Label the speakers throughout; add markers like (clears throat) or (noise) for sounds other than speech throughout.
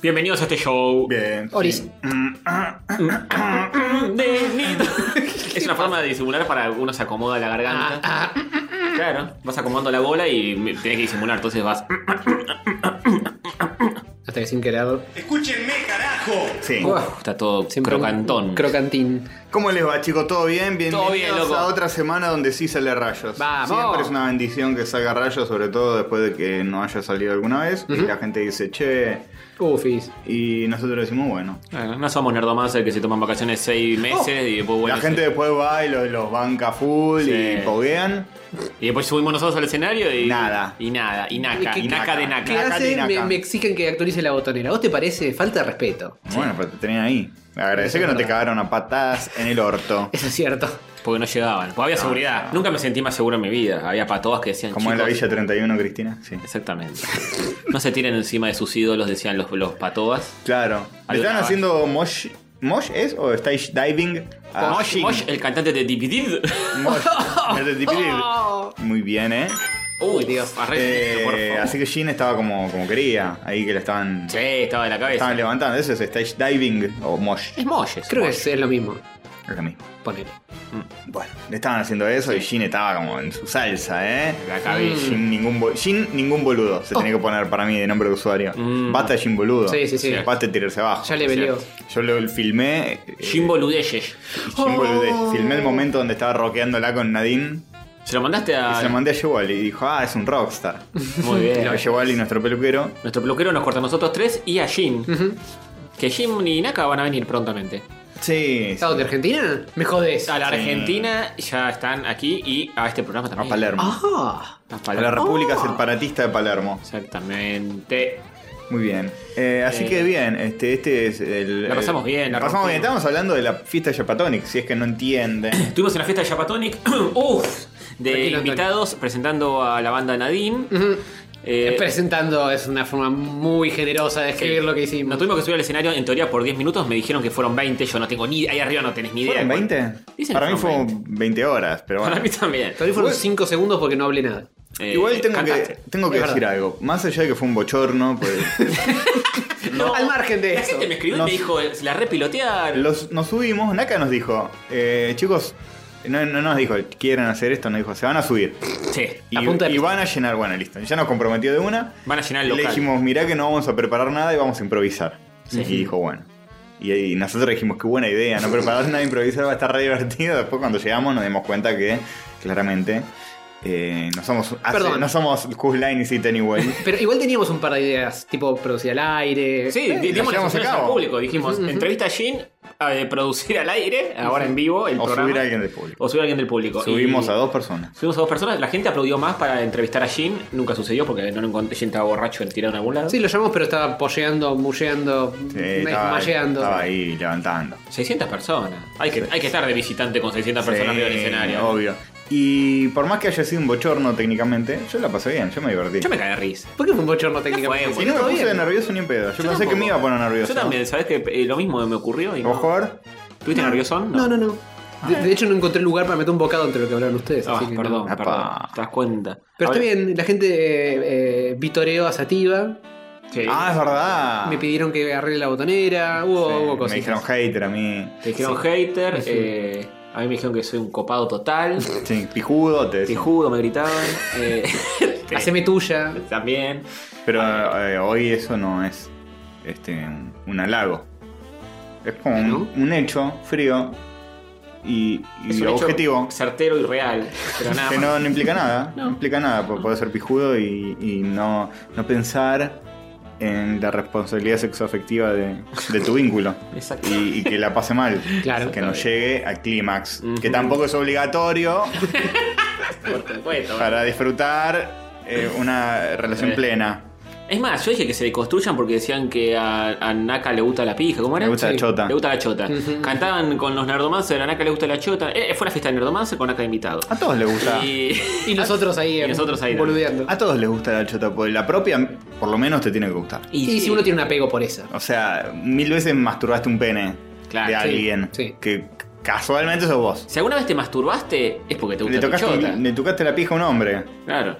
Speaker 1: Bienvenidos a este show. (laughs)
Speaker 2: Bien.
Speaker 3: Oris.
Speaker 2: sí. Mm, ah, ah, (laughs)
Speaker 1: es una forma de disimular para algunos se acomoda la garganta.
Speaker 2: Ah,
Speaker 1: Claro, vas acomodando la bola y me- tenés que disimular, entonces vas.
Speaker 3: Hasta que sin querer.
Speaker 4: Escúchenme, carajo.
Speaker 2: sí.
Speaker 3: Buah,
Speaker 1: Está todo
Speaker 3: siempre un-
Speaker 1: crocantón.
Speaker 3: Crocantín.
Speaker 2: ¿Cómo les va, chicos? ¿Todo
Speaker 1: Todo
Speaker 2: bien? Bienvenidos
Speaker 1: bien, loco.
Speaker 2: a otra semana donde sí sale rayos.
Speaker 3: Vamos.
Speaker 2: Siempre es una bendición que salga rayos, sobre todo después de que no haya salido alguna vez. Y la gente dice, che,
Speaker 3: Ufis.
Speaker 2: y nosotros decimos, bueno.
Speaker 1: Claro, no somos nerdomancer que se toman vacaciones seis meses y después bueno,
Speaker 2: Oh, la gente
Speaker 1: se-
Speaker 2: después va y los, los banca full
Speaker 1: Sí.
Speaker 2: y poguean.
Speaker 1: y después subimos nosotros al escenario y
Speaker 2: Nada.
Speaker 1: Y nada, y naca,
Speaker 3: ¿Qué-
Speaker 1: y naca
Speaker 2: qué-
Speaker 1: de
Speaker 3: ¿Qué
Speaker 1: naca.
Speaker 2: Naca,
Speaker 3: hacen?
Speaker 2: naca.
Speaker 3: Me, me exigen que actualice la botonera. ¿Vos te parece falta de respeto?
Speaker 2: Bueno, pero te tenían ahí. Agradecé que no te cagaron a patadas en el
Speaker 1: (laughs)
Speaker 2: orto.
Speaker 3: Eso es cierto.
Speaker 1: Porque no llegaban. Pues había seguridad. Nunca me sentí más seguro en mi vida. Había patoas que decían
Speaker 2: Ah. Como en la
Speaker 1: "Chicos,
Speaker 2: Villa 31, Cristina. Sí.
Speaker 1: Exactamente. No se tiren encima de sus ídolos, decían los, los patoas.
Speaker 2: Claro.
Speaker 1: Hay
Speaker 2: ¿Le están
Speaker 1: una-
Speaker 2: haciendo mosh? ¿Mosh es o stage diving? Ah, a
Speaker 1: Mosh,
Speaker 2: Shin?
Speaker 1: Mosh, el cantante de Dividid.
Speaker 2: Mosh. Me te tipiril. Muy bien, ¿eh?
Speaker 1: Uy,
Speaker 3: Dios.
Speaker 1: Arreglenlo, por
Speaker 2: Eh,
Speaker 1: favor.
Speaker 2: así que Jin estaba como, como quería. Ahí que le estaban,
Speaker 1: Sí, estaba de la cabeza.
Speaker 2: estaban levantando. Eso es stage diving o mosh.
Speaker 1: Es Molles.
Speaker 3: Creo que es, es lo mismo.
Speaker 2: Acá mismo.
Speaker 3: Ponele.
Speaker 2: Bueno, le estaban haciendo eso y Jin estaba como en su salsa, ¿eh?
Speaker 1: La cabeza. Oh.
Speaker 2: Jin ningún, bo- Jin ningún boludo se tenía que poner para mí de nombre de usuario.
Speaker 1: Mm.
Speaker 2: Basta de Jin boludo.
Speaker 3: Sí, sí, sí.
Speaker 2: Basta de tirarse abajo.
Speaker 3: Ya le peleó.
Speaker 2: Yo lo filmé. eh,
Speaker 1: Jim Boludeyes.
Speaker 2: Jim Boludez. Filmé el momento donde estaba rockeándola con Nadine.
Speaker 1: ¿Se lo mandaste
Speaker 2: Y
Speaker 1: a.?
Speaker 2: se lo mandé a Yewali y dijo, ah, es
Speaker 1: (laughs)
Speaker 2: un rockstar. (laughs)
Speaker 1: Muy
Speaker 2: Y
Speaker 1: bien.
Speaker 2: lo Yewali, nuestro peluquero.
Speaker 1: Nuestro peluquero nos corta a nosotros tres y a Jim. Que Jim y Naka van a venir prontamente.
Speaker 2: Sí. sí.
Speaker 3: ¿Estado de Argentina? Me jodés.
Speaker 1: A la Argentina ya están aquí y a este programa
Speaker 2: A
Speaker 1: también. Ah.
Speaker 2: Palermo.
Speaker 3: Ah.
Speaker 1: A
Speaker 2: A
Speaker 1: Palermo.
Speaker 2: la República Separatista de Palermo.
Speaker 1: Exactamente.
Speaker 2: Muy bien. Eh, así
Speaker 1: Eh,
Speaker 2: que bien, este, este es el.
Speaker 1: La pasamos
Speaker 2: el-
Speaker 1: bien, la
Speaker 2: La pasamos
Speaker 1: rompimos.
Speaker 2: bien. Estábamos hablando de la fiesta de Japatonic, si es que
Speaker 1: (coughs)
Speaker 2: no entienden.
Speaker 1: Estuvimos en la fiesta de Japatonic. (clears throat) Uf. De
Speaker 3: Tranquilo,
Speaker 1: invitados presentando a la banda Nadine. Eh,
Speaker 3: Presentando es una forma muy generosa de describir lo que hicimos.
Speaker 1: nos tuvimos que subir al escenario en teoría por 10 minutos. Me dijeron que fueron 20. Yo no tengo ni. Ahí arriba no tenés ni idea.
Speaker 2: ¿Fueron
Speaker 1: cuál-
Speaker 2: 20?
Speaker 1: Dicen
Speaker 2: Para
Speaker 1: que
Speaker 2: mí fue
Speaker 1: fueron
Speaker 2: 20. horas, pero bueno.
Speaker 1: Para mí también.
Speaker 3: Todavía fueron 5 segundos porque no hablé nada.
Speaker 1: Eh,
Speaker 2: (laughs) Igual tengo que, (laughs)
Speaker 1: cantaste.
Speaker 2: tengo que
Speaker 3: Es
Speaker 2: decir
Speaker 3: verdad.
Speaker 2: algo. Más allá de que fue un bochorno,
Speaker 1: (laughs)
Speaker 2: pues,
Speaker 1: No,
Speaker 3: Al margen de
Speaker 1: la
Speaker 3: eso.
Speaker 1: gente me escribió
Speaker 2: No.
Speaker 1: y me dijo, "Se la repilotearon.
Speaker 2: los, nos subimos. Naka nos dijo, eh, chicos, no, no nos dijo, quieren hacer esto, nos dijo, se van a subir.
Speaker 1: Sí.
Speaker 2: Y,
Speaker 3: A punta de
Speaker 2: y van a llenar, bueno, listo. Ya nos comprometió de una.
Speaker 1: Van a llenar el
Speaker 2: Y le
Speaker 1: local.
Speaker 2: dijimos, mirá que no vamos a preparar nada y vamos a improvisar.
Speaker 1: Sí.
Speaker 2: Y dijo, bueno. Y, ahí nosotros dijimos, qué buena idea, no preparar nada, improvisar va a estar re divertido. Después cuando llegamos nos dimos cuenta que, claramente, eh, no somos hace-
Speaker 3: Perdón.
Speaker 2: no somos Who's Line Is It Anyway.
Speaker 3: Pero igual teníamos un par de ideas, tipo producir al aire.
Speaker 1: Sí,
Speaker 2: Eh,
Speaker 1: di-
Speaker 2: lo
Speaker 1: dimos las
Speaker 2: llevamos a
Speaker 1: opciones al
Speaker 2: cabo.
Speaker 1: público. Dijimos, entrevista a Jin, a de producir al aire, ahora en vivo (laughs) el
Speaker 2: o
Speaker 1: programa.
Speaker 2: subir a alguien del público.
Speaker 1: O subir a alguien del público.
Speaker 2: Subimos
Speaker 1: Y-
Speaker 2: a dos personas.
Speaker 1: Subimos a dos personas, la gente aplaudió más para entrevistar a Jin, nunca sucedió porque no lo encontré, Jin estaba borracho en tirado en algún lado.
Speaker 3: Sí, lo llamamos, pero estaba polleando, mulleando,
Speaker 2: Sí,
Speaker 3: desmayando.
Speaker 2: estaba ahí levantando.
Speaker 1: 600 personas. Hay que, hay que estar de visitante con 600 personas arriba del
Speaker 2: Sí,
Speaker 1: escenario.
Speaker 2: Obvio. Y por más que haya sido un bochorno técnicamente, yo la pasé bien, yo me divertí.
Speaker 1: Yo me caí de risa.
Speaker 3: ¿Por qué fue un bochorno técnicamente?
Speaker 1: fue,
Speaker 2: Si no me
Speaker 3: Todo
Speaker 2: puse
Speaker 3: bien.
Speaker 2: nervioso ni en pedo. Yo, pensé que
Speaker 1: tampoco.
Speaker 2: me iba a poner nervioso.
Speaker 1: Yo también, ¿sabes que Lo mismo me ocurrió y no.
Speaker 2: ¿Vos, Jorge?
Speaker 1: ¿Tuviste nerviosón?
Speaker 3: No, no, no. De,
Speaker 2: Ah.
Speaker 3: de hecho, no encontré lugar para meter un bocado entre lo que hablaron ustedes.
Speaker 1: Ah,
Speaker 3: así que no.
Speaker 1: perdón,
Speaker 2: Apa.
Speaker 1: perdón. ¿Te das cuenta?
Speaker 3: Pero
Speaker 1: Ahora-
Speaker 3: está bien, la gente eh, eh, vitoreó a Sativa.
Speaker 1: Sí.
Speaker 2: Ah, es verdad.
Speaker 3: Me pidieron que arregle la botonera. Hubo,
Speaker 2: Sí,
Speaker 3: hubo cositas.
Speaker 2: me dijeron hater a mí.
Speaker 1: Te dijeron hater, eh, a mí me dijeron que soy un copado total,
Speaker 2: Sí, pijudo, te decían.
Speaker 1: pijudo, me gritaban. eh, (laughs) te-
Speaker 3: Haceme tuya.
Speaker 1: También.
Speaker 2: Pero eh, hoy eso no es este un, un halago. Es como un,
Speaker 3: ¿No?
Speaker 2: un hecho frío y, y
Speaker 1: Es un hecho
Speaker 2: objetivo.
Speaker 1: Certero y real. Pero nada.
Speaker 2: Que
Speaker 1: más.
Speaker 2: no, no
Speaker 1: (laughs)
Speaker 2: implica nada. No. implica nada. po- Puede ser pijudo y, y no, no pensar en la responsabilidad sexoafectiva de, de tu vínculo.
Speaker 1: Exacto.
Speaker 2: Y, y que la pase mal.
Speaker 3: Claro.
Speaker 2: Que no llegue al clímax.
Speaker 1: Ujú.
Speaker 2: Que tampoco es obligatorio
Speaker 1: Por
Speaker 2: (laughs)
Speaker 1: supuesto.
Speaker 2: para disfrutar eh, una relación
Speaker 1: Eh.
Speaker 2: plena.
Speaker 1: Es más, yo dije que se deconstruyan porque decían que a, a Naka le gusta la pija. ¿Cómo era?
Speaker 2: Me gusta la
Speaker 3: Sí.
Speaker 2: chota.
Speaker 1: Le gusta la chota.
Speaker 3: Ujú.
Speaker 1: Cantaban con los Nerdomancer, a Naka le gusta la chota. Eh, fue la fiesta de Nerdomancer con Naka invitado.
Speaker 2: A todos les gusta.
Speaker 1: Y.
Speaker 3: Y
Speaker 2: Ah,
Speaker 3: nosotros ahí.
Speaker 1: Y
Speaker 3: eh,
Speaker 1: nosotros ahí, ¿no?
Speaker 3: Boludeando.
Speaker 2: A todos les gusta la chota, porque la propia, por lo menos, te tiene que gustar.
Speaker 1: y
Speaker 3: Y
Speaker 1: sí.
Speaker 3: si uno tiene un apego por esa.
Speaker 2: O sea, mil veces masturbaste un pene
Speaker 1: Claro,
Speaker 2: de
Speaker 1: sí,
Speaker 2: alguien
Speaker 3: sí.
Speaker 2: que casualmente sos vos.
Speaker 1: Si alguna vez te masturbaste, es porque te gusta
Speaker 2: Le
Speaker 1: la
Speaker 2: tocaste,
Speaker 1: chota.
Speaker 2: le tocaste la pija a un hombre.
Speaker 1: Claro.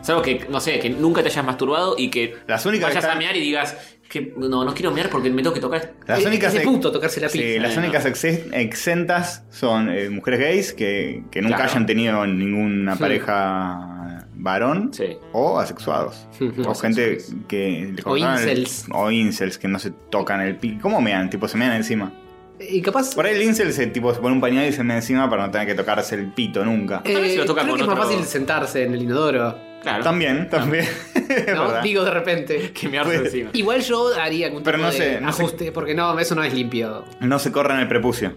Speaker 1: Salvo que, no sé, que nunca te hayas masturbado y que
Speaker 2: Las únicas que
Speaker 1: vayas a
Speaker 2: están-
Speaker 1: mear y digas que no, no quiero mear porque me tengo que tocar.
Speaker 2: Las
Speaker 3: Eh,
Speaker 2: únicas
Speaker 3: es de
Speaker 2: ex-
Speaker 3: puto tocarse la
Speaker 2: sí,
Speaker 3: pizza.
Speaker 2: las
Speaker 1: eh,
Speaker 2: únicas exe- exentas son eh, mujeres gays que, que nunca
Speaker 1: Claro.
Speaker 2: hayan tenido ninguna
Speaker 3: Sí.
Speaker 2: pareja varón
Speaker 1: Sí.
Speaker 2: o asexuados.
Speaker 3: (laughs) Ujú.
Speaker 2: O gente que.
Speaker 3: O
Speaker 2: el-
Speaker 3: incels.
Speaker 2: o incels que no se tocan el pico. ¿Cómo mean? Tipo, se mean encima.
Speaker 3: Y capaz. eh,
Speaker 2: Por ahí el incel se, tipo, se pone un pañal y se mea encima para no tener que tocarse el pito nunca.
Speaker 1: Tal vez se lo toca
Speaker 3: creo
Speaker 1: con
Speaker 3: que es más
Speaker 1: otro-
Speaker 3: fácil sentarse en el inodoro.
Speaker 1: Claro.
Speaker 2: También, también. (laughs) Es
Speaker 3: ¿no?
Speaker 2: verdad.
Speaker 3: Digo
Speaker 2: (laughs)
Speaker 3: de repente.
Speaker 1: Que mearse
Speaker 2: Puede-
Speaker 1: encima.
Speaker 3: Igual yo haría algún
Speaker 2: Pero
Speaker 3: tipo
Speaker 2: no
Speaker 3: de
Speaker 2: sé, no sé.
Speaker 3: ajuste, porque no, eso no es limpio.
Speaker 2: No se corran el prepucio.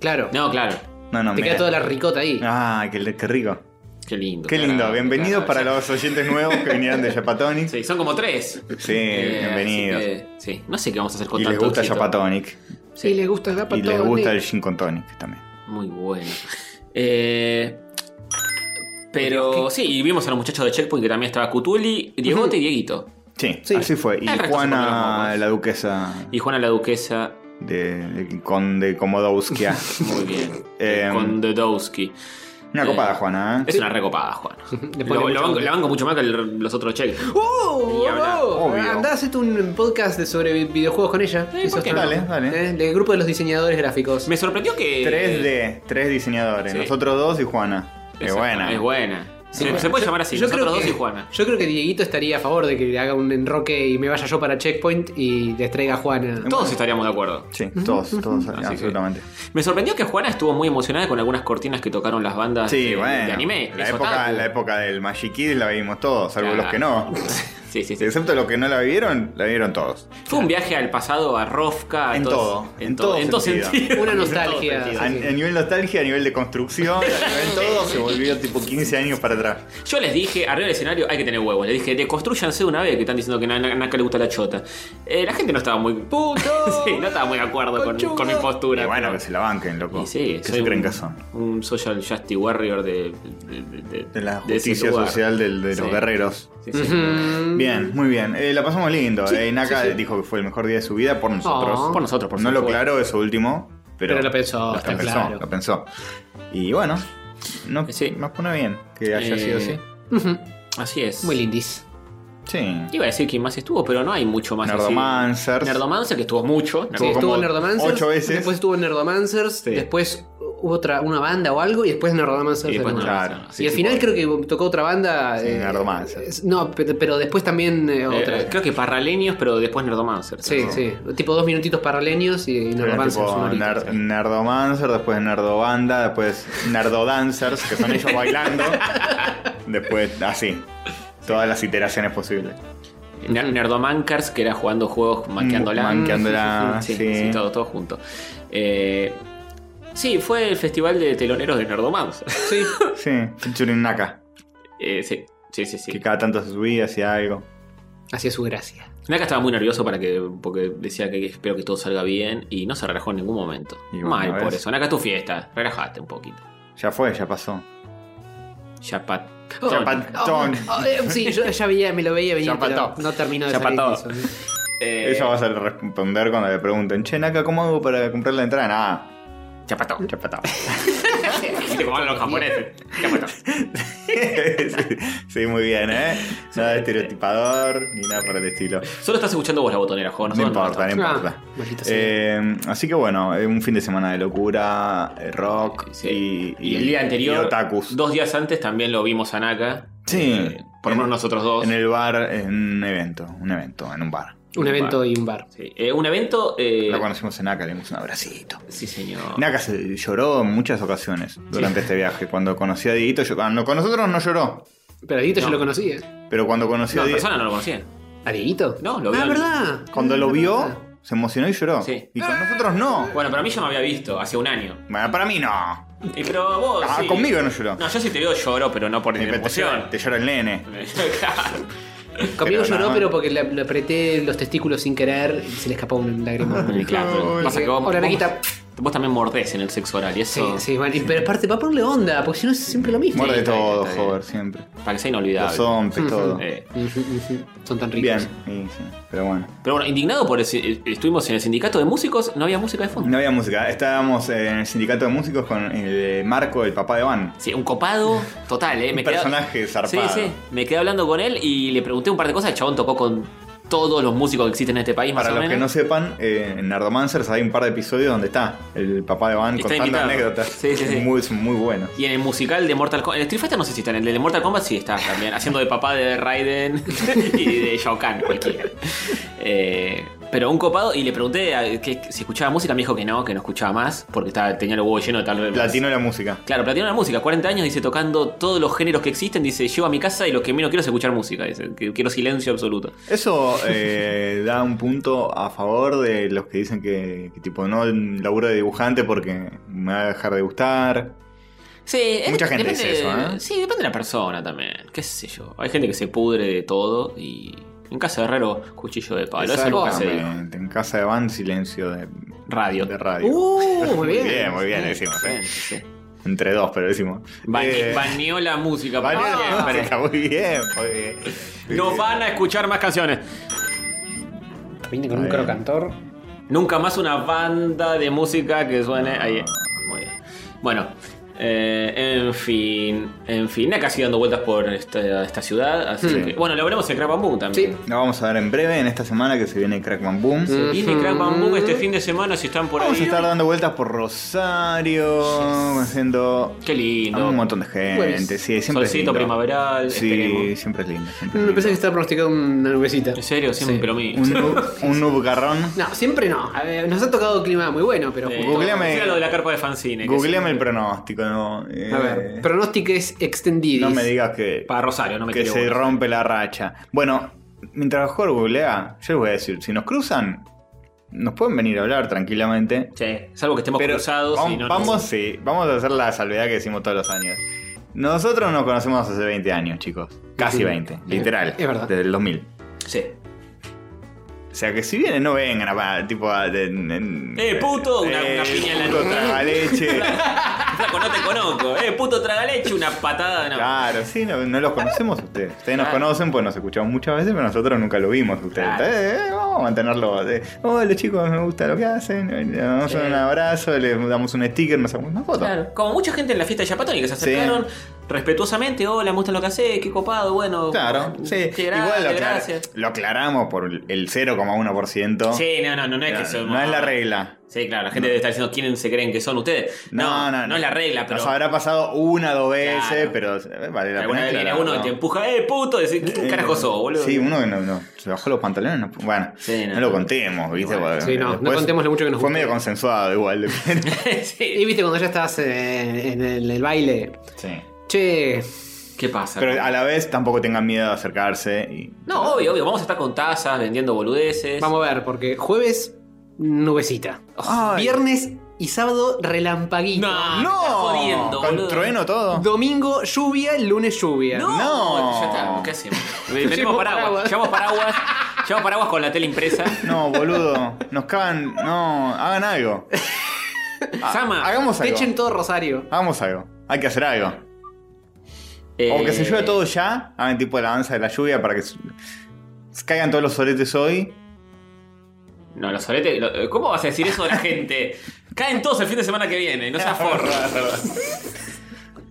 Speaker 3: Claro.
Speaker 1: No, claro.
Speaker 2: No, no,
Speaker 3: te
Speaker 2: mea.
Speaker 3: queda toda la ricota ahí.
Speaker 2: Ah, qué, qué rico.
Speaker 1: Qué lindo.
Speaker 2: Qué lindo.
Speaker 1: claro,
Speaker 2: Bienvenidos
Speaker 1: claro,
Speaker 2: para
Speaker 1: sí.
Speaker 2: los oyentes nuevos que vinieron
Speaker 3: (laughs)
Speaker 2: de Japatonic. Sí,
Speaker 1: Sí, son como tres.
Speaker 2: Eh, bienvenidos.
Speaker 1: Eh, así que, sí, no sé qué vamos a hacer con
Speaker 2: Y les
Speaker 1: tanto
Speaker 2: gusta
Speaker 1: éxito.
Speaker 2: Japatonic.
Speaker 1: Sí.
Speaker 3: Y les gusta el zapato.
Speaker 2: Y les gusta el gin con tonic también.
Speaker 1: Muy bueno. Eh, pero sí, y vimos a los muchachos de Checkpoint que también estaba Cutuli, Diegote y Dieguito.
Speaker 2: Sí,
Speaker 3: Sí.
Speaker 2: así fue. Y
Speaker 1: El resto se comió los
Speaker 2: Juana,
Speaker 1: mocos.
Speaker 2: la duquesa
Speaker 1: Y Juana la Duquesa,
Speaker 2: de, del
Speaker 1: (laughs)
Speaker 2: conde Komodowskia.
Speaker 1: muy bien.
Speaker 2: (laughs) Eh,
Speaker 1: con Dedowski.
Speaker 2: Una copada, Juana, ¿eh?
Speaker 1: Es una recopada, Juan.
Speaker 3: (laughs) Le
Speaker 1: Lo-
Speaker 3: pone mucha
Speaker 1: lo banco-
Speaker 3: onda.
Speaker 1: La banco mucho más que el- los otros Check.
Speaker 3: ¡Oh!
Speaker 1: Y habla,
Speaker 2: obvio.
Speaker 3: Andá, hacete un podcast de sobre vi- videojuegos con ella.
Speaker 1: Eh, ¿por qué
Speaker 3: está
Speaker 1: no?
Speaker 2: Dale, dale.
Speaker 3: Eh, del grupo de los diseñadores gráficos.
Speaker 1: Me sorprendió que.
Speaker 2: 3D, tres diseñadores.
Speaker 1: sí.
Speaker 2: Nosotros dos y Juana. Es
Speaker 1: Exacto,
Speaker 2: buena.
Speaker 1: Es buena. Se, se puede
Speaker 3: Yo-
Speaker 1: llamar así,
Speaker 3: yo
Speaker 1: nosotros
Speaker 3: creo
Speaker 1: dos
Speaker 3: que-
Speaker 1: y Juana.
Speaker 3: Yo creo que Dieguito estaría a favor de que haga un enroque y me vaya yo para Checkpoint y les traiga a Juana.
Speaker 1: Todos
Speaker 2: Em,
Speaker 1: estaríamos de acuerdo.
Speaker 2: Sí, todos, todos,
Speaker 1: Así que-
Speaker 2: absolutamente.
Speaker 1: Me sorprendió que Juana estuvo muy emocionada con algunas cortinas que tocaron las bandas
Speaker 2: Sí,
Speaker 1: de, de
Speaker 2: bueno.
Speaker 1: anime.
Speaker 2: La
Speaker 1: Es
Speaker 2: época,
Speaker 1: otaku.
Speaker 2: la época del Magic Kids la vimos todos, salvo
Speaker 1: Claro.
Speaker 2: los que no.
Speaker 1: (laughs) Sí, sí, sí.
Speaker 2: Excepto los que no la vieron, la vieron todos.
Speaker 1: Fue un viaje al pasado, a Rofka, a
Speaker 2: En
Speaker 1: todos-
Speaker 2: todo,
Speaker 1: en,
Speaker 2: en
Speaker 1: todo,
Speaker 2: todo
Speaker 1: en todo
Speaker 2: sentido.
Speaker 1: sentido. (laughs)
Speaker 3: Una
Speaker 1: En todo
Speaker 3: nostalgia.
Speaker 1: sentido.
Speaker 2: A,
Speaker 3: sí, sí.
Speaker 2: a nivel nostalgia, a nivel de
Speaker 3: (laughs)
Speaker 2: construcción, a nivel todo, se volvió tipo 15 años para atrás.
Speaker 1: Yo les dije, arriba del escenario hay que tener huevos. Les dije, deconstruyanse una vez que están diciendo que a Naka le gusta la chota. Eh, la gente no estaba
Speaker 2: (laughs)
Speaker 1: muy.
Speaker 3: ¡Puto!
Speaker 1: (laughs) sí, no estaba muy de acuerdo con,
Speaker 3: Conchudo.
Speaker 1: con mi postura.
Speaker 2: Y bueno,
Speaker 1: pero-
Speaker 2: que se la banquen, loco.
Speaker 1: Y sí,
Speaker 2: que
Speaker 1: soy
Speaker 2: se creen
Speaker 1: un,
Speaker 2: que son.
Speaker 1: un social justice warrior de, de, de-
Speaker 2: De la
Speaker 1: de ese
Speaker 2: justicia
Speaker 1: lugar.
Speaker 2: social del- de
Speaker 1: Sí.
Speaker 2: los guerreros.
Speaker 1: Sí, sí.
Speaker 3: Ujú.
Speaker 2: Bien, muy bien. Eh, la pasamos lindo. Eh, Naka
Speaker 3: Mm. sí, sí.
Speaker 2: dijo que fue el mejor día de su vida por nosotros.
Speaker 3: Oh.
Speaker 1: Por nosotros, por
Speaker 2: no lo
Speaker 1: supuesto.
Speaker 2: aclaró eso último, pero,
Speaker 3: Pero lo pensó, está
Speaker 2: pensó,
Speaker 3: claro. Eh,
Speaker 2: lo pensó. Y bueno, no,
Speaker 1: Sí.
Speaker 2: nos pone bien que haya
Speaker 1: Eh,
Speaker 2: sido así.
Speaker 3: Ujú.
Speaker 1: Así es.
Speaker 3: Muy lindis.
Speaker 2: Sí.
Speaker 1: Iba a decir quién más estuvo, pero no hay mucho más. así.
Speaker 2: Nerdomancers.
Speaker 1: Nerdomancer, que estuvo mucho.
Speaker 3: Sí,
Speaker 2: como
Speaker 3: estuvo en Nerdomancers.
Speaker 2: ocho veces.
Speaker 3: Después estuvo en Nerdomancers.
Speaker 1: Sí.
Speaker 3: Después hubo otra, una banda o algo. Y después Nerdomancers.
Speaker 1: Y
Speaker 3: de
Speaker 1: después
Speaker 3: nuevo.
Speaker 1: Nerdomancer.
Speaker 2: Claro.
Speaker 1: Sí,
Speaker 3: y al
Speaker 1: sí,
Speaker 3: final
Speaker 1: por-
Speaker 3: creo que tocó otra banda. eh,
Speaker 2: Sí, Nerdomancer.
Speaker 3: es- No, pero, pero después también eh,
Speaker 1: Eh,
Speaker 3: otra.
Speaker 1: creo que Parraleños, pero después Nerdomancer.
Speaker 3: sí,
Speaker 1: ¿no?
Speaker 3: sí. Tipo dos minutitos paraleños y, y
Speaker 2: Era
Speaker 3: Nerdomancers.
Speaker 2: tipo
Speaker 3: una horita,
Speaker 2: ner-
Speaker 3: sí.
Speaker 2: Nerdomancer, después Nerdobanda, después Nerdodancers, que son ellos bailando. Después, así. Todas las iteraciones posibles.
Speaker 1: Ner- Nerdomancers, que era jugando juegos manqueándola.
Speaker 2: Mm, Manqueándola,
Speaker 1: Sí,
Speaker 2: sí.
Speaker 1: sí, todo, todo junto. Eh, sí, fue el festival de teloneros de Nerdomancer.
Speaker 3: Sí.
Speaker 2: Sí, featuring Naka,
Speaker 1: (laughs) Eh, sí, sí, sí. sí.
Speaker 2: que cada tanto se subía hacia algo.
Speaker 3: Hacía su gracia.
Speaker 1: Naka estaba muy nervioso para que, porque decía que espero que todo salga bien y no se relajó en ningún momento.
Speaker 2: Y bueno,
Speaker 1: Mal
Speaker 2: ¿ves?
Speaker 1: por eso. Naka, tu fiesta. Relajate un poquito.
Speaker 2: Ya fue, ya pasó.
Speaker 1: Chapat.
Speaker 3: Oh,
Speaker 2: Chapatón.
Speaker 3: oh, oh, eh, sí, yo ya veía, me lo veía venir,
Speaker 2: Chapató.
Speaker 3: pero no termino de salir
Speaker 1: Chapató.
Speaker 3: de eso. ¿eh?
Speaker 1: Eh,
Speaker 2: Eso vas a responder cuando le pregunten, che, Naka, ¿cómo hago para comprar la entrada? Nada,
Speaker 1: Chapató.
Speaker 2: chapatá.
Speaker 1: Viste como hablan los japoneses. Chapató.
Speaker 2: (laughs) sí, sí, muy bien, ¿eh? Nada de estereotipador ni nada por el estilo.
Speaker 1: Solo estás escuchando vos la botonera, joven.
Speaker 2: No
Speaker 1: nosotros
Speaker 2: importa, no
Speaker 1: estamos.
Speaker 3: Ah,
Speaker 2: importa.
Speaker 3: maldita sea.
Speaker 2: Eh, así que bueno, eh, un fin de semana de locura, eh, rock
Speaker 1: Sí.
Speaker 2: y,
Speaker 1: Y, el día anterior,
Speaker 2: y otakus.
Speaker 1: dos días antes, también lo vimos a Naka.
Speaker 2: Sí.
Speaker 1: Eh, por lo menos nosotros dos.
Speaker 2: En el bar, en un evento, un evento, en un bar.
Speaker 3: Un evento
Speaker 1: bar.
Speaker 3: y un bar.
Speaker 1: Sí. Eh, un evento. eh,
Speaker 2: La conocimos en Naka, le dimos un abracito.
Speaker 1: Sí, señor.
Speaker 2: Naka se lloró en muchas ocasiones durante este viaje. Cuando conocí a Dieguito, yo- cuando con nosotros no lloró.
Speaker 3: Pero a Dieguito
Speaker 1: No.
Speaker 3: yo lo conocía.
Speaker 2: Pero cuando conoció
Speaker 1: No,
Speaker 2: a
Speaker 1: en
Speaker 2: Die-
Speaker 1: persona no lo conocía.
Speaker 3: ¿A Dieguito?
Speaker 1: No, lo
Speaker 3: Ah,
Speaker 1: vio.
Speaker 3: verdad.
Speaker 2: cuando lo
Speaker 3: Ah,
Speaker 2: vio,
Speaker 3: verdad.
Speaker 2: se emocionó y lloró.
Speaker 1: Sí.
Speaker 2: Y con nosotros no.
Speaker 1: Bueno, para mí yo me había visto hace un año.
Speaker 2: Bueno, para mí no.
Speaker 1: Eh, Pero vos.
Speaker 2: Ah,
Speaker 1: sí.
Speaker 2: conmigo no lloró.
Speaker 1: No, yo sí te veo lloro, pero no por
Speaker 2: Te- te, llora,
Speaker 1: emoción.
Speaker 2: te llora el nene.
Speaker 1: (laughs) Claro.
Speaker 3: Conmigo
Speaker 2: Pero
Speaker 3: lloró,
Speaker 2: no.
Speaker 3: pero porque le, le apreté los testículos sin querer y se le escapó un lágrima.
Speaker 2: (laughs)
Speaker 1: Claro.
Speaker 2: Uy,
Speaker 1: Pasa que vos-
Speaker 3: Hola,
Speaker 1: vos-
Speaker 3: Naquita.
Speaker 1: Vos también mordés en el sexo oral y
Speaker 3: Sí,
Speaker 1: eso.
Speaker 3: sí, bueno, y- pero aparte, va ponerle onda, porque si no es siempre lo mismo.
Speaker 2: Muerde
Speaker 1: está bien,
Speaker 2: todo,
Speaker 1: está bien.
Speaker 2: joder, siempre.
Speaker 1: Para que sea
Speaker 2: Los
Speaker 1: inolvidable.
Speaker 2: hombres, todo.
Speaker 1: Eh,
Speaker 3: Ujú, ujú. Son tan
Speaker 2: Bien,
Speaker 3: ricos.
Speaker 2: sí, sí, pero bueno.
Speaker 1: Pero bueno, indignado por eso. Estuvimos en el sindicato de músicos, no había música de fondo.
Speaker 2: No había música, estábamos en el sindicato de músicos con el eh, Marco, el papá de Van.
Speaker 1: Sí, un copado total, ¿eh?
Speaker 2: Un
Speaker 1: Me quedé-
Speaker 2: personaje zarpado.
Speaker 1: Sí, sí. Me quedé hablando con él y le pregunté un par de cosas. El chabón tocó con todos los músicos que existen en este país,
Speaker 2: Para
Speaker 1: más o
Speaker 2: los que no
Speaker 1: menos.
Speaker 2: sepan, eh, en Nerdomancers hay un par de episodios donde está el papá de Van
Speaker 1: Está
Speaker 2: contando
Speaker 1: invitado.
Speaker 2: anécdotas.
Speaker 1: Sí, sí, sí.
Speaker 2: Muy, son muy buenos.
Speaker 1: Y en el musical de Mortal Kombat. En el Street Fighter no sé si está. En el de Mortal Kombat sí está también. haciendo de papá de Raiden (laughs) y de Shao Kahn, cualquiera. Eh, pero un copado. Y le pregunté a- que, si escuchaba música. Me dijo que no, que no escuchaba más. Porque estaba, tenía los huevos llenos de tal vez.
Speaker 2: Platino la música.
Speaker 1: Claro, platino la música. 40 años, dice, tocando todos los géneros que existen. Dice, llego a mi casa y lo que menos quiero es escuchar música. Dice, que quiero silencio absoluto.
Speaker 2: Eso
Speaker 1: (laughs)
Speaker 2: eh, da un punto a favor de los que dicen que, que tipo no laburo de dibujante porque me va a dejar de gustar.
Speaker 1: Sí, es-
Speaker 2: Mucha gente
Speaker 1: depende,
Speaker 2: dice eso, ¿eh?
Speaker 1: Sí, depende de la persona también. Qué sé yo. Hay gente que se pudre de todo y. En casa de Herrero, cuchillo de palo. Eso nunca se dijo.
Speaker 2: Exactamente. En casa de Van, silencio de
Speaker 1: Radio.
Speaker 2: de radio.
Speaker 3: Uh, muy
Speaker 2: (laughs)
Speaker 3: bien.
Speaker 2: Muy bien, muy bien,
Speaker 1: Sí,
Speaker 2: decimos.
Speaker 1: sí,
Speaker 2: eh.
Speaker 1: sí.
Speaker 2: Entre dos, pero decimos.
Speaker 1: Bane-
Speaker 2: Eh,
Speaker 1: baneó la música. por
Speaker 2: baneó la
Speaker 1: siempre.
Speaker 2: música, muy bien, muy bien.
Speaker 1: Ah.
Speaker 2: Eh,
Speaker 1: No van a escuchar más canciones.
Speaker 3: Vine con un
Speaker 2: Está bien.
Speaker 3: crocantor.
Speaker 1: Nunca más una banda de música que suene ahí. Muy bien. Bueno, eh, en fin, en fin, acá sigue dando vueltas por esta, esta ciudad. Así
Speaker 2: Sí.
Speaker 1: que, bueno, lo veremos en Crack Bam Boom también.
Speaker 3: Sí.
Speaker 2: La vamos a ver en breve, en esta semana que se viene Crackman Boom.
Speaker 1: Se viene
Speaker 3: Ujú.
Speaker 1: Crack Bam Boom este fin de semana si están por
Speaker 2: Vamos a
Speaker 1: ahí.
Speaker 2: estar dando vueltas por Rosario, haciendo
Speaker 1: Qué
Speaker 2: a un
Speaker 1: lindo.
Speaker 2: montón de gente.
Speaker 3: Pues,
Speaker 2: Sí, siempre es
Speaker 1: Solcito
Speaker 2: lindo.
Speaker 1: primaveral. este
Speaker 2: Sí,
Speaker 1: esperemos.
Speaker 2: siempre es lindo. siempre es
Speaker 3: Me
Speaker 2: lindo.
Speaker 3: pensé que estaba pronosticado una nubecita.
Speaker 1: En serio, siempre lo mismo.
Speaker 2: Un, nub- un nubgarrón.
Speaker 3: No, siempre no. A ver, nos ha tocado clima muy bueno, pero.
Speaker 1: Eh,
Speaker 2: googleame-
Speaker 1: decía lo de la carpa de fanzine. que
Speaker 2: Googleame
Speaker 1: sí.
Speaker 2: el pronóstico. No, eh,
Speaker 3: A ver, pronósticos extendidos.
Speaker 2: no me digas que,
Speaker 1: Para Rosario, no me
Speaker 2: que
Speaker 1: quiero.
Speaker 2: se rompe la racha. Bueno, mientras Jorge googlea, yo les voy a decir, si nos cruzan, nos pueden venir a hablar tranquilamente.
Speaker 1: Sí, salvo que estemos
Speaker 2: Pero
Speaker 1: cruzados
Speaker 2: vam-
Speaker 1: y no nos-
Speaker 2: vamos, sí, vamos a hacer la salvedad que decimos todos los años. Nosotros nos conocemos hace 20 años, chicos. Casi
Speaker 3: Ujú.
Speaker 2: 20, literal.
Speaker 3: es verdad.
Speaker 2: Desde el 2000.
Speaker 1: Sí.
Speaker 2: O sea que si vienen, no vengan a pa- tipo a. de- en-
Speaker 1: Eh, puto, una- una piña en la
Speaker 2: puto,
Speaker 1: nuca.
Speaker 2: traga leche.
Speaker 1: (laughs) Flaco, no te conozco. Eh, puto tragaleche, una patada. No.
Speaker 2: Claro, sí, no, no los conocemos a ustedes. Ustedes nos
Speaker 1: Claro.
Speaker 2: conocen, pues nos escuchamos muchas veces, pero nosotros nunca lo vimos a ustedes.
Speaker 1: Claro.
Speaker 2: Eh, eh, vamos a mantenerlo. eh, oh, los chicos me gusta lo que hacen. eh, Le damos
Speaker 1: Sí.
Speaker 2: un abrazo, les damos un sticker, nos hacemos una foto.
Speaker 1: Claro. Como mucha gente en la fiesta de Chapatón y que se
Speaker 2: Sí.
Speaker 1: acercaron respetuosamente, hola, me gusta lo que hace, qué copado, bueno.
Speaker 2: Claro, sí.
Speaker 1: Qué grande,
Speaker 2: Igual lo, aclar-
Speaker 1: gracias.
Speaker 2: lo aclaramos por el 0,1%.
Speaker 1: Sí, no, no, no, no es que
Speaker 2: Claro,
Speaker 1: somos.
Speaker 2: no es la regla.
Speaker 1: Sí, claro, la gente debe estar diciendo quiénes se creen que son ustedes.
Speaker 2: No, no, no.
Speaker 1: No es la regla, pero.
Speaker 2: Nos habrá pasado una o dos veces,
Speaker 1: Claro.
Speaker 2: pero eh, vale la
Speaker 1: Alguna
Speaker 2: pena.
Speaker 1: vez viene
Speaker 2: aclarar,
Speaker 1: uno que
Speaker 2: ¿no?
Speaker 1: te empuja, eh, puto, y decís, ¿qué
Speaker 2: Eh,
Speaker 1: carajo sos, boludo? (laughs)
Speaker 2: Sí, uno que no, no, se bajó los pantalones. no- bueno,
Speaker 1: Sí, no.
Speaker 2: no, lo contemos, ¿viste?
Speaker 1: Igual.
Speaker 2: Porque
Speaker 3: Sí, no, no
Speaker 2: después
Speaker 3: contemos lo mucho que nos
Speaker 2: Fue
Speaker 3: gusta.
Speaker 2: medio consensuado, igual. (laughs)
Speaker 1: Sí.
Speaker 3: Y viste cuando ya estás eh, en el, el baile.
Speaker 2: sí.
Speaker 3: Che,
Speaker 1: ¿Qué pasa?
Speaker 2: Pero ah, a la vez tampoco tengan miedo de acercarse. Y...
Speaker 1: No, obvio, obvio. Vamos a estar con tazas, vendiendo boludeces.
Speaker 3: vamos a ver, porque jueves, nubecita.
Speaker 2: Ay.
Speaker 3: Oh, Viernes y sábado, relampaguito.
Speaker 1: No.
Speaker 2: ¡No!
Speaker 1: estás jodiendo,
Speaker 2: Con
Speaker 1: boludo.
Speaker 2: trueno todo.
Speaker 3: Domingo, lluvia, lunes, lluvia.
Speaker 1: No,
Speaker 2: No.
Speaker 1: ya está, ¿qué
Speaker 3: (laughs)
Speaker 1: hacemos? Tenemos
Speaker 3: Llevamos
Speaker 1: paraguas,
Speaker 3: paraguas.
Speaker 1: llevamos paraguas, llevamos paraguas con la tele impresa.
Speaker 2: No, boludo. Nos cagan. No, hagan algo. Ha-
Speaker 1: Sama,
Speaker 2: hagamos
Speaker 3: Te
Speaker 2: algo.
Speaker 3: echen todo Rosario.
Speaker 2: Hagamos algo. Hay que hacer algo.
Speaker 1: Eh,
Speaker 2: O que se llueva todo ya, hagan tipo la danza de la lluvia para que s- s- caigan todos los soletes hoy.
Speaker 1: No, los soletes. lo- ¿Cómo vas a decir eso a la gente? Caen todos el fin de semana que viene, no seas
Speaker 2: (laughs)
Speaker 1: forro.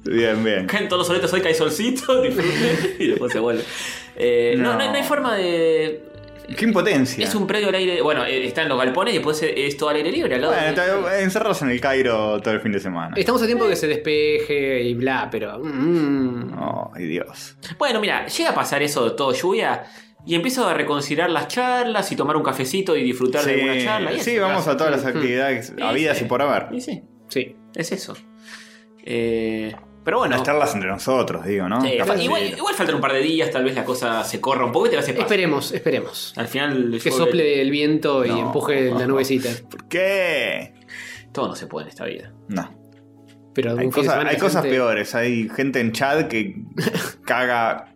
Speaker 2: Bien, bien.
Speaker 1: Caen todos los soletes hoy, cae solcito, (laughs) disfruten, y después se vuelve. Eh, no.
Speaker 2: No.
Speaker 1: No, no hay forma de.
Speaker 2: Qué impotencia.
Speaker 1: Es un predio al aire. Bueno, eh, están los galpones y después es todo al aire libre al lado.
Speaker 2: Bueno,
Speaker 1: de-
Speaker 2: está- encerrados en el Cairo todo el fin de semana.
Speaker 3: Estamos a tiempo que se despeje y bla, pero. mm,
Speaker 2: Ay, Dios.
Speaker 1: Bueno, mira, llega a pasar eso de todo lluvia y empiezo a reconciliar las charlas y tomar un cafecito y disfrutar de alguna charla. y
Speaker 2: sí,
Speaker 1: eso,
Speaker 2: vamos a todas las actividades
Speaker 1: Sí,
Speaker 2: habidas
Speaker 1: sí.
Speaker 2: y por haber.
Speaker 1: Y sí,
Speaker 3: sí.
Speaker 1: es eso. Eh, pero bueno.
Speaker 2: Las charlas entre nosotros, digo, ¿no?
Speaker 1: sí,
Speaker 2: Capaz
Speaker 1: igual,
Speaker 2: que-
Speaker 1: igual faltan un par de días, tal vez la cosa se corra un poco y te vas a espacio.
Speaker 3: Esperemos, esperemos.
Speaker 2: Ah,
Speaker 1: Al final.
Speaker 3: Que
Speaker 1: yo-
Speaker 3: sople el viento y
Speaker 2: No.
Speaker 3: empuje la nubecita.
Speaker 2: ¿Por qué?
Speaker 1: Todo no se puede en esta vida.
Speaker 2: No.
Speaker 3: Pero
Speaker 2: Hay,
Speaker 3: un fin de
Speaker 2: cosas-
Speaker 3: semana
Speaker 2: hay cosas
Speaker 3: decente-
Speaker 2: peores. Hay gente en
Speaker 1: (laughs)
Speaker 2: Chad que caga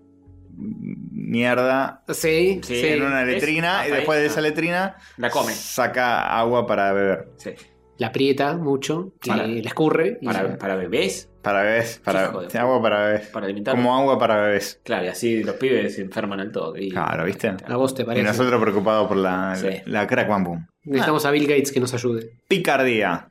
Speaker 2: mierda
Speaker 3: Sí,
Speaker 1: Sí,
Speaker 3: sí.
Speaker 2: en una
Speaker 1: es-
Speaker 2: letrina y
Speaker 1: hasta
Speaker 2: después
Speaker 1: ahí,
Speaker 2: de
Speaker 1: ah.
Speaker 2: esa letrina
Speaker 1: La come.
Speaker 2: saca agua para beber.
Speaker 1: Sí.
Speaker 3: la aprieta mucho, y
Speaker 1: Para-
Speaker 3: la escurre. y
Speaker 1: Para,
Speaker 3: se-
Speaker 1: para bebés,
Speaker 2: Para bebés, para
Speaker 1: Hijo de puta.
Speaker 2: agua para bebés.
Speaker 1: para alimentar.
Speaker 2: Como agua para bebés.
Speaker 1: Claro, y así los pibes se enferman al todo. Y...
Speaker 2: Claro, ¿viste?
Speaker 3: A vos te
Speaker 2: Y
Speaker 3: parece.
Speaker 2: nosotros preocupados por la,
Speaker 1: Sí.
Speaker 2: la crack bam boom.
Speaker 3: Necesitamos a Bill Gates que nos ayude.
Speaker 2: Picardía.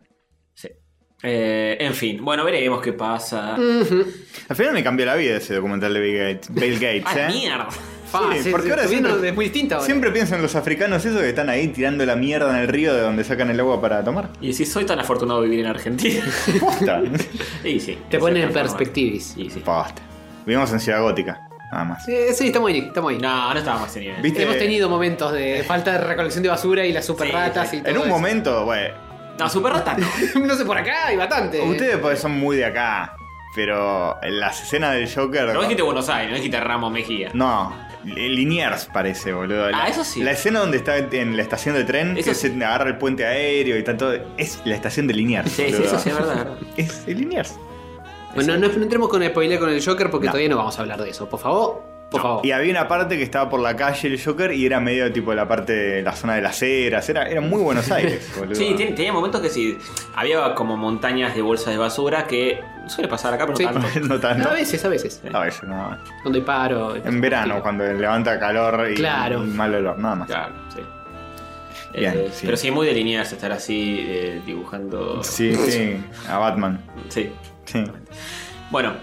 Speaker 1: Eh, en fin, bueno, veremos qué pasa.
Speaker 2: Ah.
Speaker 3: Ujú.
Speaker 2: Al final me cambió la vida ese documental de Bill Gates.
Speaker 3: (laughs)
Speaker 2: Bill
Speaker 1: ¡Ah,
Speaker 2: Gates ¿eh?
Speaker 1: mierda!
Speaker 3: Fa, se-
Speaker 2: porque
Speaker 3: se-
Speaker 2: ahora
Speaker 3: se vino
Speaker 2: siempre-
Speaker 3: de- muy distinta ahora.
Speaker 2: Siempre pienso en los africanos esos que están ahí tirando la mierda en el río de donde sacan el agua para
Speaker 3: (laughs)
Speaker 2: tomar.
Speaker 1: Y si soy tan afortunado de vivir en Argentina.
Speaker 2: Posta.
Speaker 1: y sí.
Speaker 3: Te
Speaker 1: es
Speaker 3: ponen
Speaker 1: el
Speaker 3: en
Speaker 1: karma.
Speaker 3: perspectivis.
Speaker 1: Y sí.
Speaker 2: Posta. Vivimos en Ciudad Gótica, nada más.
Speaker 3: Eh, sí, estamos ahí, estamos ahí.
Speaker 1: No, no estábamos a ese nivel.
Speaker 2: ¿Viste?
Speaker 3: Hemos tenido momentos de falta de recolección de basura y las super ratas
Speaker 1: sí.
Speaker 3: y todo
Speaker 2: En un
Speaker 3: eso.
Speaker 2: momento, bueno,
Speaker 1: No, super rata (laughs) no.
Speaker 3: (laughs) no sé, por acá hay bastante.
Speaker 2: ustedes pues, son muy de acá, pero en las escenas del Joker...
Speaker 1: No dijiste Buenos Aires, no dijiste Ramos Mejía.
Speaker 2: No, Liniers parece, boludo. La-
Speaker 1: Ah, eso sí.
Speaker 2: La escena donde está en la estación de tren,
Speaker 1: Eso
Speaker 2: que
Speaker 1: sí.
Speaker 2: se agarra el puente aéreo y está todo... Es la estación de Liniers.
Speaker 1: Sí, sí,
Speaker 2: boludo.
Speaker 1: eso sí, es verdad. es verdad.
Speaker 2: Es el Liniers.
Speaker 3: Bueno, no, no entremos con el spoiler con el Joker porque
Speaker 2: No.
Speaker 3: todavía no vamos a hablar de eso. Por favor, por favor.
Speaker 2: Y había una parte que estaba por la calle el Joker y era medio tipo la parte de la zona de las eras. Era, era muy Buenos
Speaker 1: (laughs)
Speaker 2: Aires, boludo.
Speaker 1: Sí, tiene- tenía momentos que sí. Había como montañas de bolsas de basura que suele pasar acá, pero
Speaker 3: Sí.
Speaker 1: no
Speaker 2: (laughs)
Speaker 1: tanto.
Speaker 2: (laughs) No tanto.
Speaker 3: A veces, a veces.
Speaker 2: A veces, no.
Speaker 3: Donde hay paro.
Speaker 2: En verano, cuando levanta calor y
Speaker 3: Claro.
Speaker 2: un mal olor, nada más.
Speaker 1: Claro, sí.
Speaker 2: Bien,
Speaker 1: Eh,
Speaker 2: sí.
Speaker 1: Pero sí, muy delinearse, estar así eh, dibujando.
Speaker 2: Sí, sí, a Batman.
Speaker 1: Sí.
Speaker 2: Sí.
Speaker 1: Bueno,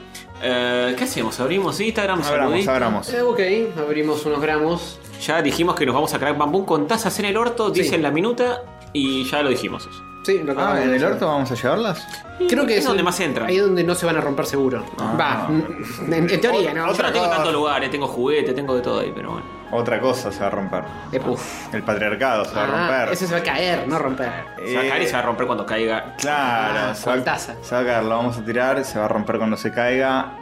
Speaker 1: eh, ¿qué hacemos? ¿Abrimos Instagram?
Speaker 2: Abramos,
Speaker 1: ¿Saludito?
Speaker 2: abramos.
Speaker 3: Eh, ok, abrimos unos gramos.
Speaker 1: Ya dijimos que nos vamos a crack bambú con tazas en el orto,
Speaker 3: Sí.
Speaker 1: dicen la minuta y ya lo dijimos. eso.
Speaker 3: Sí, lo acabamos
Speaker 2: Ah, ¿en
Speaker 3: de
Speaker 2: el
Speaker 3: hacer.
Speaker 2: orto vamos a llevarlas?
Speaker 3: Creo que
Speaker 1: Es
Speaker 3: es,
Speaker 1: donde más entra.
Speaker 3: Ahí donde no se van a romper seguro.
Speaker 2: Ah.
Speaker 3: Va, n- en, en teoría, ¿no?
Speaker 1: Yo no tengo
Speaker 2: cosa.
Speaker 1: tantos lugares, tengo juguetes, tengo de todo ahí, pero bueno.
Speaker 2: Otra cosa se va a romper.
Speaker 3: Eh, uf.
Speaker 2: El patriarcado se va
Speaker 3: Ah,
Speaker 2: a romper.
Speaker 3: Eso se va a caer, no romper.
Speaker 1: Se va a
Speaker 2: Eh,
Speaker 1: caer y se va a romper cuando caiga.
Speaker 2: Claro,
Speaker 3: Ah,
Speaker 2: se, va,
Speaker 3: con taza.
Speaker 2: se va a caer, lo vamos a tirar, se va a romper cuando se caiga.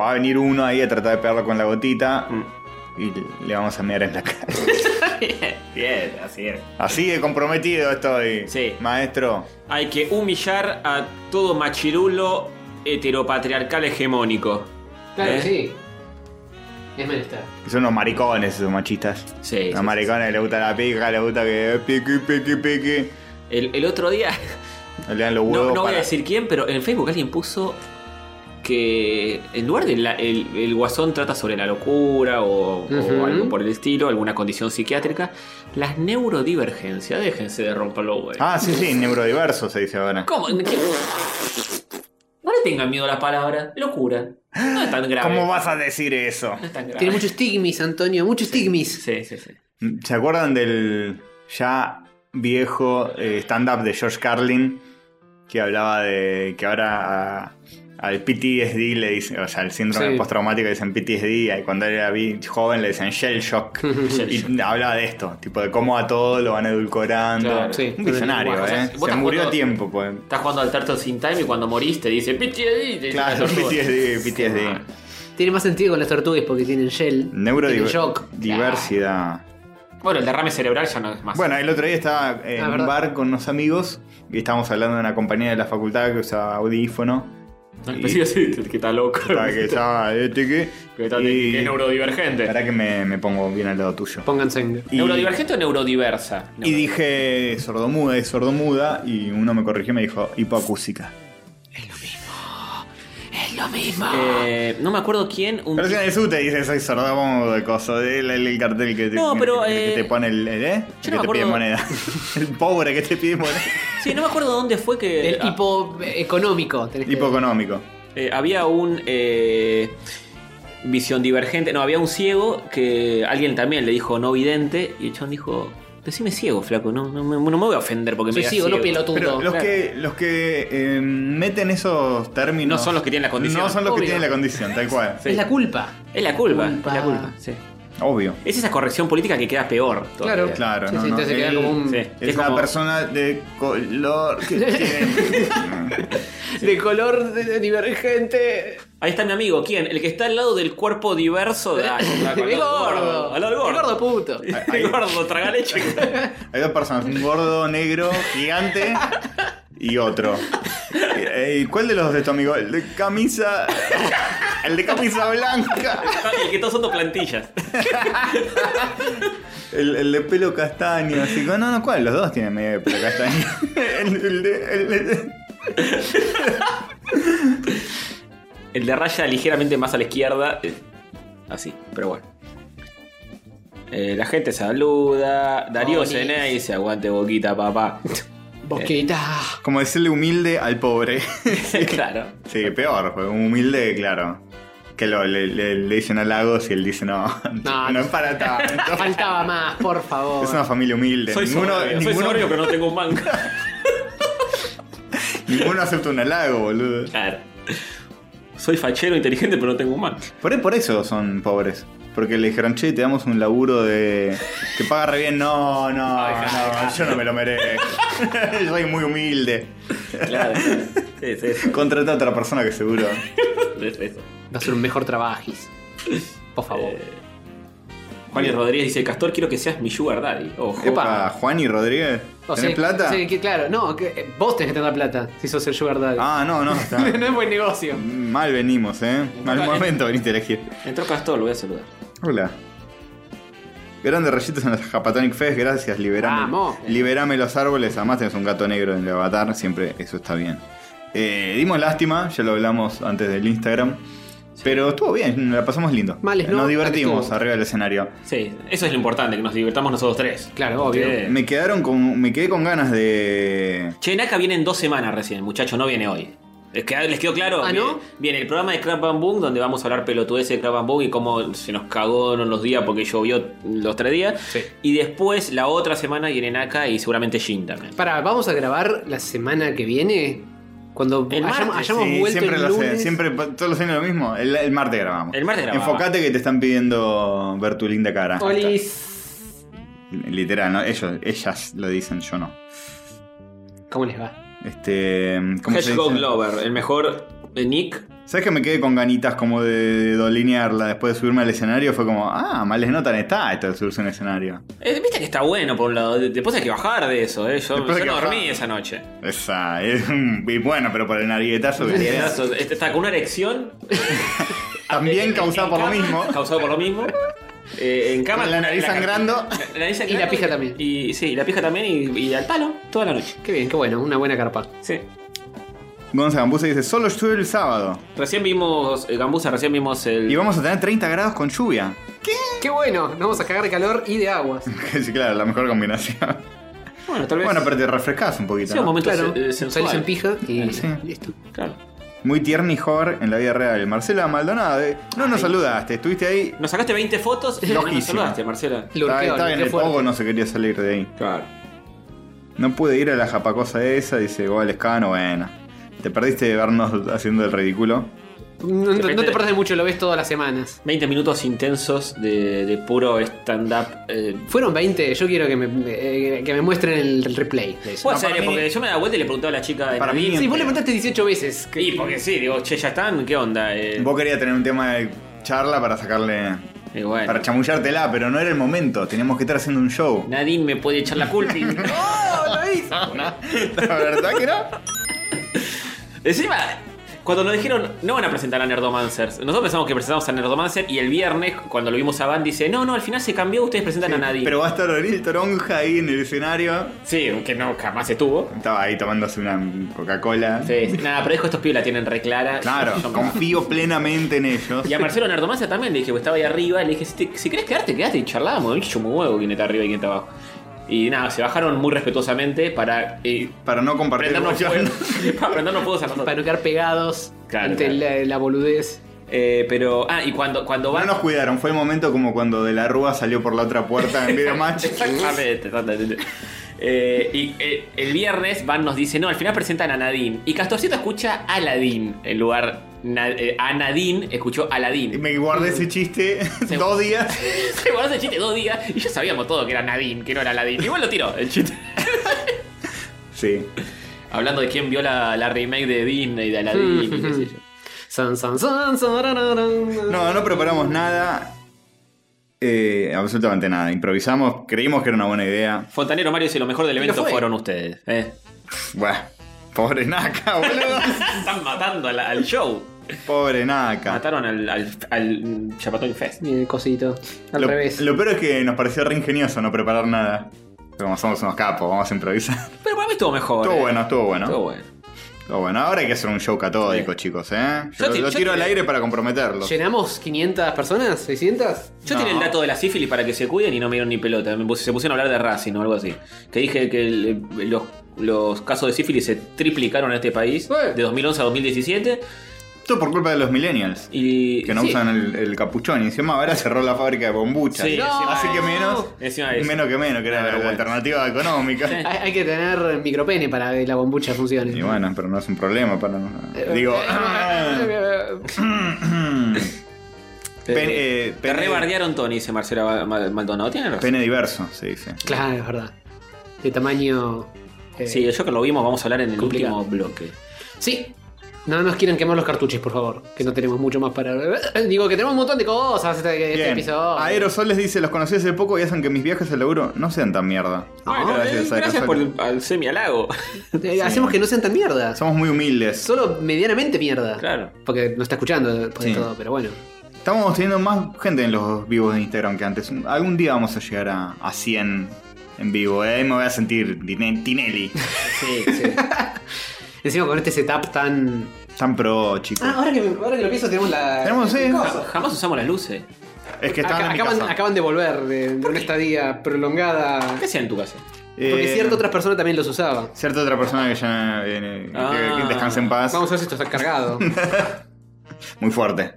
Speaker 2: Va a venir uno ahí a tratar de pegarlo con la gotita
Speaker 1: Mm.
Speaker 2: y le vamos a mirar en la cara. (laughs)
Speaker 1: Eh, Bien, así es.
Speaker 2: Así de comprometido estoy.
Speaker 1: Sí.
Speaker 2: Maestro.
Speaker 1: Hay que humillar a todo machirulo heteropatriarcal hegemónico.
Speaker 3: Claro,
Speaker 1: ¿Eh?
Speaker 3: que sí. Es menester.
Speaker 2: que Son unos maricones esos machistas.
Speaker 1: Sí,
Speaker 2: Los
Speaker 1: sí,
Speaker 2: maricones le gusta la pica, le gusta que pique, pique, pique.
Speaker 1: sí. El, el otro
Speaker 2: (laughs)
Speaker 1: día,
Speaker 2: Le dan los
Speaker 1: no,
Speaker 2: huevos.
Speaker 1: no voy a
Speaker 2: para-
Speaker 1: decir quién, pero en Facebook alguien puso que en lugar del el, el guasón trata sobre la locura o, o
Speaker 3: Ujú.
Speaker 1: algo por el estilo, alguna condición psiquiátrica, las neurodivergencias, déjense de romper los huevos.
Speaker 2: Ah, sí, sí, neurodiverso se dice ahora.
Speaker 1: ¿Cómo? ¿Qué? No le tengan miedo a la palabra, locura. No es tan grave.
Speaker 2: ¿Cómo vas a
Speaker 1: (laughs)
Speaker 2: decir eso?
Speaker 1: No es tan grave.
Speaker 3: Tiene muchos tigmis, Antonio, muchos tigmis.
Speaker 1: Sí, sí, sí.
Speaker 2: ¿Se acuerdan del ya viejo eh, stand-up de George Carlin? Que hablaba de que ahora a- al PTSD le dicen, o sea, al síndrome
Speaker 3: Sí.
Speaker 2: postraumático le dicen PTSD, y cuando él era vi- joven le decían shell shock.
Speaker 1: Shell
Speaker 2: y hablaba de esto, tipo de cómo a todo lo van edulcorando.
Speaker 1: Claro,
Speaker 3: sí.
Speaker 2: Un visionario,
Speaker 1: Bueno, o sea,
Speaker 2: ¿eh?
Speaker 1: vos
Speaker 2: Se
Speaker 1: estás
Speaker 2: murió a
Speaker 1: jugando-
Speaker 2: tiempo, pues.
Speaker 1: Estás jugando al Turtles in Time y cuando morís te dice PTSD. te
Speaker 2: Claro, (laughs)
Speaker 1: dice la tortuga.
Speaker 2: PTSD, PTSD.
Speaker 3: Tiene más sentido con las tortugas porque tienen gel. tienen shock.
Speaker 2: Neurodiversidad.
Speaker 1: Bueno, el derrame cerebral ya no es más. (laughs)
Speaker 2: Bueno, el otro día estaba en
Speaker 3: Ah,
Speaker 2: un
Speaker 3: ¿verdad?
Speaker 2: bar con unos amigos y estábamos hablando de una compañía de la facultad que usaba audífono.
Speaker 1: No,
Speaker 2: y-
Speaker 1: pero sí, sí, que está loco. (laughs)
Speaker 2: Estaba que estaba este que.
Speaker 1: Que está-
Speaker 2: y-
Speaker 1: que es neurodivergente.
Speaker 2: Esperá que me, me pongo bien al lado tuyo.
Speaker 3: Pónganse en.
Speaker 2: Y-
Speaker 1: ¿Neurodivergente o neurodiversa?
Speaker 2: Y dije sordomuda es sordomuda y uno me corrigió y me dijo hipoacúsica.
Speaker 3: Es lo mismo.
Speaker 1: Eh, no me acuerdo quién. un-
Speaker 2: Pero si en el SUTE dice soy sordomudo de coso, el, el- el cartel que te,
Speaker 1: No, pero,
Speaker 2: que, que
Speaker 1: eh,
Speaker 2: te pone el, el, ¿eh?
Speaker 1: yo
Speaker 2: que
Speaker 1: no
Speaker 2: te
Speaker 1: me
Speaker 2: pide
Speaker 1: acuerdo-
Speaker 2: moneda. (laughs) el pobre que te
Speaker 1: (laughs)
Speaker 2: pide moneda.
Speaker 1: Sí, no me acuerdo dónde fue que.
Speaker 3: El
Speaker 1: ah,
Speaker 3: hipoeconómico. eh, tenés que-
Speaker 2: Hipoeconómico.
Speaker 1: eh, había un. eh, visión divergente. No, había un ciego que alguien también le dijo no vidente. Y el chabón dijo. Decime ciego, flaco. No, no me, no me voy a ofender porque me
Speaker 3: Soy
Speaker 1: digas
Speaker 3: ciego, no pelotudo.
Speaker 2: Pero los
Speaker 1: claro.
Speaker 2: que, los que eh, meten esos términos.
Speaker 1: No son los que tienen la condición.
Speaker 2: No son los
Speaker 3: Obvio.
Speaker 2: que tienen la condición, tal cual.
Speaker 1: Sí.
Speaker 3: Es la culpa.
Speaker 1: Es la culpa.
Speaker 3: Culpa.
Speaker 1: Es la culpa. Sí.
Speaker 2: Obvio.
Speaker 1: Es esa corrección política que queda peor. todavía.
Speaker 3: Claro.
Speaker 2: Claro,
Speaker 3: Sí,
Speaker 2: no,
Speaker 3: sí,
Speaker 2: no.
Speaker 3: entonces queda
Speaker 2: Él
Speaker 3: como un.
Speaker 1: sí.
Speaker 2: Es
Speaker 1: Es
Speaker 2: una
Speaker 1: como-
Speaker 2: persona de color que tiene-
Speaker 3: De color de- de divergente.
Speaker 1: Ahí está mi amigo, ¿quién? El que está al lado del cuerpo diverso
Speaker 3: (laughs)
Speaker 1: de. Ay, flaco, al
Speaker 3: de
Speaker 1: lado del
Speaker 3: gordo.
Speaker 1: Al lado del
Speaker 3: De gordo puto.
Speaker 1: El gordo, traga
Speaker 3: (laughs)
Speaker 1: leche.
Speaker 2: Hay dos personas, un gordo negro gigante y otro. Eh, ¿Cuál de los de tu amigo? El de camisa el de camisa blanca.
Speaker 1: El que todos son dos plantillas.
Speaker 2: El, el de pelo castaño, así como, no, no, ¿cuál? Los dos tienen medio de pelo castaño. (laughs) El, el de- el de-
Speaker 1: El de raya ligeramente más a la izquierda. eh, Así, pero bueno. Eh, la gente saluda. Darío
Speaker 3: Bonis.
Speaker 1: Ceney dice: Aguante boquita,
Speaker 2: (laughs)
Speaker 1: papá.
Speaker 3: Boquita.
Speaker 2: como decirle humilde al pobre.
Speaker 1: claro.
Speaker 2: Sí, peor, porque un humilde, claro. Que lo, le, le- le dicen halagos y él dice, no, (laughs) no,
Speaker 3: No,
Speaker 2: es para tanto.
Speaker 3: Faltaba más, por favor.
Speaker 2: Es una familia humilde.
Speaker 1: Soy
Speaker 2: ninguno,
Speaker 1: soberbio, soy
Speaker 2: ninguno-
Speaker 1: soberbio, pero no tengo un
Speaker 2: (laughs)
Speaker 1: banca.
Speaker 2: ninguno acepta un halago, boludo.
Speaker 1: Claro. Soy fachero inteligente, pero no tengo un banca.
Speaker 2: Por, por eso son pobres. Porque le dijeron, che, te damos un laburo de. que paga re bien. No, no, no, yo no me lo merezco. (laughs) Yo soy muy humilde. (laughs)
Speaker 1: Claro. Es eso.
Speaker 2: Contrata a otra persona que seguro.
Speaker 1: Es eso.
Speaker 3: Va a ser un mejor trabajis. Por favor.
Speaker 1: Eh, Juan y Rodríguez dice: Castor, quiero que seas mi sugar daddy. Ojo.
Speaker 2: Epa, Juan y Rodríguez.
Speaker 3: O
Speaker 2: ¿Tenés
Speaker 3: sea,
Speaker 2: plata?
Speaker 3: Oh, sí, que- claro, no, que, eh, vos tenés que tener plata si sos el sugar daddy.
Speaker 2: Ah, no, no. está-
Speaker 3: (laughs) no es buen negocio.
Speaker 2: Mal venimos, eh. Mal momento veniste a elegir.
Speaker 1: Entró Castor, lo voy a saludar.
Speaker 2: Hola. Grandes rayitos en la Japatonic Fest, gracias, liberame.
Speaker 3: Vamos. eh.
Speaker 2: Liberame los árboles, además tenés un gato negro en el avatar, siempre eso está bien. Eh, dimos lástima, ya lo hablamos antes del Instagram. Pero estuvo bien, la pasamos lindo.
Speaker 3: Males no,
Speaker 2: Nos divertimos
Speaker 3: estuvo.
Speaker 2: arriba del escenario.
Speaker 1: Sí, eso es lo importante, que nos divertamos nosotros tres.
Speaker 3: Claro, obvio.
Speaker 1: Sí.
Speaker 2: Me quedaron con. me quedé con ganas de.
Speaker 1: Che, Naka viene en dos semanas recién, muchacho, no viene hoy. ¿Les queda- les quedó claro?
Speaker 3: ¿Ah, no?
Speaker 1: Viene- Viene el programa de Crab Bang Boom, donde vamos a hablar pelotudeces de Crab Bang Boom y cómo se nos cagó en los días porque llovió los tres días.
Speaker 3: Sí.
Speaker 1: Y después, la otra semana, viene Naka y seguramente Shin también.
Speaker 3: Para, vamos a grabar la semana que viene. Cuando
Speaker 1: El
Speaker 3: hayamos,
Speaker 1: martes,
Speaker 3: hayamos
Speaker 2: Sí,
Speaker 3: vuelto
Speaker 2: siempre
Speaker 3: el
Speaker 2: lo
Speaker 3: lunes.
Speaker 2: sé, siempre todos los años lo mismo. El, el martes grabamos.
Speaker 1: El martes grabamos.
Speaker 2: Enfocate que te están pidiendo ver tu linda cara.
Speaker 3: Olis.
Speaker 2: Literal, ¿no? Ellos, ellas lo dicen, yo no.
Speaker 3: ¿Cómo les va?
Speaker 2: Este. ¿cómo se
Speaker 1: Hedgehog
Speaker 2: dice?
Speaker 1: Lover, el mejor de Nick.
Speaker 2: ¿Sabes que me quedé con ganitas como de, de dolinearla después de subirme al escenario? Fue como, ah, mal les notan está esto de subirse a un escenario.
Speaker 1: Eh, Viste que está bueno por un lado. de- Después hay que bajar de eso, ¿eh? Yo,
Speaker 2: Después hay
Speaker 1: yo no
Speaker 2: que bajar.
Speaker 1: dormí esa noche.
Speaker 2: Esa, es, un- y bueno, pero por el narguetazo que tiene.
Speaker 1: Este Está con una erección eh, (laughs)
Speaker 2: También causado por lo
Speaker 1: cama,
Speaker 2: mismo.
Speaker 1: Causado por lo mismo. Eh, en cama.
Speaker 2: Con la nariz sangrando.
Speaker 1: la nariz
Speaker 3: Y la pija también.
Speaker 1: Y sí, y la pija también y, y al palo toda la noche.
Speaker 3: Qué bien, qué bueno, una buena carpa.
Speaker 1: Sí.
Speaker 2: Gonzalo Gambusa dice, solo estuve el sábado.
Speaker 1: Recién vimos, eh, Gambusa, recién vimos el.
Speaker 2: Y vamos a tener 30 grados con lluvia. (laughs)
Speaker 3: Qué bueno, nos vamos a cagar de calor y de aguas.
Speaker 2: sí, claro, la mejor combinación.
Speaker 1: Bueno, tal vez.
Speaker 2: Bueno, pero te refrescas un poquito.
Speaker 1: Sí, un
Speaker 2: ¿no?
Speaker 1: momento
Speaker 3: Claro,
Speaker 1: se- eh, sensual.
Speaker 3: salís en pija y
Speaker 2: Sí.
Speaker 3: listo.
Speaker 1: Claro.
Speaker 2: Muy tierna y joven en la vida real. Marcela Maldonado, eh, no nos
Speaker 3: Ay.
Speaker 2: saludaste, estuviste ahí.
Speaker 1: Nos sacaste 20 fotos y no nos
Speaker 2: Loquísimo.
Speaker 1: saludaste, Marcela.
Speaker 2: Estaba,
Speaker 3: Lurqueo,
Speaker 2: estaba en
Speaker 3: lurqueo
Speaker 2: el
Speaker 3: fuerte.
Speaker 2: pogo, no se quería salir de ahí.
Speaker 1: Claro.
Speaker 2: No pude ir a la japacosa esa, dice Goal Escano, bueno. Te perdiste de vernos haciendo el ridículo.
Speaker 3: No, no- no
Speaker 1: Depende
Speaker 3: te
Speaker 1: de-
Speaker 3: perdés mucho, lo ves todas las semanas.
Speaker 1: 20 minutos intensos de, de puro stand-up. eh,
Speaker 3: Fueron 20, yo quiero que me, me- eh, que me muestren el replay. de eso.
Speaker 1: Puede
Speaker 2: No,
Speaker 1: ser,
Speaker 2: para
Speaker 1: eh,
Speaker 2: mí-
Speaker 1: porque yo me da vuelta y le preguntaba a la chica de
Speaker 2: Para
Speaker 1: Navidad.
Speaker 2: mí-
Speaker 3: Sí, vos le preguntaste 18 veces. que-
Speaker 1: Y porque sí, digo, che, ya están, ¿qué onda? Eh,
Speaker 2: Vos querías tener un tema de charla para sacarle.
Speaker 1: y bueno.
Speaker 2: para chamullártela, pero no era el momento. Teníamos que estar haciendo un show.
Speaker 1: Nadie me puede echar la
Speaker 2: (laughs)
Speaker 1: culpa.
Speaker 2: ¿La verdad que no?
Speaker 1: Encima, cuando nos dijeron, no van a presentar a Nerdomancers. Nosotros pensamos que presentamos a Nerdomancer y el viernes, cuando lo vimos a Van, dice, no, no, al final se cambió, ustedes presentan a nadie.
Speaker 2: Pero va a estar Oril Toronja ahí en el escenario.
Speaker 1: Sí, que no, jamás estuvo.
Speaker 2: Estaba ahí tomándose una Coca-Cola.
Speaker 1: Sí, sí. nada, pero dijo, estos pibes la tienen re clara.
Speaker 2: Claro,
Speaker 1: Son-
Speaker 2: confío plenamente en ellos.
Speaker 1: Y a Marcelo Nerdomancer también le dije, pues estaba ahí arriba, le dije, si, te- si querés quedarte, quedate y charlábamos. Y Yo me muevo quién está arriba y quién está abajo. Y nada, se bajaron muy respetuosamente para eh,
Speaker 2: Para no compartir
Speaker 1: prendernos
Speaker 2: mucho.
Speaker 1: fuego- (laughs) para prendernos fuegos a nosotros.
Speaker 3: Para no quedar pegados
Speaker 1: Claro,
Speaker 3: ante
Speaker 1: claro.
Speaker 3: La, la boludez.
Speaker 1: Eh, pero, ah, y cuando, cuando
Speaker 2: No
Speaker 1: van.
Speaker 2: nos cuidaron, fue el momento como cuando de la Rúa salió por la otra
Speaker 1: (laughs)
Speaker 2: puerta en Videomatch.
Speaker 1: Exactamente, exactamente. Eh, y eh, el viernes Van nos dice, no, al final presentan a Nadine. Y Castorcito escucha Aladdin en lugar... Na- eh, a Nadine escuchó
Speaker 2: Y
Speaker 1: Aladdin.
Speaker 2: Me guardé ese chiste (laughs)
Speaker 1: Sí.
Speaker 2: dos días.
Speaker 1: (laughs) Se guardó ese chiste dos días y ya sabíamos todo que era Nadine, que no era Aladdin. Igual lo tiró el chiste.
Speaker 2: Sí.
Speaker 1: Hablando de quién vio la, la remake de Disney y de Aladdin y qué sé yo.
Speaker 3: San, san, san, sarararán.
Speaker 2: No, no preparamos nada. Eh, absolutamente nada. Improvisamos, creímos que era una buena idea.
Speaker 1: (laughs) Fontanero Mario dice, lo mejor del
Speaker 3: Pero
Speaker 1: evento
Speaker 3: fue.
Speaker 1: fueron ustedes. eh.
Speaker 2: Bueno, pobre Naka, (laughs) boludo.
Speaker 1: Están matando a la- al show.
Speaker 2: Pobre Naka.
Speaker 1: Mataron al, al, al Chapatón Fest.
Speaker 3: Y el Eh, cosito. Al
Speaker 2: lo,
Speaker 3: revés.
Speaker 2: lo peor es que nos pareció re ingenioso no preparar nada. Pero Como somos unos capos, vamos a improvisar.
Speaker 1: Pero para mí estuvo mejor.
Speaker 2: Estuvo
Speaker 1: eh.
Speaker 2: bueno, estuvo bueno.
Speaker 1: Estuvo bueno.
Speaker 2: Estuvo bueno. Ahora hay que hacer un show catódico,
Speaker 1: Sí.
Speaker 2: chicos, ¿eh?
Speaker 1: Yo
Speaker 2: Yo lo,
Speaker 1: te-
Speaker 2: lo
Speaker 1: yo
Speaker 2: tiro
Speaker 1: te-
Speaker 2: al aire para comprometerlo.
Speaker 3: ¿Llenamos 500 personas? ¿600?
Speaker 1: Yo
Speaker 2: No.
Speaker 1: tiré el dato de la sífilis para que se cuiden y no me dieron ni pelota. Me pus- se pusieron a hablar de Racing o algo así. Que dije que el- eh, los, los casos de sífilis se triplicaron en este país
Speaker 3: Eh.
Speaker 1: de 2011 a 2017.
Speaker 2: Esto por culpa de los millennials.
Speaker 1: Y,
Speaker 2: Que no
Speaker 1: sí.
Speaker 2: usan el, el capuchón. Y encima ahora cerró la fábrica de bombucha.
Speaker 1: Sí, encima
Speaker 2: Así
Speaker 1: de
Speaker 2: que
Speaker 1: eso.
Speaker 2: menos.
Speaker 1: Encima de eso.
Speaker 2: Menos que menos, que era
Speaker 1: Una
Speaker 2: la,
Speaker 1: vergüenza.
Speaker 2: alternativa económica.
Speaker 1: Sí.
Speaker 3: Hay, hay que tener micropene para que la bombucha funcione.
Speaker 2: Y bueno, pero no es un problema para.
Speaker 3: Eh,
Speaker 2: Digo. ah.
Speaker 3: eh,
Speaker 2: (coughs) Pen- eh,
Speaker 1: eh, Te
Speaker 2: pene-
Speaker 1: rebardearon Tony, dice Marcela Ba- Ma- Maldonado. ¿Tienen razón?
Speaker 2: Pene diverso, se dice.
Speaker 3: Claro, es verdad. De tamaño. eh,
Speaker 1: Sí, yo que lo vimos, vamos a hablar en el
Speaker 3: Complicado.
Speaker 1: último bloque.
Speaker 3: sí. No nos quieran quemar los cartuchos, por favor. Que no tenemos mucho más para. (laughs) Digo que tenemos un montón de cosas este, este
Speaker 2: Bien.
Speaker 3: episodio.
Speaker 2: Aerosoles dice: Los conocí hace poco y hacen que mis viajes al laburo no sean tan mierda.
Speaker 1: Bueno, eh, gracias
Speaker 2: Aerosoles.
Speaker 1: por el al semi-halago.
Speaker 3: Eh, Hacemos que no sean tan mierda.
Speaker 2: Somos muy humildes.
Speaker 3: Solo medianamente
Speaker 1: (laughs)
Speaker 3: mierda.
Speaker 1: Claro.
Speaker 3: Porque no está escuchando después
Speaker 2: Sí.
Speaker 3: de todo, pero bueno.
Speaker 2: Estamos teniendo más gente en los vivos de Instagram que antes. Un- Algún día vamos a llegar a, a 100 en vivo. ¿eh? Ahí me voy a sentir Dine- Tinelli.
Speaker 3: (laughs)
Speaker 1: Sí, sí.
Speaker 3: Encima con este setup tan.
Speaker 2: Tan pro, chicos.
Speaker 3: Ah, ahora que, ahora que lo pienso, tenemos la.
Speaker 2: Tenemos, sí.
Speaker 3: cosa.
Speaker 1: Jamás usamos las luces.
Speaker 2: Es que estaban
Speaker 3: Aca-
Speaker 2: en mi
Speaker 3: acaban,
Speaker 2: casa.
Speaker 3: acaban de volver de, de una estadía prolongada.
Speaker 1: ¿Qué hacían en tu casa?
Speaker 2: Eh,
Speaker 3: Porque cierta otra persona también los usaba.
Speaker 2: cierta otra persona que ya eh, que-
Speaker 1: Ah.
Speaker 2: que descansa en paz.
Speaker 3: Vamos a ver si esto está (laughs) cargado.
Speaker 2: Muy fuerte.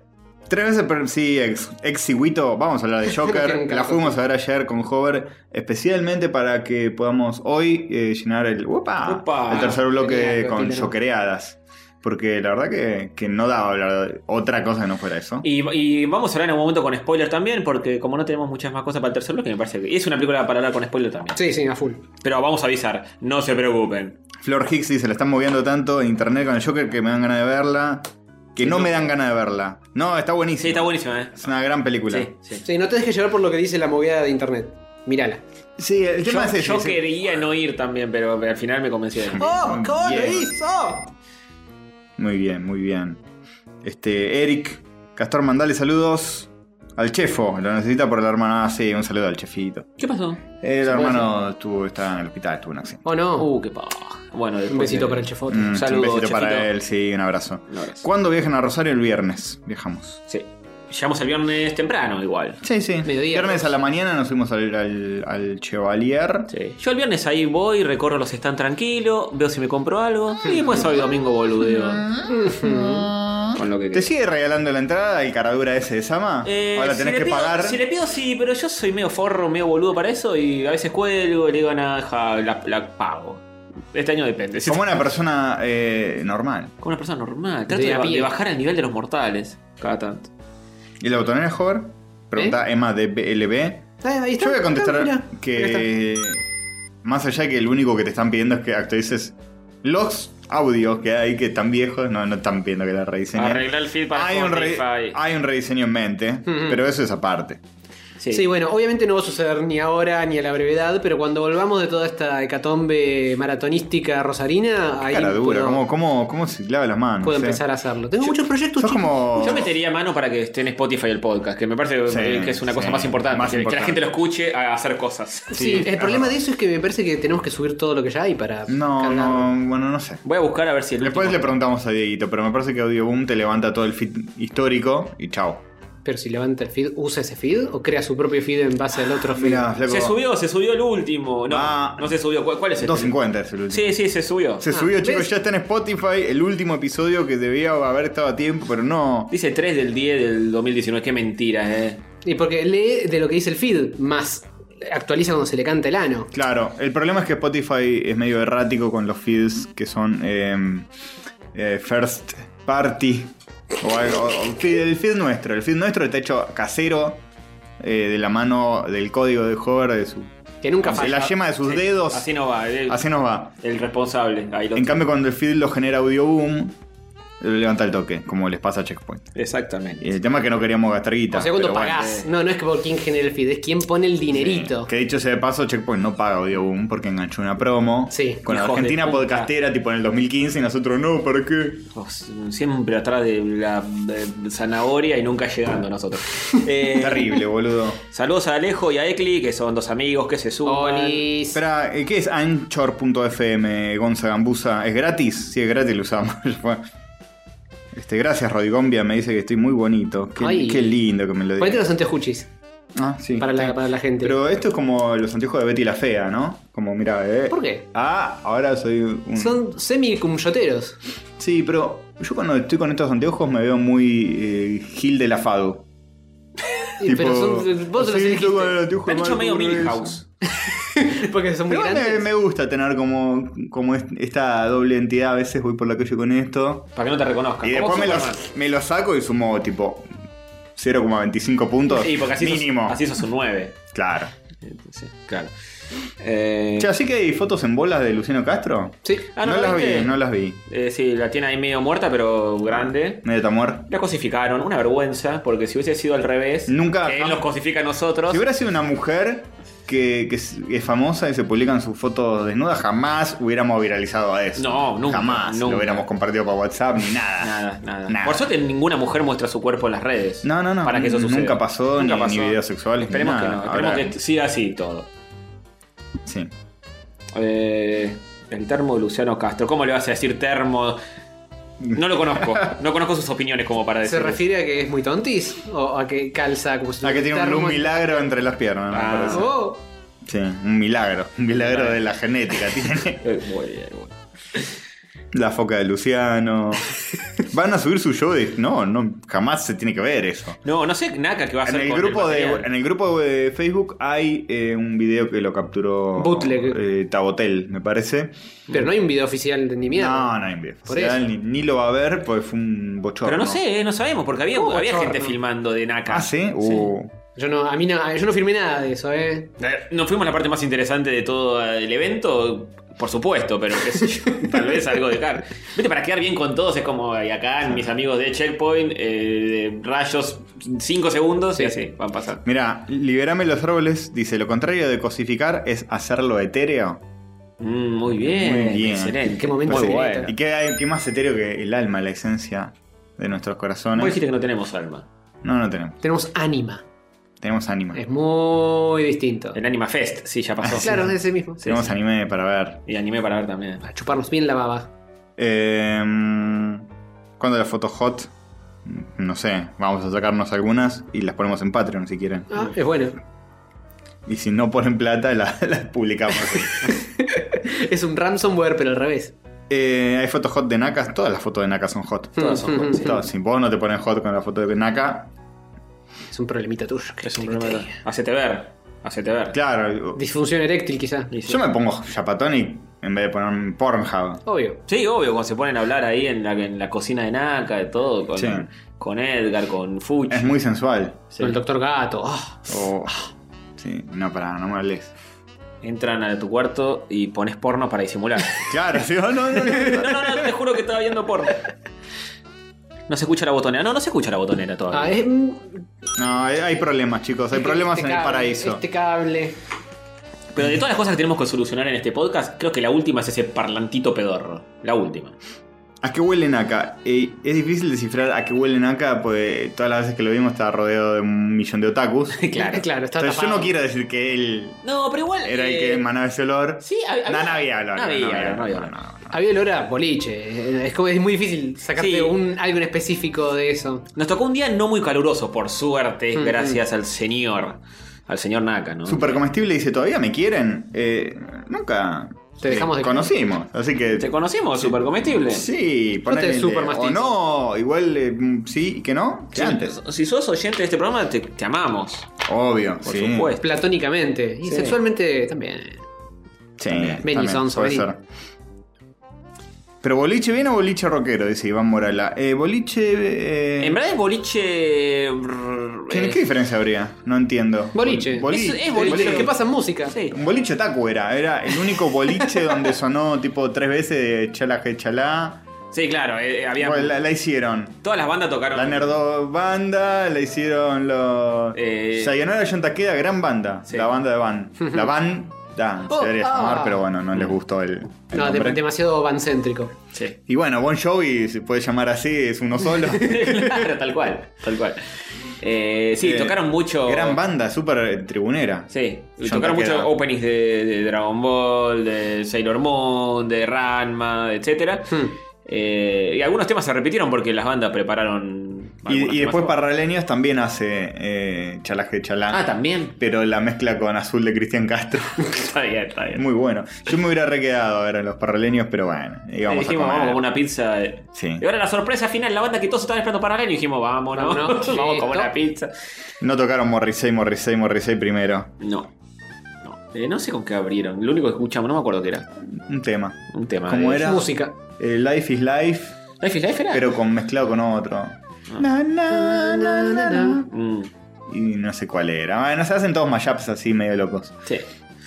Speaker 2: Tres veces, per- sí, ex, ex Ciguito, vamos a hablar
Speaker 1: (laughs)
Speaker 2: de Joker.
Speaker 3: Nunca
Speaker 2: la
Speaker 3: lo
Speaker 2: fuimos a ver ayer con Hover, especialmente para que podamos hoy eh, llenar el, ¡Upa!
Speaker 1: Upa.
Speaker 2: el tercer bloque
Speaker 3: Genial,
Speaker 2: con
Speaker 3: Joaquín.
Speaker 2: Jokereadas. Porque la verdad que, que no daba hablar de otra cosa que no fuera eso.
Speaker 1: Y, y vamos a hablar en un momento con spoilers también, porque como no tenemos muchas más cosas para el tercer bloque, me parece que y es una película para hablar con spoilers también.
Speaker 3: Sí, sí, a full.
Speaker 1: Pero vamos a avisar, no se preocupen.
Speaker 2: Flor Hicks dice, la están moviendo tanto en internet con el Joker que me dan ganas de verla. Que no me dan ganas de verla. No, está buenísimo.
Speaker 1: Sí, está buenísima, ¿eh?
Speaker 2: Es una gran película.
Speaker 1: Sí,
Speaker 2: Sí,
Speaker 1: sí.
Speaker 3: Sí, no te dejes llevar por lo que dice la movida de internet. Mírala.
Speaker 2: el
Speaker 1: Yo,
Speaker 2: tema es ese.
Speaker 1: yo
Speaker 2: sí.
Speaker 1: quería no ir también, pero al final me convencieron.
Speaker 2: (laughs) ¡Oh, cómo lo
Speaker 3: hizo!
Speaker 2: Muy bien, muy bien. Este, Eric, Castor, mandale saludos al chefo. Lo necesita por la hermana. Ah, sí, un saludo al chefito.
Speaker 1: ¿Qué pasó?
Speaker 2: El
Speaker 3: ¿Se puede
Speaker 2: hermano estuvo, está en el hospital, tuvo un accidente.
Speaker 3: Oh no.
Speaker 1: Uh, qué paja. Bueno,
Speaker 3: un
Speaker 1: después
Speaker 3: besito
Speaker 1: de-
Speaker 3: para el chefote.
Speaker 2: Mm, sí, un
Speaker 1: saludo,
Speaker 2: besito para
Speaker 1: chefito.
Speaker 2: él, sí, un abrazo.
Speaker 1: Un abrazo.
Speaker 2: ¿Cuándo viajan a Rosario? El viernes. Viajamos.
Speaker 1: Sí. Llegamos el viernes temprano igual.
Speaker 2: Sí, sí.
Speaker 3: Mediodía,
Speaker 2: viernes
Speaker 3: ¿no?
Speaker 2: a la mañana nos fuimos al, al, al Chevalier.
Speaker 1: Sí. Yo el viernes ahí voy, recorro los están tranquilo, veo si me compro algo. Y después hoy domingo boludeo.
Speaker 3: Mm. (laughs) Ah,
Speaker 1: Con lo que
Speaker 2: ¿Te sigue regalando la entrada y caradura ese de Sama?
Speaker 1: Eh,
Speaker 2: Ahora
Speaker 1: si
Speaker 2: tenés
Speaker 1: le
Speaker 2: que
Speaker 1: pido-
Speaker 2: pagar.
Speaker 1: Si le pido, sí, pero yo soy medio forro, medio boludo para eso y a veces cuelgo y le digo, nada, ja, la, la pago. Este año depende. Si-
Speaker 2: Como una persona eh, normal.
Speaker 1: como una persona normal. Trato
Speaker 3: De
Speaker 1: de,
Speaker 3: a
Speaker 1: ba-
Speaker 3: pie.
Speaker 1: de bajar al nivel de los mortales cada tanto.
Speaker 2: ¿Y la botonera Hover? Pregunta Emma de BLB.
Speaker 3: Ah, ahí está.
Speaker 2: Yo voy a
Speaker 3: Ah,
Speaker 2: contestar
Speaker 3: mira. Acá está.
Speaker 2: que más allá que el único que te están pidiendo es que actualices los audios que hay que están viejos, no, no están pidiendo que la rediseñen.
Speaker 1: Arreglar el feed para
Speaker 2: Hay un, re-
Speaker 1: Spotify.
Speaker 2: hay un rediseño
Speaker 1: (laughs)
Speaker 2: en mente, pero eso es aparte.
Speaker 1: Sí.
Speaker 3: Sí, bueno, obviamente no va a suceder ni ahora ni a la brevedad, pero cuando volvamos de toda esta hecatombe maratonística rosarina, ahí
Speaker 2: Cara dura,
Speaker 3: puedo,
Speaker 2: ¿cómo, cómo, cómo se clava las manos?
Speaker 3: puedo
Speaker 2: eh?
Speaker 3: empezar a hacerlo. Tengo muchos proyectos,
Speaker 2: Sos
Speaker 3: chicos.
Speaker 2: como...
Speaker 1: Yo metería mano para que esté en Spotify el podcast, que me parece
Speaker 2: Sí,
Speaker 1: eh, que es una cosa
Speaker 2: sí,
Speaker 1: más importante.
Speaker 2: más
Speaker 1: que- Que
Speaker 2: importante.
Speaker 1: la gente lo escuche a hacer cosas.
Speaker 2: (laughs)
Speaker 3: Sí,
Speaker 2: Sí,
Speaker 3: el
Speaker 2: es
Speaker 3: problema
Speaker 2: verdad.
Speaker 3: de eso es que me parece que tenemos que subir todo lo que ya hay para.
Speaker 2: No,
Speaker 3: cargarlo.
Speaker 2: no, bueno, no sé.
Speaker 1: Voy a buscar a ver si el
Speaker 2: Después le
Speaker 1: último-
Speaker 2: preguntamos a Dieguito, pero me parece que Audioboom te levanta todo el feed histórico y chao.
Speaker 3: Pero si levanta el feed, ¿usa ese feed o crea su propio feed en base al otro feed?
Speaker 2: Mirá, flaco,
Speaker 1: Se subió, se subió el último. No,
Speaker 2: Ah.
Speaker 1: no se subió. ¿Cuál, cuál es el?
Speaker 2: 250 es el último.
Speaker 1: Sí, sí, se subió.
Speaker 2: Se subió,
Speaker 3: ¿ves?
Speaker 2: chicos, ya está en Spotify el último episodio que debía haber estado a tiempo, pero no.
Speaker 1: Dice 3 del 10 del 2019, qué mentira, eh.
Speaker 3: Y porque lee de lo que dice el feed, más actualiza cuando se le canta el ano.
Speaker 2: Claro, el problema es que Spotify es medio errático con los feeds que son eh, eh, first party. O algo, o feed- el feed nuestro, el feed nuestro está hecho casero eh, de la mano del código de hover, de, su,
Speaker 3: Que nunca
Speaker 2: de
Speaker 3: falla.
Speaker 2: la yema de sus
Speaker 1: Sí,
Speaker 2: dedos.
Speaker 1: Así no va, eh. el,
Speaker 2: Así nos va.
Speaker 1: el responsable. Ahí lo
Speaker 2: En cambio, cuando el feed lo genera Audioboom, lo levanta el toque, como les pasa a Checkpoint.
Speaker 1: Exactamente.
Speaker 2: Y el tema es que no queríamos gastar guita.
Speaker 3: O sea, ¿cuánto
Speaker 2: pero bueno. eh.
Speaker 3: pagás? No, no es que por quién genera el feed, es quién pone el dinerito.
Speaker 2: Que dicho sea de paso, Checkpoint no paga Audio Boom porque enganchó una promo
Speaker 3: Sí.
Speaker 2: con la
Speaker 1: Hijos de
Speaker 2: Argentina
Speaker 1: puta.
Speaker 2: podcastera tipo en el 2015 y nosotros no, ¿para qué?
Speaker 1: Oh, Siempre atrás de la de zanahoria y nunca llegando
Speaker 2: (laughs)
Speaker 1: nosotros. Eh,
Speaker 2: Terrible, boludo.
Speaker 1: saludos a Alejo y a Ekli, que son dos amigos que se suman.
Speaker 3: Olis.
Speaker 2: Espera, eh, ¿qué es anchor.fm Gonza Gambusa? ¿Es gratis? Sí, es gratis, lo usamos. (laughs) Ya fue. este, gracias, Rodigombia, me dice que estoy muy bonito. Qué,
Speaker 3: Ay.
Speaker 2: qué lindo que me lo
Speaker 3: Ponete
Speaker 2: diga.
Speaker 3: los antejuchis
Speaker 2: Ah, sí.
Speaker 3: para la, para la gente.
Speaker 2: Pero esto es como los anteojos de Betty la Fea, ¿no? Como, mira, eh.
Speaker 3: ¿Por qué?
Speaker 2: Ah, ahora soy un.
Speaker 3: Son semi-cumyoteros.
Speaker 2: Sí, pero yo cuando estoy con estos anteojos me veo muy eh, Gil de la Fado.
Speaker 3: Y- Pero son, vos
Speaker 2: sí,
Speaker 3: los
Speaker 2: yo
Speaker 3: elegiste.
Speaker 2: con el anteojo
Speaker 1: Me han
Speaker 2: de
Speaker 1: hecho medio
Speaker 2: Marco Rubio.
Speaker 1: Milhouse.
Speaker 3: Porque son muy
Speaker 2: Pero me,
Speaker 3: grandes.
Speaker 2: me gusta tener como, como est- esta doble entidad. A veces voy por la calle con esto.
Speaker 1: Para que no te reconozcan.
Speaker 2: Y
Speaker 1: Como
Speaker 2: después me lo,
Speaker 1: Superman.
Speaker 2: me lo saco y sumo tipo 0,25 puntos.
Speaker 1: Sí, porque así
Speaker 2: mínimo.
Speaker 1: Sos, así sos un 9.
Speaker 2: Claro.
Speaker 1: Sí, claro. Eh,
Speaker 2: Che, así que hay fotos en bolas de Luciano Castro.
Speaker 3: Sí.
Speaker 1: ah,
Speaker 2: no,
Speaker 1: ¿la
Speaker 2: las
Speaker 1: viste?
Speaker 2: vi, no las vi.
Speaker 1: eh, sí, la tiene ahí medio muerta, pero grande.
Speaker 2: Medio tamor.
Speaker 1: La cosificaron, una vergüenza, porque si hubiese sido al revés,
Speaker 2: Nunca-
Speaker 1: que él los cosifica a nosotros.
Speaker 2: Si hubiera sido una mujer que, que es, que es famosa y se publican sus fotos desnudas, jamás hubiéramos viralizado a eso.
Speaker 1: No, nunca,
Speaker 2: Jamás
Speaker 1: nunca.
Speaker 2: lo hubiéramos compartido para WhatsApp ni nada.
Speaker 1: Nada, nada,
Speaker 2: Nada.
Speaker 1: Por suerte ninguna mujer muestra su cuerpo en las redes.
Speaker 2: No, no, no.
Speaker 1: Para que eso suceda.
Speaker 2: Nunca pasó, ni- ni videos sexuales, ni
Speaker 1: Esperemos que
Speaker 2: nada.
Speaker 1: no, esperemos
Speaker 2: Ahora-
Speaker 1: que siga así todo.
Speaker 2: Sí.
Speaker 1: Eh, el termo de Luciano Castro. ¿Cómo le vas a decir termo? No lo
Speaker 2: (laughs)
Speaker 1: conozco. No conozco sus opiniones como para decir.
Speaker 3: ¿Se refiere a que es muy tontis? ¿O a que calza como si
Speaker 2: Ah, que tiene un,
Speaker 3: termo-
Speaker 2: un milagro entre las piernas, me
Speaker 1: Ah.
Speaker 2: parece.
Speaker 3: Oh,
Speaker 2: Sí, un milagro. Un milagro de la genética. Tiene (laughs)
Speaker 1: Eh, muy bien, muy bien.
Speaker 2: la foca
Speaker 1: (laughs)
Speaker 2: de Luciano. ¿Van a subir su show? de- No, no, jamás se tiene que ver eso.
Speaker 1: No, no sé Naka que va a
Speaker 2: En
Speaker 1: hacer
Speaker 2: el,
Speaker 1: con
Speaker 2: grupo de,
Speaker 1: material.
Speaker 2: en el grupo de Facebook hay eh, un video que lo capturó
Speaker 3: Bootleg.
Speaker 2: eh, Tabotel, me parece.
Speaker 3: pero no hay un video oficial de ni mierda.
Speaker 2: No, no hay video.
Speaker 3: Por
Speaker 2: O sea,
Speaker 3: eso.
Speaker 2: Ni, ni lo va a ver porque fue un bochorno.
Speaker 1: Pero no sé, eh, no sabemos, porque había,
Speaker 3: ¿Cómo
Speaker 1: había
Speaker 3: bochorno?
Speaker 1: gente filmando de Naka.
Speaker 2: Ah, sí. Uh.
Speaker 3: Yo no, a mí no, yo no firmé nada de eso, eh.
Speaker 1: Eh, Nos fuimos a la parte más interesante de todo el evento, por supuesto, pero qué sé yo, (laughs) tal vez algo dejar. Viste, para quedar bien con todos es como y acá mis amigos de Checkpoint, eh, de rayos 5 segundos y
Speaker 3: Sí.
Speaker 1: así van pasando.
Speaker 2: Mira, liberame los árboles. Dice: Lo contrario de cosificar es hacerlo etéreo.
Speaker 1: Mm, muy bien,
Speaker 2: Muy bien.
Speaker 1: excelente.
Speaker 3: Qué momento
Speaker 1: muy
Speaker 2: Pues,
Speaker 3: secreto.
Speaker 1: bueno.
Speaker 2: ¿Y qué, hay- qué más etéreo que el alma, la esencia de nuestros
Speaker 1: Vos
Speaker 2: corazones?
Speaker 1: dijiste que no tenemos alma.
Speaker 2: No, no tenemos.
Speaker 3: Tenemos ánima.
Speaker 2: Tenemos anime.
Speaker 3: Es muy distinto. Ah,
Speaker 1: El Anima Fest, sí, ya pasó.
Speaker 3: Claro, es ese mismo.
Speaker 2: tenemos anime para ver.
Speaker 1: Y anime para ver también.
Speaker 3: A chuparnos bien la baba.
Speaker 2: Eh, ¿Cuándo la foto hot? No sé, vamos a sacarnos algunas y las ponemos en Patreon si quieren.
Speaker 3: Ah,
Speaker 1: Mm.
Speaker 3: es bueno.
Speaker 2: Y si no ponen plata, la- (laughs) las publicamos.
Speaker 3: Es un ransomware, pero al revés.
Speaker 2: Eh, hay fotos hot de Nakas, todas las fotos de Nakas son hot.
Speaker 1: Todas son
Speaker 3: Mm, mm,
Speaker 1: hot, sí.
Speaker 2: Todas. Si vos no te pones hot con la foto de Naka,
Speaker 3: Es un problemita tuyo. que-
Speaker 1: Es un
Speaker 3: que-
Speaker 1: problema.
Speaker 3: que-
Speaker 1: Hacete ver, hacete ver.
Speaker 2: claro,
Speaker 3: Disfunción eréctil, quizá.
Speaker 1: Y sí.
Speaker 2: yo me pongo Japatonic en vez de ponerme Pornhub.
Speaker 3: Obvio.
Speaker 1: Sí, obvio, cuando se ponen a hablar ahí en la, en la cocina de Naka, de todo, con,
Speaker 2: Sí.
Speaker 1: con Edgar, con Fuchi.
Speaker 2: Es muy sensual.
Speaker 1: Sí.
Speaker 3: Con el doctor gato. ah.
Speaker 2: O- Sí, no, pará, no me hables.
Speaker 1: Entran a tu cuarto y pones porno para
Speaker 2: (laughs)
Speaker 1: disimular.
Speaker 2: Claro, sí, no, no, no.
Speaker 1: No, no, no, te juro que estaba viendo porno. No se escucha la botonera. No, no se escucha la botonera todavía.
Speaker 3: Ah, es-
Speaker 2: No, hay, hay problemas, chicos. Hay problemas
Speaker 3: este
Speaker 2: en el
Speaker 3: cable,
Speaker 2: paraíso.
Speaker 3: Este cable.
Speaker 1: Pero de todas las cosas que tenemos que solucionar en este podcast, creo que la última es ese parlantito pedorro. La última.
Speaker 2: ¿A qué huelen acá? Eh, es difícil descifrar a qué huelen acá, pues todas las veces que lo vimos estaba rodeado de un millón de otakus.
Speaker 1: Claro.
Speaker 3: (laughs) claro está
Speaker 2: Entonces yo
Speaker 3: tapado.
Speaker 2: no quiero decir que él
Speaker 1: No, pero igual.
Speaker 2: era el
Speaker 1: eh,
Speaker 2: que emanaba ese olor.
Speaker 1: Sí, había. (laughs)
Speaker 2: No, no había olor.
Speaker 1: No había, olor, no había
Speaker 2: olor,
Speaker 1: olor.
Speaker 2: no, no.
Speaker 3: Había olor a boliche. Es, como, es muy difícil sacarte
Speaker 1: Sí.
Speaker 3: un, algo en específico de eso.
Speaker 1: Nos tocó un día no muy caluroso, por suerte,
Speaker 3: Mm,
Speaker 1: gracias al señor. Al señor Naka, ¿no?
Speaker 2: Super comestible dice, ¿todavía me quieren? Eh, nunca
Speaker 3: Te dejamos de-
Speaker 2: conocimos. Así que...
Speaker 1: ¿Te conocimos? Super comestible.
Speaker 2: Sí,
Speaker 3: te
Speaker 2: ponele,
Speaker 3: super
Speaker 2: O
Speaker 3: mastizo.
Speaker 2: no, igual eh, mm, sí y que no, que
Speaker 1: Si-
Speaker 2: antes.
Speaker 1: Si sos oyente de este programa, te, te amamos.
Speaker 2: Obvio,
Speaker 1: Por
Speaker 2: sí.
Speaker 1: supuesto.
Speaker 3: Platónicamente. Y
Speaker 1: Sí.
Speaker 3: sexualmente también.
Speaker 2: Sí,
Speaker 1: También.
Speaker 2: también,
Speaker 3: Vení, Sonso,
Speaker 2: puede
Speaker 3: vení.
Speaker 2: ser. Pero boliche bien o boliche rockero, dice Iván Morala. Eh, boliche. eh,
Speaker 1: En verdad es boliche. rrr,
Speaker 2: ¿qué,
Speaker 1: eh,
Speaker 2: qué diferencia habría? No entiendo.
Speaker 3: Boliche.
Speaker 1: Es- es
Speaker 3: De,
Speaker 1: boliche.
Speaker 3: de los que pasan música.
Speaker 1: sí.
Speaker 2: Un
Speaker 1: (laughs)
Speaker 2: boliche otaku era. Era el único boliche donde sonó tipo tres veces de chala que chalá.
Speaker 1: Sí, claro, eh, eh, había.
Speaker 2: Bueno, la, la hicieron.
Speaker 1: Todas las bandas tocaron.
Speaker 2: La Nerdo Banda, la hicieron los.
Speaker 1: Eh.
Speaker 2: Sayonara Yontakeda, gran banda.
Speaker 1: Sí.
Speaker 2: La banda
Speaker 1: (laughs)
Speaker 2: de Van. La Van. Dan,
Speaker 3: Oh,
Speaker 2: se debería
Speaker 3: ah.
Speaker 2: llamar, pero bueno, no les gustó el. el
Speaker 3: No, de-
Speaker 2: nombre.
Speaker 3: demasiado vancéntrico.
Speaker 1: Sí. (laughs)
Speaker 2: Y bueno, Bon Jovi se puede llamar así, es uno solo.
Speaker 1: claro, tal cual, tal cual. Eh, sí,
Speaker 2: Eh,
Speaker 1: tocaron mucho.
Speaker 2: Gran banda, súper tribunera.
Speaker 1: Sí, y
Speaker 2: John
Speaker 1: tocaron
Speaker 2: Takeda.
Speaker 1: muchos openings de, de Dragon Ball, de Sailor Moon, de Ranma, etc.
Speaker 3: Hmm.
Speaker 1: y algunos temas se repitieron porque las bandas prepararon.
Speaker 2: Y,
Speaker 1: algunos
Speaker 2: y después
Speaker 1: temas.
Speaker 2: Parraleños también hace eh, Chalaje Chalá.
Speaker 1: Ah, también. (laughs)
Speaker 2: Pero la mezcla con azul de Cristian Castro.
Speaker 1: está bien, está bien.
Speaker 2: Muy bueno. Yo me hubiera requedado a ver a los parraleños, pero bueno,
Speaker 1: Y
Speaker 2: íbamos
Speaker 1: dijimos,
Speaker 2: a
Speaker 1: vamos
Speaker 2: comer.
Speaker 1: con una pizza.
Speaker 2: Sí.
Speaker 1: Y ahora la sorpresa final, la banda que todos estaban esperando para el año, y dijimos, vamos, no, (laughs)
Speaker 3: Vámonos,
Speaker 1: vamos a comer
Speaker 3: listo.
Speaker 1: una pizza.
Speaker 2: No tocaron Morrissey, Morrissey, Morrissey primero.
Speaker 1: No, no. Eh, no sé con qué abrieron. Lo único que escuchamos, no me acuerdo qué era.
Speaker 2: Un tema.
Speaker 1: Un tema.
Speaker 2: ¿Cómo
Speaker 1: de-
Speaker 2: era?
Speaker 3: Música.
Speaker 2: Eh, Life is Life,
Speaker 1: ¿Life is Life era?
Speaker 2: pero con, mezclado con otro.
Speaker 1: Ah.
Speaker 2: Na, na, na, na, na.
Speaker 1: Mm,
Speaker 2: Y no sé cuál era. Bueno, se hacen todos mashups así medio locos.
Speaker 1: sí.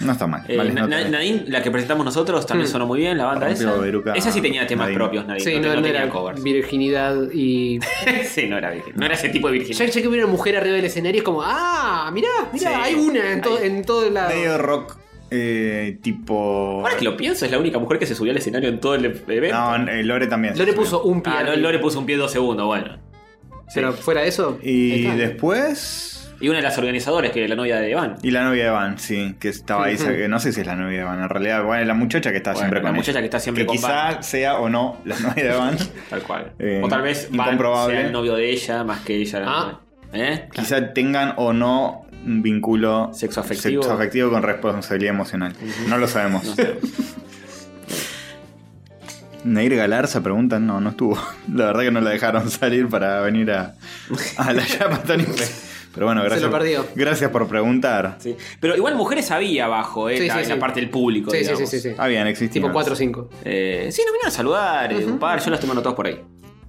Speaker 2: No está mal.
Speaker 1: Eh,
Speaker 2: Vales
Speaker 1: Na-
Speaker 2: no
Speaker 1: Na-
Speaker 2: te-
Speaker 1: Nadine, la que presentamos nosotros, también
Speaker 3: Mm.
Speaker 1: sonó muy bien, la banda
Speaker 2: Rompió
Speaker 1: esa.
Speaker 2: Beruca
Speaker 1: esa sí tenía temas
Speaker 2: Nadine.
Speaker 1: propios, Nadine.
Speaker 3: Sí,
Speaker 1: no,
Speaker 3: no,
Speaker 1: no
Speaker 3: no
Speaker 1: tenía
Speaker 3: era
Speaker 1: covers.
Speaker 3: virginidad y.
Speaker 1: (laughs) sí, no era virgen. No era ese tipo de virgen.
Speaker 3: Ya, ya que viene una mujer arriba del escenario es como, ah, mirá, mirá,
Speaker 1: Sí.
Speaker 3: hay una en, todo
Speaker 1: Hay-
Speaker 3: en todo el lado.
Speaker 2: Medio rock eh, tipo.
Speaker 1: Ahora que lo pienso, es la única mujer que se subió al escenario en todo el evento.
Speaker 2: No, eh, Lore también.
Speaker 3: Lore puso un pie.
Speaker 1: Ah, no, Lore puso un pie dos segundos, bueno.
Speaker 3: Pero fuera de eso. ahí
Speaker 2: Y
Speaker 3: está.
Speaker 2: después.
Speaker 1: Y una de las organizadoras, que es la novia de Iván.
Speaker 2: Y la novia de Van, sí, que estaba ahí. que No sé si es la novia de Van, en realidad. Bueno, la muchacha que está
Speaker 1: Bueno,
Speaker 2: siempre
Speaker 1: la
Speaker 2: con
Speaker 1: muchacha
Speaker 2: ella.
Speaker 1: que está siempre
Speaker 2: que
Speaker 1: con
Speaker 2: quizá sea o no la (laughs) novia
Speaker 1: (laughs)
Speaker 2: de Van.
Speaker 1: Tal cual.
Speaker 2: Eh,
Speaker 1: o tal vez Van
Speaker 2: incomprobable.
Speaker 1: sea el novio de ella más que ella. la
Speaker 3: Ah.
Speaker 1: novia. ¿Eh?
Speaker 2: quizá tengan o no un vínculo
Speaker 1: Sexoafectivo.
Speaker 2: sexoafectivo con responsabilidad emocional. No lo sabemos. (laughs) Nair Galarza preguntan, no, no estuvo. La verdad que no la dejaron salir para venir a,
Speaker 1: (laughs)
Speaker 2: a la Yapa Tony Fe. Pero bueno,
Speaker 3: Se
Speaker 2: gracias.
Speaker 3: lo perdió.
Speaker 2: Gracias por preguntar.
Speaker 1: Sí. Pero igual mujeres había abajo, ¿eh?
Speaker 3: Sí,
Speaker 1: la-
Speaker 3: sí,
Speaker 1: en la
Speaker 3: sí.
Speaker 1: parte del público.
Speaker 3: Sí, sí,
Speaker 1: digamos.
Speaker 3: sí, sí, sí.
Speaker 2: Ah, bien, existimos.
Speaker 3: Tipo 4 o 5.
Speaker 1: Eh, sí, nos vinieron a saludar, eh, un par, yo las tomé todas por ahí.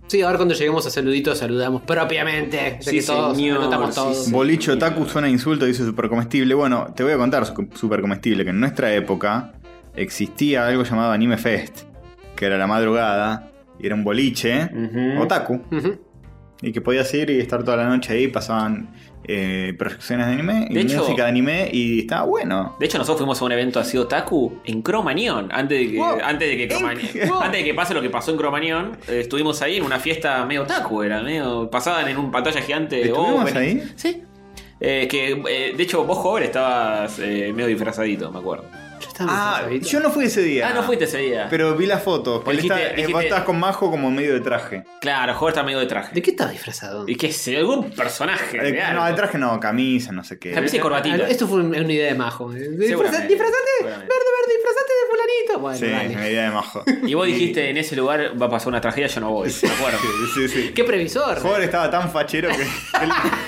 Speaker 3: Sí, ahora cuando lleguemos a saluditos, saludamos propiamente. Ya
Speaker 1: Sí,
Speaker 3: que todos
Speaker 1: señor,
Speaker 3: anotamos
Speaker 1: sí,
Speaker 3: todos.
Speaker 1: sí.
Speaker 2: Bolicho Otaku suena insulto, dice supercomestible. Bueno, te voy a contar, su- supercomestible, que en nuestra época existía algo llamado Anime Fest, que era la madrugada, y era un boliche,
Speaker 1: Ujú.
Speaker 2: otaku,
Speaker 3: Ujú.
Speaker 2: y que podías ir y estar toda la noche ahí, pasaban eh, proyecciones de anime, y
Speaker 1: De hecho-
Speaker 2: música de anime, y estaba bueno.
Speaker 1: De hecho, nosotros fuimos a un evento así otaku en Cromañón. Antes de que, antes de que, Cromañón-
Speaker 2: Wow.
Speaker 1: antes de que pase lo que pasó en Cromañón, eh, estuvimos ahí en una fiesta medio otaku, era medio. Pasaban en un pantalla gigante.
Speaker 2: ¿Estuvimos
Speaker 1: open.
Speaker 2: ahí?
Speaker 1: Sí. Eh, que eh, de hecho vos joven estabas eh, medio disfrazadito, me acuerdo.
Speaker 3: Ya está,
Speaker 2: Ah,
Speaker 3: saludito.
Speaker 2: yo no fui ese día.
Speaker 1: Ah, no fuiste ese día.
Speaker 2: Pero vi las fotos. que él
Speaker 1: Dijiste-
Speaker 2: está- eh,
Speaker 1: dijiste-
Speaker 2: Vos estás con Majo como medio de traje.
Speaker 1: Claro, joven está medio de traje.
Speaker 3: ¿De qué estás disfrazado?
Speaker 1: Y que si algún personaje.
Speaker 2: Eh,
Speaker 1: real.
Speaker 2: no, de traje no, camisa, no sé qué.
Speaker 1: Camisa y corbatita.
Speaker 3: Ah, Esto fue un- una idea de majo. Disfrazate,
Speaker 1: Seguramente,
Speaker 3: disfrazate, verde,
Speaker 1: seguramente.
Speaker 3: verde, disfrazate de fulanito. Bueno,
Speaker 2: Sí,
Speaker 3: dale.
Speaker 2: la idea de Majo.
Speaker 1: Y
Speaker 2: (laughs)
Speaker 1: vos dijiste, en ese lugar va a pasar una tragedia, yo no voy. Me acuerdo.
Speaker 2: Sí, sí, sí.
Speaker 3: Qué previsor.
Speaker 2: Joder estaba tan fachero que que (laughs)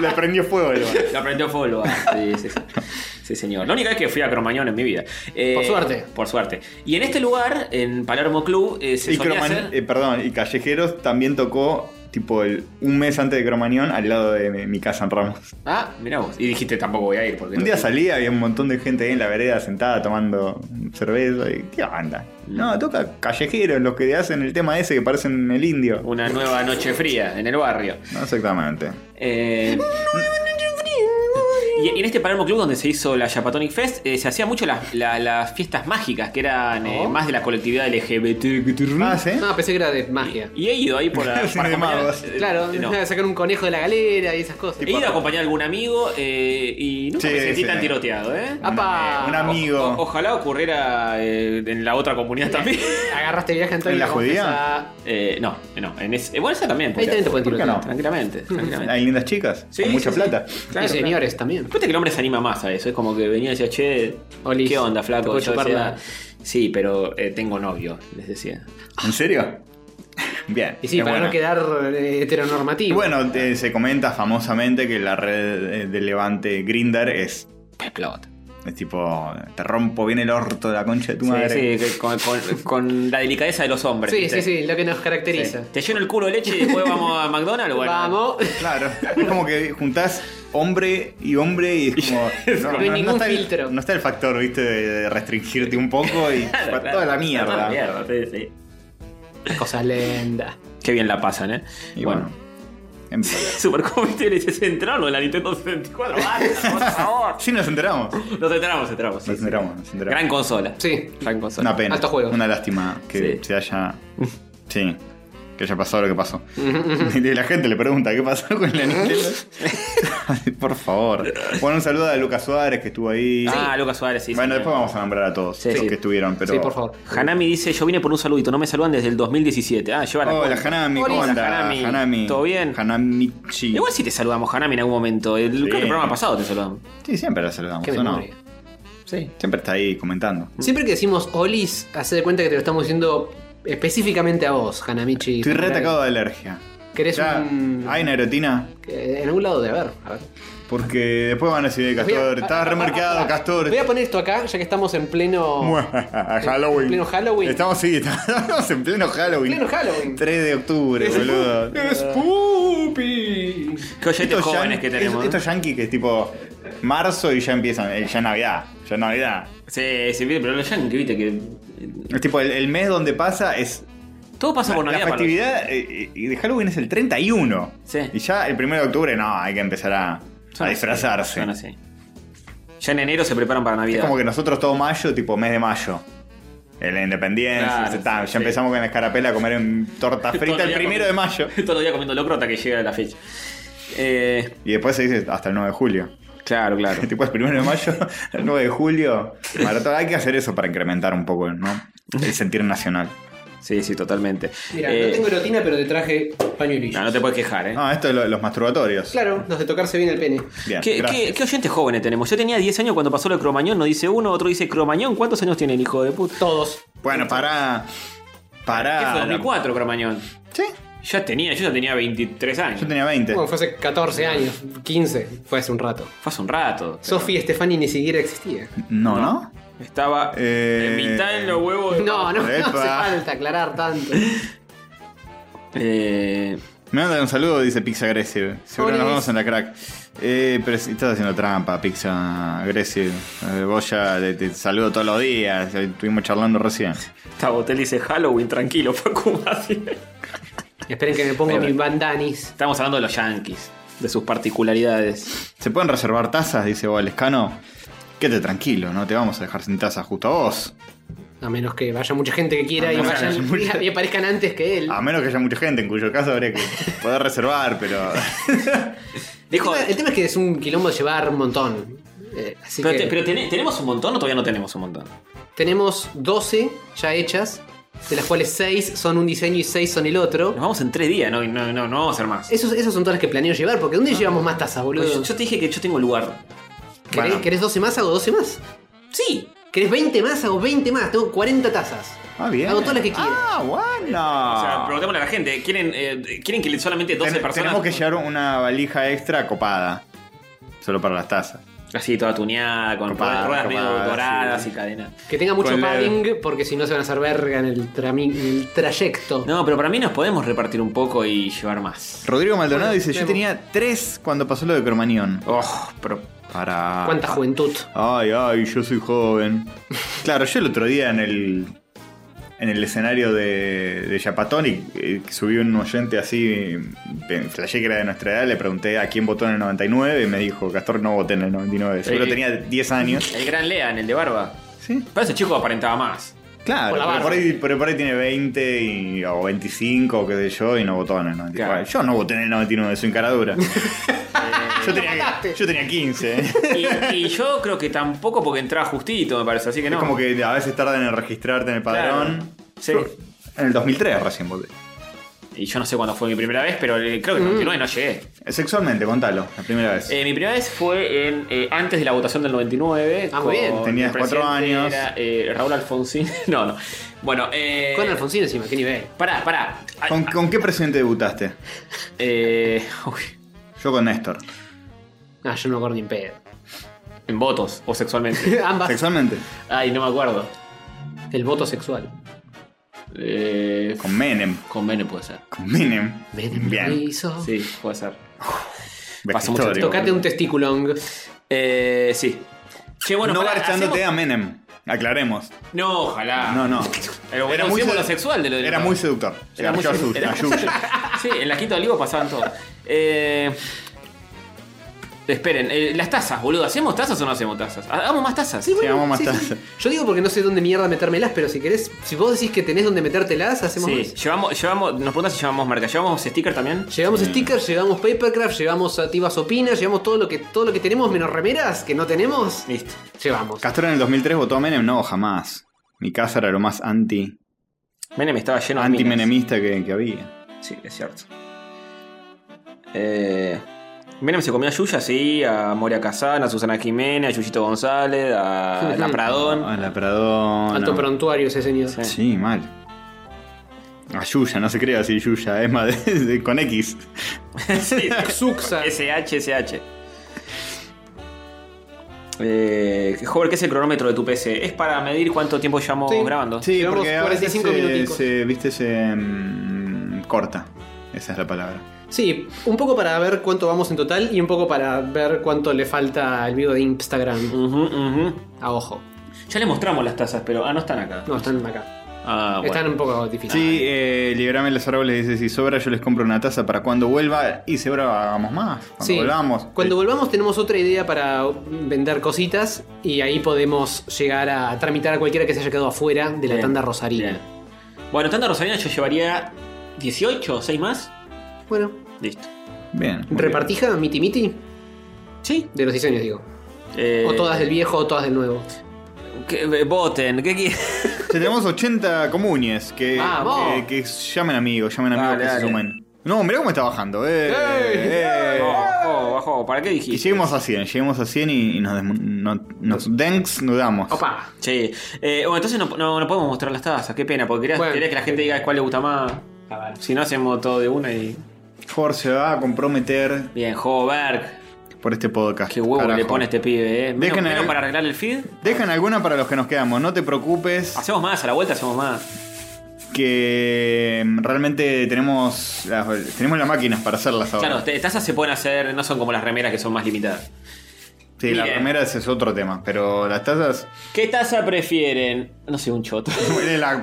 Speaker 2: le, le prendió fuego el bar.
Speaker 1: Lo prendió fuego el lugar. Sí, sí, sí. Sí, señor. La única vez que fui a Cromañón en mi vida. Eh,
Speaker 3: Por suerte.
Speaker 1: Por suerte. Y en este lugar, en Palermo Club, eh, se
Speaker 2: Y
Speaker 1: solía
Speaker 2: Croman-
Speaker 1: hacer-
Speaker 2: eh, perdón, y Callejeros también tocó tipo el, un mes antes de Cromañón al lado de mi, mi casa en Ramos.
Speaker 1: Ah, mirá vos. Y dijiste, tampoco voy a ir. Porque
Speaker 2: Un
Speaker 1: no-
Speaker 2: día salí, había un montón de gente ahí en la vereda sentada tomando cerveza y ¿qué onda? No, toca callejeros, los que hacen el tema ese que parecen el indio.
Speaker 1: Una nueva noche fría en el barrio.
Speaker 2: No exactamente.
Speaker 1: Eh, y, y en este Palermo Club donde se hizo la Japatonic Fest, eh, se hacían mucho las, la- las fiestas mágicas, que eran eh,
Speaker 3: Oh.
Speaker 1: más de la colectividad LGBT.
Speaker 2: Ah, ¿sí?
Speaker 3: No, pensé que era de magia.
Speaker 1: Y he ido ahí
Speaker 2: (laughs)
Speaker 1: por la.
Speaker 2: Sí,
Speaker 1: para
Speaker 2: de
Speaker 1: acompañar-
Speaker 2: magos.
Speaker 1: eh,
Speaker 3: Claro,
Speaker 1: no.
Speaker 3: (laughs) sacar un conejo de la galera y esas cosas.
Speaker 1: He ido a acompañar a algún amigo eh, y nunca
Speaker 2: Sí,
Speaker 1: me sentí
Speaker 2: sí.
Speaker 1: tan tiroteado, ¿eh?
Speaker 3: ¡Apa!
Speaker 2: Un amigo.
Speaker 1: O- o- ojalá ocurriera eh, en la otra comunidad también. (laughs)
Speaker 3: Agarraste viaje Antonio.
Speaker 2: ¿En la
Speaker 3: y
Speaker 2: judía?
Speaker 3: confesá.
Speaker 1: Eh, no, no. En ese, eh, bueno, esa también.
Speaker 3: Ahí también te pueden
Speaker 2: ¿Por qué
Speaker 3: tirar.
Speaker 2: no?
Speaker 1: Tranquilamente,
Speaker 3: (laughs)
Speaker 1: tranquilamente.
Speaker 2: Hay lindas chicas,
Speaker 1: Sí,
Speaker 2: con
Speaker 1: sí,
Speaker 2: mucha
Speaker 1: sí. (laughs)
Speaker 2: plata.
Speaker 1: Claro,
Speaker 3: y señores también.
Speaker 1: Viste que el hombre se anima más a eso. Es como que venía y decía, che,
Speaker 3: Olis,
Speaker 1: ¿qué onda,
Speaker 3: te
Speaker 1: flaco?
Speaker 3: puedo
Speaker 1: Yo
Speaker 3: chuparla.
Speaker 1: decía, sí, pero eh, tengo novio, les decía.
Speaker 2: ¿En serio? Bien.
Speaker 3: Y sí,
Speaker 2: es
Speaker 3: para
Speaker 2: bueno.
Speaker 3: no quedar eh,
Speaker 2: Y
Speaker 3: heteronormativo.
Speaker 2: bueno, te- se comenta famosamente que la red eh, de Levante Grinder es,
Speaker 1: Explota.
Speaker 2: es tipo, te rompo bien el orto de la concha de tu
Speaker 1: Sí,
Speaker 2: madre.
Speaker 1: sí, que con, con- con la delicadeza de los hombres.
Speaker 3: sí,
Speaker 1: ¿viste?
Speaker 3: sí, sí, lo que nos caracteriza.
Speaker 1: Sí. Te lleno el culo de leche y después vamos a McDonald's. Bueno,
Speaker 3: Vamos. (laughs)
Speaker 2: Claro, es como que juntás hombre y hombre y (laughs) es como...
Speaker 3: No hay ningún
Speaker 2: está el-
Speaker 3: filtro.
Speaker 2: no está el factor, viste, de de restringirte un poco y (laughs)
Speaker 1: Claro,
Speaker 2: para
Speaker 1: claro.
Speaker 2: toda la mierda.
Speaker 1: Toda la mierda, sí, sí.
Speaker 3: Cosa linda.
Speaker 1: Qué bien la pasan, ¿eh?
Speaker 2: Y
Speaker 1: bueno.
Speaker 2: bueno.
Speaker 1: (laughs)
Speaker 2: em, en-
Speaker 1: Super Comedy tiene ese central lo de la Nintendo
Speaker 2: (laughs)
Speaker 1: 64. basta, por favor.
Speaker 2: Sí, nos enteramos.
Speaker 1: Nos enteramos, enteramos. sí,
Speaker 2: Nos
Speaker 1: sí.
Speaker 2: enteramos, nos enteramos.
Speaker 1: Gran consola.
Speaker 3: Sí.
Speaker 1: Gran consola.
Speaker 2: Una pena.
Speaker 3: Alto juego.
Speaker 2: Una lástima que
Speaker 1: Sí.
Speaker 2: se
Speaker 3: (laughs)
Speaker 2: haya. Sí. Que haya pasado lo que pasó. Y la gente le pregunta, ¿qué pasó con
Speaker 3: (laughs)
Speaker 2: la Nintendo? (laughs) Por favor. Bueno, un saludo a Lucas Suárez que estuvo ahí.
Speaker 1: Ah, Lucas Suárez, sí.
Speaker 2: bueno,
Speaker 1: sí.
Speaker 2: después vamos a nombrar a todos
Speaker 1: Sí,
Speaker 2: los
Speaker 1: sí.
Speaker 2: que estuvieron, pero.
Speaker 3: Sí, por favor.
Speaker 1: Hanami dice, yo vine por un saludito, no me saludan desde el 2017. Ah, yo a la
Speaker 2: Hola,
Speaker 1: cuenta.
Speaker 2: Oh, Hanami, ¿cómo
Speaker 1: Hola,
Speaker 2: andas?
Speaker 1: Hanami.
Speaker 2: Hanami.
Speaker 1: ¿Todo bien?
Speaker 2: Hanami, sí.
Speaker 1: Igual sí te saludamos, Hanami, en algún momento. El, Creo que el programa pasado te saludamos.
Speaker 2: Sí, siempre la saludamos,
Speaker 3: Qué
Speaker 2: ¿o no?
Speaker 3: memoria.
Speaker 1: Sí.
Speaker 2: Siempre está ahí comentando.
Speaker 3: Mm. Siempre que decimos Olis, hace de cuenta que te lo estamos diciendo específicamente a vos, Hanamichi.
Speaker 2: Estoy re atacado de alergia.
Speaker 3: ¿Querés
Speaker 2: Ya,
Speaker 3: un-
Speaker 2: ¿Hay nerotina?
Speaker 3: Eh, En algún lado de haber. A ver.
Speaker 2: Porque después van a decir,
Speaker 3: Voy a-
Speaker 1: (laughs)
Speaker 2: Castor, estás remarcado, Castor.
Speaker 3: Voy a poner esto acá, ya que estamos en pleno.
Speaker 2: (laughs) Halloween.
Speaker 3: En pleno Halloween.
Speaker 2: Estamos, sí, estamos en pleno Halloween.
Speaker 3: Pleno Halloween.
Speaker 2: 3 de octubre, boludo.
Speaker 3: Spoopy.
Speaker 1: Qué oyetes
Speaker 2: Estos
Speaker 1: jóvenes
Speaker 2: yan-
Speaker 1: que tenemos.
Speaker 2: Estos yankees que es tipo marzo y ya empiezan. eh, Ya Navidad. Ya Navidad.
Speaker 1: Sí, sí, pero los yankees, viste que... eh,
Speaker 2: Es tipo el, el mes donde pasa es.
Speaker 1: Todo pasa por
Speaker 2: la
Speaker 1: Navidad. para los-
Speaker 2: festividad eh, eh, de Halloween es el 31.
Speaker 1: Sí.
Speaker 2: Y ya el 1 de octubre no, hay que empezar a, a
Speaker 1: Son así,
Speaker 2: disfrazarse.
Speaker 1: son así. Ya en enero se preparan para
Speaker 2: Es
Speaker 1: Navidad.
Speaker 2: como que nosotros todo mayo, tipo mes de mayo. El independiente,
Speaker 1: Claro,
Speaker 2: ya
Speaker 1: sí, sí.
Speaker 2: empezamos con la escarapela a comer en
Speaker 1: (laughs)
Speaker 2: (laughs) torta frita el
Speaker 1: día
Speaker 2: primero de mayo.
Speaker 1: (laughs) Todos los días comiendo locrota que llega la fecha. Eh,
Speaker 2: Y después se dice hasta el 9 de julio. (laughs)
Speaker 1: claro, claro.
Speaker 2: Tipo el primero de mayo, (laughs) el 9 de julio. Maratón. Hay que hacer eso para incrementar un poco, ¿no? El sentir nacional.
Speaker 1: Sí, sí, totalmente.
Speaker 3: Mira,
Speaker 1: Eh,
Speaker 3: no tengo erotina, pero te traje paño y
Speaker 1: no,
Speaker 3: brillo.
Speaker 1: no te puedes quejar, ¿eh?
Speaker 2: No, esto es lo de los masturbatorios.
Speaker 3: Claro, los de tocarse bien el pene.
Speaker 2: Bien,
Speaker 1: ¿Qué,
Speaker 2: gracias.
Speaker 1: qué, qué oyentes jóvenes tenemos? Yo tenía 10 años cuando pasó lo de Cromañón, no dice uno, otro dice Cromañón. ¿Cuántos años tiene el hijo de puta?
Speaker 3: Todos.
Speaker 2: Bueno, pará. Pará.
Speaker 1: ¿Qué fue 2004 Cromañón?
Speaker 2: Sí,
Speaker 1: Ya tenía, yo ya tenía 23 años.
Speaker 2: yo tenía 20.
Speaker 3: Bueno, fue hace 14 años, 15, fue hace un rato.
Speaker 1: Fue hace un rato. pero-
Speaker 3: Sofía Stefani ni siquiera existía.
Speaker 2: No, ¿no?
Speaker 1: Estaba
Speaker 2: Eh,
Speaker 1: en mitad en los huevos. de-
Speaker 3: No, no, no hace
Speaker 2: Epa.
Speaker 3: falta aclarar tanto.
Speaker 1: Eh,
Speaker 2: Me mandan un saludo, dice Pizza Aggressive. Seguro nos
Speaker 3: Olis.
Speaker 2: vemos en la crack. Eh, pero si estás haciendo trampa, Pizza Aggressive. Eh, vos ya te, te saludo todos los días. eh, Estuvimos charlando recién.
Speaker 1: Tabotel dice Halloween, tranquilo, Facu. así.
Speaker 3: Esperen que me pongo mis bandanis.
Speaker 1: Estamos hablando de los yankees, de sus particularidades.
Speaker 2: ¿Se pueden reservar tazas? Dice Valescano. Quédate tranquilo, no te vamos a dejar sin tazas justo a vos.
Speaker 3: A menos que vaya mucha gente que
Speaker 2: A
Speaker 3: quiera y,
Speaker 2: menos que
Speaker 3: vayan,
Speaker 2: haya mucha-
Speaker 3: (laughs)
Speaker 2: Ah.
Speaker 3: y aparezcan antes que él.
Speaker 2: A menos que haya mucha gente, en cuyo caso habría que poder reservar, pero.
Speaker 3: El
Speaker 1: Dijo,
Speaker 3: tema, el tema es que es un quilombo llevar un montón. Eh, así
Speaker 1: pero,
Speaker 3: que
Speaker 1: te- pero tené- ¿tenemos un montón o todavía no tenemos un montón?
Speaker 3: tenemos 12 ya hechas, de las cuales 6 son un diseño y 6 son el otro.
Speaker 1: Nos vamos en tres días, no, no, no, no vamos a hacer más.
Speaker 3: Esos, esos son todas las que planeo llevar, porque
Speaker 2: Ah.
Speaker 3: ¿dónde llevamos más tazas, Eh, boludo?
Speaker 1: Pues yo, yo te dije que yo tengo lugar.
Speaker 3: ¿Querés,
Speaker 2: Bueno.
Speaker 3: querés 12 más? Hago 12 más.
Speaker 1: Sí,
Speaker 3: ¿Querés 20 más? Hago 20 más. Tengo 40 tazas.
Speaker 2: Ah, bien.
Speaker 3: Hago todas las que quiera.
Speaker 2: Ah, bueno.
Speaker 1: O sea, preguntémosle a la gente, ¿quieren, eh, ¿quieren que solamente 12
Speaker 2: Ten-
Speaker 1: personas?
Speaker 2: Tenemos que llevar una valija extra copada. Solo para las tazas.
Speaker 1: Así, toda tuneada, con
Speaker 2: Copada,
Speaker 1: ruedas
Speaker 2: copada,
Speaker 1: medio doradas
Speaker 2: sí.
Speaker 1: y cadenas.
Speaker 3: Que tenga mucho
Speaker 2: Con la-
Speaker 3: padding, porque si no se van a hacer verga en el, trami- en el trayecto.
Speaker 1: No, pero para mí nos podemos repartir un poco y llevar más.
Speaker 2: Rodrigo Maldonado
Speaker 3: Bueno,
Speaker 2: dice: Yo
Speaker 3: vemos.
Speaker 2: tenía tres cuando pasó lo de Cromañón.
Speaker 1: Oh, pero.
Speaker 2: Para.
Speaker 3: Cuánta juventud.
Speaker 2: Ay, ay, yo soy joven. Claro, yo el otro día en el. En el escenario de, de Yapatón y eh, subí un oyente así, eh, flashé que era de nuestra edad, le pregunté a quién votó en el 99 y me dijo, Castor no voté en el 99, seguro
Speaker 1: Sí.
Speaker 2: tenía 10 años.
Speaker 1: El gran Lea en el de Barba.
Speaker 2: Sí,
Speaker 1: Pero ese chico aparentaba más.
Speaker 2: claro,
Speaker 3: Por la
Speaker 2: pero por,
Speaker 3: barba.
Speaker 2: ahí, pero por ahí tiene 20 y, o 25 o qué sé yo y no votó en el 99.
Speaker 1: Claro.
Speaker 2: Yo no voté en el 99,
Speaker 1: (laughs)
Speaker 2: soy encaradura.
Speaker 1: Eh,
Speaker 2: yo, tenía, yo tenía 15. ¿eh?
Speaker 1: Y, y yo creo que tampoco porque entraba justito, me parece. Así que no.
Speaker 2: Es como que a veces tardan en registrarte en el padrón.
Speaker 1: Sí.
Speaker 2: Yo En el 2003 recién voté.
Speaker 1: Y yo no sé cuándo fue mi primera vez, pero eh,
Speaker 3: Mm.
Speaker 1: creo que en 99 no llegué.
Speaker 2: Sexualmente, contalo, la primera vez.
Speaker 1: Eh, mi primera vez fue en, eh, antes de la votación del 99.
Speaker 3: Ah, muy bien.
Speaker 1: con-
Speaker 2: Tenías
Speaker 1: el presidente
Speaker 2: cuatro años.
Speaker 1: era, eh, Raúl Alfonsín. (laughs) No, no. Bueno, eh.
Speaker 3: Con Alfonsín encima, qué nivel.
Speaker 1: Pará, pará. Ah,
Speaker 2: ¿Con, con qué presidente debutaste?
Speaker 1: eh, uy,
Speaker 2: Yo con Néstor.
Speaker 3: Ah, yo no me acuerdo ni en pedo. (laughs)
Speaker 1: en votos o sexualmente.
Speaker 3: Ambas.
Speaker 2: Sexualmente.
Speaker 1: Ay, no me acuerdo.
Speaker 3: El voto sexual.
Speaker 1: Eh,
Speaker 2: Con Menem.
Speaker 1: con Bene puede ser.
Speaker 2: Con Menem.
Speaker 3: Ven, lo
Speaker 2: Bien.
Speaker 3: hizo.
Speaker 1: Sí, puede ser.
Speaker 2: Ves
Speaker 1: Pasó
Speaker 2: qué
Speaker 1: mucho
Speaker 2: histórico.
Speaker 3: Tocate un testículo.
Speaker 1: Eh, sí. Che, bueno,
Speaker 2: no
Speaker 1: pará,
Speaker 2: garchándote
Speaker 1: hacemos-
Speaker 2: a Menem. Aclaremos.
Speaker 1: No, ojalá.
Speaker 2: No, no.
Speaker 1: Era,
Speaker 2: Era
Speaker 1: un
Speaker 2: muy
Speaker 1: símbolo
Speaker 2: sedu-
Speaker 1: sexual de lo del
Speaker 2: Era
Speaker 1: papá.
Speaker 2: muy seductor.
Speaker 1: Era muy
Speaker 2: Ayuda,
Speaker 1: sedu- era-
Speaker 2: ayuda.
Speaker 1: Sí, en la quinta de olivo pasaban todo. Eh, esperen, eh, las tazas, boludo. ¿Hacemos tazas o no hacemos tazas? Hagamos más tazas.
Speaker 2: Sí, vamos más
Speaker 3: Sí, sí.
Speaker 2: tarde.
Speaker 3: Yo digo porque no sé dónde mierda metérmelas, pero si querés, si vos decís que tenés dónde metértelas, hacemos
Speaker 1: Sí,
Speaker 3: más.
Speaker 1: llevamos, llevamos, nos preguntas si llevamos marca. ¿Llevamos sticker también?
Speaker 3: Llevamos stickers, llevamos papercraft, llevamos activas opinas, llevamos todo lo que todo lo que tenemos menos remeras que no tenemos,
Speaker 1: Listo.
Speaker 3: llevamos.
Speaker 2: Castro en el 2003 votó a Menem. No, jamás. Mi casa era lo más anti,
Speaker 1: Menem estaba lleno de minas.
Speaker 2: anti-menemista que, que había.
Speaker 1: Sí, es cierto. Eh, Menem se comió a Yuya, sí, a Moria Kazan, a Susana Jiménez, a Yuyito González, a La Pradón.
Speaker 2: A Ah, la Pradona.
Speaker 3: Alto prontuario ese señor.
Speaker 1: Sí.
Speaker 2: Sí, mal. A Yuya, no se crea así Yuya, es más de- de- con X.
Speaker 1: (laughs)
Speaker 3: (laughs)
Speaker 1: Sí.
Speaker 3: Zuxa.
Speaker 1: SH, SH. Eh, Hover, ¿qué es el cronómetro de tu PC? Es para medir cuánto tiempo llevamos
Speaker 3: Sí.
Speaker 1: grabando.
Speaker 2: Sí,
Speaker 3: Llevamos
Speaker 2: porque a veces
Speaker 3: 45
Speaker 2: se,
Speaker 3: minuticos.
Speaker 2: se- viste, se mm, corta. Esa es la palabra.
Speaker 3: Sí, un poco para ver cuánto vamos en total y un poco para ver cuánto le falta al vivo de Instagram.
Speaker 1: Ujú, ujú.
Speaker 3: A ojo.
Speaker 1: Ya le mostramos las tazas, pero ah, no están acá.
Speaker 3: No, están acá.
Speaker 1: Ah, bueno.
Speaker 3: Están un poco difíciles.
Speaker 2: Sí, eh, Librame los árboles dice, si sobra yo les compro una taza para cuando vuelva y sobra hagamos más. Cuando
Speaker 3: Sí.
Speaker 2: volvamos.
Speaker 3: Cuando volvamos tenemos otra idea para vender cositas y ahí podemos llegar a tramitar a cualquiera que se haya quedado afuera de la
Speaker 1: Bien,
Speaker 3: tanda rosarina.
Speaker 1: bien. Bueno, tanda rosarina yo llevaría 18 o 6 más.
Speaker 3: Bueno,
Speaker 1: Listo.
Speaker 2: Bien. muy
Speaker 3: repartija, miti miti,
Speaker 1: Sí.
Speaker 3: de los diseños digo.
Speaker 1: Eh,
Speaker 3: O todas del viejo o todas del nuevo.
Speaker 1: que- eh, voten. ¿Qué
Speaker 3: (laughs)
Speaker 1: qui-
Speaker 2: bien. Tenemos 80 comunes que,
Speaker 3: Vamos.
Speaker 2: que, que llamen amigos, llamen amigos
Speaker 1: Dale,
Speaker 2: que
Speaker 1: dale.
Speaker 2: se sumen. No, mirá cómo está bajando. eh,
Speaker 3: ¡Ey!
Speaker 2: eh.
Speaker 1: Bajó, bajó. ¿Para qué
Speaker 2: Y
Speaker 1: dijiste?
Speaker 2: lleguemos a 100, lleguemos a 100 y, y nos, desmu- no- nos desnudamos.
Speaker 3: Opa.
Speaker 1: Sí. Eh, bueno, entonces no, no- no podemos mostrar las tazas. Qué pena, porque quería,
Speaker 3: Bueno.
Speaker 1: quería que la gente diga cuál le gusta más. Si no, hacemos todo de una y...
Speaker 2: Ford se va a comprometer
Speaker 1: Bien, Joberg.
Speaker 2: por este podcast.
Speaker 1: Qué huevo le
Speaker 2: carajo.
Speaker 1: pone este pibe, ¿eh? Menos,
Speaker 2: Dejen
Speaker 1: menos
Speaker 2: el-
Speaker 1: para arreglar el feed.
Speaker 2: Dejan alguna para los que nos quedamos, no te preocupes.
Speaker 1: Hacemos más, a la vuelta hacemos más.
Speaker 2: que mm, realmente tenemos las, tenemos las máquinas para hacerlas ahora.
Speaker 1: Claro, te- tazas se pueden hacer, no son como las remeras que son más limitadas.
Speaker 2: sí, las
Speaker 1: bien.
Speaker 2: remeras es otro tema, pero las tazas, (laughs)
Speaker 1: ¿Qué taza prefieren? No sé, un choto.
Speaker 2: la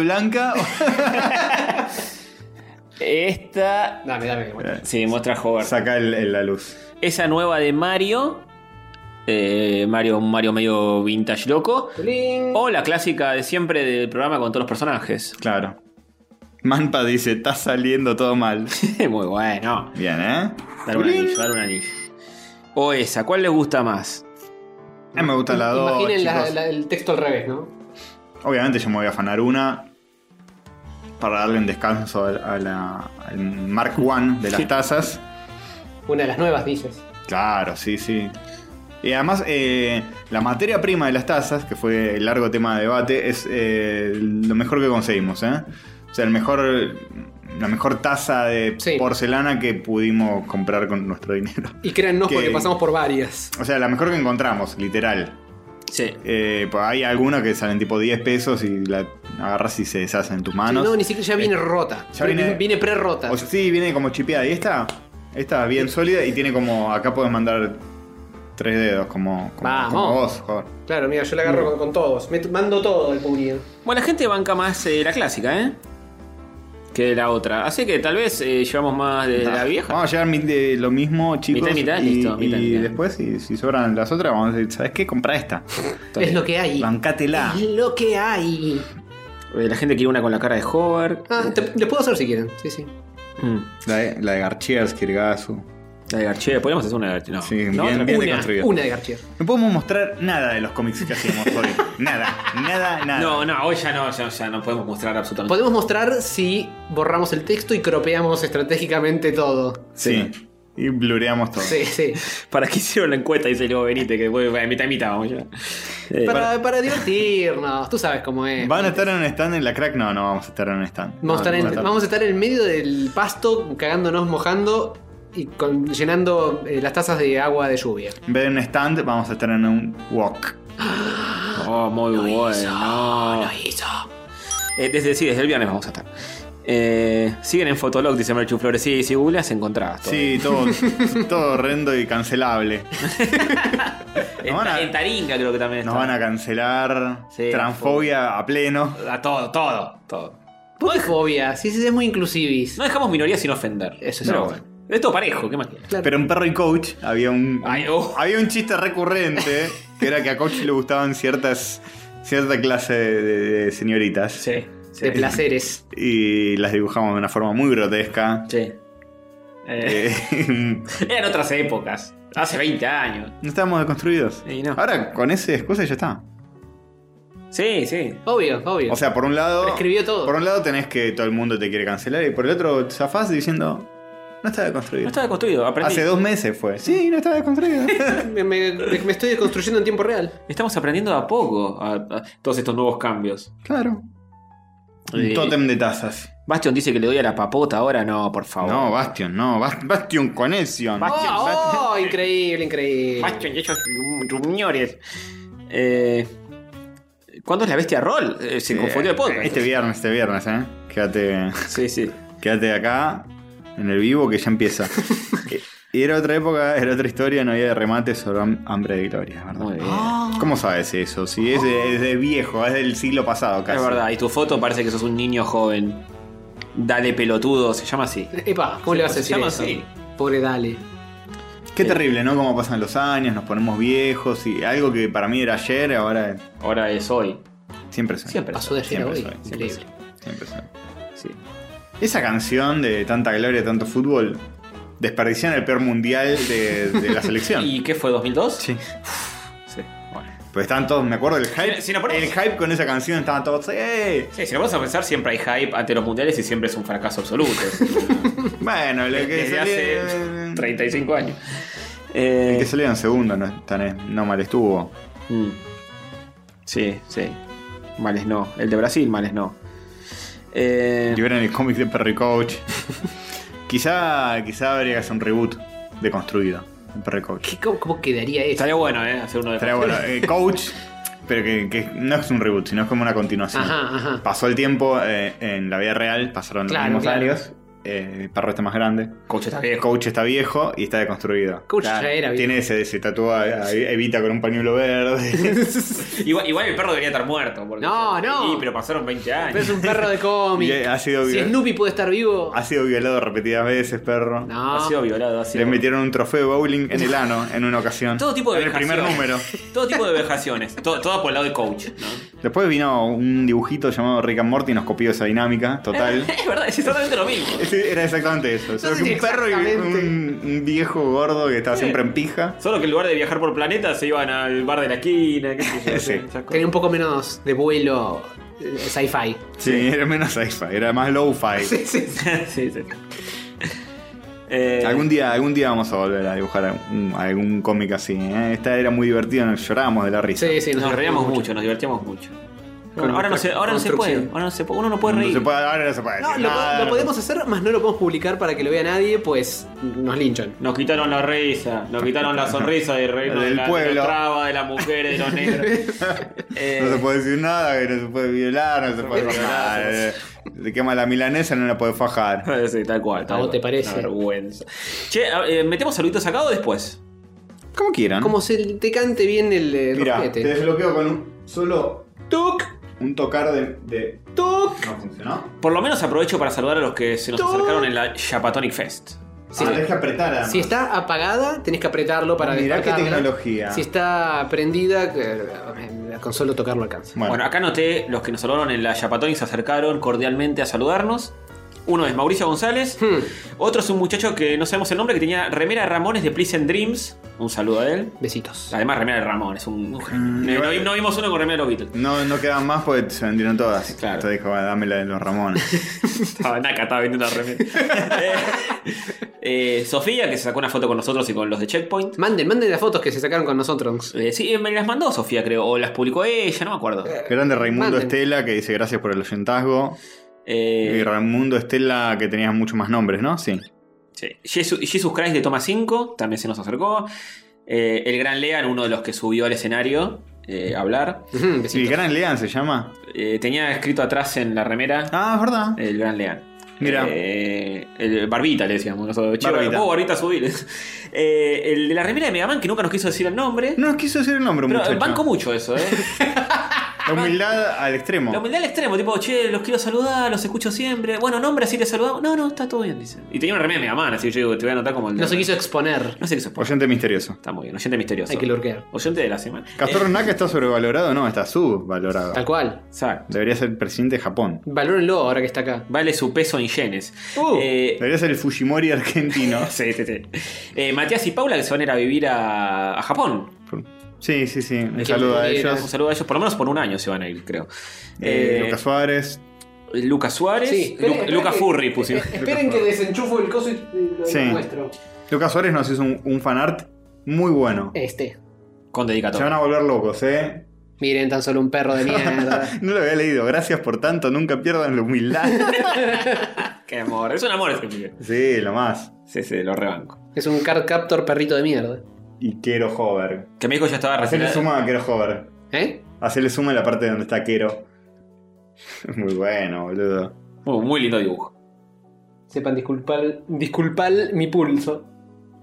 Speaker 1: (laughs)
Speaker 2: blanca.
Speaker 1: Esta.
Speaker 3: Dame, dame. bueno.
Speaker 1: Sí, muestra Hover.
Speaker 2: Saca el- el- la luz.
Speaker 1: Esa nueva de Mario. eh, Mario, un Mario medio vintage loco.
Speaker 3: Link.
Speaker 1: O la clásica de siempre del programa con todos los personajes.
Speaker 2: Claro. Manpa dice, está saliendo
Speaker 1: (laughs)
Speaker 2: todo mal.
Speaker 1: Muy bueno.
Speaker 2: Bien, ¿eh?
Speaker 1: Dar un anillo, dar un anillo. O esa, ¿cuál les gusta más?
Speaker 2: A mí me gusta la dos.
Speaker 3: Imaginen la-
Speaker 2: chicos.
Speaker 3: la- el texto al revés, ¿no?
Speaker 2: Obviamente yo me voy a afanar una para darle un descanso al, a la- al Mark One de las
Speaker 1: Sí.
Speaker 2: tazas.
Speaker 3: Una de las nuevas, dices.
Speaker 2: Claro, sí, sí. Y además, eh, la materia prima de las tazas, que fue el largo tema de debate, es eh, lo mejor que conseguimos, ¿eh? O sea, el mejor, la mejor taza de
Speaker 3: Sí.
Speaker 2: porcelana que pudimos comprar con nuestro dinero.
Speaker 3: Y créannos
Speaker 2: Que-
Speaker 3: porque pasamos por varias.
Speaker 2: O sea, la mejor que encontramos, literal.
Speaker 1: Sí.
Speaker 2: Eh, pues hay algunas que salen tipo 10 pesos y la agarras y se deshacen en tus manos.
Speaker 3: No, ni siquiera ya viene rota.
Speaker 2: Ah, Ya viene-
Speaker 3: viene pre-rota.
Speaker 2: O sea, sí, viene como chipeada. Y esta, esta bien sólida y tiene como. Acá puedes mandar tres dedos, como, como,
Speaker 3: Vamos.
Speaker 2: como vos, joder.
Speaker 3: Claro, mira, yo la agarro con, con todos. Me mando todo el puño.
Speaker 1: Bueno, la gente banca más eh, la clásica, ¿eh? Que la otra. Así que tal vez eh, llevamos más de la vieja.
Speaker 2: Vamos a llevar mi- de lo mismo, chicos.
Speaker 1: Mitad y mitad,
Speaker 2: y,
Speaker 1: listo, mitad y
Speaker 2: y
Speaker 1: mitad.
Speaker 2: después, si, si sobran las otras, vamos a decir, ¿sabes qué? Compra esta.
Speaker 3: Es lo que hay.
Speaker 2: Bancátela.
Speaker 3: Es lo que hay.
Speaker 1: Eh, La gente quiere una con la cara de Hover.
Speaker 3: Ah, te- le puedo hacer si quieren. Sí, sí.
Speaker 1: Mm.
Speaker 2: La de, la de Garchiers, Kirgazu.
Speaker 1: La de García. Podríamos hacer una de García. No,
Speaker 2: Sí,
Speaker 1: no,
Speaker 2: bien,
Speaker 1: otra.
Speaker 2: bien
Speaker 1: Una.
Speaker 2: deconstruida.
Speaker 3: Una de Garchier.
Speaker 2: No podemos mostrar nada de los cómics
Speaker 1: (laughs)
Speaker 2: que hacíamos hoy. nada, nada, nada.
Speaker 1: No, no, hoy ya no, ya, ya no podemos mostrar
Speaker 2: Ah.
Speaker 1: absolutamente.
Speaker 3: Podemos mostrar si borramos el texto y cropeamos estratégicamente todo.
Speaker 2: Sí. Y blureamos todo.
Speaker 3: Sí, sí.
Speaker 1: ¿Para qué hicieron la encuesta? Dice luego Benítez, que bueno, mitad y mitad vamos ya. Eh,
Speaker 3: Para, para divertirnos. Tú sabes cómo es.
Speaker 2: ¿Van a estar en un stand en la crack? No, no vamos a estar en un stand.
Speaker 3: Vamos, a estar en, vamos a estar en medio del pasto, cagándonos, mojando y con- llenando eh, las tazas de agua de lluvia.
Speaker 2: En vez de un stand, vamos a estar en un walk.
Speaker 1: Oh, muy bueno.
Speaker 3: hizo.
Speaker 2: Ah.
Speaker 1: Eh, desde, sí, desde el viernes vamos a estar. Eh, siguen en Fotolog, dice Merchu Flores. Sí, si googleas encontrabas todo.
Speaker 2: Sí, todo, todo horrendo y cancelable.
Speaker 1: en,
Speaker 2: nos van a-
Speaker 1: en Taringa creo que también
Speaker 2: Nos
Speaker 1: está.
Speaker 2: van a cancelar.
Speaker 1: Sí,
Speaker 2: transfobia a pleno.
Speaker 1: a... todo, todo, todo.
Speaker 3: ¿Por qué fobia? Sí, sí, es muy inclusivis.
Speaker 1: No dejamos minorías sin ofender.
Speaker 3: Eso es
Speaker 1: Pero
Speaker 3: verdad.
Speaker 1: bueno. Es todo parejo, ¿qué más quieres?
Speaker 3: Claro.
Speaker 2: Pero en Perro y Coach había un,
Speaker 1: Ay, oh.
Speaker 2: había un chiste
Speaker 1: (laughs)
Speaker 2: recurrente que era que a Coach le gustaban ciertas cierta clase de, de- de señoritas.
Speaker 1: Sí, sí.
Speaker 3: de placeres.
Speaker 2: Y las dibujamos de una forma muy grotesca.
Speaker 1: Sí. Eh, (laughs)
Speaker 2: Eh, (laughs)
Speaker 1: eran otras épocas. Hace 20 años.
Speaker 2: no estábamos deconstruidos.
Speaker 1: Y no.
Speaker 2: Ahora con esa excusa ya está.
Speaker 1: Sí, sí.
Speaker 3: Obvio, obvio.
Speaker 2: O sea, por un lado.
Speaker 3: Prescribió todo.
Speaker 2: Por un lado tenés que todo el mundo te quiere cancelar. Y por el otro zafás diciendo. No está deconstruido.
Speaker 1: No estaba construido, aprendí.
Speaker 2: Hace dos meses fue. Sí, no está
Speaker 1: (laughs)
Speaker 2: deconstruido.
Speaker 3: me, me- me estoy deconstruyendo en tiempo real.
Speaker 1: Estamos aprendiendo de a poco a- a todos estos nuevos cambios.
Speaker 2: claro.
Speaker 1: Eh,
Speaker 2: Un tótem de tazas.
Speaker 1: Bastion dice que le doy a la papota ahora. No, por favor.
Speaker 2: No, Bastion, no. Bas- Bastion con Ezio.
Speaker 1: Bas- Bastion,
Speaker 3: ¡Oh, oh, increíble, increíble!
Speaker 1: y ellos juniores. Eh, ¿Cuándo es la bestia Roll? Eh, se confundió el podcast.
Speaker 2: Este viernes, este viernes, eh. Quédate,
Speaker 1: Sí, sí.
Speaker 2: quédate acá en el vivo que
Speaker 1: (laughs)
Speaker 2: ya empieza. y era otra época, era otra historia, no había remates, solo ham- hambre de gloria, ¿verdad? Ah.
Speaker 1: Muy bien.
Speaker 2: ¿Cómo sabes eso? Si es de, es de viejo, es del siglo pasado casi.
Speaker 1: Es verdad. Y tu foto parece que sos un niño joven. Dale pelotudo, se llama así.
Speaker 3: Epa, ¿cómo le vas a
Speaker 1: Se
Speaker 3: decir
Speaker 1: llama
Speaker 3: eso?
Speaker 1: así.
Speaker 3: Pobre Dale.
Speaker 2: Qué terrible, ¿no? Cómo pasan los años, nos ponemos viejos y algo que para mí era ayer, ahora
Speaker 1: Ahora es hoy.
Speaker 2: siempre soy.
Speaker 1: Siempre.
Speaker 3: Pasó de ayer
Speaker 2: Siempre
Speaker 3: a hoy.
Speaker 2: soy, siempre
Speaker 3: Increíble.
Speaker 2: Siempre soy.
Speaker 1: Sí.
Speaker 2: Esa canción de tanta gloria, tanto fútbol, desperdiciaron el peor mundial de,
Speaker 1: (laughs)
Speaker 2: de la selección.
Speaker 1: ¿Y qué fue, 2002?
Speaker 2: Sí.
Speaker 1: Sí. Bueno.
Speaker 2: Pues estaban todos, me acuerdo del hype.
Speaker 1: Si no ponemos-
Speaker 2: el hype con esa canción estaban todos. ¡Eh!
Speaker 1: Sí, si lo vamos a pensar, siempre hay hype ante los mundiales y siempre es un fracaso
Speaker 2: (laughs)
Speaker 1: absoluto.
Speaker 2: Bueno, lo que
Speaker 1: Desde hace
Speaker 2: salió-
Speaker 1: 35 años.
Speaker 2: El que
Speaker 1: Eh,
Speaker 2: salió en segundo no, tan, eh, no mal estuvo.
Speaker 1: Mm. Sí, sí. Males no. El de Brasil, males no. Eh,
Speaker 2: Y vieron el cómic de
Speaker 1: (laughs)
Speaker 2: Perry Coach. quizá, quizá habría que hacer un reboot de construido en Perry Coach.
Speaker 3: ¿Qué- cómo, cómo quedaría eso?
Speaker 1: estaría bueno, ¿eh? Hacer uno de (laughs)
Speaker 2: Estaría bueno, eh, Coach, pero que, que no es un reboot, sino es como una continuación.
Speaker 3: Ajá, ajá.
Speaker 2: Pasó el tiempo eh, en la vida real, pasaron
Speaker 3: Claro,
Speaker 2: los mismos
Speaker 3: claro.
Speaker 2: años. eh, el perro está más grande.
Speaker 1: Coach está viejo.
Speaker 2: Eh, Coach está viejo y está deconstruido.
Speaker 3: Coach ya era viejo.
Speaker 2: Tiene ese, ese tatuaje, Evita con un pañuelo
Speaker 3: (laughs)
Speaker 2: verde.
Speaker 1: Igual, igual el perro debería estar muerto. porque-
Speaker 3: No, no.
Speaker 1: Sí, pero pasaron 20
Speaker 3: Pero
Speaker 1: años.
Speaker 3: es un perro de
Speaker 2: Y
Speaker 3: cómic.
Speaker 2: ha, sido
Speaker 3: si
Speaker 2: viol-
Speaker 3: Snoopy puede estar vivo.
Speaker 2: ha sido violado repetidas veces, perro.
Speaker 3: No.
Speaker 1: Ha sido violado. Ha
Speaker 2: Le
Speaker 1: sido...
Speaker 2: metieron un trofeo de bowling en el ano en una ocasión.
Speaker 1: Todo tipo de
Speaker 2: En el primer
Speaker 1: vejaciones.
Speaker 2: número.
Speaker 3: (laughs)
Speaker 1: Todo tipo de vejaciones. todo, todo por el lado de coach. ¿no?
Speaker 2: Después vino un dibujito llamado Rick and Morty y nos copió esa dinámica
Speaker 3: (laughs)
Speaker 2: total.
Speaker 1: Es verdad, es exactamente lo mismo.
Speaker 2: Ese Era exactamente eso. Solo
Speaker 3: sé
Speaker 2: que un
Speaker 3: si
Speaker 2: perro y
Speaker 3: exactamente.
Speaker 2: un, un viejo gordo que estaba siempre en pija.
Speaker 1: Solo que en lugar de viajar por planeta se iban al bar de la esquina. Qué sé yo,
Speaker 2: Sí.
Speaker 1: esas cosas.
Speaker 3: Tenía un poco menos de vuelo eh, sci-fi.
Speaker 2: Sí, era menos sci-fi, era más low-fi.
Speaker 3: Sí, sí, sí.
Speaker 1: (laughs) sí, sí. Eh,
Speaker 2: Algún día, algún día vamos a volver a dibujar un- algún cómic así. ¿eh? Esta era muy divertida, nos llorábamos de la risa.
Speaker 3: Sí, sí,
Speaker 1: Nos reíamos mucho, nos divertíamos mucho.
Speaker 3: Con
Speaker 1: ahora, no se, ahora no se puede.
Speaker 3: construcción.
Speaker 1: Ahora no se puede. Uno no puede
Speaker 2: No
Speaker 1: reír.
Speaker 2: se puede, ahora no se puede
Speaker 3: No,
Speaker 2: decir
Speaker 3: lo,
Speaker 2: nada,
Speaker 3: lo
Speaker 2: no-
Speaker 3: podemos hacer, más no lo podemos publicar para que lo vea nadie, pues nos linchan.
Speaker 1: Nos quitaron la risa, nos quitaron la sonrisa de reírnos
Speaker 2: Del
Speaker 1: de la,
Speaker 2: pueblo.
Speaker 1: de los trabas, de las mujeres, de los
Speaker 2: (laughs)
Speaker 1: negros. Eh,
Speaker 2: No se puede decir nada, que no se puede violar, no se puede fajar. eh, Se quema la milanesa, no la puede fajar.
Speaker 1: Eh, sí, tal cual. tal
Speaker 3: ¿A vos
Speaker 1: cual.
Speaker 3: te parece?
Speaker 1: Una vergüenza. Che, a- eh, ¿metemos saluditos acá o después?
Speaker 2: Como quieran.
Speaker 3: Como se te cante bien el eh,
Speaker 2: Mira, te
Speaker 3: rojete.
Speaker 2: desbloqueo con un solo
Speaker 3: Tuc,
Speaker 2: un tocar de. de-
Speaker 3: tuc.
Speaker 2: No funcionó.
Speaker 1: Por lo menos aprovecho para saludar a los que se nos
Speaker 3: Tú.
Speaker 1: acercaron en la Chapatonic Fest.
Speaker 3: Sí.
Speaker 2: Ah, tenés que apretar además.
Speaker 3: Si está apagada, tenés que apretarlo para
Speaker 2: Mirá qué
Speaker 3: despertarla.
Speaker 2: tecnología.
Speaker 3: Si está prendida, eh, con solo tocarlo alcanza.
Speaker 1: Bueno.
Speaker 2: Bueno,
Speaker 1: acá noté los que nos saludaron en la Chapatonic se acercaron cordialmente a saludarnos. Uno es Mauricio González.
Speaker 3: Hmm.
Speaker 1: Otro es un muchacho que no sabemos el nombre, que tenía remera Ramones de Pleasant Dreams. Un saludo a él.
Speaker 3: Besitos.
Speaker 1: Además, remera de Ramones. Un,
Speaker 2: Mm,
Speaker 1: no,
Speaker 2: igual-
Speaker 1: no vimos uno con remera de los Beatles.
Speaker 2: No, no quedan más porque se vendieron todas.
Speaker 1: Claro.
Speaker 2: Entonces dijo, "Ah, dame la de los
Speaker 3: (laughs)
Speaker 2: Ramones.
Speaker 1: Estaba Naka, estaba vendiendo una (laughs) remera. Eh, eh, Sofía, que se sacó una foto con nosotros y con los de Checkpoint.
Speaker 3: Manden, manden las fotos que se sacaron con nosotros.
Speaker 1: Eh, sí, me las mandó Sofía, creo. O las publicó ella, no me acuerdo.
Speaker 2: Grande Raimundo
Speaker 3: Manden.
Speaker 2: Estela que dice gracias por el oyentazgo. Y
Speaker 1: Eh,
Speaker 2: Raimundo Estela que tenía muchos más nombres, ¿no? Sí.
Speaker 1: sí. Jesus, Jesus Christ de Toma 5 también se nos acercó. Eh, el gran Lean, uno de los que subió al escenario eh, a hablar,
Speaker 3: Ujú,
Speaker 2: Y
Speaker 3: Hmm, besitos.
Speaker 2: Gran Lean se llama.
Speaker 1: eh, tenía escrito atrás en la remera
Speaker 2: Ah, es verdad.
Speaker 1: el gran Lean.
Speaker 2: Mira.
Speaker 1: Eh, el Barbita le decíamos nosotros. Che,
Speaker 2: Barbita.
Speaker 1: vos, Barbita, subile. (laughs) Eh, el de la remera de Megaman que nunca nos quiso decir el nombre.
Speaker 2: No nos quiso decir el nombre,
Speaker 1: pero eh,
Speaker 2: muchacho.
Speaker 1: banco mucho eso, ¿eh?
Speaker 2: La humildad al extremo.
Speaker 1: La humildad al extremo, tipo, che, los quiero saludar, los escucho siempre. Bueno, nombre así te saludamos. No, no, está todo bien, dice. Y tenía una remera de Megaman, así que yo digo, te voy a anotar como el.
Speaker 3: No se quiso exponer.
Speaker 1: No se quiso. por-
Speaker 2: Oyente misterioso.
Speaker 1: Está muy bien, oyente misterioso.
Speaker 3: Hay que lurquear.
Speaker 1: Oyente de la semana.
Speaker 2: Castor Naka está sobrevalorado, no, está subvalorado.
Speaker 3: Tal cual.
Speaker 1: Exacto.
Speaker 2: Debería ser presidente de Japón.
Speaker 3: Valórenlo ahora que está acá.
Speaker 1: Vale su peso en yenes.
Speaker 3: Uh.
Speaker 1: Eh,
Speaker 2: Debería ser el
Speaker 1: (laughs)
Speaker 2: Fujimori argentino.
Speaker 1: sí, sí, sí. Eh, Matías y Paula que se van a ir a vivir a, a Japón.
Speaker 2: Sí, sí, sí. Un
Speaker 3: ¿Quién
Speaker 2: saludo a
Speaker 3: pudiera?
Speaker 1: Un
Speaker 2: ellos.
Speaker 1: saludo a ellos, por lo menos por un año se van a ir, creo. Eh,
Speaker 2: Eh, Lucas Suárez.
Speaker 1: Lucas Suárez,
Speaker 3: Sí,
Speaker 1: Lu-
Speaker 3: esperen, esperen
Speaker 1: Lucas
Speaker 3: que-
Speaker 1: Furry
Speaker 3: eh,
Speaker 1: pusimos.
Speaker 3: eh, Esperen que desenchufo el coso y eh, lo
Speaker 2: Sí.
Speaker 3: lo muestro.
Speaker 2: Lucas Suárez nos hizo un, un fanart muy bueno.
Speaker 1: Eh.
Speaker 3: Este.
Speaker 1: Con
Speaker 2: Se
Speaker 1: dedicatoria.
Speaker 2: van a volver locos, ¿eh?
Speaker 3: Miren, tan solo un perro
Speaker 2: (laughs)
Speaker 3: de mierda.
Speaker 2: No lo había leído. Gracias por tanto. Nunca pierdan
Speaker 1: (laughs)
Speaker 2: la humildad.
Speaker 1: Qué amor. Es un amor este pibe.
Speaker 2: sí, lo más.
Speaker 1: Sí, sí, lo rebanco.
Speaker 3: es un card captor perrito de mierda.
Speaker 2: Y Kero Hover.
Speaker 1: Que mi hijo ya estaba Ah, recién.
Speaker 2: Hacerle suma a Kero Hover.
Speaker 3: ¿Eh?
Speaker 2: Hacerle suma en la parte donde está Kero. (laughs) Muy bueno, boludo.
Speaker 1: Muy, Uh, muy lindo dibujo.
Speaker 3: Sepan disculpar, disculpar mi pulso.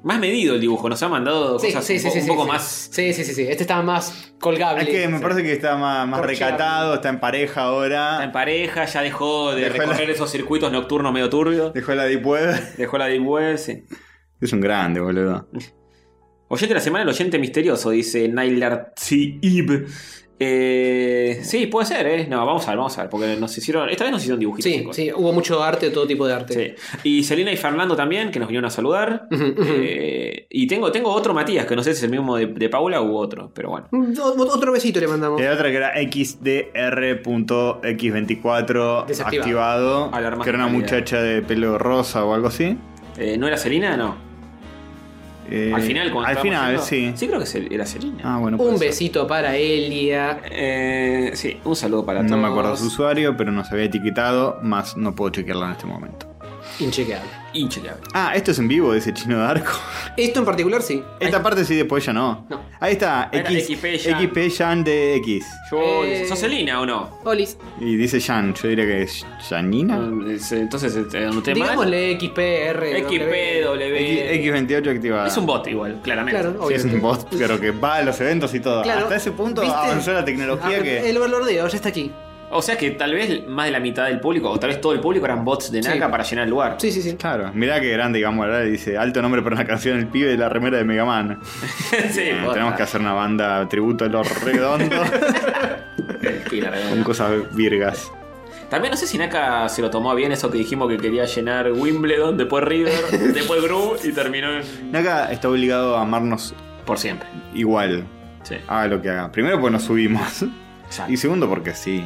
Speaker 1: Más medido el dibujo, nos ha mandado cosas un, po- un poco
Speaker 3: sí.
Speaker 1: más.
Speaker 3: Sí, sí, sí, sí. Este estaba más colgable.
Speaker 1: Ah,
Speaker 2: Es que me parece que está más, más
Speaker 3: Corcheable.
Speaker 2: recatado, está en
Speaker 1: Está
Speaker 2: pareja
Speaker 1: en
Speaker 2: ahora.
Speaker 1: pareja, ya dejó de
Speaker 2: Dejó la-
Speaker 1: recorrer esos circuitos nocturnos medio turbios.
Speaker 2: Dejó la Deep Web. (laughs)
Speaker 1: Dejó la Deep Web, sí.
Speaker 2: Es un grande, boludo.
Speaker 1: Oyente de la semana, el oyente misterioso, dice Nailar Ib. Eh, sí, puede ser, ¿eh? No, vamos a ver, vamos a ver, porque nos hicieron. Esta vez nos hicieron dibujitos. y
Speaker 3: Sí,
Speaker 1: cosas.
Speaker 3: sí. Hubo mucho arte, todo tipo de arte.
Speaker 1: Sí. Y Selena y Fernando también, que nos vinieron a saludar.
Speaker 3: Ujú, (laughs) ujú.
Speaker 1: Eh, y tengo, tengo otro Matías, que no sé si es el mismo de, de Paula u otro, pero bueno.
Speaker 3: Mm, o- Otro besito le mandamos.
Speaker 2: Y la otra que era XDR.X24
Speaker 3: Desactivado.
Speaker 2: activado.
Speaker 1: Alarma
Speaker 2: que era una
Speaker 1: de calidad.
Speaker 2: muchacha de pelo rosa o algo así.
Speaker 1: Eh, ¿No era Selena? No.
Speaker 2: Eh,
Speaker 1: al final, cuando
Speaker 2: Al final,
Speaker 1: estábamos
Speaker 2: sí.
Speaker 1: yendo- Sí, creo que se- era Selena.
Speaker 2: Ah, bueno. puede
Speaker 3: Un
Speaker 2: ser.
Speaker 3: besito para Elia.
Speaker 1: Eh, sí, un saludo para
Speaker 2: No
Speaker 1: todos.
Speaker 2: me acuerdo su usuario, pero nos había etiquetado, más no puedo chequearla en este momento.
Speaker 3: Inchequeable.
Speaker 1: Inchequeable.
Speaker 2: Ah, esto es en vivo, dice Chino de Arco.
Speaker 3: Esto en particular sí.
Speaker 2: Esta parte sí, después ya no.
Speaker 3: No.
Speaker 2: Ahí está,
Speaker 1: Ahí está,
Speaker 2: X,
Speaker 1: XP Yan.
Speaker 2: XP Yan de X.
Speaker 1: Yo-
Speaker 3: Eh.
Speaker 1: ¿Sos Selena o no?
Speaker 3: Olis.
Speaker 2: Y dice Yan, yo diría que es Yanina.
Speaker 1: Mm, es- Entonces, eh, anoté mal.
Speaker 3: Digámosle XPR.
Speaker 1: XPW.
Speaker 2: X, 28 activada.
Speaker 1: Es un bot igual, claramente.
Speaker 3: Claro,
Speaker 2: Sí,
Speaker 3: obvio.
Speaker 2: es un bot, pero que va a los eventos y todo.
Speaker 3: Claro.
Speaker 2: Hasta ese punto
Speaker 3: ¿Viste?
Speaker 2: avanzó la tecnología
Speaker 3: Ah,
Speaker 2: que.
Speaker 3: El overlordeo ya está aquí.
Speaker 1: O sea que tal vez más de la mitad del público, o tal vez todo el público eran bots de
Speaker 3: Sí.
Speaker 1: Naka para llenar el lugar.
Speaker 3: Sí, sí, sí.
Speaker 2: Claro, mirá qué grande, digamos, ¿verdad? Dice alto nombre para una canción, el pibe de la remera de Mega Man.
Speaker 1: (laughs) Sí,
Speaker 2: Eh,
Speaker 1: bot.
Speaker 2: tenemos que hacer una banda tributo a los redondos
Speaker 1: Sí, la verdad.
Speaker 2: con cosas virgas.
Speaker 1: También no sé si Naka se lo tomó bien eso que dijimos que quería llenar Wimbledon, después
Speaker 3: (laughs)
Speaker 1: River, después Groove y terminó en-
Speaker 2: Naka está obligado a amarnos
Speaker 1: por siempre.
Speaker 2: igual,
Speaker 1: Sí.
Speaker 2: haga lo que haga. Primero porque nos subimos.
Speaker 1: Exacto.
Speaker 2: Y segundo porque sí.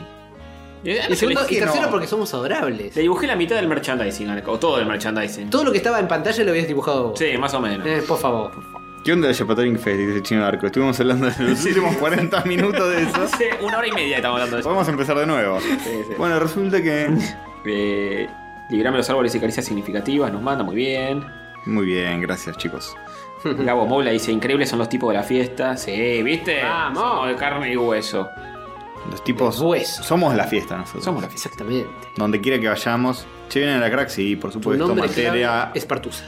Speaker 1: Eh,
Speaker 3: Y, segundo,
Speaker 1: le-
Speaker 3: y
Speaker 2: no.
Speaker 3: tercero porque somos adorables.
Speaker 1: Le dibujé la mitad del merchandising, Naka, o todo el merchandising.
Speaker 3: Todo lo que estaba en pantalla lo habías dibujado vos.
Speaker 1: Sí, más o menos.
Speaker 3: Eh, por favor.
Speaker 2: ¿Qué onda el Japatoring Fest? Dice Chino de Arco. Estuvimos hablando de
Speaker 3: (laughs)
Speaker 2: los últimos 40 minutos de eso.
Speaker 1: Hace una hora y media estamos hablando de eso.
Speaker 2: Podemos empezar de nuevo.
Speaker 1: Sí, sí.
Speaker 2: Bueno, resulta
Speaker 3: (laughs)
Speaker 2: que.
Speaker 1: Eh, librame los árboles y caricias significativas, nos manda muy bien.
Speaker 2: Muy bien, gracias chicos.
Speaker 1: Gabo Mola dice, increíbles son los tipos de la fiesta. Sí, ¿viste?
Speaker 3: Vamos.
Speaker 1: Somos de carne y hueso.
Speaker 2: Los tipos.
Speaker 3: Hueso.
Speaker 2: Somos la fiesta nosotros.
Speaker 1: Somos la fiesta.
Speaker 3: Exactamente.
Speaker 2: Donde quiera que vayamos. Che, vienen a la crack, sí, por
Speaker 3: Tu
Speaker 2: supuesto.
Speaker 3: nombre
Speaker 2: Materia.
Speaker 3: clave es Partusa.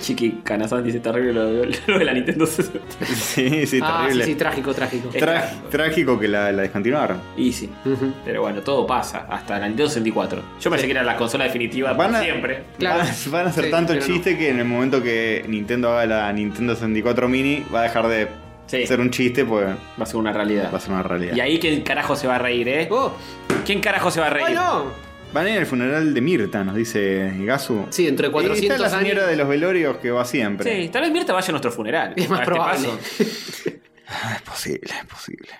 Speaker 1: Chiqui Canazán dice, terrible lo, de- (laughs) lo de la Nintendo 60.
Speaker 2: (laughs) Sí, sí,
Speaker 3: Ah, sí,
Speaker 2: terrible.
Speaker 3: sí, trágico, trágico.
Speaker 1: Eh.
Speaker 2: Tra-
Speaker 1: trágico.
Speaker 2: Trágico que la, la descontinuaron.
Speaker 1: Y sí.
Speaker 3: Ujú.
Speaker 1: Pero bueno, todo pasa, hasta la Nintendo 64. Yo pensé que era la consola definitiva
Speaker 2: Van
Speaker 1: para
Speaker 2: a-
Speaker 1: siempre.
Speaker 3: Claro.
Speaker 2: Van, a- van a hacer
Speaker 3: Sí,
Speaker 2: tanto el
Speaker 3: pero no.
Speaker 2: chiste que en el momento que Nintendo haga la Nintendo 64 Mini va a dejar de
Speaker 1: Sí.
Speaker 2: ser un chiste, pues va
Speaker 1: Va a ser una realidad.
Speaker 2: a ser una realidad.
Speaker 1: Y ahí quién carajo se va a reír, ¿eh?
Speaker 3: Oh,
Speaker 1: ¿Quién carajo se va a reír?
Speaker 3: ¡Ay, no!
Speaker 2: Van a ir al funeral de Mirta, nos dice Gasu.
Speaker 3: Sí, entre 400
Speaker 2: Y está la
Speaker 3: años.
Speaker 2: señora de los velorios que va siempre.
Speaker 1: Sí, tal vez Mirta vaya a nuestro funeral.
Speaker 3: Es más
Speaker 1: A este
Speaker 3: probable.
Speaker 1: paso.
Speaker 2: Ah, es posible, es posible.
Speaker 3: Eh.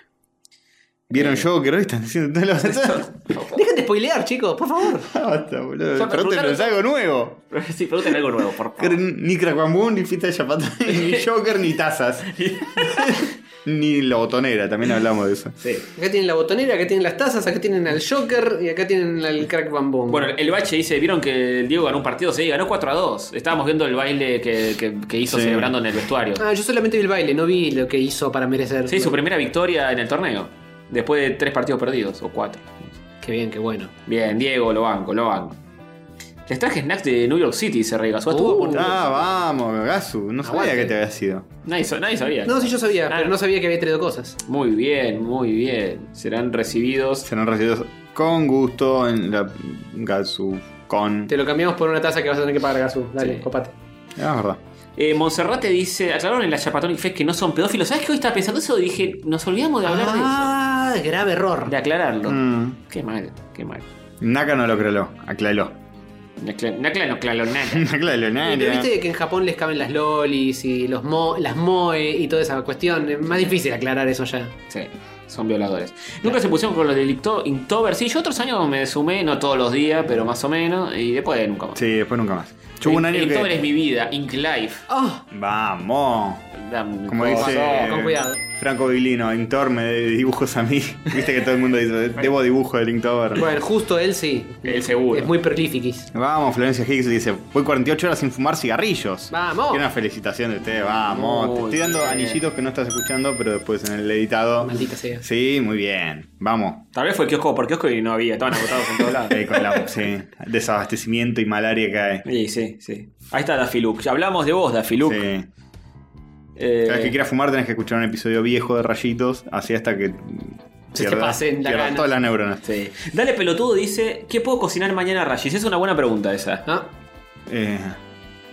Speaker 2: ¿Vieron yo que hoy están diciendo todos los...
Speaker 3: (laughs) Dejen de spoilear, chicos, por favor.
Speaker 2: (laughs) Basta, boludo.
Speaker 1: Ya, pero
Speaker 2: Pregúntenos
Speaker 1: preguntaron-
Speaker 2: algo nuevo.
Speaker 1: (laughs) sí, pregunten algo nuevo, por
Speaker 3: Ah.
Speaker 1: favor.
Speaker 2: Ni Cracuambún, ni Fita de
Speaker 3: (laughs)
Speaker 2: Chapata, ni Joker, ni tazas. (laughs) ni la botonera, también hablamos
Speaker 3: (laughs)
Speaker 2: de eso.
Speaker 1: Sí.
Speaker 3: Acá tienen la botonera, acá tienen las tazas, acá tienen al Joker y acá tienen al Crack Bambón.
Speaker 1: Bueno, el bache dice, ¿vieron que el Diego ganó un partido? Sí, ganó 4 a 2. Estábamos viendo el baile que, que- que hizo
Speaker 2: Sí.
Speaker 1: celebrando en el vestuario.
Speaker 3: Ah, yo solamente vi el baile, no vi lo que hizo para merecer.
Speaker 1: Sí, su primera victoria en el torneo. Después de 3 partidos perdidos, o 4.
Speaker 3: Qué bien, qué bueno.
Speaker 1: Bien, Diego, lo banco, lo banco. Les traje snacks de New York City, se regasó. Estuvo
Speaker 3: Uh.
Speaker 1: por-
Speaker 2: Ah, vamos, Gasu. No sabía
Speaker 3: Aguante.
Speaker 2: que te había sido.
Speaker 1: nadie, sa- nadie sabía.
Speaker 3: No, sí, yo sabía,
Speaker 1: Ah,
Speaker 3: pero no sabía que había traído cosas.
Speaker 1: Muy bien, muy bien. Serán recibidos.
Speaker 2: Serán recibidos con gusto en la Gasu con.
Speaker 3: Te lo cambiamos por una taza que vas a tener que pagar, Gasú. Dale,
Speaker 1: Sí.
Speaker 3: copate.
Speaker 2: Ah, verdad.
Speaker 1: Eh, Montserrat te dice, aclararon en la Chapatonic Fest que no son pedófilos. ¿Sabes que hoy estaba pensando eso? Y dije, nos olvidamos de hablar
Speaker 3: Ah, grave
Speaker 1: de eso.
Speaker 3: error.
Speaker 1: De aclararlo.
Speaker 2: Mm.
Speaker 1: Qué mal, qué mal.
Speaker 2: Naka no lo aclaró. Aclaró. (laughs)
Speaker 1: Nacla- Nacla no aclaró nada.
Speaker 2: No aclaró nada.
Speaker 3: Y pero viste que en Japón les caben las lolis y los mo- las moe y toda esa cuestión. Es más difícil aclarar eso ya.
Speaker 1: Sí, son violadores. Nunca se pusieron con los delicto Inktober. Sí, yo otros años me sumé, no todos los días, pero más o menos. Y después nunca más.
Speaker 2: Sí, después nunca más. Yo hubo un año
Speaker 1: Inktober es
Speaker 2: que.
Speaker 1: mi vida, Ink Life.
Speaker 3: ¡Oh!
Speaker 2: Vamos.
Speaker 1: Dame
Speaker 2: Como
Speaker 1: cosas.
Speaker 2: dice
Speaker 3: con cuidado.
Speaker 2: Franco Vilino, Inktober me debe dibujos a mí. (laughs) Viste que todo el mundo dice, debo dibujo del Inktober.
Speaker 3: Bueno, justo él sí.
Speaker 1: El seguro.
Speaker 3: Es muy prolífiquis.
Speaker 2: Vamos, Florencia Higgs dice, fue 48 horas sin fumar cigarrillos.
Speaker 3: Vamos.
Speaker 2: Qué una felicitación de ustedes, vamos.
Speaker 1: Muy
Speaker 2: Te estoy dando
Speaker 1: bien.
Speaker 2: anillitos que no estás escuchando, pero después en el editado.
Speaker 3: Maldita sea.
Speaker 2: Sí, muy bien. Vamos.
Speaker 1: Tal vez fue kiosco por kiosco y no había, estaban agotados en todos lados.
Speaker 2: Eh, con
Speaker 3: (laughs)
Speaker 2: la- sí, desabastecimiento y malaria que hay.
Speaker 1: Sí, sí, sí. Ahí está Dafiluk. Ya hablamos de vos, Dafiluk.
Speaker 2: Sí.
Speaker 1: Eh,
Speaker 2: Cada vez que quieras fumar tenés que escuchar un episodio viejo de rayitos, así hasta que
Speaker 3: Se te
Speaker 2: pierdas-
Speaker 3: pasen la
Speaker 2: pierdas
Speaker 3: gana.
Speaker 2: todas las neuronas.
Speaker 1: sí. Dale pelotudo dice, ¿qué puedo cocinar mañana, Rayis? Es una buena pregunta esa.
Speaker 3: Ah,
Speaker 2: Eh,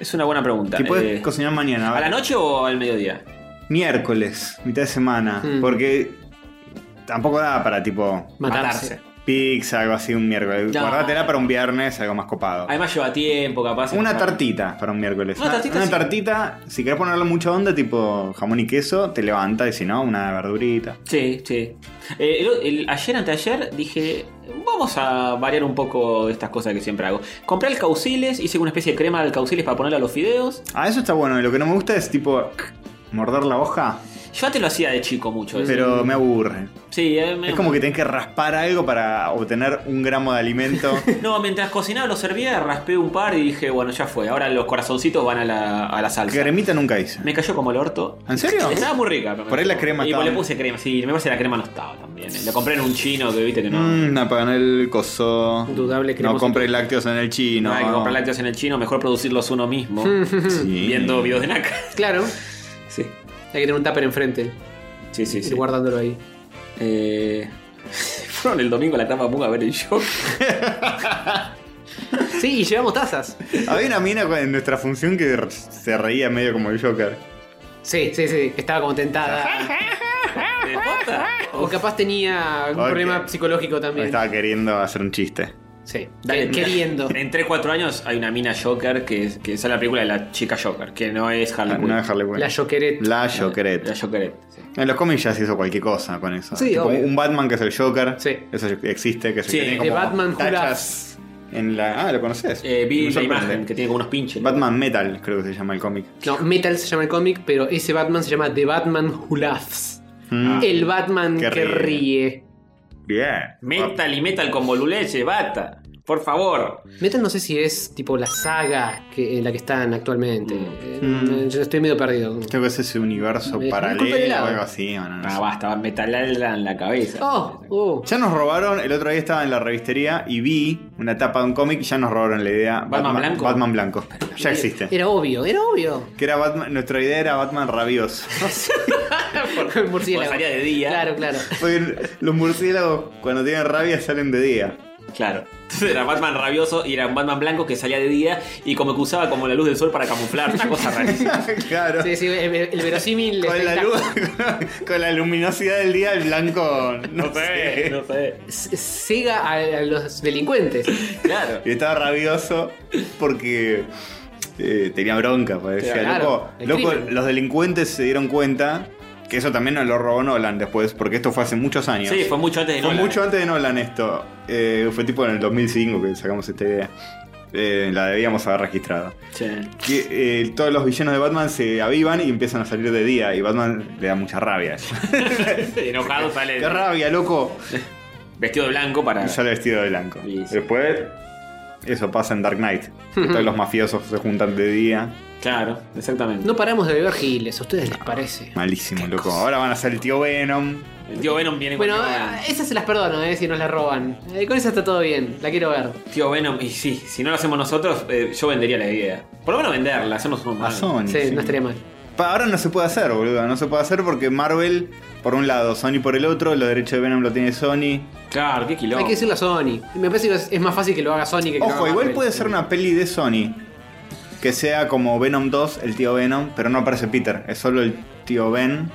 Speaker 1: Es una buena pregunta.
Speaker 2: ¿Qué puedes
Speaker 1: Eh,
Speaker 2: cocinar mañana?
Speaker 1: ¿A la noche o al mediodía?
Speaker 2: Miércoles, mitad de semana.
Speaker 3: Hmm.
Speaker 2: Porque tampoco da para tipo
Speaker 3: matarse.
Speaker 2: pizza, algo así un miércoles.
Speaker 1: Ya.
Speaker 2: Guardatela para un viernes, algo más copado.
Speaker 1: Además lleva tiempo, capaz.
Speaker 2: Una
Speaker 1: capaz.
Speaker 2: tartita para un miércoles.
Speaker 1: Una tartita, sí.
Speaker 2: tartita, si querés ponerle mucha onda, tipo jamón y queso, te levanta y si no, una verdurita.
Speaker 1: Sí, sí. Eh, el- el- ayer, anteayer, dije, vamos a variar un poco estas cosas que siempre hago. Compré alcauciles, hice una especie de crema de alcauciles para ponerle a los fideos.
Speaker 2: Ah, eso está bueno. y Lo que no me gusta es tipo (clears throat) morder la hoja,
Speaker 1: Yo antes lo hacía de chico mucho. eso.
Speaker 2: pero me aburre.
Speaker 1: sí, eh, me-
Speaker 2: Es como que tenés que raspar algo para obtener un gramo de
Speaker 1: (laughs)
Speaker 2: alimento.
Speaker 1: No, mientras cocinaba los servía, raspé un par y dije, bueno, ya fue. Ahora los corazoncitos van a la, a la salsa.
Speaker 2: Cremita nunca hice.
Speaker 1: Me cayó como el orto.
Speaker 2: ¿En serio?
Speaker 1: Estaba muy rica. pero me
Speaker 2: Por ahí la
Speaker 1: gustó.
Speaker 2: crema
Speaker 1: Y pues
Speaker 2: estaba-
Speaker 1: le puse crema, sí. Me parece que la crema no estaba también. eh. Lo compré en un chino que viste que no...
Speaker 2: Mmm, no, para ganar el coso.
Speaker 3: Dudable
Speaker 2: No
Speaker 3: cremoso.
Speaker 2: compré lácteos en el chino.
Speaker 1: No hay que comprar lácteos en el chino, mejor producirlos uno mismo.
Speaker 2: Mm. (laughs) Sí.
Speaker 1: Viendo videos de Naka.
Speaker 3: (laughs)
Speaker 1: (laughs)
Speaker 3: Claro.
Speaker 1: Sí,
Speaker 3: Hay que tener un tupper enfrente.
Speaker 1: sí, sí.
Speaker 3: Y
Speaker 1: sí.
Speaker 3: guardándolo ahí.
Speaker 1: Eh, (laughs) fueron el domingo a la tapa Muga a ver el
Speaker 5: (laughs)
Speaker 1: show.
Speaker 3: Sí, y llevamos tazas.
Speaker 2: Había una mina en nuestra función que r- se reía medio como el Joker.
Speaker 3: Sí, sí, sí. que Estaba como tentada.
Speaker 1: ¿De posta?
Speaker 3: O capaz tenía algún
Speaker 2: Ok.
Speaker 3: problema psicológico también.
Speaker 2: Estaba queriendo hacer un chiste.
Speaker 3: Sí.
Speaker 1: Dale,
Speaker 3: Que- queriendo.
Speaker 1: En 3-4 años hay una mina Joker que, que sale la película de la chica Joker, que no es Harley Quinn.
Speaker 2: Ah, No dejarle
Speaker 3: La Jokerette.
Speaker 2: La
Speaker 1: La
Speaker 2: Jokerette.
Speaker 1: Jokerette, sí.
Speaker 2: En los cómics ya se hizo cualquier cosa con eso.
Speaker 3: Sí,
Speaker 2: Tipo,
Speaker 3: obvio.
Speaker 2: un Batman que es el Joker.
Speaker 3: Sí.
Speaker 2: Eso existe, que es el
Speaker 1: Sí,
Speaker 2: que tiene
Speaker 1: de
Speaker 2: como
Speaker 3: Batman Who
Speaker 2: tachas en la. Ah, ¿lo conoces?
Speaker 1: Eh, vi
Speaker 2: Me
Speaker 1: la
Speaker 2: sorprende.
Speaker 1: imagen que tiene como unos pinches.
Speaker 2: Batman Metal, creo que se llama el cómic.
Speaker 3: No, Metal se llama el cómic, pero ese Batman se llama The Batman Who Laughs.
Speaker 1: Ah.
Speaker 2: Mm.
Speaker 3: el Batman
Speaker 2: que
Speaker 3: que,
Speaker 2: ríe.
Speaker 3: ríe.
Speaker 2: Bien.
Speaker 1: Metal y metal con boluleche, bata. Por favor.
Speaker 3: Metal no sé si es tipo la saga que, en la que están actualmente. Eh,
Speaker 2: Mm.
Speaker 3: Yo estoy medio perdido.
Speaker 2: Creo que es ese universo
Speaker 3: Me- me culpa el
Speaker 2: paralelo o
Speaker 3: helado.
Speaker 2: algo así. o no, no
Speaker 1: Ah,
Speaker 2: sé.
Speaker 1: basta, metalarla en la cabeza.
Speaker 3: Oh, oh.
Speaker 2: Ya nos robaron, el otro día estaba en la revistería y vi una tapa de un cómic y ya nos robaron la idea.
Speaker 1: ¿Batman blanco?
Speaker 2: Batman blanco. Ya existe.
Speaker 3: Era obvio, era
Speaker 2: (laughs)
Speaker 3: obvio.
Speaker 2: Que era Batman, nuestra idea era Batman rabioso. (laughs)
Speaker 3: Por, murciélago.
Speaker 1: salía de día.
Speaker 3: Claro, claro.
Speaker 2: Porque los murciélagos cuando tienen rabia salen de día. (laughs)
Speaker 1: Claro. Entonces era Batman rabioso y era un Batman blanco que salía de día y como que usaba como la luz del sol para camuflar. Una cosa
Speaker 2: (laughs)
Speaker 1: rarísima.
Speaker 2: claro.
Speaker 3: Sí, sí, el, el verosímil.
Speaker 2: Con la,
Speaker 3: está-
Speaker 2: luz, (laughs) con la luminosidad del día, el blanco.
Speaker 1: (laughs)
Speaker 2: No, sé.
Speaker 1: no sé.
Speaker 3: s- Ciega a, a los delincuentes.
Speaker 1: Claro.
Speaker 2: Y estaba rabioso porque eh, tenía bronca. pues, Decía,
Speaker 3: Claro,
Speaker 2: loco,
Speaker 3: el
Speaker 2: loco,
Speaker 3: crimen".
Speaker 2: los delincuentes se dieron cuenta que eso también nos lo robó Nolan después, porque esto fue hace muchos años.
Speaker 1: Sí, fue mucho antes de
Speaker 2: Fue
Speaker 1: Nolan.
Speaker 2: mucho antes de Nolan esto. Eh, fue tipo en el 2005 que sacamos esta idea. Eh, la debíamos haber registrado.
Speaker 1: Sí.
Speaker 2: Que, eh, todos los villanos de Batman se avivan y empiezan a salir de día. Y Batman le da mucha rabia.
Speaker 1: Enojado sale
Speaker 2: ¡Qué rabia, loco!
Speaker 1: vestido de blanco para.
Speaker 2: Y sale vestido de blanco.
Speaker 1: Sí, sí.
Speaker 2: Después, eso pasa en Dark
Speaker 3: (laughs)
Speaker 2: Knight. que Todos los mafiosos se juntan de día.
Speaker 1: Claro, exactamente.
Speaker 3: No paramos de beber giles, ¿a ustedes les parece?
Speaker 2: Malísimo, loco. Ahora van a ser el tío Venom.
Speaker 5: El tío Venom viene
Speaker 3: Bueno,
Speaker 5: con Tío Venom.
Speaker 3: eh, esas se las perdono, eh, si nos las roban. Eh, con esa está todo bien, la quiero ver.
Speaker 5: Tío Venom, y sí, si no lo hacemos nosotros, eh, yo vendería la idea. Por lo menos venderla, hacernos un
Speaker 2: A
Speaker 5: mal.
Speaker 2: Sony.
Speaker 3: Ah, Sí,
Speaker 2: sí.
Speaker 3: no estaría mal.
Speaker 2: Pa, ahora no se puede hacer, boludo. No se puede hacer porque Marvel, por un lado, Sony por el otro, los derechos de Venom lo tiene Sony.
Speaker 5: Claro, qué quilombo.
Speaker 3: Hay que decirlo a Sony. Me parece que es es más fácil que lo haga Sony que que lo
Speaker 2: Ojo,
Speaker 3: haga
Speaker 2: igual
Speaker 3: Marvel.
Speaker 2: puede ser una peli de Sony. Que sea como Venom 2, el tío Venom, pero no aparece Peter, es solo el tío Ben.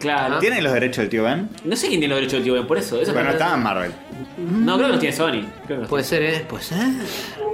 Speaker 5: Claro.
Speaker 2: ¿Tiene los derechos del tío Ben?
Speaker 5: No sé quién tiene los derechos del tío Ben, por eso. eso
Speaker 2: Bueno,
Speaker 5: me-
Speaker 2: está en Marvel.
Speaker 5: No, creo que los tiene Sony. Creo que los
Speaker 3: Puede ser, ¿eh? Puede ser.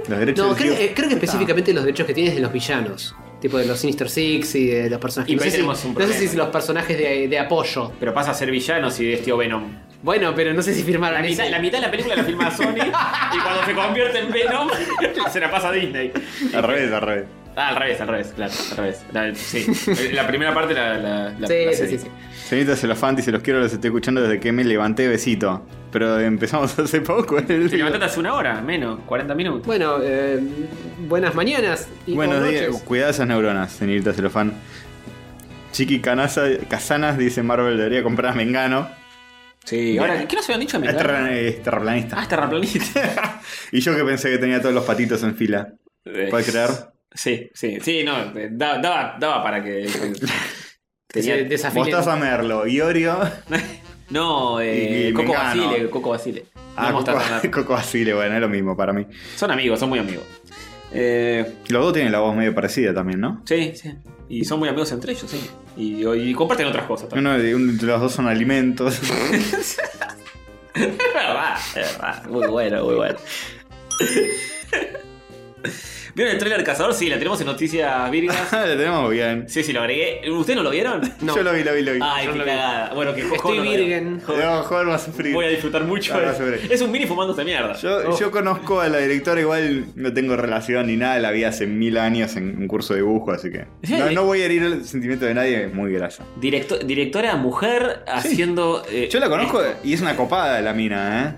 Speaker 2: Los derechos
Speaker 3: No,
Speaker 2: del
Speaker 3: creo,
Speaker 2: tío-
Speaker 3: eh, creo que específicamente los derechos que tienes de los villanos. Tipo de los Sinister Six y de los personajes.
Speaker 5: Y
Speaker 3: no,
Speaker 5: ahí
Speaker 3: sé si,
Speaker 5: tenemos
Speaker 3: no
Speaker 5: un
Speaker 3: sé
Speaker 5: problema.
Speaker 3: si es los personajes de, de apoyo.
Speaker 5: Pero pasa a ser villano si es tío Venom.
Speaker 3: Bueno, pero no sé si firmaron
Speaker 5: La mitad,
Speaker 3: ese.
Speaker 5: la mitad de la película la filma Sony y cuando se convierte en Venom (laughs) se la pasa a Disney.
Speaker 2: Al revés, al revés.
Speaker 5: Ah, al revés, al revés, claro, al revés. La, sí, la primera parte la, la, la-
Speaker 3: Sí,
Speaker 5: la
Speaker 3: sí,
Speaker 5: serie.
Speaker 3: sí, sí.
Speaker 2: Señorita Celofante, se los quiero, los estoy escuchando desde que me levanté, besito. Pero empezamos (laughs) hace poco. ¿eh?
Speaker 5: Te levantaste hace una hora, menos, 40 minutos.
Speaker 3: Bueno, eh, buenas mañanas y
Speaker 2: Buenos
Speaker 3: o
Speaker 2: días,
Speaker 3: noches.
Speaker 2: cuidado esas neuronas, señorita Celofán. Chiqui Canasa- Casanas dice Marvel debería comprar a Mengano.
Speaker 5: Sí, ahora, ¿qué nos habían dicho a mi
Speaker 2: Es terra- es
Speaker 5: Ah, es
Speaker 2: terraplanista.
Speaker 5: terraplanista.
Speaker 2: Y yo que pensé que tenía todos los patitos en fila. ¿Puedes creer?
Speaker 5: Eh, Sí, sí, sí, no, eh, da- daba, daba para que.
Speaker 3: Que se
Speaker 5: tenía-
Speaker 3: desafíen.
Speaker 2: Mostaza Merlo, Iorio.
Speaker 5: no,
Speaker 2: Y-
Speaker 5: eh,
Speaker 2: y
Speaker 5: Coco
Speaker 2: Mengano.
Speaker 5: Basile, Coco Basile. No
Speaker 2: Ah,
Speaker 5: vamos a
Speaker 2: Coco,
Speaker 5: tardar.
Speaker 2: Coco Basile, (laughs) bueno, es lo mismo para mí.
Speaker 5: Son amigos, son muy amigos. Eh,
Speaker 2: Los dos tienen la voz medio parecida también, ¿no?
Speaker 5: sí, sí. Y son muy amigos entre ellos, sí. Y, y comparten otras cosas también.
Speaker 2: Uno de- un- los dos son alimentos. (laughs)
Speaker 5: Es verdad, es verdad. Muy bueno, muy bueno. (laughs) ¿Vieron el trailer Cazador? Sí, la tenemos en Noticias Virgas.
Speaker 2: Ah, lo tenemos bien.
Speaker 5: Sí, sí, lo agregué. ¿Ustedes no lo vieron?
Speaker 3: No.
Speaker 2: Yo lo vi, lo vi, lo vi.
Speaker 5: Ay,
Speaker 3: yo
Speaker 5: qué
Speaker 3: no lo vi.
Speaker 5: cagada. Bueno, que
Speaker 3: Estoy
Speaker 5: joder,
Speaker 3: virgen.
Speaker 5: joder.
Speaker 2: No, Joder, va a sufrir.
Speaker 5: Voy a disfrutar Oh. mucho.
Speaker 2: Ah, sobre.
Speaker 5: es un mini fumándose mierda.
Speaker 2: Yo, yo conozco a la directora, igual no tengo relación ni nada, la vi hace mil años en un curso de dibujo, así que.
Speaker 5: Sí.
Speaker 2: No, no voy a herir el sentimiento de nadie, es muy grasa.
Speaker 5: Directo- directora mujer haciendo. eh,
Speaker 2: Yo la conozco y es una copada la mina, ¿eh?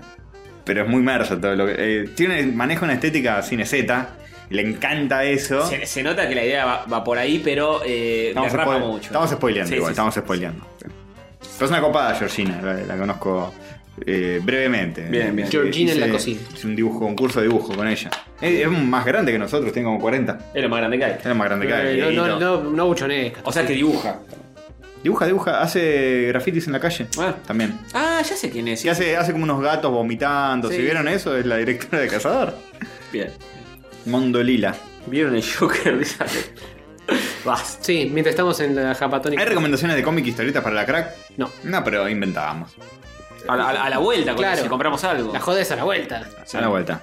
Speaker 2: Pero es muy mersa todo lo que. eh, tiene, maneja una estética cineceta, le encanta eso.
Speaker 5: se, se nota que la idea va, va por ahí, pero eh,
Speaker 2: estamos,
Speaker 5: derrapa
Speaker 2: spoil-
Speaker 5: mucho.
Speaker 2: estamos spoileando,
Speaker 5: Sí,
Speaker 2: igual,
Speaker 5: sí, sí.
Speaker 2: estamos spoileando. Pero es una copada, Georgina, la, la conozco eh, brevemente. Eh,
Speaker 5: Bien, bien.
Speaker 3: Georgina en la
Speaker 2: Hice-
Speaker 3: cocina.
Speaker 2: hice un dibujo, un curso de dibujo con ella. Es, es más grande que nosotros, tiene como 40.
Speaker 5: Es lo más grande que hay.
Speaker 2: Es la más grande que hay.
Speaker 3: Eh, no,
Speaker 2: Dieguito.
Speaker 3: no, no, no buchonees, Cato.
Speaker 5: O sea, que dibuja.
Speaker 2: Dibuja, dibuja, hace grafitis en la calle.
Speaker 5: Ah.
Speaker 2: También.
Speaker 5: Ah, ya
Speaker 2: (laughs)
Speaker 5: sé quién es.
Speaker 2: Y hace, hace como unos gatos vomitando.
Speaker 3: Sí.
Speaker 2: ¿Si vieron eso? Es la directora de Cazador.
Speaker 5: Bien.
Speaker 2: Mondolila.
Speaker 5: ¿Vieron el Joker? Dígale. Basta.
Speaker 3: Sí, mientras estamos en la japatónica.
Speaker 2: ¿Hay recomendaciones de cómic historietas para la crack?
Speaker 3: No.
Speaker 2: No, pero inventábamos.
Speaker 5: A la, a la- a la vuelta, con-
Speaker 3: Claro.
Speaker 5: si compramos algo.
Speaker 3: La joda es a la vuelta.
Speaker 2: A la vuelta.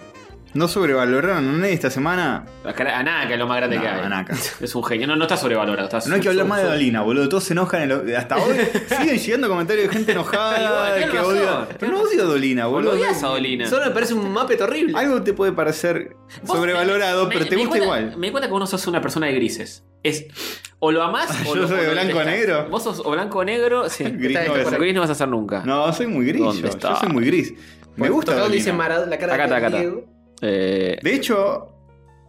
Speaker 2: No sobrevaloraron a nadie esta semana.
Speaker 5: A cara- a Naka es lo más grande
Speaker 2: No,
Speaker 5: que hay.
Speaker 2: a
Speaker 5: (laughs)
Speaker 2: Naka.
Speaker 5: Es un genio. No, no está sobrevalorado. Está
Speaker 2: No hay que
Speaker 5: sub-
Speaker 2: hablar
Speaker 5: sub-
Speaker 2: más de
Speaker 5: sub-
Speaker 2: Dolina, boludo. Todos se enojan. en lo- Hasta
Speaker 5: (laughs)
Speaker 2: hoy siguen llegando comentarios de gente enojada.
Speaker 5: Igual,
Speaker 2: que
Speaker 5: tenés
Speaker 2: odia-
Speaker 5: razón,
Speaker 2: Pero no odio a Dolina,
Speaker 5: Boludo,
Speaker 2: boludo.
Speaker 5: odias a Dolina.
Speaker 3: Solo me parece un mape horrible.
Speaker 2: Algo te puede parecer
Speaker 5: Vos- eh,
Speaker 2: sobrevalorado,
Speaker 5: me-
Speaker 2: pero te
Speaker 5: me di
Speaker 2: gusta
Speaker 5: cuenta-
Speaker 2: igual.
Speaker 5: Me di cuenta que vos no sos una persona de grises. Es o
Speaker 2: (laughs)
Speaker 5: lo amás o
Speaker 2: Yo
Speaker 5: lo-
Speaker 2: soy
Speaker 5: o
Speaker 2: de
Speaker 5: lo
Speaker 2: blanco
Speaker 5: detestás.
Speaker 2: o negro.
Speaker 5: Vos sos o blanco o
Speaker 2: (laughs)
Speaker 5: negro, sí.
Speaker 2: Gris
Speaker 3: Está
Speaker 2: no
Speaker 3: hecho
Speaker 2: es.
Speaker 3: por
Speaker 5: Gris no vas a ser nunca.
Speaker 2: No, soy muy gris.
Speaker 5: ¿Dónde
Speaker 2: Yo,
Speaker 5: está?
Speaker 2: Yo soy muy gris. Me gusta.
Speaker 3: Tocado
Speaker 2: Dolina.
Speaker 3: dice Mara- la cara
Speaker 5: Acá está,
Speaker 3: de
Speaker 5: acá está.
Speaker 3: Diego.
Speaker 5: Eh,
Speaker 2: De hecho,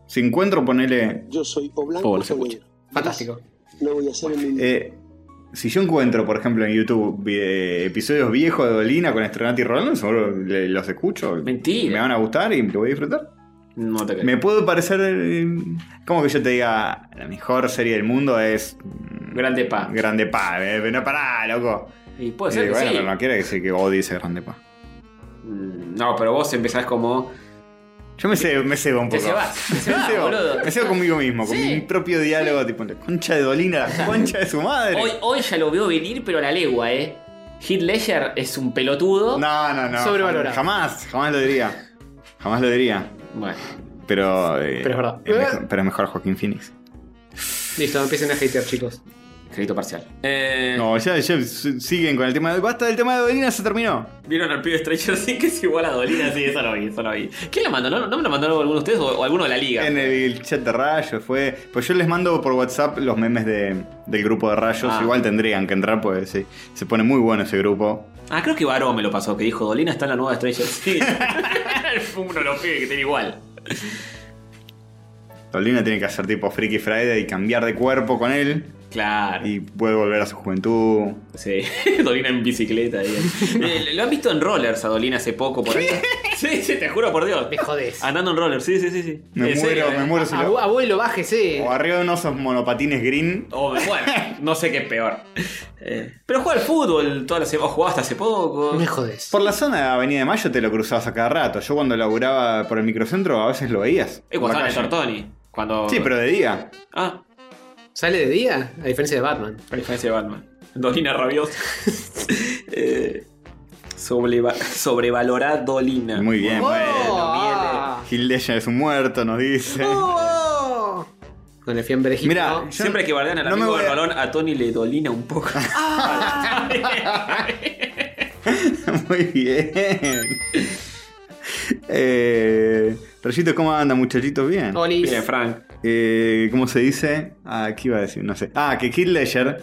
Speaker 2: si encuentro, ponele.
Speaker 6: Yo soy o blanco
Speaker 5: Pobre,
Speaker 6: o
Speaker 5: se escucha.
Speaker 6: negro.
Speaker 3: Fantástico.
Speaker 6: No voy a hacer un
Speaker 2: eh, si yo encuentro, por ejemplo, en YouTube vi- eh, episodios viejos de Dolina con Estrenati Roland, seguro le- los escucho.
Speaker 5: Mentira.
Speaker 2: Me van a gustar y lo voy a disfrutar.
Speaker 5: no te creo.
Speaker 2: Me puede parecer. eh, como que yo te diga, la mejor serie del mundo es. mm,
Speaker 5: Grande Pa.
Speaker 2: Grande Pa. eh, pero no pará, loco.
Speaker 5: Y puede ser
Speaker 2: Eh,
Speaker 5: que
Speaker 2: bueno,
Speaker 5: sí.
Speaker 2: pero no quiere decir que odie ese Grande Pa.
Speaker 5: Mm, No, pero vos empezás como.
Speaker 2: Yo me cebo, me cebo un
Speaker 5: Te
Speaker 2: poco.
Speaker 5: cebás,
Speaker 2: (laughs)
Speaker 5: te
Speaker 2: Me
Speaker 5: cebás,
Speaker 2: cebo.
Speaker 5: boludo.
Speaker 2: Me cebo conmigo mismo, con
Speaker 5: Sí.
Speaker 2: mi propio diálogo, tipo, la concha de Dolina, la concha de su madre.
Speaker 5: Hoy, hoy ya lo veo venir, pero a la legua, eh. Heath Ledger es un pelotudo.
Speaker 2: No, no, no.
Speaker 3: Sobrevalorado.
Speaker 2: Jamás, jamás lo diría. Jamás lo diría.
Speaker 5: Bueno.
Speaker 2: Pero. eh,
Speaker 3: Pero es verdad.
Speaker 2: mejor- pero es mejor Joaquín Phoenix.
Speaker 3: Listo, empiecen a hatear, chicos.
Speaker 5: Crédito parcial. Eh,
Speaker 2: No, ya, ya s- siguen con el tema de. Basta del tema de Dolina, se terminó.
Speaker 5: ¿Vieron al pibe Stranger Things que es igual a Dolina? Sí, eso lo vi, eso lo vi. ¿Quién lo mandó? ¿No, no me lo mandó alguno de ustedes o, o alguno de la liga?
Speaker 2: En el chat de rayos fue. Pues yo les mando por WhatsApp los memes de, del grupo de rayos.
Speaker 5: Ah.
Speaker 2: Igual tendrían que entrar, pues sí. Se pone muy bueno ese grupo.
Speaker 5: Ah, creo que Baró me lo pasó, que dijo Dolina está en la nueva Stranger
Speaker 2: (laughs)
Speaker 5: (laughs) Things. Fue uno de los pibes que tiene igual.
Speaker 2: Dolina tiene que hacer tipo Freaky Friday y cambiar de cuerpo con él.
Speaker 5: Claro.
Speaker 2: Y puede volver a su juventud.
Speaker 5: Sí, (laughs) Dolina en bicicleta. ahí. (laughs) Eh, Lo han visto en rollers a Dolina hace poco por ahí. Sí, sí, te juro por Dios.
Speaker 3: Me
Speaker 2: Ah,
Speaker 3: jodés.
Speaker 5: Andando en rollers, sí, sí, sí. sí.
Speaker 2: Me
Speaker 5: En serio,
Speaker 2: muero,
Speaker 5: eh.
Speaker 2: me muero si
Speaker 3: Abu-
Speaker 2: lo.
Speaker 3: abuelo, bájese.
Speaker 2: O arriba de unos monopatines green.
Speaker 5: O,
Speaker 2: (laughs)
Speaker 5: bueno, no sé qué es peor. Eh, pero juega al fútbol toda la semana. O jugaba hasta hace poco.
Speaker 3: Me jodés.
Speaker 2: Por la zona de Avenida de Mayo te lo cruzabas a cada rato. Yo cuando laburaba por el microcentro a veces lo veías.
Speaker 5: Eh,
Speaker 2: por
Speaker 5: cuando
Speaker 2: la
Speaker 5: estaba en el
Speaker 2: calle.
Speaker 5: Tortoni. Cuando...
Speaker 2: Sí, pero de día.
Speaker 5: Ah,
Speaker 3: ¿Sale de día? A diferencia de Batman.
Speaker 5: a diferencia de Batman. Dolina rabiosa. (laughs) eh, sobreva- sobrevalorada Dolina.
Speaker 2: Muy bien,
Speaker 3: ¡Oh!
Speaker 2: bueno.
Speaker 3: Ah.
Speaker 2: Gildeya es un muerto, nos dice.
Speaker 3: ¡Oh! Con el fiambre egipcio.
Speaker 2: Mirá,
Speaker 3: ¿no?
Speaker 2: yo-
Speaker 5: Siempre que bardean al
Speaker 2: no me
Speaker 5: amigo
Speaker 2: voy
Speaker 5: del
Speaker 2: a-
Speaker 5: balón, a Tony le dolina un
Speaker 2: (laughs)
Speaker 5: poco.
Speaker 2: (laughs) Muy bien. Eh, Rayito, ¿cómo anda, muchachitos? Bien.
Speaker 3: Olis.
Speaker 5: Bien, Frank.
Speaker 2: Eh, ¿Cómo se dice? Ah, ¿qué iba a decir? No sé. Ah, que Hitler.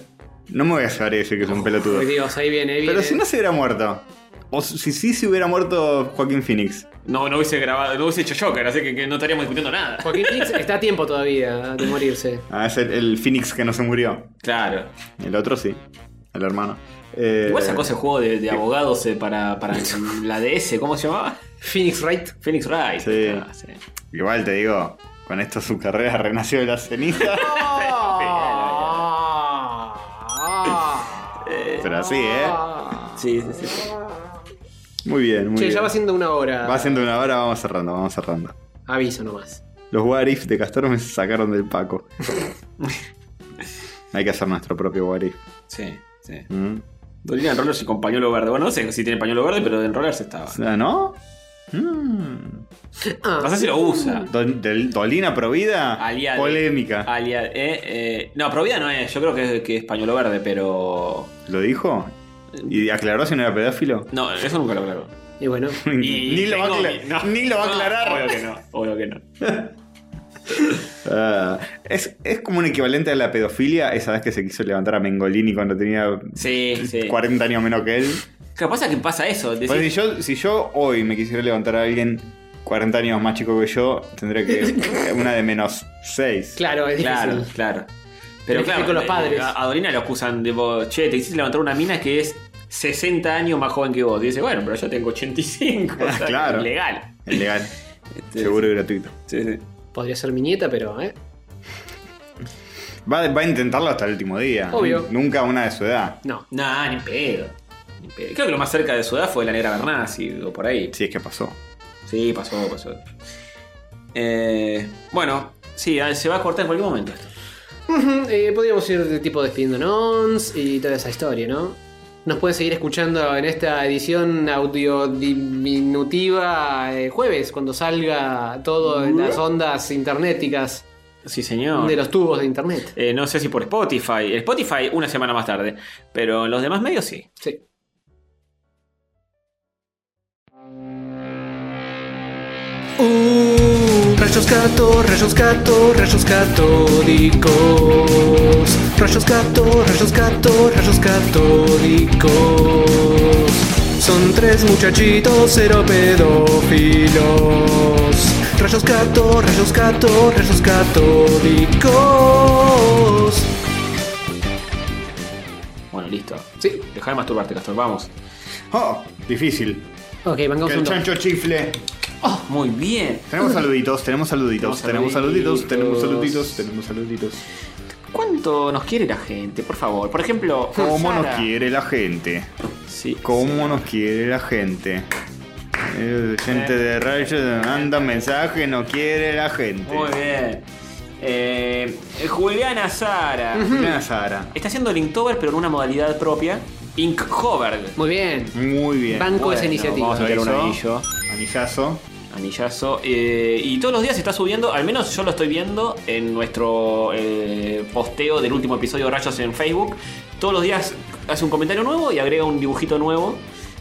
Speaker 2: No me voy a saber decir que es un pelotudo.
Speaker 3: Ay, Dios, ahí viene, ahí viene.
Speaker 2: Pero si no se hubiera muerto. O si sí se hubiera muerto Joaquín Phoenix.
Speaker 5: No, no hubiese grabado, no hubiese hecho Joker, así que, que no estaríamos discutiendo nada.
Speaker 3: Joaquín Phoenix está a tiempo todavía de morirse.
Speaker 2: Ah, es el, el Phoenix que no se murió.
Speaker 5: Claro.
Speaker 2: El otro sí. El hermano. Eh,
Speaker 5: Igual sacó ese juego de, de abogados eh, para, para la DS, ¿cómo se llamaba?
Speaker 3: Phoenix
Speaker 2: (laughs)
Speaker 3: Wright.
Speaker 5: Phoenix Wright.
Speaker 2: Sí.
Speaker 5: Ah, sí.
Speaker 2: Igual te digo, con esto su carrera (laughs) renació de la ceniza. Pero así, ¿eh?
Speaker 5: Sí, sí, sí, sí.
Speaker 2: Muy bien, muy
Speaker 3: Che,
Speaker 2: bien.
Speaker 3: ya va siendo una hora.
Speaker 2: Va siendo una hora, vamos cerrando, vamos cerrando.
Speaker 3: Aviso nomás.
Speaker 2: Los What If de Castor me sacaron del
Speaker 5: (laughs)
Speaker 2: Paco. Hay que hacer nuestro propio What If.
Speaker 5: sí, sí.
Speaker 2: ¿Mm?
Speaker 5: Dolina en Rollers y con pañuelo verde. Bueno, no sé si tiene pañuelo verde, pero en Rollers estaba.
Speaker 2: O sea, ¿No? Mm.
Speaker 3: Ah,
Speaker 5: No sé si lo usa.
Speaker 2: Dol- del- Dolina Provida.
Speaker 5: Aliade.
Speaker 2: Polémica.
Speaker 5: Alia, eh, eh, no, Provida no es, yo creo que es, que es pañuelo verde, pero.
Speaker 2: ¿Lo dijo? ¿Y aclaró si no era pedófilo?
Speaker 5: No, eso nunca lo aclaro.
Speaker 3: y bueno.
Speaker 5: Y
Speaker 2: ni, lo va a
Speaker 5: tengo
Speaker 2: acla-
Speaker 5: mi- no.
Speaker 2: ni lo va a
Speaker 5: No,
Speaker 2: aclarar.
Speaker 5: obvio que no, obvio que no.
Speaker 2: Ah, es, es como un equivalente a la pedofilia esa vez que se quiso levantar a Mengolini cuando tenía (laughs)
Speaker 5: Sí, sí.
Speaker 2: 40 años menos que él.
Speaker 5: Lo que pasa es que pasa eso. decís,
Speaker 2: Pues si, yo, si yo hoy me quisiera levantar a alguien 40 años más chico que yo, tendría que una de menos 6.
Speaker 3: Claro, es
Speaker 5: claro,
Speaker 3: difícil.
Speaker 5: claro.
Speaker 3: Pero
Speaker 5: Pero
Speaker 3: es que
Speaker 5: claro,
Speaker 3: con los
Speaker 5: eh,
Speaker 3: padres.
Speaker 5: A a Dorina lo acusan de vos, che, te hiciste levantar una mina que es 60 años más joven que vos. Y dice, bueno, pero yo
Speaker 3: (laughs)
Speaker 5: tengo 85. o sea,
Speaker 2: claro.
Speaker 5: que es Legal.
Speaker 2: Es legal.
Speaker 5: Este,
Speaker 2: Seguro y gratuito.
Speaker 5: sí, sí.
Speaker 3: Podría ser mi nieta, pero, ¿eh?
Speaker 2: Va, va a intentarlo hasta el último día.
Speaker 3: Obvio.
Speaker 2: Nunca una de su edad.
Speaker 3: No.
Speaker 5: Nah, ni pedo. Ni pedo. Creo que lo más cerca de su edad fue la negra Bernasi, o por ahí.
Speaker 2: Si es que pasó.
Speaker 5: Sí, pasó, pasó. Eh, bueno, sí, ah, se va a cortar en cualquier momento esto.
Speaker 3: Ujú, eh, podríamos ir de tipo despidiéndonos y toda esa historia, ¿no? Nos pueden seguir escuchando en esta edición audio diminutiva eh, jueves, cuando salga todo en las ondas internéticas
Speaker 5: Sí, señor.
Speaker 3: de los tubos de internet.
Speaker 5: Eh, no sé si por Spotify. El Spotify una semana más tarde. Pero en los demás medios sí.
Speaker 3: Sí. Uh, rayos gato, rayos gato, rayos católicos. Rayos gato, rayos gato, rayos católicos. Son tres muchachitos, cero pedófilos. Rayos gato, rayos gato, rayos católicos.
Speaker 5: Bueno, listo.
Speaker 3: Sí.
Speaker 5: Deja de masturbarte, Castor. Vamos.
Speaker 2: Oh, difícil.
Speaker 3: Ok, venga un
Speaker 2: Que el
Speaker 3: segundo.
Speaker 2: chancho chifle.
Speaker 5: Muy bien.
Speaker 2: Tenemos saluditos, tenemos saluditos, tenemos
Speaker 5: Tenemos
Speaker 2: saluditos,
Speaker 5: saluditos.
Speaker 2: tenemos saluditos, tenemos saluditos.
Speaker 5: ¿Cuánto nos quiere la gente? Por favor. Por
Speaker 2: (laughs)
Speaker 5: ejemplo,
Speaker 2: ¿Cómo
Speaker 5: Sara.
Speaker 2: nos quiere la gente?
Speaker 5: Sí.
Speaker 2: ¿Cómo nos quiere la gente? Eh, gente de rayos manda mensaje, no quiere la gente.
Speaker 5: Muy bien. Eh, Juliana Sara.
Speaker 3: Mm.
Speaker 2: Mira, Sara.
Speaker 5: Está haciendo Linktober, pero en una modalidad propia. Inkhover.
Speaker 3: Muy bien.
Speaker 2: Muy bien.
Speaker 3: Banco esa
Speaker 5: Bueno,
Speaker 3: iniciativa.
Speaker 5: Vamos a meter un
Speaker 2: Aviso.
Speaker 5: anillo.
Speaker 2: Anillazo.
Speaker 5: Anillazo. Eh, y todos los días se está subiendo, al menos yo lo estoy viendo en nuestro eh, posteo del último episodio de Rayos en Facebook. Todos los días hace un comentario nuevo y agrega un dibujito nuevo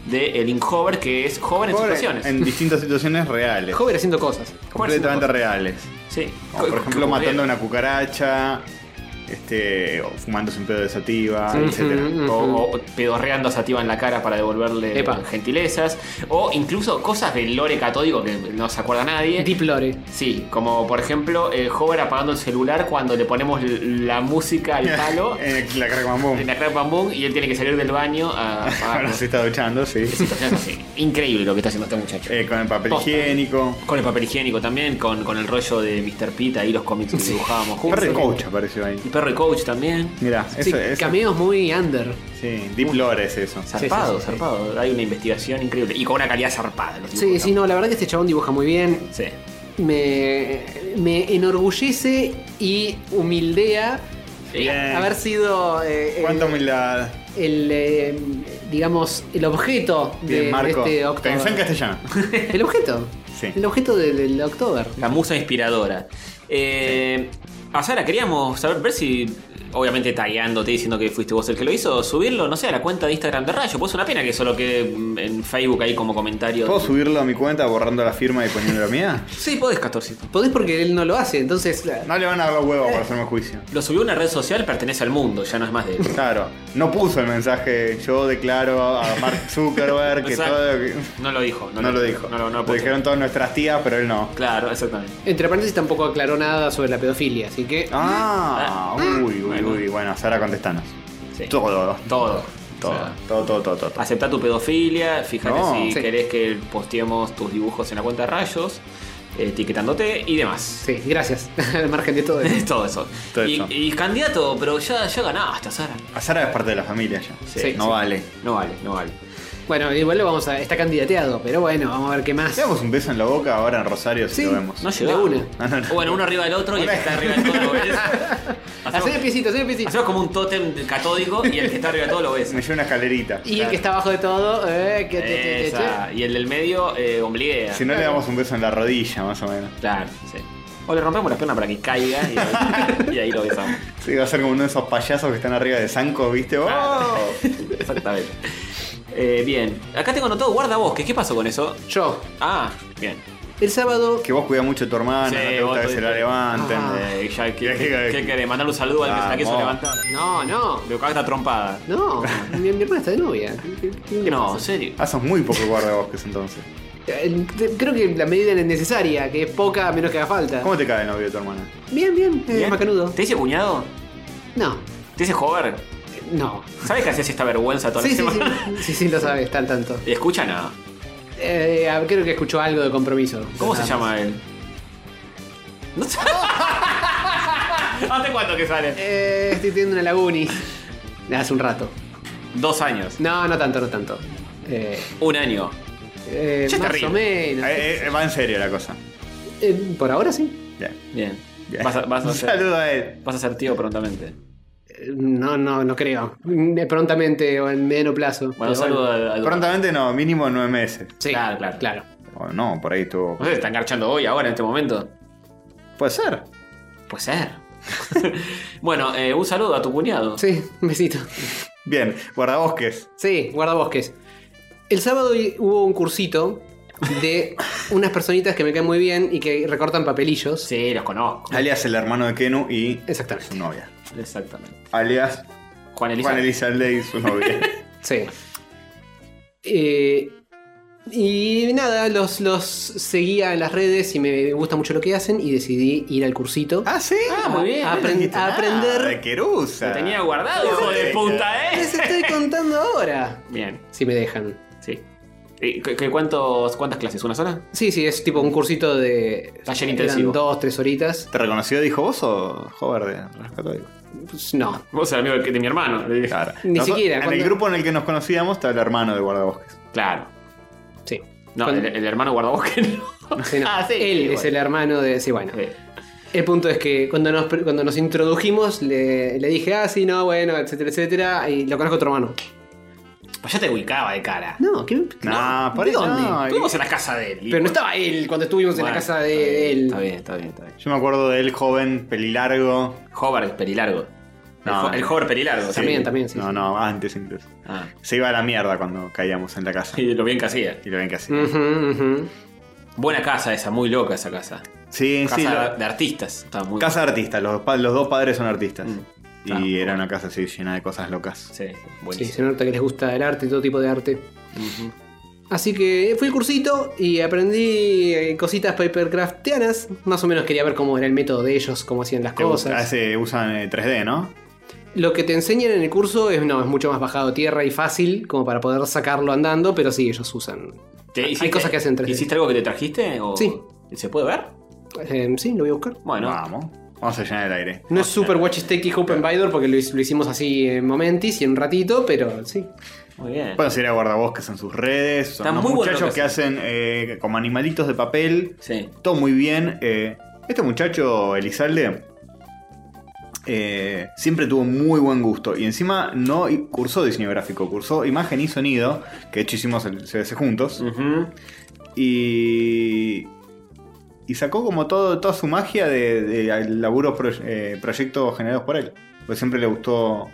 Speaker 5: de el Inhover, que es joven en
Speaker 2: Pobre,
Speaker 5: situaciones.
Speaker 2: en distintas situaciones reales.
Speaker 3: Joven haciendo cosas.
Speaker 5: Joven
Speaker 2: completamente
Speaker 5: sin-
Speaker 2: reales.
Speaker 5: Sí.
Speaker 2: Como por ejemplo matando a una cucaracha. este, o fumándose un pedo de sativa,
Speaker 3: Sí.
Speaker 2: etcétera. (laughs)
Speaker 3: Ujú, ujú.
Speaker 2: O-
Speaker 1: O, o pedorreando a Sativa en la cara para devolverle
Speaker 3: Epa.
Speaker 1: gentilezas. O incluso cosas del lore catódico que no se acuerda nadie.
Speaker 3: Deep Lore.
Speaker 1: Sí, como por ejemplo el Hover apagando el celular cuando le ponemos l- la música al
Speaker 2: (laughs)
Speaker 1: palo
Speaker 2: en Eh, la carcamambón.
Speaker 1: en la Crack Bam Boom y él tiene que salir del baño
Speaker 2: (laughs)
Speaker 1: a
Speaker 2: Ahora
Speaker 1: apagarlo.
Speaker 2: se está duchando, sí.
Speaker 1: Situaciones así. Increíble lo que está haciendo este muchacho.
Speaker 2: Eh, con el papel
Speaker 1: Posta.
Speaker 2: higiénico.
Speaker 1: Con el papel higiénico también, con, con el rollo de Mr. Pita y los cómics que dibujábamos juntos.
Speaker 2: Perry Coach apareció ahí.
Speaker 1: Y Perry Coach también.
Speaker 2: Mirá,
Speaker 3: Sí,
Speaker 2: eso, eso-
Speaker 3: cameos muy under.
Speaker 2: Sí, Deep Lore es eso.
Speaker 1: Zarpado,
Speaker 3: sí, sí.
Speaker 1: zarpado. Hay una investigación increíble. Y con una calidad zarpada. los
Speaker 3: Sí,
Speaker 1: dibujos
Speaker 3: sí,
Speaker 1: también.
Speaker 3: no, la verdad que este chabón dibuja muy bien.
Speaker 1: Sí.
Speaker 3: Me, me enorgullece y humildea
Speaker 2: Bien.
Speaker 3: haber sido eh,
Speaker 2: Cuánta
Speaker 3: el,
Speaker 2: humildad.
Speaker 3: el, eh, digamos el objeto de,
Speaker 2: Bien,
Speaker 3: de
Speaker 2: Marco.
Speaker 3: este
Speaker 2: Pensá en
Speaker 3: October.
Speaker 2: castellano.
Speaker 3: (laughs) El objeto.
Speaker 2: Sí.
Speaker 3: El objeto de- del October.
Speaker 1: La musa inspiradora. Eh, Azara, queríamos saber, ver si, obviamente tagueándote diciendo que fuiste vos el que lo hizo, subirlo, no sé, a la cuenta de Instagram de Rayo. Pues una pena que solo quede mm, en Facebook ahí como comentario.
Speaker 2: ¿Puedo subirlo a mi cuenta borrando la firma y poniendo la mía?
Speaker 1: Sí, podés, Castorcito.
Speaker 3: Podés porque él no lo hace, entonces. la-
Speaker 2: No le van a dar los huevos para hacerme juicio.
Speaker 1: Lo subió a una red social, pertenece al mundo, ya no es más de
Speaker 2: (laughs)
Speaker 1: él.
Speaker 2: Claro, no puso el mensaje. Yo declaro a Mark
Speaker 1: (laughs)
Speaker 2: Zuckerberg que
Speaker 1: Exacto.
Speaker 2: todo. lo que-
Speaker 1: No lo dijo.
Speaker 2: No lo dijo.
Speaker 1: No, lo- no lo
Speaker 2: lo
Speaker 1: puso.
Speaker 2: dijeron todas nuestras tías, pero él no.
Speaker 1: Claro, exactamente.
Speaker 3: Entre paréntesis tampoco aclaró nada sobre la pedofilia, así que.
Speaker 2: Ah, uy, uy,
Speaker 1: Bueno.
Speaker 2: uy. Bueno, Sara, contestanos.
Speaker 1: Sí.
Speaker 2: Todo.
Speaker 1: Todo.
Speaker 2: Todo,
Speaker 1: O sea,
Speaker 2: todo, todo, todo, todo.
Speaker 1: Aceptá tu pedofilia, fíjate
Speaker 2: No.
Speaker 1: si
Speaker 3: Sí.
Speaker 1: querés que posteemos tus dibujos en la cuenta de rayos, eh, etiquetándote y demás.
Speaker 3: Sí, gracias. (laughs) Al margen de todo
Speaker 1: Es
Speaker 3: eso.
Speaker 1: todo eso.
Speaker 2: Todo
Speaker 1: y,
Speaker 2: eso.
Speaker 1: y candidato, pero ya, ya ganaste, Sara.
Speaker 2: A Sara es parte de la familia ya.
Speaker 3: Sí,
Speaker 2: no
Speaker 3: sí.
Speaker 2: vale.
Speaker 1: No vale, no vale.
Speaker 3: Bueno, igual lo vamos a. Está candidateado, pero bueno, vamos a ver qué más.
Speaker 2: Le damos un beso en la boca ahora en Rosario si
Speaker 3: Sí.
Speaker 2: lo vemos.
Speaker 1: No
Speaker 3: De
Speaker 1: llegó.
Speaker 3: una.
Speaker 2: No, no, no.
Speaker 1: Bueno, uno arriba del otro y el que
Speaker 2: Una.
Speaker 1: está arriba del otro lo (laughs) ves.
Speaker 3: Hacer el
Speaker 1: Hacemos,
Speaker 3: Ah, piecito, hacer el piecito.
Speaker 1: hacemos como un tótem catódico y el que está arriba de todo lo (laughs) ves.
Speaker 2: Me llevo una escalerita.
Speaker 3: Y el que está abajo de todo. eh, que- que- que- que-
Speaker 1: Esa. Y el del medio, eh, ombliguea.
Speaker 2: Si no le damos un beso en la rodilla, más o menos.
Speaker 1: Claro, sí. O le rompemos la pierna para que caiga y, ahí- (laughs) y ahí lo besamos.
Speaker 2: Sí, va a ser como uno de esos payasos que están arriba de Sanco, ¿viste? ¡Oh!
Speaker 1: Claro. Exactamente. Eh, bien. Acá tengo anotado guardabosques. ¿Qué pasó con eso?
Speaker 3: Yo,
Speaker 1: Ah, bien.
Speaker 3: el sábado.
Speaker 2: Oh, Que vos cuidás mucho a tu hermana,
Speaker 1: Sí,
Speaker 2: no te gusta
Speaker 1: vos
Speaker 2: que se la
Speaker 1: tuviste-
Speaker 2: levanten.
Speaker 3: Ah.
Speaker 1: Eh, ya, ¿qué,
Speaker 2: Ya que-
Speaker 1: qué- qué querés? Mandarle un saludo al que se la quiso
Speaker 2: Vamos.
Speaker 1: levantar.
Speaker 3: No, no.
Speaker 1: Le buscaba esta trompada.
Speaker 3: No, mi, mi hermana está de novia. ¿Qué- qué le
Speaker 1: No, en
Speaker 3: pasa?
Speaker 1: serio.
Speaker 2: Ah, sos muy poco guardabosques entonces.
Speaker 3: Eh, Creo que la medida es necesaria, que es poca a menos que haga falta.
Speaker 2: ¿Cómo te cae el novio de tu hermana?
Speaker 3: Bien, bien, eh,
Speaker 1: Bien.
Speaker 3: macanudo.
Speaker 1: ¿Te dice cuñado?
Speaker 3: No,
Speaker 1: ¿Te dice joven?
Speaker 3: eh, no.
Speaker 1: ¿Sabes que haces esta vergüenza toda
Speaker 3: Sí,
Speaker 1: la
Speaker 3: sí,
Speaker 1: semana?
Speaker 3: sí, sí, sí, lo sabes, está al tanto.
Speaker 1: ¿Y escucha nada?
Speaker 3: Eh, a- creo que escuchó algo de compromiso.
Speaker 1: ¿Cómo
Speaker 3: Nada
Speaker 1: se
Speaker 3: más.
Speaker 1: llama él? No
Speaker 3: (laughs)
Speaker 1: sé. ¿Hace cuánto que sale?
Speaker 3: Eh, estoy teniendo una laguni.
Speaker 1: (laughs)
Speaker 3: Hace un rato.
Speaker 1: Dos años.
Speaker 3: No, no tanto, no tanto. Eh,
Speaker 1: Un año.
Speaker 3: eh,
Speaker 1: Ya está
Speaker 3: más
Speaker 1: arriba.
Speaker 3: o menos.
Speaker 2: Eh, eh, va en serio la cosa.
Speaker 3: Eh, por ahora sí.
Speaker 2: Ya.
Speaker 1: Bien.
Speaker 2: ya.
Speaker 1: Vas a, vas a
Speaker 2: un
Speaker 1: ser-
Speaker 2: saludo a él.
Speaker 1: vas a ser tío prontamente.
Speaker 3: Eh, No, no, no creo. Mm, eh, Prontamente o en mediano plazo.
Speaker 1: Bueno,
Speaker 3: Pero
Speaker 1: un saludo a, a-
Speaker 2: Prontamente no, mínimo nueve meses.
Speaker 3: Sí,
Speaker 1: Claro,
Speaker 3: claro,
Speaker 1: claro.
Speaker 3: claro.
Speaker 2: O no, por ahí estuvo.
Speaker 1: No sé, están garchando hoy, ahora, en este momento.
Speaker 2: Puede ser.
Speaker 1: Puede ser. (laughs) bueno, eh, un saludo a tu cuñado.
Speaker 3: Sí, un besito.
Speaker 2: Bien, guardabosques.
Speaker 3: Sí, guardabosques. El sábado hi- hubo un cursito
Speaker 1: (laughs)
Speaker 3: de unas personitas que me caen muy bien y que recortan papelillos.
Speaker 1: Sí, los conozco.
Speaker 2: Alias el hermano de Kenu y
Speaker 3: Exactamente.
Speaker 2: su novia.
Speaker 1: Exactamente.
Speaker 2: Alias
Speaker 1: Juan Elisa.
Speaker 2: Juan Elizalde y su novia.
Speaker 3: Sí. Eh, y nada, los, los seguía en las redes y me gusta mucho lo que hacen y decidí ir al cursito.
Speaker 2: ¿Ah, sí?
Speaker 1: Ah, muy bien.
Speaker 3: A apren- a aprender.
Speaker 2: de Querusa.
Speaker 1: Lo tenía guardado, hijo de puta,
Speaker 3: Les
Speaker 1: eh.
Speaker 3: estoy contando ahora.
Speaker 1: Bien,
Speaker 3: Si me dejan.
Speaker 1: sí. ¿Y qué- qué- cuántos, ¿Cuántas clases? ¿Una sola?
Speaker 3: Sí, sí, es tipo un cursito de.
Speaker 1: Taller
Speaker 3: eran
Speaker 1: intensivo.
Speaker 3: dos, tres horitas.
Speaker 2: ¿Te reconoció, dijo vos o Hover de Rayos Católicos?
Speaker 3: Pues no.
Speaker 1: Vos eres amigo de, de mi hermano. le dije.
Speaker 2: Claro.
Speaker 3: Ni siquiera,
Speaker 2: En
Speaker 3: cuando-
Speaker 2: el grupo en el que nos conocíamos estaba el hermano de Guardabosques.
Speaker 1: Claro.
Speaker 3: Sí.
Speaker 1: No,
Speaker 3: Con-
Speaker 1: el, el hermano guardabosque no.
Speaker 3: Sí, no.
Speaker 1: (laughs) Ah, sí,
Speaker 3: Él
Speaker 1: sí,
Speaker 3: es
Speaker 1: bueno.
Speaker 3: el hermano de. Sí, bueno.
Speaker 1: Eh,
Speaker 3: El punto es que cuando nos, pre- cuando nos introdujimos le, le dije, ah, sí, no, bueno, etcétera, etcétera. Y lo conozco a tu hermano.
Speaker 1: Pues ya te ubicaba de cara.
Speaker 3: No, ¿qué?
Speaker 2: No, por
Speaker 3: ¿de
Speaker 2: eso
Speaker 3: dónde?
Speaker 2: no.
Speaker 1: Estuvimos en la casa de él.
Speaker 3: Pero no estaba él cuando estuvimos en la
Speaker 1: Bueno,
Speaker 3: casa de,
Speaker 1: está bien,
Speaker 3: de él.
Speaker 1: Está bien, está bien, está bien.
Speaker 2: Yo me acuerdo de él joven, pelilargo.
Speaker 1: Hover pelilargo. El
Speaker 2: No,
Speaker 1: jo- el, Hover pelilargo. sí.
Speaker 3: eh. También, también, sí.
Speaker 2: No,
Speaker 3: sí.
Speaker 2: no, antes incluso.
Speaker 1: Ah,
Speaker 2: Se iba a la mierda cuando caíamos en la casa.
Speaker 1: y lo bien que hacía.
Speaker 2: Y lo ven que
Speaker 3: Mm.
Speaker 2: así.
Speaker 3: Ujú, ujú.
Speaker 1: Buena casa esa, muy loca esa casa.
Speaker 2: Sí,
Speaker 1: Casa
Speaker 2: sí.
Speaker 1: de artistas. Está muy
Speaker 2: lo- Casa de artistas, los, pa- los dos padres son artistas.
Speaker 1: Mm.
Speaker 2: Y
Speaker 1: Ah,
Speaker 2: era una casa así llena de cosas locas.
Speaker 1: Sí,
Speaker 3: Sí,
Speaker 1: buenísimo.
Speaker 3: se nota que les gusta el arte y todo tipo de arte. Así que fui al cursito y aprendí eh, cositas papercraftianas. Más o menos quería ver cómo era el método de ellos, cómo hacían las
Speaker 2: Te gusta-
Speaker 3: cosas.
Speaker 2: hace- usan eh, 3D, ¿no?
Speaker 3: Lo que te enseñan en el curso es, no, es mucho más bajado a tierra y fácil, como para poder sacarlo andando, pero sí, ellos usan.
Speaker 1: ¿Qué
Speaker 3: Hay
Speaker 1: hiciste?
Speaker 3: cosas que hacen 3D.
Speaker 1: ¿Hiciste algo que te trajiste? O...
Speaker 3: Sí.
Speaker 1: ¿Se puede ver?
Speaker 3: Eh, sí, lo voy a buscar.
Speaker 1: Bueno,
Speaker 2: Vamos. Vamos a llenar el aire.
Speaker 3: No es super Watch Take Hope and Vidor porque lo, hi- lo hicimos así en momentis y en un ratito, pero sí.
Speaker 1: muy bien.
Speaker 2: Pueden seguir a guardabosques en sus redes. Son
Speaker 1: Está
Speaker 2: unos
Speaker 1: muy bueno
Speaker 2: muchachos
Speaker 1: lo
Speaker 2: que,
Speaker 1: que
Speaker 2: hacen eh, como animalitos de papel.
Speaker 1: Sí.
Speaker 2: Todo muy bien. eh, este muchacho, Elizalde, eh, siempre tuvo muy buen gusto. Y encima no i- cursó diseño gráfico, cursó imagen y sonido, que de hecho hicimos el CDC juntos.
Speaker 1: Ujú.
Speaker 2: Y. Y sacó como todo, toda su magia de, de laburos, pro- eh, proyectos generados por él. Porque siempre le gustó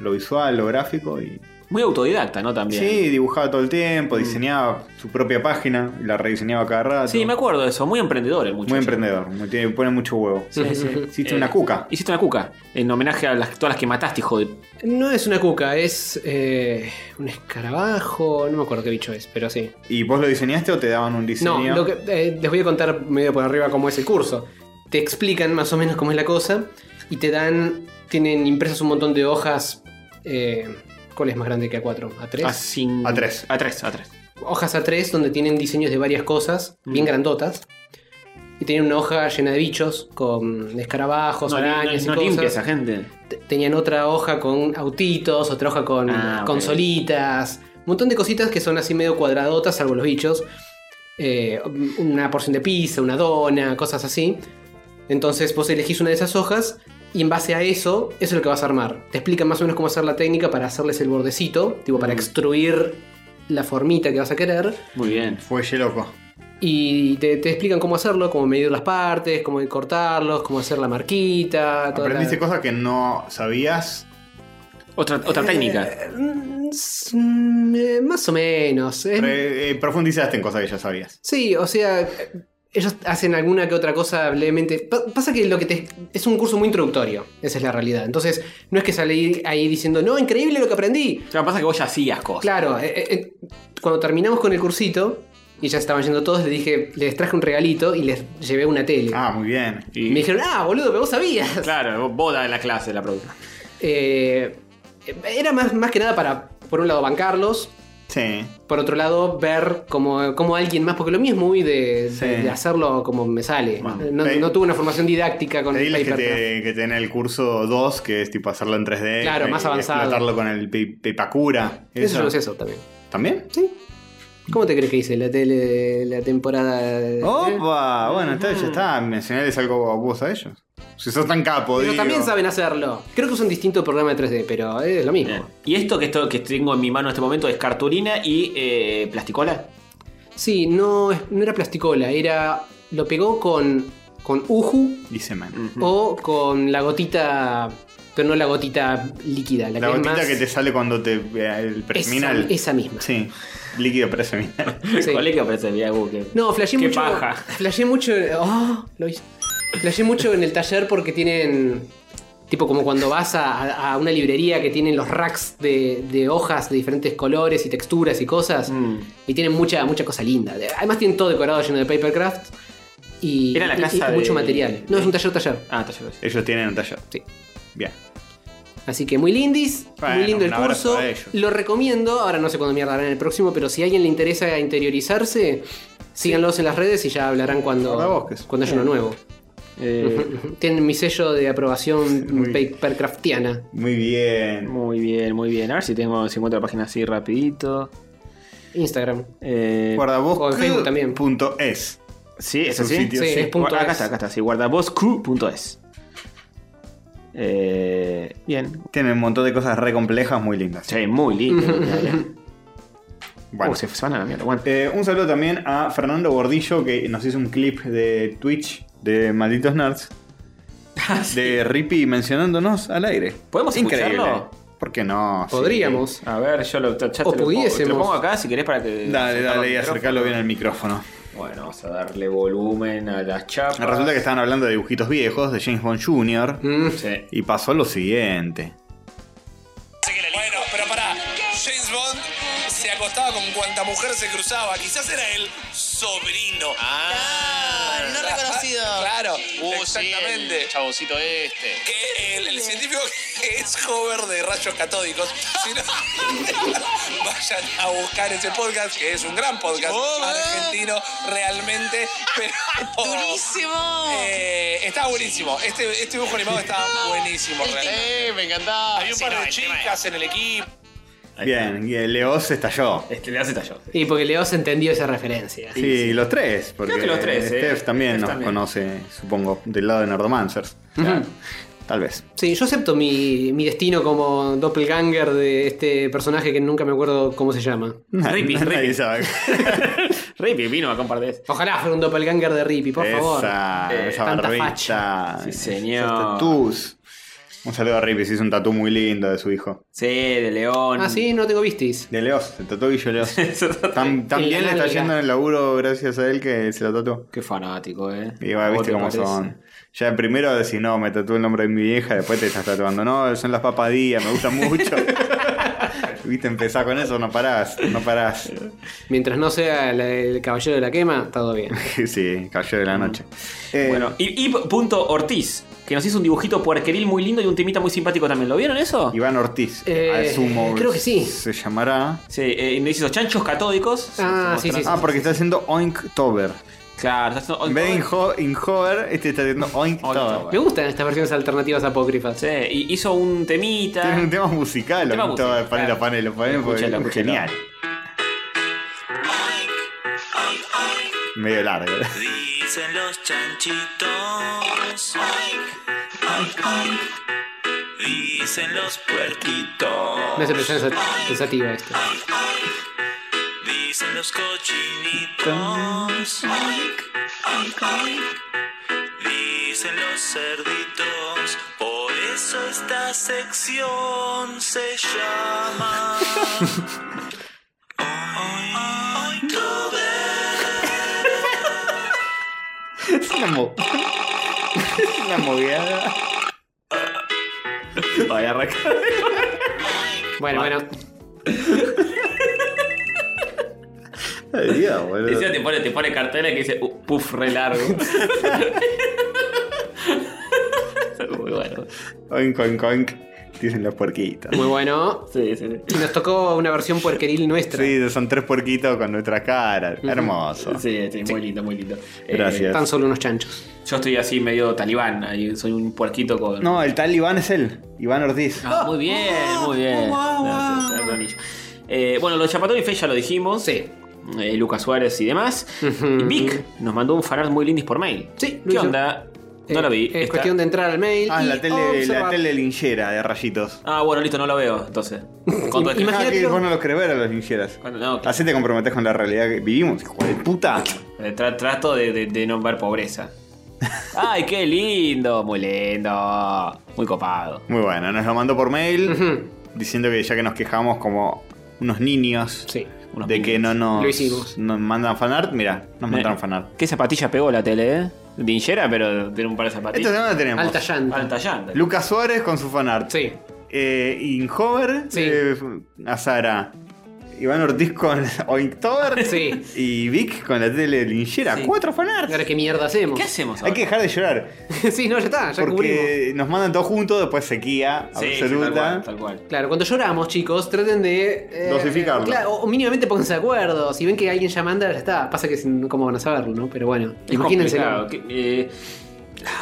Speaker 2: lo visual, lo gráfico y
Speaker 1: Muy autodidacta, ¿no? También.
Speaker 2: Sí, dibujaba todo el tiempo, diseñaba su propia página, la rediseñaba cada rato.
Speaker 1: Sí, me acuerdo de eso. Muy emprendedor el muchacho.
Speaker 2: Muy emprendedor, muy- tiene- pone mucho huevo. (laughs)
Speaker 1: Sí, sí.
Speaker 2: Hiciste
Speaker 1: Eh,
Speaker 2: una cuca.
Speaker 1: Hiciste una cuca. En homenaje a las, todas las que mataste, hijo de.
Speaker 3: No es una cuca, es eh, un escarabajo, no me acuerdo qué bicho es, pero sí.
Speaker 2: ¿Y vos lo diseñaste o te daban un diseño?
Speaker 3: No, lo que, eh, les voy a contar medio por arriba cómo es el curso. Te explican más o menos cómo es la cosa y te dan, tienen impresas un montón de hojas. eh, ¿Cuál es más grande que A4? ¿A3?
Speaker 1: A, sin...
Speaker 2: A tres.
Speaker 1: A tres, a tres.
Speaker 3: hojas A3 donde tienen diseños de varias cosas,
Speaker 1: Mm.
Speaker 3: bien grandotas. Y tenían una hoja llena de bichos, con escarabajos,
Speaker 1: No, no,
Speaker 3: arañas
Speaker 1: no
Speaker 3: y
Speaker 1: limpia esa
Speaker 3: cosas.
Speaker 1: gente.
Speaker 3: T- Tenían otra hoja con autitos, otra hoja con
Speaker 1: Ah, ok.
Speaker 3: consolitas, un montón de cositas que son así medio cuadradotas, salvo los bichos. Eh, una porción de pizza, una dona, cosas así. Entonces vos elegís una de esas hojas y en base a eso, eso es lo que vas a armar. Te explican más o menos cómo hacer la técnica para hacerles el bordecito, tipo para
Speaker 1: Mm.
Speaker 3: extruir la formita que vas a querer.
Speaker 1: Muy bien.
Speaker 2: Fuelle loco.
Speaker 3: Y te, te explican cómo hacerlo, cómo medir las partes, cómo cortarlos, cómo hacer la marquita. toda la-
Speaker 2: Aprendiste cosas que no sabías.
Speaker 1: Otra, otra técnica.
Speaker 3: Eh, mm, s- mm, eh, más o menos. Es-
Speaker 2: Re- eh, profundizaste en cosas que ya sabías.
Speaker 3: Sí, o sea, eh, ellos hacen alguna que otra cosa levemente. Pa- pasa que lo que te es un curso muy introductorio, esa es la realidad. Entonces, no es que salí ahí diciendo, no, increíble lo que aprendí.
Speaker 1: Lo que pasa es que vos ya hacías cosas.
Speaker 3: Claro, eh, eh, eh, cuando terminamos con el cursito y ya estaban yendo todos, les dije, les traje un regalito y les llevé una tele.
Speaker 2: Ah, muy bien.
Speaker 1: Y-
Speaker 3: Y me dijeron, ah, boludo, pero vos sabías.
Speaker 1: Claro, vos- boda en la clase, la producción.
Speaker 3: Eh, era más, más que nada para, por un lado, bancarlos,
Speaker 2: Sí.
Speaker 3: por otro lado, ver como, como alguien más, porque lo mío es muy de, de-
Speaker 2: Sí.
Speaker 3: de hacerlo como me sale.
Speaker 2: Bueno,
Speaker 3: no,
Speaker 2: pe-
Speaker 3: no tuve una formación didáctica con el
Speaker 2: Pedíles que,
Speaker 3: papercraft.
Speaker 2: te, que te den el curso 2, que es tipo hacerlo en 3D.
Speaker 3: Claro,
Speaker 2: y
Speaker 3: más avanzado.
Speaker 2: Explotarlo con el pe- pepacura.
Speaker 3: Eso yo lo sé eso también.
Speaker 2: ¿También?
Speaker 3: ¿Sí? ¿Cómo te crees que hice la tele de la temporada?
Speaker 2: Oh,
Speaker 3: Eh,
Speaker 2: ¡Opa! Bueno, entonces ya está. Mencionarles algo a vos a ellos. Si sos tan capo,
Speaker 3: Pero
Speaker 2: digo.
Speaker 3: también saben hacerlo. Creo que es un distinto programa de 3D, pero es lo mismo.
Speaker 1: Bien. Y esto que, esto que tengo en mi mano en este momento es cartulina y eh, plasticola.
Speaker 3: Sí, no, es- no era plasticola, era. Lo pegó con, con Uju
Speaker 2: Dice man.
Speaker 3: Mm. o con la gotita. Pero no la gotita líquida, la,
Speaker 2: La
Speaker 3: que es
Speaker 2: gotita
Speaker 3: más-
Speaker 2: que te sale cuando te. eh, El
Speaker 3: esa,
Speaker 2: preseminal. (laughs)
Speaker 3: esa misma.
Speaker 2: Sí. Líquido preseminal.
Speaker 3: (laughs)
Speaker 1: (laughs)
Speaker 3: Sí.
Speaker 1: Colega, pero se veía como que-
Speaker 3: No, flashé
Speaker 1: Qué
Speaker 3: mucho.
Speaker 1: paja.
Speaker 3: Flashé mucho. Oh, lo hice. Flashé mucho en el taller porque tienen. Tipo como cuando vas a, a una librería que tienen los racks de, de hojas de diferentes colores y texturas y cosas.
Speaker 1: Mm.
Speaker 3: Y tienen mucha, mucha cosa linda. Además tienen todo decorado lleno de papercraft. Y,
Speaker 1: Era la
Speaker 3: y- y
Speaker 1: casa
Speaker 3: mucho
Speaker 1: de-
Speaker 3: material. No, es un taller taller.
Speaker 1: Ah, taller. taller.
Speaker 2: Ellos tienen un taller.
Speaker 3: Sí.
Speaker 2: Bien.
Speaker 3: Así que muy lindis,
Speaker 2: Bueno,
Speaker 3: muy lindo el
Speaker 2: un abrazo
Speaker 3: curso.
Speaker 2: a ellos.
Speaker 3: Lo recomiendo. Ahora no sé cuándo mierda harán el próximo, pero si a alguien le interesa interiorizarse, síganlos en las redes y ya hablarán cuando,
Speaker 2: Guardabosques.
Speaker 3: cuando haya uno nuevo.
Speaker 1: Eh,
Speaker 3: Tienen mi sello de aprobación
Speaker 2: Muy bien.
Speaker 3: papercraftiana.
Speaker 2: Muy
Speaker 1: (laughs)
Speaker 2: bien.
Speaker 1: muy bien, muy bien. A ver si tengo 50 páginas así rapidito.
Speaker 3: Instagram.
Speaker 1: Eh,
Speaker 3: o en Facebook también.
Speaker 2: Guardabosque.es.
Speaker 1: sí,
Speaker 2: es
Speaker 1: eso
Speaker 2: un
Speaker 1: sí.
Speaker 2: sitio,
Speaker 3: Sí, sí. es punto
Speaker 1: acá
Speaker 3: es.
Speaker 1: está, acá está. Sí, guardabosq.es. Eh, bien.
Speaker 2: Tienen un montón de cosas re complejas muy lindas.
Speaker 1: Se ve muy lindo. lo que hay, eh.
Speaker 2: Bueno.
Speaker 1: Uh, se, se van a la mierda. Bueno.
Speaker 2: Eh, un saludo también a Fernando Gordillo que nos hizo un clip de Twitch de Malditos Nerds. De Rippy mencionándonos al aire.
Speaker 1: Ah, ¿Podemos escucharlo?
Speaker 2: ¿Por qué no? Sí.
Speaker 3: Podríamos.
Speaker 1: A ver, yo lo, ya te lo
Speaker 3: O
Speaker 1: pongo- te lo
Speaker 3: pudiésemos.
Speaker 1: pongo acá si querés para que.
Speaker 2: Dale,
Speaker 1: acercarlo
Speaker 2: dale, y
Speaker 1: al micrófono.
Speaker 2: acercarlo bien al micrófono.
Speaker 1: Bueno, vamos a darle volumen a las chapas.
Speaker 2: Ah, Resulta que estaban hablando de dibujitos viejos de James Bond Jr.
Speaker 3: Mm.
Speaker 1: Sí.
Speaker 2: Y pasó lo siguiente.
Speaker 7: Bueno, pero pará. James Bond se acostaba con cuanta mujer se cruzaba. Quizás era el sobrino.
Speaker 8: Ah, no
Speaker 7: Claro,
Speaker 8: reconocido. (laughs)
Speaker 7: Claro,
Speaker 8: Uh, sí,
Speaker 7: exactamente.
Speaker 8: el chaboncito este.
Speaker 7: Que el, el científico que es hover de rayos catódicos. Si no, (laughs) vayan a buscar ese podcast, que es un gran podcast
Speaker 8: Hover.
Speaker 7: argentino, realmente. Pero.
Speaker 8: ¡Durísimo!
Speaker 7: Eh, está buenísimo. Este, este dibujo animado está buenísimo, realmente.
Speaker 8: Eh, me encantaba.
Speaker 7: Había un
Speaker 8: Sí,
Speaker 7: par
Speaker 8: no,
Speaker 7: de
Speaker 8: el tema era-
Speaker 7: chicas en el equipo.
Speaker 1: Ahí está.
Speaker 2: Bien, y el Leo se estalló.
Speaker 1: Este le hace
Speaker 2: (laughs)
Speaker 1: tallo.
Speaker 3: Y porque Leo se entendió esa referencia.
Speaker 2: Sí, los tres. Porque
Speaker 1: que los tres, eh.
Speaker 2: Steph también
Speaker 1: Steph
Speaker 2: nos
Speaker 1: también.
Speaker 2: conoce, supongo, del lado de Nerdomancers.
Speaker 3: Ujú.
Speaker 2: Tal vez.
Speaker 3: Sí, yo acepto mi, mi destino como doppelganger de este personaje que nunca me acuerdo cómo se llama.
Speaker 1: Rippy,
Speaker 2: (laughs) Nadie
Speaker 1: Rippy.
Speaker 2: sabe.
Speaker 1: (laughs) Rippy vino a compartir.
Speaker 2: Eh.
Speaker 3: Ojalá fuera un doppelganger de Rippy, por favor.
Speaker 2: Esa,
Speaker 1: Eh,
Speaker 2: esa
Speaker 3: tanta
Speaker 2: barbita.
Speaker 3: facha.
Speaker 1: Sí,
Speaker 2: esos
Speaker 1: señor.
Speaker 2: tatús. Un saludo a Rippy, se hizo un tatú muy lindo de su hijo.
Speaker 1: Sí, de León.
Speaker 3: Ah, sí, no tengo vistis.
Speaker 2: De Leos, el tatuó Guillo Leos. Tan, tan
Speaker 3: En la
Speaker 2: bien le está
Speaker 3: nalga.
Speaker 2: yendo en el laburo gracias a él que se lo tatuó.
Speaker 1: Qué fanático, eh.
Speaker 2: Y va,
Speaker 1: ¿Cómo
Speaker 2: viste
Speaker 1: te
Speaker 2: cómo
Speaker 1: parece?
Speaker 2: son. Ya primero decís, no, me tatué el nombre de mi vieja, después te estás tatuando. No, son las papadillas, me gustan mucho. viste, empezás con eso, no parás, no parás. (laughs)
Speaker 3: Mientras no sea la- el caballero de la quema,
Speaker 2: (laughs)
Speaker 3: está todo bien.
Speaker 2: sí, cayó de la noche. Eh,
Speaker 1: Bueno, y, y punto Ortiz, que nos hizo un dibujito puerqueril muy lindo y un temita muy simpático también. ¿Lo vieron eso?
Speaker 2: Iván Ortiz,
Speaker 3: Eh,
Speaker 2: asumo.
Speaker 3: creo que sí.
Speaker 2: Se llamará.
Speaker 1: Sí, eh, y me dice los chanchos catódicos.
Speaker 3: Ah,
Speaker 1: Se- se
Speaker 3: sí, sí,
Speaker 1: mostraron-
Speaker 2: Ah, porque está haciendo Oinktober.
Speaker 1: Claro, está haciendo-
Speaker 2: En vez de Inho- Inhover, este está haciendo
Speaker 1: Oinktober.
Speaker 2: Oinktober.
Speaker 3: Me gustan estas versiones alternativas apócrifas.
Speaker 1: Sí, y hizo un temita.
Speaker 2: Tiene un tema musical,
Speaker 1: Tema
Speaker 2: Oinktober.
Speaker 1: musical.
Speaker 2: Panelo, panelo, panelo. porque
Speaker 1: Escúchalo,
Speaker 2: es
Speaker 1: escúchalo.
Speaker 2: Genial. Medio largo. (laughs)
Speaker 9: Dicen los chanchitos. Dicen los puerquitos.
Speaker 3: Me hace pensar en sat- en sativa esto.
Speaker 9: Dicen los cochinitos. Dicen los cerditos. Por eso esta sección se llama.
Speaker 2: Es una, mo- (laughs) una moviada.
Speaker 1: Ay, arranca.
Speaker 3: Bueno, bueno.
Speaker 2: Ay, Dios, boludo.
Speaker 1: Encima te pone, te pone carteles que dice uh, puff re largo.
Speaker 2: (laughs)
Speaker 1: (laughs) muy bueno.
Speaker 2: Oink, oink, oink. Dicen los puerquitos.
Speaker 3: Muy bueno.
Speaker 1: Sí, sí, sí.
Speaker 3: Y Nos tocó una versión puerqueril nuestra.
Speaker 2: Sí, son tres puerquitos con nuestra cara. Hermoso.
Speaker 1: Sí, sí, muy lindo, muy lindo. Eh,
Speaker 2: Gracias.
Speaker 3: Tan solo unos chanchos.
Speaker 1: yo estoy así medio talibán, ahí soy un puerquito con.
Speaker 2: No, el tal Iván es él. Iván Ortiz.
Speaker 1: Ah, muy bien, muy bien. Gracias, Ardonillo. Eh, bueno, los Chapatori Fe ya lo dijimos.
Speaker 3: Sí.
Speaker 1: Eh, Lucas Suárez y demás.
Speaker 3: Ujú.
Speaker 1: Y Vic nos mandó un fanart muy lindis por mail.
Speaker 3: Sí, lo
Speaker 1: ¿Qué
Speaker 3: hizo.
Speaker 1: onda? No
Speaker 3: Eh,
Speaker 1: lo vi.
Speaker 3: Es
Speaker 1: Está-
Speaker 3: cuestión de entrar al mail.
Speaker 2: Ah,
Speaker 3: y
Speaker 2: la tele, la
Speaker 3: observar.
Speaker 2: tele linchera de rayitos.
Speaker 1: Ah, bueno, listo, no lo veo, entonces.
Speaker 3: (laughs)
Speaker 1: Con todo el-
Speaker 3: Imagínate
Speaker 2: Ah, que
Speaker 3: lo-
Speaker 2: vos no los querés ver a los lincheras.
Speaker 1: Bueno, no, que-
Speaker 2: Así te comprometes con la realidad que vivimos, hijo de puta.
Speaker 1: Eh, tra- trato de, de- de no ver pobreza. (laughs) Ay, qué lindo, muy lindo, muy copado.
Speaker 2: Muy bueno, nos lo mandó por mail
Speaker 3: Ujú,
Speaker 2: diciendo que ya que nos quejamos como unos niños
Speaker 3: Sí.
Speaker 1: Unos
Speaker 2: de que no nos,
Speaker 3: Lo hicimos.
Speaker 2: nos mandan fanart, mira, nos mandaron
Speaker 1: Eh.
Speaker 2: fanart.
Speaker 1: ¿Qué zapatilla pegó la tele, eh? Linchera, pero tiene un par de
Speaker 2: Esta
Speaker 1: zapatillas.
Speaker 2: semana tenemos
Speaker 3: Alta llanta.
Speaker 1: Alta llanta.
Speaker 2: Lucas Suárez con su fanart.
Speaker 3: Sí.
Speaker 2: Eh, Inhover,
Speaker 3: Sí.
Speaker 2: eh, a Sara. Iván Ortiz con (laughs) Oinktober.
Speaker 3: Sí.
Speaker 2: Y Vic con la tele linchera.
Speaker 1: Sí.
Speaker 2: Cuatro fanarts.
Speaker 3: Ahora qué mierda hacemos.
Speaker 1: ¿Qué
Speaker 3: (laughs)
Speaker 1: hacemos ahora?
Speaker 2: Hay que dejar de llorar.
Speaker 3: sí, no, ya está, ya cubrimos.
Speaker 2: Porque nos mandan todos juntos, después sequía
Speaker 1: Sí, sí,
Speaker 2: absoluta.
Speaker 1: tal cual, tal cual.
Speaker 3: Claro, cuando lloramos, chicos, traten de. eh,
Speaker 2: Dosificarlo.
Speaker 3: Claro, o mínimamente pónganse de acuerdo. Si ven que alguien ya manda, ya está. Pasa que sin- cómo van a saberlo, ¿no? Pero bueno,
Speaker 1: Es
Speaker 3: imagínenselo.
Speaker 1: complicado, que, eh,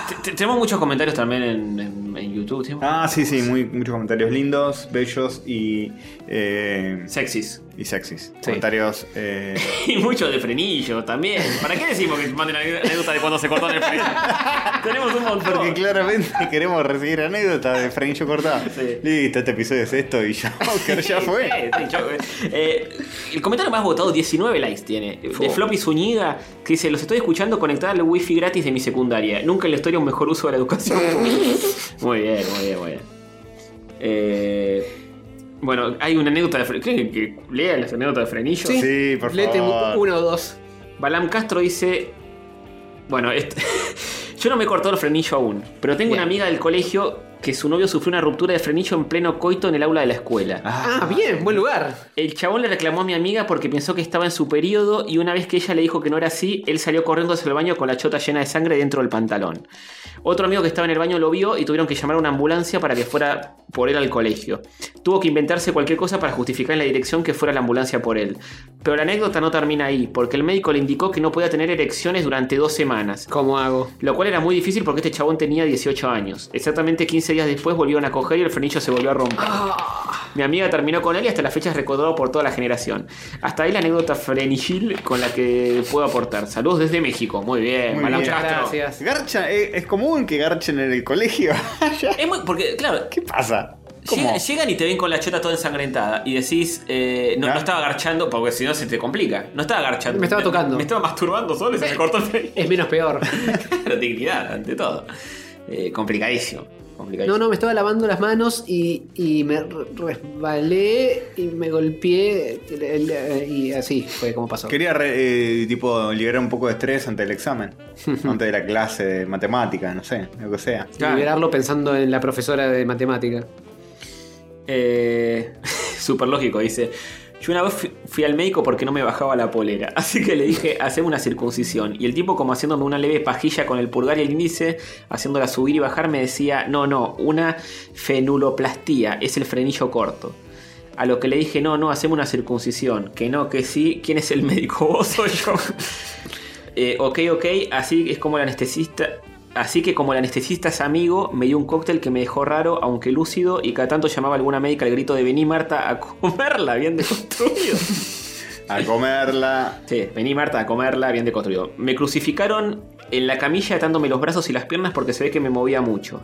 Speaker 1: te- te- tenemos muchos comentarios también en, en- en YouTube. ¿tenemos?
Speaker 2: Ah, sí, sí, muy, muchos comentarios lindos, bellos y, eh,
Speaker 1: Sexys.
Speaker 2: y sexys. Comentarios. eh,
Speaker 1: (laughs) Y muchos de frenillo también. ¿Para qué decimos que manden anécdota de cuando se cortó el
Speaker 2: (laughs)
Speaker 1: frenillo? Tenemos un montón.
Speaker 2: porque claramente queremos recibir anécdotas de Frenillo Cortá.
Speaker 1: Sí.
Speaker 2: Listo, este episodio es esto
Speaker 1: (laughs)
Speaker 2: y ya, que ya fue.
Speaker 1: Sí, sí, yo- eh, el comentario más votado, 19 likes tiene. eh, De Floppy Zúñiga, que dice: Los estoy escuchando conectada al wifi gratis de mi secundaria. Nunca en la historia un mejor uso de la (laughs) educación. muy bien, muy bien, muy bien. Eh, bueno, hay una anécdota de Frenillo. ¿Creen que, que lea las anécdotas de Frenillo?
Speaker 3: Sí.
Speaker 2: Sí, por
Speaker 3: Léete
Speaker 2: favor.
Speaker 3: uno o dos.
Speaker 1: Balam Castro dice. Bueno, est- (laughs) yo no me he cortado el frenillo aún, pero tengo una
Speaker 3: Bien.
Speaker 1: amiga del colegio que su novio sufrió una ruptura de frenillo en pleno coito en el aula de la escuela.
Speaker 3: Ah, bien, buen lugar.
Speaker 1: El chabón le reclamó a mi amiga porque pensó que estaba en su periodo y una vez que ella le dijo que no era así, él salió corriendo hacia el baño con la chota llena de sangre dentro del pantalón. Otro amigo que estaba en el baño lo vio y tuvieron que llamar a una ambulancia para que fuera por él al colegio. Tuvo que inventarse cualquier cosa para justificar en la dirección que fuera la ambulancia por él. Pero la anécdota no termina ahí, porque el médico le indicó que no podía tener erecciones durante dos semanas.
Speaker 3: ¿Cómo hago?
Speaker 1: Lo cual era muy difícil porque este chabón tenía 18 años. Exactamente 15 días después volvieron a coger y el frenillo se volvió a romper. Mi amiga terminó con él y hasta la fecha es recordado por toda la generación. Hasta ahí la anécdota frenigil con la que puedo aportar. Saludos desde México. Muy bien,
Speaker 2: Muy
Speaker 1: Malam
Speaker 2: bien.
Speaker 1: Castro.
Speaker 3: Gracias.
Speaker 2: Garcha, eh, es, común que garchen en el colegio. (laughs) Ya,
Speaker 1: Es muy, porque, claro,
Speaker 2: ¿Qué pasa? ¿Cómo?
Speaker 1: llega- llegan y te ven con la chota toda ensangrentada y decís, eh, no, no
Speaker 2: Gar-
Speaker 1: estaba garchando, porque si no se te complica. No estaba garchando.
Speaker 3: Me estaba tocando.
Speaker 1: Me, estaba masturbando solo y se me cortó el (laughs) frenillo.
Speaker 3: Es menos peor.
Speaker 1: Pero dignidad, ante todo. Eh, complicadísimo. complicadísimo.
Speaker 3: No, no, me estaba lavando las manos y, y me re- resbalé y me golpeé el- el- y así fue como pasó.
Speaker 2: Quería re- eh, tipo liberar un poco de estrés ante
Speaker 1: (laughs)
Speaker 2: el examen, antes de la clase de matemática, no sé, lo que sea.
Speaker 1: Claro.
Speaker 3: Liberarlo pensando en la profesora de matemática.
Speaker 1: Eh, (laughs) Súper lógico, dice. Yo una vez fui, fui al médico porque no me bajaba la polera. (laughs) Así que le dije, haceme una circuncisión. Y el tipo, como haciéndome una leve pajilla con el pulgar y el índice, haciéndola subir y bajar, me decía, no, no, una fenuloplastía, es el frenillo corto. A lo que le dije, no, no, haceme una circuncisión. Que no, que sí, ¿quién es el médico? (laughs) ¿Vos o yo? Eh, ok, ok, así es como el anestesista. Así que como el anestesista es amigo, me dio un cóctel que me dejó raro, aunque lúcido, y cada tanto llamaba a alguna médica al grito de vení Marta a comerla, bien deconstruido.
Speaker 2: A comerla.
Speaker 1: sí, vení Marta a comerla, bien deconstruido. Me crucificaron en la camilla atándome los brazos y las piernas porque se ve que me movía mucho.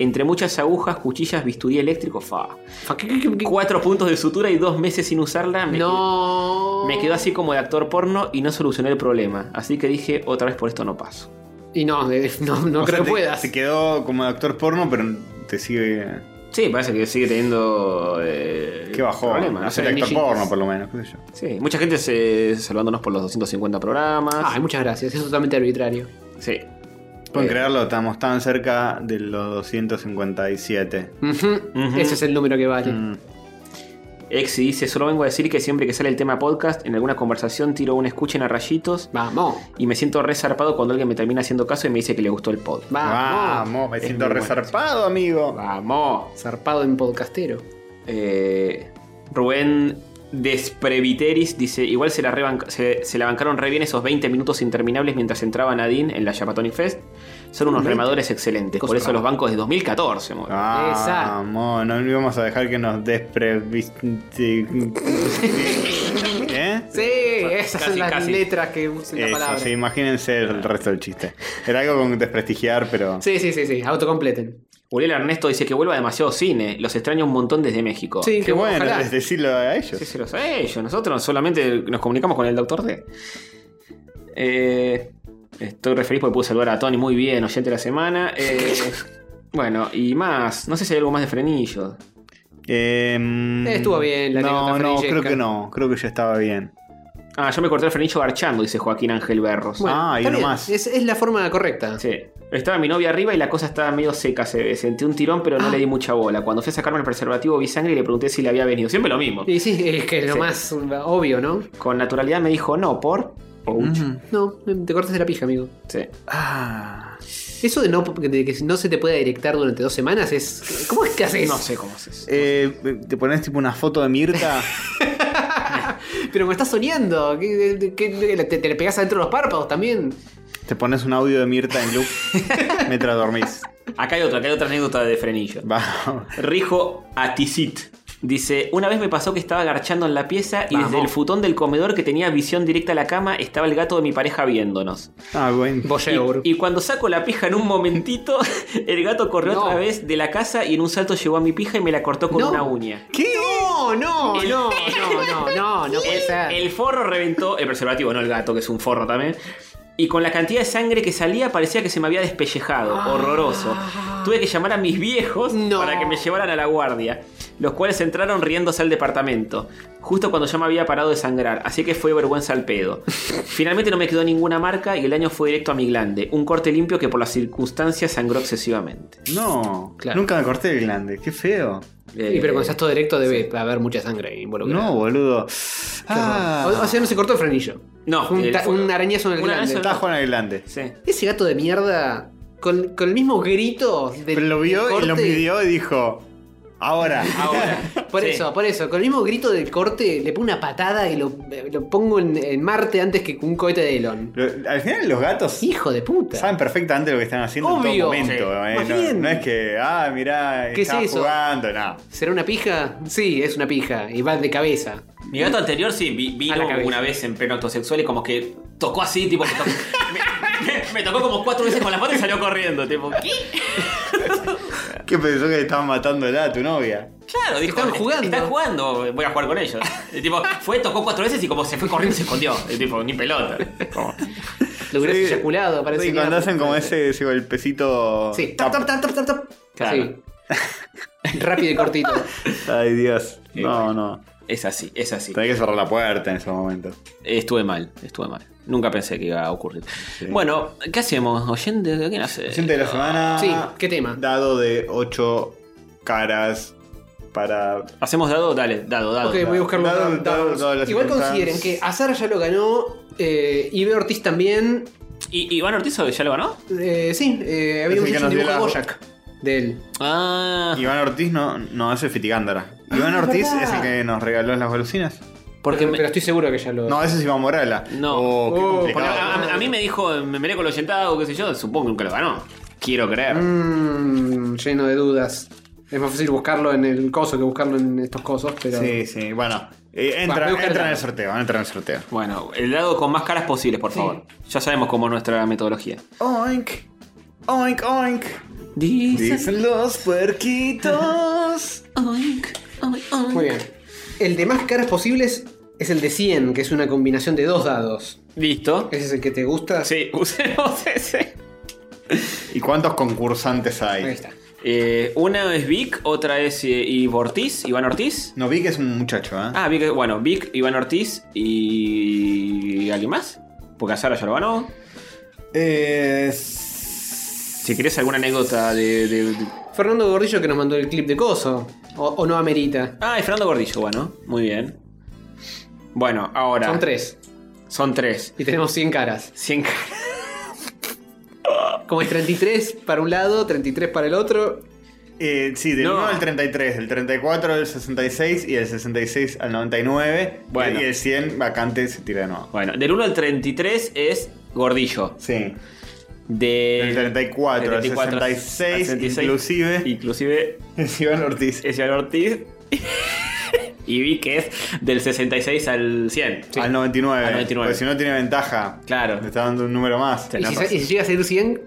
Speaker 1: Entre muchas agujas, cuchillas, bisturí eléctrico, fa.
Speaker 3: Fa- ¿qué- qué- qué- qué-
Speaker 1: Cuatro puntos de sutura y dos meses sin usarla. me
Speaker 3: No.
Speaker 1: quedé- Me quedó así como de actor porno y no solucioné el problema. Así que dije, otra vez por esto no paso.
Speaker 3: Y no, de- no, no
Speaker 2: O
Speaker 3: creo
Speaker 2: sea,
Speaker 3: que
Speaker 2: te-
Speaker 3: puedas.
Speaker 2: Se quedó como actor porno, pero te sigue.
Speaker 1: Sí, parece que sigue teniendo. eh,
Speaker 2: Qué bajó.
Speaker 1: problemas.
Speaker 2: No
Speaker 1: No
Speaker 2: sé,
Speaker 1: sé,
Speaker 2: actor
Speaker 1: ni-
Speaker 2: porno, por lo menos, qué sé
Speaker 3: Eh.
Speaker 2: yo.
Speaker 1: Sí, mucha gente se, salvándonos por los 250 programas.
Speaker 3: Ay, muchas gracias. Es totalmente arbitrario.
Speaker 1: sí.
Speaker 2: Pueden
Speaker 1: Eh,
Speaker 2: creerlo, estamos tan cerca de los 257.
Speaker 3: Ujú. Ese es el número que vale.
Speaker 2: Mm.
Speaker 1: Exi dice: Solo vengo a decir que siempre que sale el tema podcast, en alguna conversación tiro un escuchen a rayitos
Speaker 3: Vamos,
Speaker 1: y me siento resarpado cuando alguien me termina haciendo caso y me dice que le gustó el pod.
Speaker 3: vamos.
Speaker 2: Vamos, me
Speaker 1: Es
Speaker 2: siento
Speaker 1: muy bueno.
Speaker 2: resarpado, amigo.
Speaker 1: ¡Vamos!
Speaker 3: Zarpado en podcastero.
Speaker 1: Eh, Rubén Despreviteris dice: Igual se la, rebanca- se, se la bancaron re bien esos 20 minutos interminables mientras entraba Nadine en la Japatonic Fest. Son unos remadores excelentes. Por
Speaker 3: Cosa
Speaker 1: eso
Speaker 3: rara.
Speaker 1: los bancos de 2014. mo-
Speaker 2: Vamos, no íbamos a dejar que nos desprevis...
Speaker 3: (laughs)
Speaker 2: ¿Eh?
Speaker 3: Sí, esas
Speaker 1: Casi,
Speaker 3: son las
Speaker 1: casi.
Speaker 3: letras que usan la
Speaker 2: Eso,
Speaker 3: palabra.
Speaker 2: sí,
Speaker 3: Sí.
Speaker 2: imagínense el resto del chiste. Era algo con desprestigiar, pero.
Speaker 3: sí, sí, sí, Autocompleten.
Speaker 1: Uriel Ernesto dice que vuelva demasiado cine. Los extraño un montón desde México.
Speaker 3: Sí,
Speaker 2: Qué bueno,
Speaker 3: ojalá.
Speaker 2: es decirlo a ellos.
Speaker 1: Sí, se los a ellos. Nosotros solamente nos comunicamos con el doctor D. Eh, estoy re feliz porque pude saludar a Tony muy bien, oyente de la semana. Eh, bueno, y más. No sé si hay algo más de frenillos.
Speaker 2: Em,
Speaker 3: Eh, estuvo bien la
Speaker 2: No,
Speaker 3: anécdota
Speaker 2: no, creo
Speaker 3: frenillesca.
Speaker 2: que no. Creo que ya estaba bien.
Speaker 1: Ah, yo me corté el frenillo garchando, dice Joaquín Ángel Berros. Ah,
Speaker 2: Ah, y
Speaker 3: está
Speaker 2: uno
Speaker 3: bien.
Speaker 2: más.
Speaker 3: Es, es la forma correcta.
Speaker 1: Sí. Estaba mi novia arriba y la cosa estaba medio seca. Se ve. Sentí un tirón, pero
Speaker 3: Ah.
Speaker 1: no le di mucha bola. Cuando fui a sacarme el preservativo, vi sangre y le pregunté si le había venido. Siempre lo mismo.
Speaker 3: Y sí, es que es lo
Speaker 1: Sí.
Speaker 3: más obvio, ¿no?
Speaker 1: Con naturalidad me dijo no, por. Ouch.
Speaker 3: No, te cortas de la pija, amigo.
Speaker 1: Sí.
Speaker 2: Ah,
Speaker 3: Eso de, no, de que no se te pueda directar durante dos semanas es. ¿Cómo es que haces?
Speaker 1: No sé cómo haces.
Speaker 2: eh, te pones tipo una foto de
Speaker 3: (laughs)
Speaker 2: Mirta.
Speaker 3: Pero me estás soñando. ¿Qué- qué- qué- te, te le pegás adentro de los párpados también.
Speaker 2: te pones un audio de Mirta en loop mientras dormís.
Speaker 1: Acá hay otra, acá hay otra anécdota de frenillo.
Speaker 2: Vamos.
Speaker 1: Rijo Aticit. Dice, una vez me pasó que estaba garchando en la pieza y desde el futón del comedor que tenía visión directa a la cama estaba el gato de mi pareja viéndonos.
Speaker 2: Ah, bueno.
Speaker 3: Voyeur.
Speaker 1: Y cuando saco la pija en un momentito, (laughs) el gato corrió
Speaker 3: No.
Speaker 1: otra vez de la casa y en un salto llegó a mi pija y me la cortó con
Speaker 3: No.
Speaker 1: una uña.
Speaker 3: ¿Qué? No, no,
Speaker 1: El-
Speaker 3: no, no, no, no, no puede
Speaker 1: El,
Speaker 3: ser.
Speaker 1: el forro reventó, el preservativo, no el gato, que es un forro también. Y con la cantidad de sangre que salía parecía que se me había despellejado. Horroroso. Tuve que llamar a mis viejos
Speaker 3: Ah. No.
Speaker 1: para que me llevaran a la guardia. Los cuales entraron riéndose al departamento. Justo cuando ya me había parado de sangrar. Así que fue vergüenza al
Speaker 3: (laughs)
Speaker 1: pedo. Finalmente no me quedó ninguna marca y el año fue directo a mi glande. Un corte limpio que por las circunstancias sangró excesivamente.
Speaker 2: No,
Speaker 3: Claro.
Speaker 2: nunca me corté el glande, qué feo.
Speaker 3: Y pero
Speaker 1: Eh,
Speaker 3: cuando estás todo directo debe haber mucha sangre involucrada.
Speaker 2: No, boludo. Ah,
Speaker 3: O, o sea, no se cortó el frenillo.
Speaker 1: No,
Speaker 3: Fue un,
Speaker 1: el-
Speaker 3: ta- un arañazo en el
Speaker 1: un
Speaker 3: glande.
Speaker 1: arañazo-
Speaker 2: tajo en el glande.
Speaker 1: sí.
Speaker 3: Ese gato de mierda, con, con el mismo grito del
Speaker 2: Pero lo vio
Speaker 3: del
Speaker 2: y lo
Speaker 3: corte-
Speaker 2: midió y dijo: Ahora.
Speaker 1: Ahora.
Speaker 3: Por
Speaker 1: Sí.
Speaker 3: eso, por eso, con el mismo grito del corte, le pongo una patada y lo, lo pongo en, en Marte antes que un cohete de Elon.
Speaker 2: Lo- Al final, los gatos
Speaker 3: Hijo de puta.
Speaker 2: saben perfectamente lo que están haciendo en todo
Speaker 3: Obvio.
Speaker 2: momento.
Speaker 3: Sí.
Speaker 2: eh,
Speaker 3: Más
Speaker 2: No,
Speaker 3: bien.
Speaker 2: no es que, ah, mirá,
Speaker 3: ¿Qué es
Speaker 2: estaba
Speaker 3: eso?
Speaker 2: jugando, no.
Speaker 3: ¿Será una pija? Sí, es una pija. Y va de cabeza.
Speaker 1: Mi gato anterior sí vi-
Speaker 3: A la
Speaker 1: vino
Speaker 3: cabeza.
Speaker 1: una vez en pleno acto sexual y como que tocó (laughs) así, tipo. que to- me, me- me tocó como cuatro veces con la pata y salió corriendo, tipo. ¿Qué?
Speaker 2: ¿Qué pensó que estaban matándola a tu novia?
Speaker 1: Claro, dijo.
Speaker 3: Están
Speaker 1: "Est-
Speaker 3: jugando".
Speaker 1: Están jugando, voy a jugar con ellos. Y tipo, fue, tocó cuatro veces y como se fue corriendo se escondió. Y tipo, ni pelota. Como-
Speaker 3: Lo hubieras
Speaker 2: Sí.
Speaker 3: eyaculado, parece.
Speaker 2: Sí,
Speaker 3: que
Speaker 2: cuando
Speaker 3: era-
Speaker 2: hacen como ese, ese golpecito.
Speaker 3: Sí, tap, tap, tap, tap, tap, tap.
Speaker 1: Claro.
Speaker 3: Sí. (laughs) Rápido y cortito.
Speaker 2: Ay, Dios.
Speaker 1: Sí,
Speaker 2: No,
Speaker 1: bueno.
Speaker 2: no.
Speaker 1: Es así, es así.
Speaker 2: Tenés que cerrar la puerta en ese
Speaker 3: Eh,
Speaker 2: momento.
Speaker 1: Estuve mal, estuve mal. Nunca pensé que iba a ocurrir. Bueno, ¿qué hacemos? ¿Oyente? ¿Qué hace?
Speaker 2: Gente de la semana.
Speaker 3: Sí, ¿qué tema?
Speaker 2: Dado de 8 caras para.
Speaker 1: ¿Hacemos dado? Dale, dado, dado.
Speaker 3: Ok, voy a buscarlo.
Speaker 2: Dado-
Speaker 3: Dado-
Speaker 2: dado-
Speaker 3: dados.
Speaker 2: dado las
Speaker 3: Igual
Speaker 2: circunstancias.
Speaker 3: consideren que Azar ya lo ganó. Eh, Ibe Ortiz también.
Speaker 1: ¿Y Iván Ortiz ya lo ganó?
Speaker 3: Eh, sí, eh,
Speaker 2: el
Speaker 3: habíamos
Speaker 2: que
Speaker 3: hecho
Speaker 2: nos
Speaker 3: un
Speaker 2: dio
Speaker 3: dibujo de
Speaker 2: la-
Speaker 3: Boyac de él.
Speaker 1: Ah,
Speaker 2: Iván Ortiz no, no hace fitigándara. Iván
Speaker 3: Ah,
Speaker 2: Ortiz
Speaker 3: verdad.
Speaker 2: es el que nos regaló las golosinas.
Speaker 1: porque
Speaker 3: pero,
Speaker 1: me-
Speaker 3: pero estoy seguro que ya lo.
Speaker 2: No, ese es Iván Morala.
Speaker 1: No.
Speaker 2: Oh, qué
Speaker 3: Oh,
Speaker 1: Porque
Speaker 2: complicado.
Speaker 1: a, a- a mí me dijo, me miré con los o qué sé yo, supongo que nunca lo ganó. Quiero creer.
Speaker 3: Mm, lleno de dudas. Es más fácil buscarlo en el coso que buscarlo en estos cosos, pero.
Speaker 2: Sí, sí. Bueno, eh, entra,
Speaker 3: voy a buscar el
Speaker 2: entra en
Speaker 3: dado.
Speaker 2: el sorteo. Entra en el sorteo.
Speaker 1: Bueno, el dado con más caras posibles, por favor. Ya sabemos cómo es nuestra metodología.
Speaker 2: Oink. Oink, oink.
Speaker 1: Dice.
Speaker 2: Dicen los puerquitos.
Speaker 3: Muy bien. El de más caras posibles es el de 100, que es una combinación de dos dados.
Speaker 1: Listo.
Speaker 3: ¿Ese es el que te gusta?
Speaker 1: Sí, (laughs) usemos ese.
Speaker 2: ¿Y cuántos concursantes hay?
Speaker 3: Ahí está.
Speaker 1: Eh, una es Vic, otra es eh, Ivo Ortiz, Iván Ortiz.
Speaker 2: No vi que es un muchacho, ¿eh?
Speaker 1: Ah, Vic, bueno, Vic, Iván Ortiz y. ¿Alguien más? Porque Azara ya lo ganó.
Speaker 2: Eh,
Speaker 1: Si querés alguna anécdota de. de- de-
Speaker 3: Fernando Gordillo que nos mandó el clip de coso. O, o no amerita.
Speaker 1: Ah, y Fernando Gordillo, bueno, muy bien. Bueno, ahora.
Speaker 3: Son tres.
Speaker 1: Son tres.
Speaker 3: Y tenemos 100 caras.
Speaker 1: 100 caras.
Speaker 3: Como es 33 para un lado, 33 para el otro.
Speaker 2: eh, sí, del
Speaker 1: No.
Speaker 2: 1 al 33, del 34 al 66 y del 66 al 99.
Speaker 1: Bueno.
Speaker 2: Y el 100 vacante se tira de nuevo.
Speaker 1: (laughs) Bueno, del 1 al 33 es gordillo.
Speaker 2: Sí.
Speaker 1: Del
Speaker 2: Del 34 al
Speaker 1: 34 al
Speaker 2: 66,
Speaker 1: 66,
Speaker 2: inclusive.
Speaker 1: Inclusive
Speaker 2: Es (laughs) Iván Ortiz.
Speaker 1: es Iván Ortiz. (laughs) y vi que es del 66 al 100.
Speaker 2: Al 99.
Speaker 1: Al 99.
Speaker 2: Porque si no tiene ventaja.
Speaker 1: Claro.
Speaker 2: Le está dando un número más.
Speaker 1: Sí.
Speaker 3: Y si,
Speaker 1: razón.
Speaker 3: y si llega a salir 100,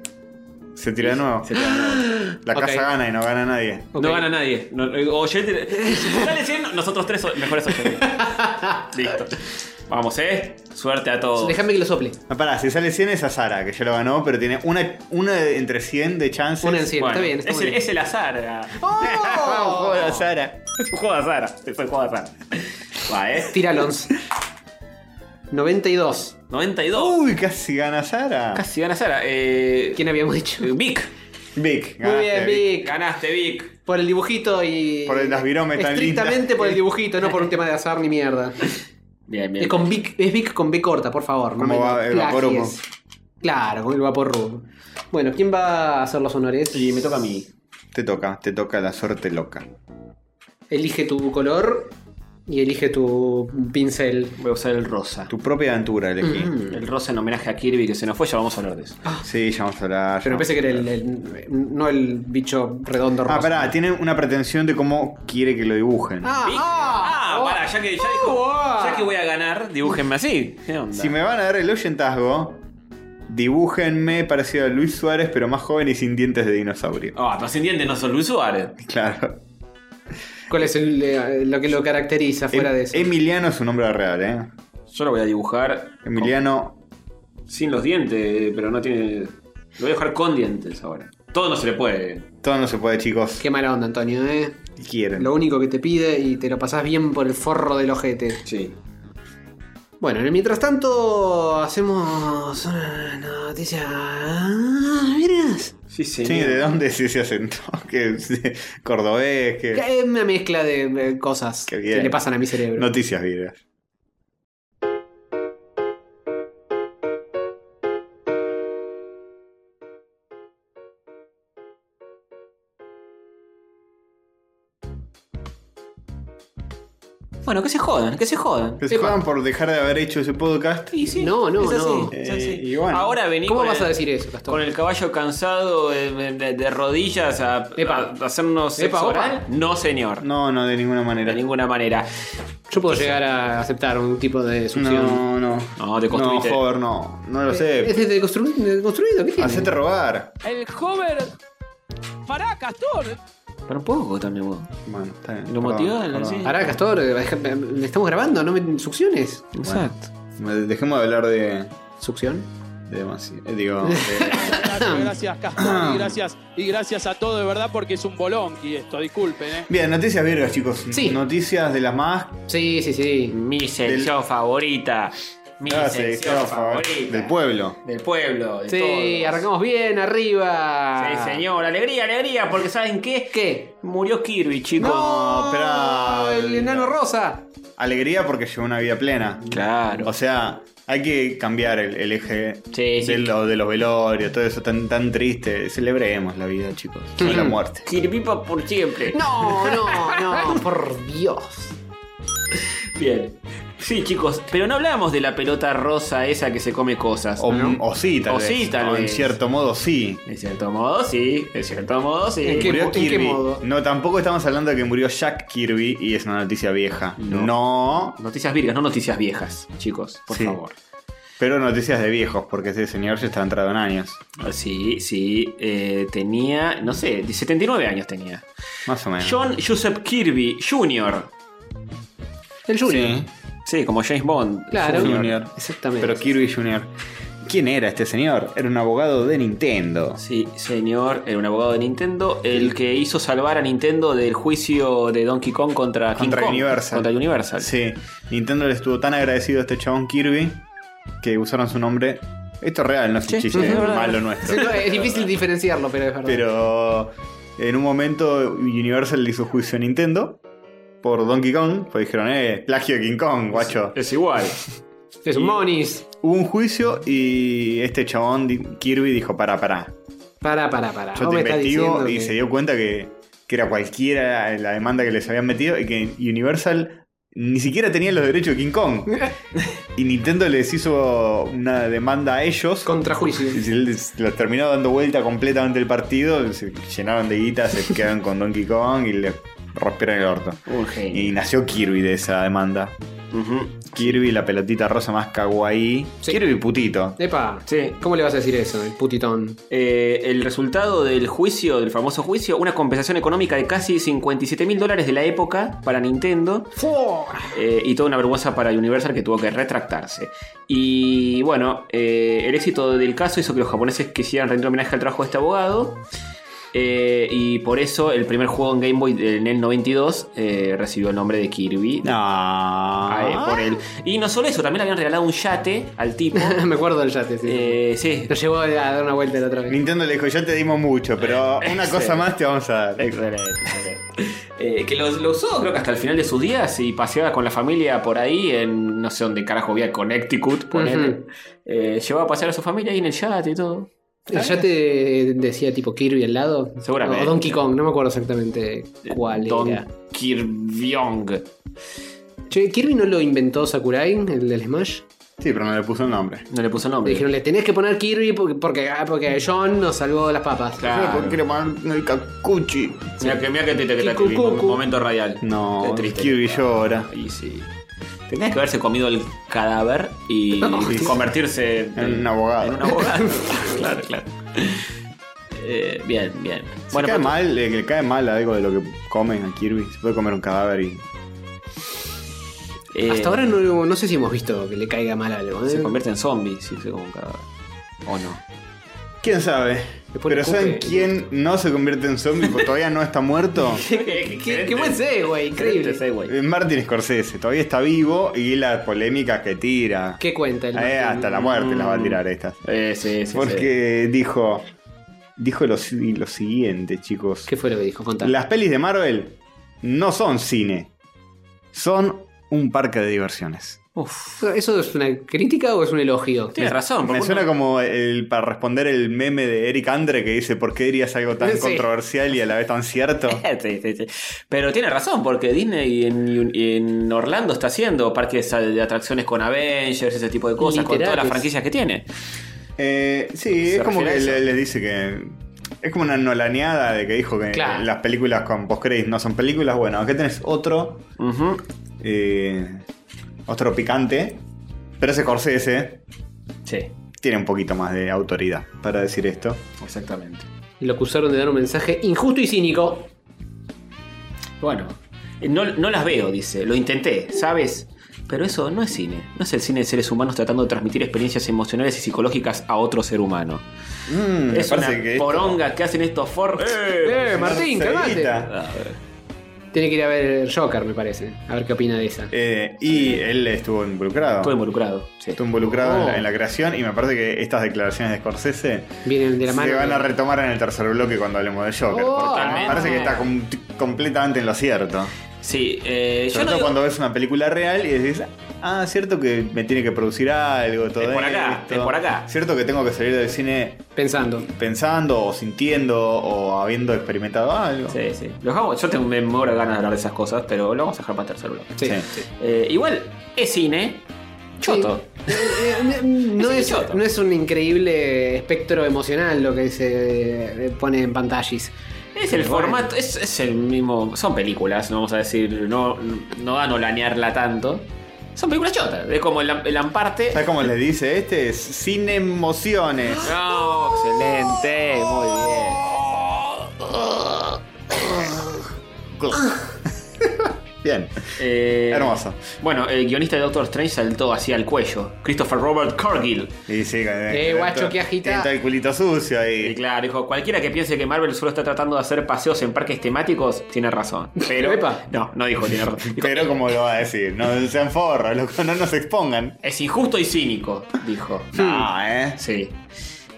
Speaker 2: Se tira de nuevo.
Speaker 1: Se te da nuevo.
Speaker 2: (gasps) La
Speaker 3: Ok.
Speaker 2: casa gana y no gana nadie.
Speaker 1: No
Speaker 3: Ok.
Speaker 1: gana nadie. No, no, oyente- (laughs) si sale 100, nosotros tres so- mejores (laughs) oyentes. Listo. Vamos, ¿eh? Suerte a todos.
Speaker 3: déjame que lo sople.
Speaker 2: Ah, pará, si sale 100 es a Sara, que ya lo ganó, pero tiene una, una de- entre 100 de chances.
Speaker 3: Una en 100,
Speaker 1: Bueno,
Speaker 3: está bien. Está
Speaker 1: es,
Speaker 3: muy
Speaker 1: el, (laughs)
Speaker 3: bien.
Speaker 1: es el azar. ah.
Speaker 2: Vamos,
Speaker 3: ¡Oh!
Speaker 2: joder, Sara.
Speaker 1: Es (laughs) un juego de azar. Es un juego de azar. Va, ¿eh?
Speaker 3: Tira Alonso.
Speaker 1: (laughs)
Speaker 3: 92.
Speaker 1: 92.
Speaker 2: Uy, casi gana Sara.
Speaker 1: Casi gana Sara. Eh,
Speaker 3: ¿Quién habíamos dicho?
Speaker 1: eh, Vic.
Speaker 2: Vic.
Speaker 3: Muy bien, Vic.
Speaker 1: Ganaste, Vic.
Speaker 3: Por el dibujito y.
Speaker 2: Por el- las viromes tan
Speaker 3: Estrictamente
Speaker 2: lindas.
Speaker 3: por el dibujito,
Speaker 2: (laughs)
Speaker 3: no por un tema de azar ni mierda.
Speaker 1: Bien, bien.
Speaker 3: Es, con Vic, es Vic con B corta, por favor. No
Speaker 2: Como
Speaker 3: me lo
Speaker 2: va el
Speaker 3: plagies.
Speaker 2: Vaporumo.
Speaker 3: Claro, con el vaporrubo. Bueno, ¿quién va a hacer los honores?
Speaker 1: Y me toca a mí.
Speaker 2: Te toca, te toca la suerte loca.
Speaker 3: Elige tu color y elige tu pincel.
Speaker 1: Voy a usar el rosa.
Speaker 2: Tu propia aventura elegí.
Speaker 3: Mm,
Speaker 1: El rosa en homenaje a Kirby que se nos fue, ya vamos a hablar de eso.
Speaker 2: Sí, ya vamos a hablar.
Speaker 3: Pero
Speaker 2: ya
Speaker 3: pensé que
Speaker 2: vamos
Speaker 3: era
Speaker 2: a
Speaker 3: el,
Speaker 2: hablar.
Speaker 3: el- no el bicho redondo rosa.
Speaker 2: Ah, pará, tiene una pretensión de cómo quiere que lo dibujen.
Speaker 3: Ah,
Speaker 1: Vic.
Speaker 3: ah,
Speaker 1: Ah,
Speaker 3: oh.
Speaker 1: pará, ya que, ya, dijo-
Speaker 3: Oh,
Speaker 1: ya que voy a ganar, dibújenme así. ¿Qué onda?
Speaker 2: Si me van a dar el oyentazgo, dibújenme parecido a Luis Suárez, pero más joven y sin dientes de dinosaurio.
Speaker 1: Ah, tu ascendiente no son Luis Suárez.
Speaker 2: Claro.
Speaker 3: ¿Cuál es el, eh, lo que lo caracteriza fuera
Speaker 2: Em-
Speaker 3: de eso?
Speaker 2: Emiliano es su nombre real, ¿eh?
Speaker 1: Yo lo voy a dibujar.
Speaker 2: Emiliano
Speaker 1: sin los dientes, pero no tiene. Lo voy a dejar con dientes ahora. Todo no se le puede.
Speaker 2: Todo no se puede, chicos.
Speaker 3: Qué mala onda, Antonio, ¿eh?
Speaker 2: Si Quieren.
Speaker 3: Lo único que te pide y te lo pasás bien por el forro del ojete.
Speaker 1: Sí.
Speaker 3: Bueno, en el mientras tanto hacemos una noticia. Ah, miras.
Speaker 1: Sí, sí.
Speaker 2: Sí, ¿de dónde es ese acento? (laughs) Que cordobés, que
Speaker 3: Es una mezcla de eh, cosas
Speaker 2: Qué
Speaker 3: que
Speaker 2: bien.
Speaker 3: le pasan a mi cerebro.
Speaker 2: noticias vidas.
Speaker 1: Bueno, que se jodan, que se jodan.
Speaker 2: Que se jodan por dejar de haber hecho ese podcast.
Speaker 1: Sí, sí.
Speaker 3: No, no,
Speaker 1: Es así,
Speaker 3: no.
Speaker 1: es así.
Speaker 2: Eh, y bueno.
Speaker 1: Ahora venimos.
Speaker 3: ¿Cómo vas a decir eso, Gastón?
Speaker 1: Con el caballo cansado eh, de, de rodillas a,
Speaker 3: Epa.
Speaker 1: a hacernos
Speaker 3: Epa,
Speaker 1: sexo
Speaker 3: opa.
Speaker 1: oral. No, señor.
Speaker 2: No, no, de ninguna manera.
Speaker 1: De ninguna manera.
Speaker 3: Yo puedo llegar a aceptar un tipo de succión.
Speaker 2: No, no.
Speaker 1: No, te construiste.
Speaker 2: No, joder, no. No lo
Speaker 3: Eh, ¿Es
Speaker 2: sé.
Speaker 3: de constru- de construido? ¿Qué tiene?
Speaker 2: Hacete robar.
Speaker 10: El joven. Pará, Castor.
Speaker 1: Pero un poco también vos.
Speaker 2: Bueno, está bien.
Speaker 1: Lo motivó,
Speaker 2: Perdón,
Speaker 1: lo-
Speaker 2: perdón.
Speaker 1: sí.
Speaker 3: Pará, Castor, eh, déjame- le estamos grabando, no me succiones.
Speaker 1: Exacto.
Speaker 2: Me- Dejemos de hablar de.
Speaker 3: ¿Succión?
Speaker 2: de demasi- eh, (laughs) digo. de-
Speaker 10: Nacho, gracias, Castor. Y gracias, y gracias a todo, de verdad, porque es un bolonqui esto, disculpen, ¿eh?
Speaker 2: Bien, noticias vergas, chicos.
Speaker 3: Sí.
Speaker 2: Noticias de las más.
Speaker 3: Sí, sí, sí.
Speaker 1: Mi sección favorita. Mi
Speaker 2: Ah, sí,
Speaker 1: sección
Speaker 2: claro,
Speaker 1: favorita.
Speaker 2: Del pueblo.
Speaker 1: Del pueblo. De
Speaker 3: Sí,
Speaker 1: todos.
Speaker 3: arrancamos Ah. bien, arriba.
Speaker 1: Sí, señor. Alegría, alegría. Porque ¿saben qué?
Speaker 3: ¿Qué?
Speaker 1: Murió Kirby, chicos.
Speaker 3: No,
Speaker 2: esperá.
Speaker 3: el enano rosa.
Speaker 2: Alegría porque lleva una vida plena.
Speaker 1: Claro.
Speaker 2: O sea, hay que cambiar el, el eje
Speaker 1: Sí, sí.
Speaker 2: de, lo- de los velorios, todo eso tan, tan triste. Celebremos la vida, chicos. No la muerte.
Speaker 1: Kirpipa por siempre.
Speaker 3: No, no, no, por Dios.
Speaker 1: Bien. Sí, chicos, pero no hablamos de la pelota rosa esa que se come cosas.
Speaker 2: O,
Speaker 1: ¿no?
Speaker 2: o sí, tal
Speaker 1: O
Speaker 2: vez.
Speaker 1: sí, tal
Speaker 2: O en
Speaker 1: vez.
Speaker 2: cierto modo, sí.
Speaker 1: De cierto modo, sí. De cierto modo, sí.
Speaker 3: ¿En qué-
Speaker 2: Murió
Speaker 3: en qué
Speaker 2: Kirby.
Speaker 3: modo?
Speaker 2: No, tampoco estamos hablando de que murió Jack Kirby y es una noticia vieja.
Speaker 1: No.
Speaker 2: No.
Speaker 1: Noticias virgas, no noticias viejas, chicos, por
Speaker 2: Sí.
Speaker 1: favor.
Speaker 2: pero noticias de viejos, porque ese señor ya está entrado en años.
Speaker 1: Sí, sí. eh, tenía, no sé, 79 años tenía.
Speaker 2: Más o menos.
Speaker 1: John Joseph Kirby Jr.
Speaker 3: El Junior.
Speaker 2: Sí,
Speaker 1: Sí, como James Bond.
Speaker 3: Claro.
Speaker 2: Junior.
Speaker 3: Exactamente.
Speaker 2: Pero Kirby Jr. ¿Quién era este señor? Era un abogado de Nintendo.
Speaker 1: Sí, señor, era un abogado de Nintendo, el que hizo salvar a Nintendo del juicio de Donkey Kong contra, King
Speaker 2: Contra
Speaker 1: Kong,
Speaker 2: Universal.
Speaker 1: Contra Universal.
Speaker 2: Sí, Nintendo le estuvo tan agradecido a este chabón Kirby que usaron su nombre. Esto es real, no es un
Speaker 1: Sí,
Speaker 2: chiste
Speaker 1: es verdad.
Speaker 2: malo
Speaker 3: Sí,
Speaker 2: nuestro.
Speaker 3: no, es difícil diferenciarlo, pero es verdad.
Speaker 2: Pero en un momento Universal le hizo juicio a Nintendo por Donkey Kong, pues dijeron, eh, plagio de King Kong, guacho.
Speaker 1: Es igual.
Speaker 3: es un monis.
Speaker 2: Hubo un juicio y este chabón di- Kirby dijo, pará, pará,
Speaker 3: Pará, pará, pará.
Speaker 2: yo
Speaker 3: Vos
Speaker 2: te
Speaker 3: me estás
Speaker 2: investigo
Speaker 3: diciendo
Speaker 2: y
Speaker 3: que-
Speaker 2: se dio cuenta que, que era cualquiera la demanda que les habían metido y que Universal ni siquiera tenía los derechos de King
Speaker 3: (laughs)
Speaker 2: Kong. y Nintendo les hizo una demanda a ellos.
Speaker 3: Contrajuicio.
Speaker 2: Y les- Los terminó dando vuelta completamente el partido, se llenaron de guitas, se quedaron con Donkey Kong y le rompieron el orto.
Speaker 1: Un
Speaker 2: Y
Speaker 1: genio.
Speaker 2: nació Kirby de esa demanda.
Speaker 1: Ujú.
Speaker 2: Kirby, la pelotita rosa más kawaii.
Speaker 3: Sí.
Speaker 2: Kirby putito.
Speaker 3: Epa.
Speaker 1: Sí.
Speaker 3: ¿Cómo le vas a decir eso, el putitón? (laughs)
Speaker 1: Eh, el resultado del juicio, del famoso juicio, una compensación económica de casi 57 mil dólares de la época para Nintendo eh, y toda una vergüenza para Universal que tuvo que retractarse. Y bueno, eh, el éxito del caso hizo que los japoneses quisieran rendir homenaje al trabajo de este abogado. eh, y por eso el primer juego en Game Boy en el 92 eh, recibió el nombre de Kirby.
Speaker 2: No.
Speaker 1: Ah, eh, por él. Y no solo eso, también le habían regalado un yate al tipo.
Speaker 3: me acuerdo del yate, sí.
Speaker 1: Eh, sí,
Speaker 3: Lo llevó a dar una vuelta la otra vez.
Speaker 2: Nintendo le dijo, ya te dimos mucho, pero una cosa más te vamos a dar.
Speaker 1: Excelente, excelente. Eh, que lo, lo usó creo que hasta el final de sus días y paseaba con la familia por ahí en no sé dónde carajo vía Connecticut ponele.
Speaker 3: Ujú.
Speaker 1: Eh, llevaba a pasear a su familia ahí en el yate y todo
Speaker 3: ¿El yate decía tipo Kirby al lado?
Speaker 1: Seguramente.
Speaker 3: O Donkey Kong, no me acuerdo exactamente
Speaker 2: Eh,
Speaker 3: cuál
Speaker 1: Don
Speaker 3: era.
Speaker 1: Kirbyong
Speaker 3: Che, ¿Kirby no lo inventó Sakurai, el del Smash?
Speaker 2: Sí, pero no le puso el nombre.
Speaker 1: no le puso
Speaker 3: Le
Speaker 1: nombre
Speaker 3: dijeron, le tenés que poner Kirby porque, porque, ah, porque John nos salvó las papas.
Speaker 1: Claro.
Speaker 2: quiero poner el cacuchi.
Speaker 1: mira que mira que te, te, te- te-
Speaker 3: Cucu,
Speaker 1: te-
Speaker 3: cucu.
Speaker 1: momento radial
Speaker 2: No,
Speaker 1: Qué triste.
Speaker 2: Kirby llora.
Speaker 1: y sí Tenía que haberse comido el cadáver y
Speaker 2: sí.
Speaker 1: convertirse
Speaker 2: En un abogado.
Speaker 1: en un abogado. claro, claro. Eh, bien, bien.
Speaker 2: Se cae
Speaker 1: Pato,
Speaker 2: mal, eh, que le cae mal algo de lo que comen a Kirby. Se puede comer un cadáver y.
Speaker 1: Eh,
Speaker 3: Hasta ahora no, no sé si hemos visto que le caiga mal algo. ¿eh?
Speaker 1: Se convierte en zombie si se come un cadáver. O
Speaker 2: (laughs)
Speaker 1: no.
Speaker 2: ¿Quién sabe?
Speaker 3: Después
Speaker 2: Pero
Speaker 3: le
Speaker 2: ¿saben
Speaker 3: escupe y
Speaker 2: quién no se convierte en zombie porque todavía no está
Speaker 3: (laughs)
Speaker 2: muerto?
Speaker 3: ¿Qué, qué, qué buen segue, güey,
Speaker 1: Increíble.
Speaker 3: increíble.
Speaker 2: Eh, Martin Scorsese todavía está vivo y la polémica que tira.
Speaker 3: ¿Qué cuenta el
Speaker 2: Eh,
Speaker 3: Martín?
Speaker 2: hasta la muerte las va a tirar estas.
Speaker 1: Eh, sí, sí, sí.
Speaker 2: Porque dijo. Dijo lo, si- lo siguiente, chicos.
Speaker 3: ¿Qué fue lo que dijo? Contá.
Speaker 2: Las pelis de Marvel no son cine. Son un parque de diversiones.
Speaker 1: Uf.
Speaker 3: ¿Eso es una crítica o es un elogio?
Speaker 1: Tienes razón,
Speaker 2: Me
Speaker 1: porque
Speaker 2: suena
Speaker 1: uno-
Speaker 2: como el para responder el meme de Eric Andre que dice ¿por qué dirías algo tan
Speaker 3: Sí.
Speaker 2: controversial y a la vez
Speaker 1: (laughs)
Speaker 2: tan cierto?
Speaker 1: Sí, sí, sí. Pero tiene razón, porque Disney en, en Orlando está haciendo parques de atracciones con Avengers, ese tipo de cosas, con todas las
Speaker 3: Literales.
Speaker 1: franquicias que tiene.
Speaker 2: Eh, sí, es
Speaker 1: ¿Se
Speaker 2: como que
Speaker 1: refiere a
Speaker 2: le,
Speaker 1: eso?
Speaker 2: le dice que. Es como una nolaneada de que dijo que
Speaker 3: Claro.
Speaker 2: las películas con post no son películas. Bueno, acá tenés otro.
Speaker 1: Ujú.
Speaker 2: eh, otro picante. Pero ese Corsese
Speaker 1: Sí,
Speaker 2: tiene un poquito más de autoridad para decir esto.
Speaker 1: exactamente.
Speaker 3: Lo acusaron de dar un mensaje injusto y cínico.
Speaker 1: Bueno, eh, no, no las veo, dice. Lo intenté, ¿sabes? Pero eso no es cine. No es el cine de seres humanos tratando de transmitir experiencias emocionales y psicológicas a otro ser humano.
Speaker 2: Mm, me
Speaker 1: es una
Speaker 2: parece que esto-
Speaker 1: poronga que hacen estos for...
Speaker 3: ¡Eh, Martín,
Speaker 2: Cervita.
Speaker 3: cagate!
Speaker 1: Ah.
Speaker 3: Tiene que ir a ver el Joker, me parece. A ver qué opina de esa.
Speaker 2: Eh, y él estuvo involucrado.
Speaker 1: Estuve involucrado. sí.
Speaker 2: Estuvo involucrado en,
Speaker 3: Oh.
Speaker 2: la, en la creación y me parece que estas declaraciones de Scorsese
Speaker 3: Vienen de la mano.
Speaker 2: se van a
Speaker 3: de-
Speaker 2: retomar en el tercer bloque cuando hablemos de Joker.
Speaker 3: Oh.
Speaker 2: porque me
Speaker 3: Totalmente.
Speaker 2: parece que está com- completamente en lo cierto.
Speaker 1: Sí, eh, yo
Speaker 2: Sobre
Speaker 1: no
Speaker 2: todo
Speaker 1: digo-
Speaker 2: cuando ves una película real y decís, ah, cierto que me tiene que producir algo, todo
Speaker 1: Es por acá,
Speaker 2: esto.
Speaker 1: es por acá.
Speaker 2: Cierto que tengo que salir del cine
Speaker 3: Pensando.
Speaker 2: pensando o sintiendo o habiendo experimentado algo.
Speaker 1: Sí, sí. Lo dejamos- yo tengo, me muero de ganas de hablar de esas cosas, pero lo vamos a dejar para tercer bloque.
Speaker 3: Sí.
Speaker 2: Sí.
Speaker 3: sí.
Speaker 1: Eh, igual, es cine. Choto.
Speaker 3: Eh, eh, No,
Speaker 1: Es
Speaker 3: es,
Speaker 1: idiota.
Speaker 3: no es un increíble espectro emocional lo que se eh, pone en pantallas.
Speaker 1: Es el
Speaker 3: Pero bueno.
Speaker 1: formato, es, es el mismo. Son películas, no vamos a decir, no, no van a olanearla tanto. Son películas chotas. Es como el, am- el amparte.
Speaker 2: ¿Sabes cómo le dice este? Es sin emociones.
Speaker 1: No, excelente, muy bien.
Speaker 2: (laughs) Bien,
Speaker 1: Ah. Eh,
Speaker 2: hermoso.
Speaker 1: Bueno, el guionista de Doctor Strange saltó hacia el cuello. Christopher Robert Cargill.
Speaker 2: Y sí,
Speaker 3: Eh, guacho, qué agita.
Speaker 2: Tiene todo el culito sucio
Speaker 1: Y
Speaker 2: ahí.
Speaker 1: claro, dijo, cualquiera que piense que Marvel solo está tratando de hacer paseos en parques temáticos, tiene razón. Pero...
Speaker 3: Epa.
Speaker 1: No, no dijo, tiene razón. Dijo,
Speaker 2: Pero como lo va a decir, no sean forros, loco, no nos expongan.
Speaker 1: es injusto y cínico, dijo. Ah,
Speaker 2: No, eh.
Speaker 1: Sí.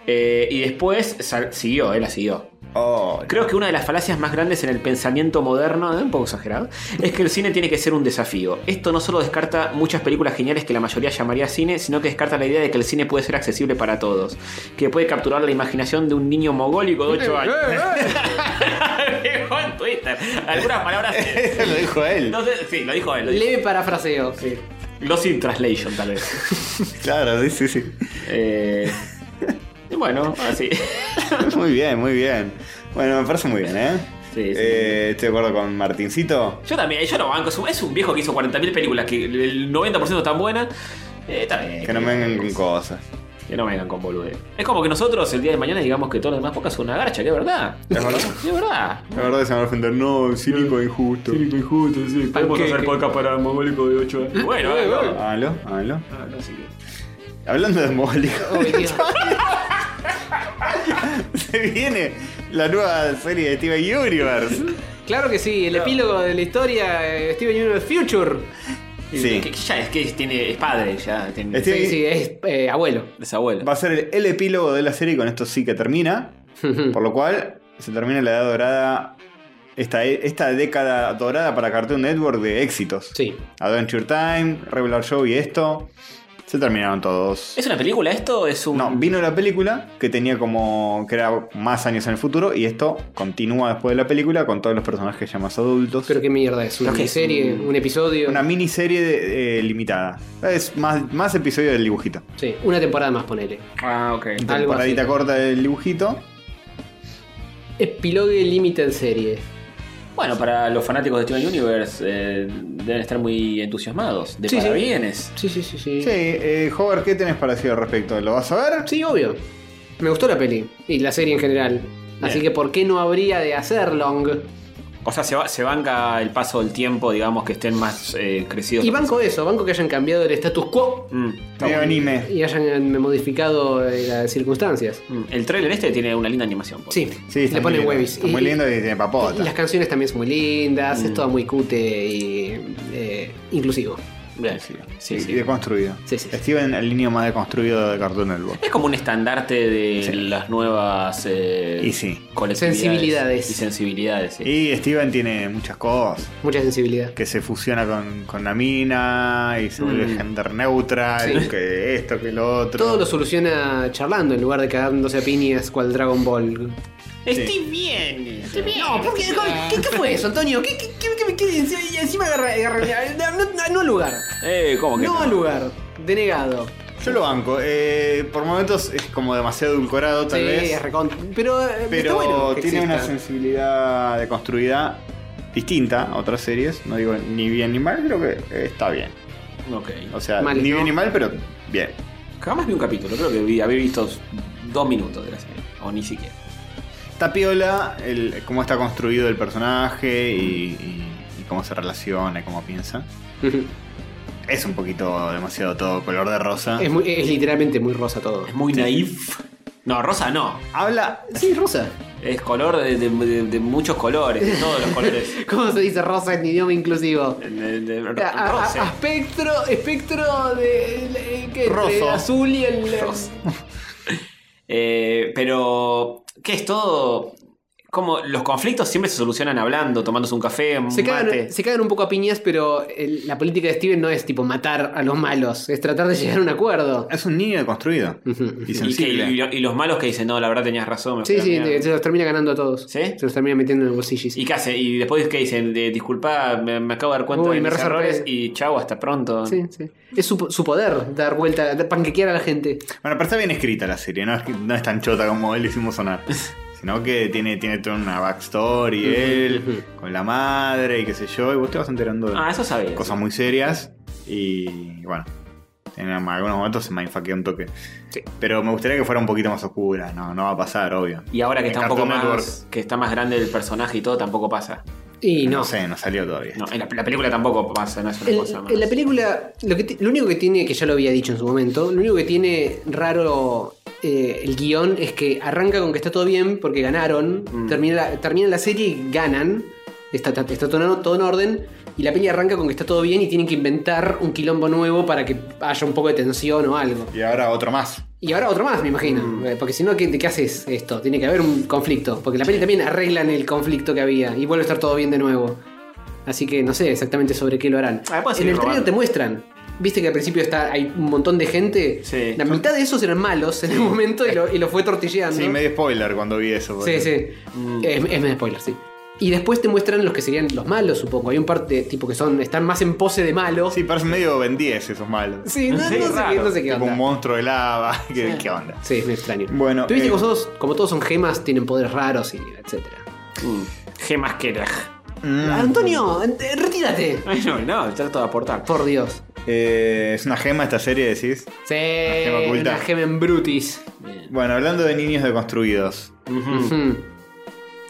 Speaker 1: Eh, y después sal- siguió, él la siguió. (laughs)
Speaker 2: Oh, (laughs)
Speaker 1: Creo que una de las falacias más grandes en el pensamiento moderno, eh, un poco exagerado, es que el cine tiene que ser un desafío. Esto no solo descarta muchas películas geniales que la mayoría llamaría cine, sino que descarta la idea de que el cine puede ser accesible para todos, que puede capturar la imaginación de un niño mogólico de 8 años. Dejó (laughs) en Twitter algunas palabras.
Speaker 2: eso lo dijo él.
Speaker 1: No sé- sí, lo dijo él. Lo dijo.
Speaker 3: Leve parafraseo.
Speaker 1: Los in translation, tal vez.
Speaker 2: Claro, sí, sí, sí.
Speaker 1: Eh, y bueno, así.
Speaker 2: Muy bien, muy bien. Bueno, me parece muy bien, ¿eh?
Speaker 1: Sí, sí.
Speaker 2: Eh, estoy de acuerdo con Martincito.
Speaker 1: Yo también, yo lo banco. Es un, es un viejo que hizo 40.000 películas que el 90% están buenas. Eh, está bien.
Speaker 2: Que no me vengan con cosas.
Speaker 1: Que no me vengan con boludez. Es como que nosotros el día de mañana digamos que todas las demás pocas son una garcha, que es
Speaker 2: (laughs)
Speaker 1: verdad.
Speaker 2: Es verdad.
Speaker 1: Que es verdad.
Speaker 2: La verdad que se me va a ofender. No, cínico e injusto.
Speaker 1: injusto, sí.
Speaker 3: Podemos hacer
Speaker 1: podcast para mogólico de ¿eh? 8 años. Bueno, háganlo.
Speaker 2: Hágalo, hágalo.
Speaker 1: Ah,
Speaker 2: Hablando de mogólico,
Speaker 3: (laughs) Oh, Dios.
Speaker 2: (laughs) se viene la nueva serie de Steven Universe.
Speaker 3: Claro que sí, el epílogo de la historia, eh, Steven Universe Future.
Speaker 2: Sí.
Speaker 1: Que, que ya es que tiene, es padre, ya. Tiene,
Speaker 2: Este- Sí.
Speaker 3: Sí, sí, es eh, abuelo.
Speaker 1: es abuelo.
Speaker 2: Va a ser el, el epílogo de la serie, y con esto sí que termina. Por lo cual, se termina la edad dorada. Esta, e- esta década dorada para Cartoon Network de éxitos.
Speaker 3: (laughs) Sí.
Speaker 2: Adventure Time, Regular Show y esto. Se terminaron todos.
Speaker 1: ¿Es una película esto? ¿Es un.?
Speaker 2: No, vino la película que tenía como. que era más años en el futuro. Y esto continúa después de la película con todos los personajes ya más adultos.
Speaker 3: Pero qué mierda es, una
Speaker 1: Creo que es
Speaker 3: serie,
Speaker 1: un-
Speaker 3: un episodio.
Speaker 2: Una miniserie de- eh, limitada. Es más, más episodio del dibujito.
Speaker 3: Sí, una temporada más, ponele.
Speaker 1: Ah, ok.
Speaker 3: Algo
Speaker 2: Paradita
Speaker 3: así.
Speaker 2: corta del dibujito.
Speaker 3: Epilogue Limited Serie.
Speaker 1: Bueno, para los fanáticos de Steven Universe eh, deben estar muy entusiasmados. De
Speaker 3: Sí, sí.
Speaker 1: parabienes.
Speaker 3: Sí, sí, sí, sí.
Speaker 2: Sí, eh, Hover, ¿qué tenés para decir al respecto? ¿Lo vas a ver?
Speaker 3: Sí, obvio. Me gustó la peli y la serie en general. Así que, ¿por qué no habría de hacer long?
Speaker 1: O sea, se, va- se banca el paso del tiempo, digamos, que estén más eh, crecidos.
Speaker 3: Y banco eso, banco que hayan cambiado el status quo
Speaker 1: Mm, está
Speaker 2: Veo
Speaker 1: bueno.
Speaker 2: anime.
Speaker 3: y hayan eh, modificado eh, las circunstancias.
Speaker 1: Mm, El trailer este tiene una linda animación. por
Speaker 3: Sí,
Speaker 2: Sí, está
Speaker 3: le
Speaker 2: muy
Speaker 3: ponen
Speaker 2: lindo.
Speaker 3: webis.
Speaker 2: Está muy lindo y Mm. tiene papota.
Speaker 3: y las canciones también son muy lindas, es todo muy cute y eh, inclusivo.
Speaker 1: Bien, Sí, sí,
Speaker 2: y,
Speaker 1: sí.
Speaker 2: y deconstruido.
Speaker 3: Sí, sí, sí.
Speaker 2: Steven, el niño más deconstruido de Cartoon Network.
Speaker 1: Es como un estandarte de
Speaker 2: Sí.
Speaker 1: las nuevas eh,
Speaker 2: Y sí.
Speaker 1: colectividades
Speaker 3: Sensibilidades.
Speaker 1: Y sensibilidades, sí.
Speaker 2: Y Steven tiene muchas cosas.
Speaker 3: Mucha sensibilidad.
Speaker 2: Que se fusiona con, con la mina y se vuelve
Speaker 1: Mm.
Speaker 2: gender neutral,
Speaker 3: Sí.
Speaker 2: que esto, que lo otro.
Speaker 3: Todo lo soluciona charlando en lugar de cagándose a piñas cual Dragon Ball.
Speaker 1: Estoy bien. Estoy bien.
Speaker 3: No, ¿por qué? ¿Qué, qué fue eso, Antonio? ¿Qué, qué, qué, qué, qué- y encima agarra, agarra- eh, no, no, no al lugar.
Speaker 1: Eh, ¿cómo que
Speaker 3: No
Speaker 1: no?
Speaker 3: al lugar. Denegado.
Speaker 2: Yo lo banco. eh, por momentos es como demasiado edulcorado, tal
Speaker 3: Sí,
Speaker 2: vez.
Speaker 3: es recont- Pero, eh, está
Speaker 2: pero
Speaker 3: bueno que
Speaker 2: tiene una
Speaker 3: exista.
Speaker 2: sensibilidad de construida distinta a otras series. No digo ni bien ni mal, creo que eh, está bien.
Speaker 1: Ok.
Speaker 2: O sea,
Speaker 3: Mal,
Speaker 2: ni
Speaker 3: ¿no?
Speaker 2: bien ni mal, pero bien.
Speaker 1: Jamás vi un capítulo, creo que vi, había visto dos minutos de la serie. O ni siquiera.
Speaker 2: Está piola el, cómo está construido el personaje y, y- y cómo se relaciona y cómo piensa.
Speaker 3: (laughs)
Speaker 2: Es un poquito demasiado todo color de rosa.
Speaker 3: es, muy- es literalmente muy rosa todo.
Speaker 1: Es muy naif. No, rosa no.
Speaker 2: Habla.
Speaker 3: Sí, rosa. (laughs)
Speaker 1: Es color de, de- de- de muchos colores, de todos los colores.
Speaker 3: (laughs) ¿Cómo se dice rosa en idioma inclusivo?
Speaker 1: De- de- de-
Speaker 3: A- a-
Speaker 1: roce.
Speaker 3: a- espectro, espectro de el- el- que- entre
Speaker 2: Roso.
Speaker 3: el azul y el
Speaker 1: Rosa. Eh, pero, ¿qué es todo? Como los conflictos siempre se solucionan hablando, tomándose un café, un
Speaker 3: Se
Speaker 1: mate.
Speaker 3: cagan, se cagan un poco a piñas, pero el- la política de Steven no es tipo matar a los malos, es tratar de llegar a un acuerdo.
Speaker 2: Es un niño construido.
Speaker 3: Ujú.
Speaker 2: y
Speaker 1: Y, que-
Speaker 2: sensible.
Speaker 1: y lo- y los malos que dicen, no, la verdad tenías razón. me
Speaker 3: Sí,
Speaker 1: fui a la
Speaker 3: sí,
Speaker 1: mierda".
Speaker 3: se los termina ganando a todos.
Speaker 1: ¿Sí?
Speaker 3: Se los termina metiendo en el bolsillo.
Speaker 1: ¿Y qué hace? Y después que dicen, "De- disculpa, me, me acabo de dar cuenta
Speaker 3: Uy,
Speaker 1: de
Speaker 3: me
Speaker 1: mis
Speaker 3: re
Speaker 1: errores
Speaker 3: zarpé.
Speaker 1: y chau, hasta pronto.
Speaker 3: Sí, sí. Es su, su poder dar vuelta, dar- panquequear a la gente.
Speaker 2: Bueno, pero está bien escrita la serie, no es, que- no es tan chota como él hicimos
Speaker 1: (laughs)
Speaker 2: sonar. Sino que tiene, tiene toda una backstory él, con la madre y qué sé yo, y vos te vas enterando de
Speaker 1: Ah, eso sabía.
Speaker 2: cosas muy serias. Y bueno, en algunos momentos se me infaquea un toque. Pero me gustaría que fuera un poquito más oscura, no, no va a pasar, obvio.
Speaker 1: Y ahora que
Speaker 2: En
Speaker 1: está un poco
Speaker 2: Cartoon
Speaker 1: más, que está más grande el personaje y todo, tampoco pasa.
Speaker 3: Y
Speaker 2: No,
Speaker 3: no.
Speaker 2: sé, no salió todavía.
Speaker 1: No, en la, la película tampoco pasa, no es una
Speaker 3: En-
Speaker 1: cosa más.
Speaker 3: en la película, lo, que ti- lo único que tiene, que ya lo había dicho en su momento, lo único que tiene raro eh, el guión es que arranca con que está todo bien porque ganaron,
Speaker 1: Mm.
Speaker 3: termina, la, termina la serie y ganan, está, está- está todo, en- todo en orden, y la peli arranca con que está todo bien y tienen que inventar un quilombo nuevo para que haya un poco de tensión o algo.
Speaker 2: Y ahora otro más.
Speaker 3: Y ahora otro más, me imagino, eh, porque si no, ¿qué, ¿de qué haces esto? Tiene que haber un conflicto, porque en la peli también arreglan el conflicto que había y vuelve a estar todo bien de nuevo. Así que no sé exactamente sobre qué lo harán.
Speaker 1: Ah, pueden
Speaker 3: en
Speaker 1: seguir
Speaker 3: el trailer
Speaker 1: robando.
Speaker 3: te muestran. Viste que al principio está, hay un montón de gente.
Speaker 1: Sí.
Speaker 3: La mitad de esos eran malos en el momento y lo, y lo fue tortilleando.
Speaker 2: Sí, medio spoiler cuando vi eso.
Speaker 3: Sí,
Speaker 2: porque-
Speaker 3: sí. Es, es medio spoiler, sí. Y después te muestran los que serían los malos, supongo. Hay un par de tipo que son están más en pose de malos.
Speaker 2: Sí, parece medio Ben 10 esos malos.
Speaker 3: Sí, no,
Speaker 1: Sí,
Speaker 3: no sé, qué,
Speaker 1: raro.
Speaker 3: no sé qué
Speaker 2: Tipo un
Speaker 3: onda.
Speaker 2: monstruo de lava. (laughs) ¿Qué, qué onda?
Speaker 3: Sí, es medio extraño.
Speaker 2: Bueno,
Speaker 3: Pero viste
Speaker 2: eh,
Speaker 3: que vos sos- como todos son gemas, tienen poderes raros y etcétera.
Speaker 1: Mm. Gemas que la- (laughs)
Speaker 2: Mm.
Speaker 1: Ah,
Speaker 3: Antonio, ent- retírate.
Speaker 1: Ay, No, no, trato de aportar.
Speaker 3: Por Dios.
Speaker 2: Eh, es una gema esta serie, decís.
Speaker 3: Sí,
Speaker 2: gema oculta.
Speaker 3: una gema en Brutis.
Speaker 1: Bien.
Speaker 2: Bueno, hablando de niños deconstruidos.
Speaker 1: Ujú.
Speaker 3: Mm,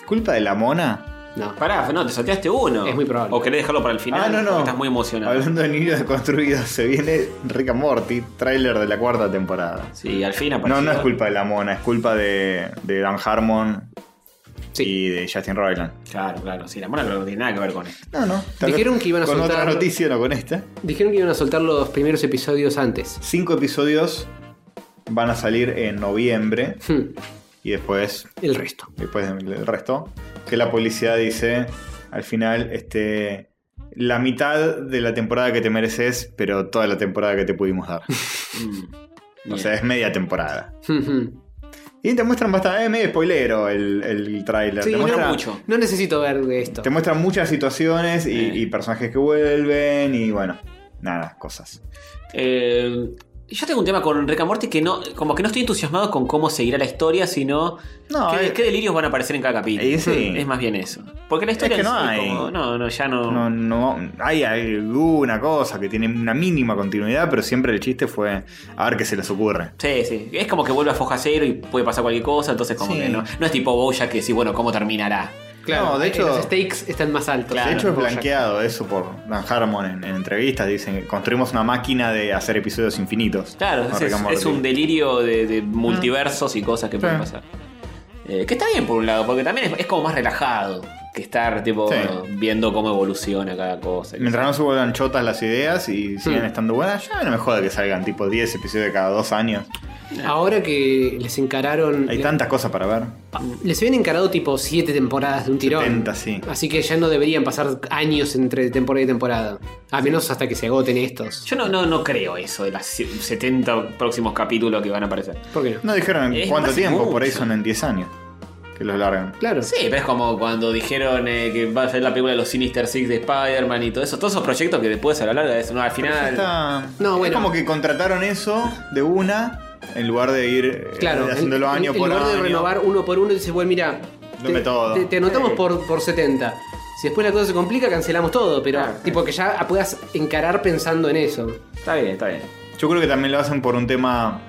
Speaker 2: ¿Culpa de la mona?
Speaker 3: No.
Speaker 1: Pará, no, te salteaste uno.
Speaker 3: Es muy probable.
Speaker 1: O querés dejarlo para el final.
Speaker 2: Ah, no, no.
Speaker 1: porque Estás muy emocionado.
Speaker 2: Hablando de niños deconstruidos, se viene Rick and Morty, tráiler de la cuarta temporada.
Speaker 1: Sí, al fin apareció.
Speaker 2: No, no es culpa de la mona, es culpa de, de Dan Harmon
Speaker 3: Sí.
Speaker 2: y de Justin Roiland.
Speaker 1: Claro, claro, sí, la mona no tiene nada que ver con esto.
Speaker 2: No, no. tal vez
Speaker 3: Dijeron que iban a
Speaker 2: Con
Speaker 3: soltar-
Speaker 2: otra noticia, no con esta.
Speaker 3: Dijeron que iban a soltar los primeros episodios antes.
Speaker 2: Cinco episodios van a salir en noviembre
Speaker 3: Mm,
Speaker 2: y después
Speaker 3: El resto.
Speaker 2: después del resto, que la policía dice al final, este, la mitad de la temporada que te mereces, pero toda la temporada que te pudimos dar.
Speaker 1: (laughs) Mm.
Speaker 2: O
Speaker 1: Bien.
Speaker 2: sea, es media temporada.
Speaker 3: Mm, mm.
Speaker 2: Y te muestran bastante, es medio spoilero el, el tráiler.
Speaker 3: Sí,
Speaker 2: te,
Speaker 3: no
Speaker 2: muestra-
Speaker 1: mucho.
Speaker 3: No necesito ver de esto.
Speaker 2: te muestran muchas situaciones y,
Speaker 1: Eh.
Speaker 2: y personajes que vuelven y bueno, nada, cosas.
Speaker 1: Eh, yo tengo un tema con Rick and Morty que no, como que no estoy entusiasmado con cómo seguirá la historia, sino
Speaker 2: No,
Speaker 1: qué,
Speaker 2: eh,
Speaker 1: qué delirios van a aparecer en cada capítulo.
Speaker 2: Eh, sí.
Speaker 1: Es más bien eso. Porque la historia
Speaker 2: que
Speaker 1: en
Speaker 2: no
Speaker 1: sí
Speaker 2: hay.
Speaker 1: como- no, no, ya no.
Speaker 2: No, no, hay alguna cosa que tiene una mínima continuidad, pero siempre el chiste fue a ver qué se les ocurre.
Speaker 1: Sí, sí. Es como "Oh, que vuelve a foja cero y puede pasar cualquier cosa, entonces como
Speaker 2: Sí.
Speaker 1: que no. No es tipo Boya que sí, bueno, ¿cómo terminará?
Speaker 3: Claro,
Speaker 2: No, de
Speaker 3: eh,
Speaker 2: hecho-
Speaker 3: los stakes están más altos.
Speaker 2: de
Speaker 1: Claro,
Speaker 2: hecho, es
Speaker 3: Bojack.
Speaker 2: blanqueado eso por Dan Harmon en, en entrevistas. Dicen, construimos una máquina de hacer episodios infinitos.
Speaker 1: Claro,
Speaker 2: Con
Speaker 1: es,
Speaker 2: Rick
Speaker 1: es-
Speaker 2: and Morty.
Speaker 1: es un delirio de, de multiversos y cosas que pueden
Speaker 2: Mm. Sí.
Speaker 1: pasar. Eh, que está bien por un lado, porque también es, es como más relajado que estar tipo
Speaker 2: Sí.
Speaker 1: viendo cómo evoluciona cada cosa.
Speaker 2: Mientras no se vuelvan chotas las ideas y
Speaker 1: Hmm.
Speaker 2: sigan estando buenas, ya no me joda que salgan tipo 10 episodios cada dos años.
Speaker 3: Ahora que les encararon.
Speaker 2: Hay
Speaker 3: le-
Speaker 2: tantas cosas para ver.
Speaker 3: Les habían encarado tipo siete temporadas de un tirón.
Speaker 2: 70, sí.
Speaker 3: Así que ya no deberían pasar años entre temporada y temporada. A menos hasta que se agoten estos.
Speaker 1: Yo no, no, no creo eso de los 70 próximos capítulos que van a aparecer.
Speaker 3: ¿Por qué no?
Speaker 2: No dijeron
Speaker 1: Es
Speaker 2: en cuánto
Speaker 1: más
Speaker 2: tiempo,
Speaker 1: mucho.
Speaker 2: por ahí son en 10 años que los largan.
Speaker 3: Claro.
Speaker 1: Sí, pero es como cuando dijeron eh, que va a salir la película de los Sinister Six de Spider-Man y todo eso. Todos esos proyectos que después a la larga es, no, al
Speaker 2: Ya
Speaker 1: final...
Speaker 2: está-
Speaker 3: No,
Speaker 2: es
Speaker 3: bueno.
Speaker 2: como que contrataron eso de una en lugar de ir eh,
Speaker 3: Claro,
Speaker 2: haciéndolo
Speaker 3: en-
Speaker 2: año
Speaker 3: en
Speaker 2: por
Speaker 3: lugar
Speaker 2: año.
Speaker 3: de renovar uno por uno, dices, bueno, mira,
Speaker 2: Dame todo.
Speaker 3: te- te anotamos
Speaker 2: Sí.
Speaker 3: por, por 70. Si después la cosa se complica, cancelamos todo, pero
Speaker 1: Claro,
Speaker 3: tipo que ya puedas encarar pensando en eso.
Speaker 1: Está bien, está bien.
Speaker 2: Yo creo que también lo hacen por un tema,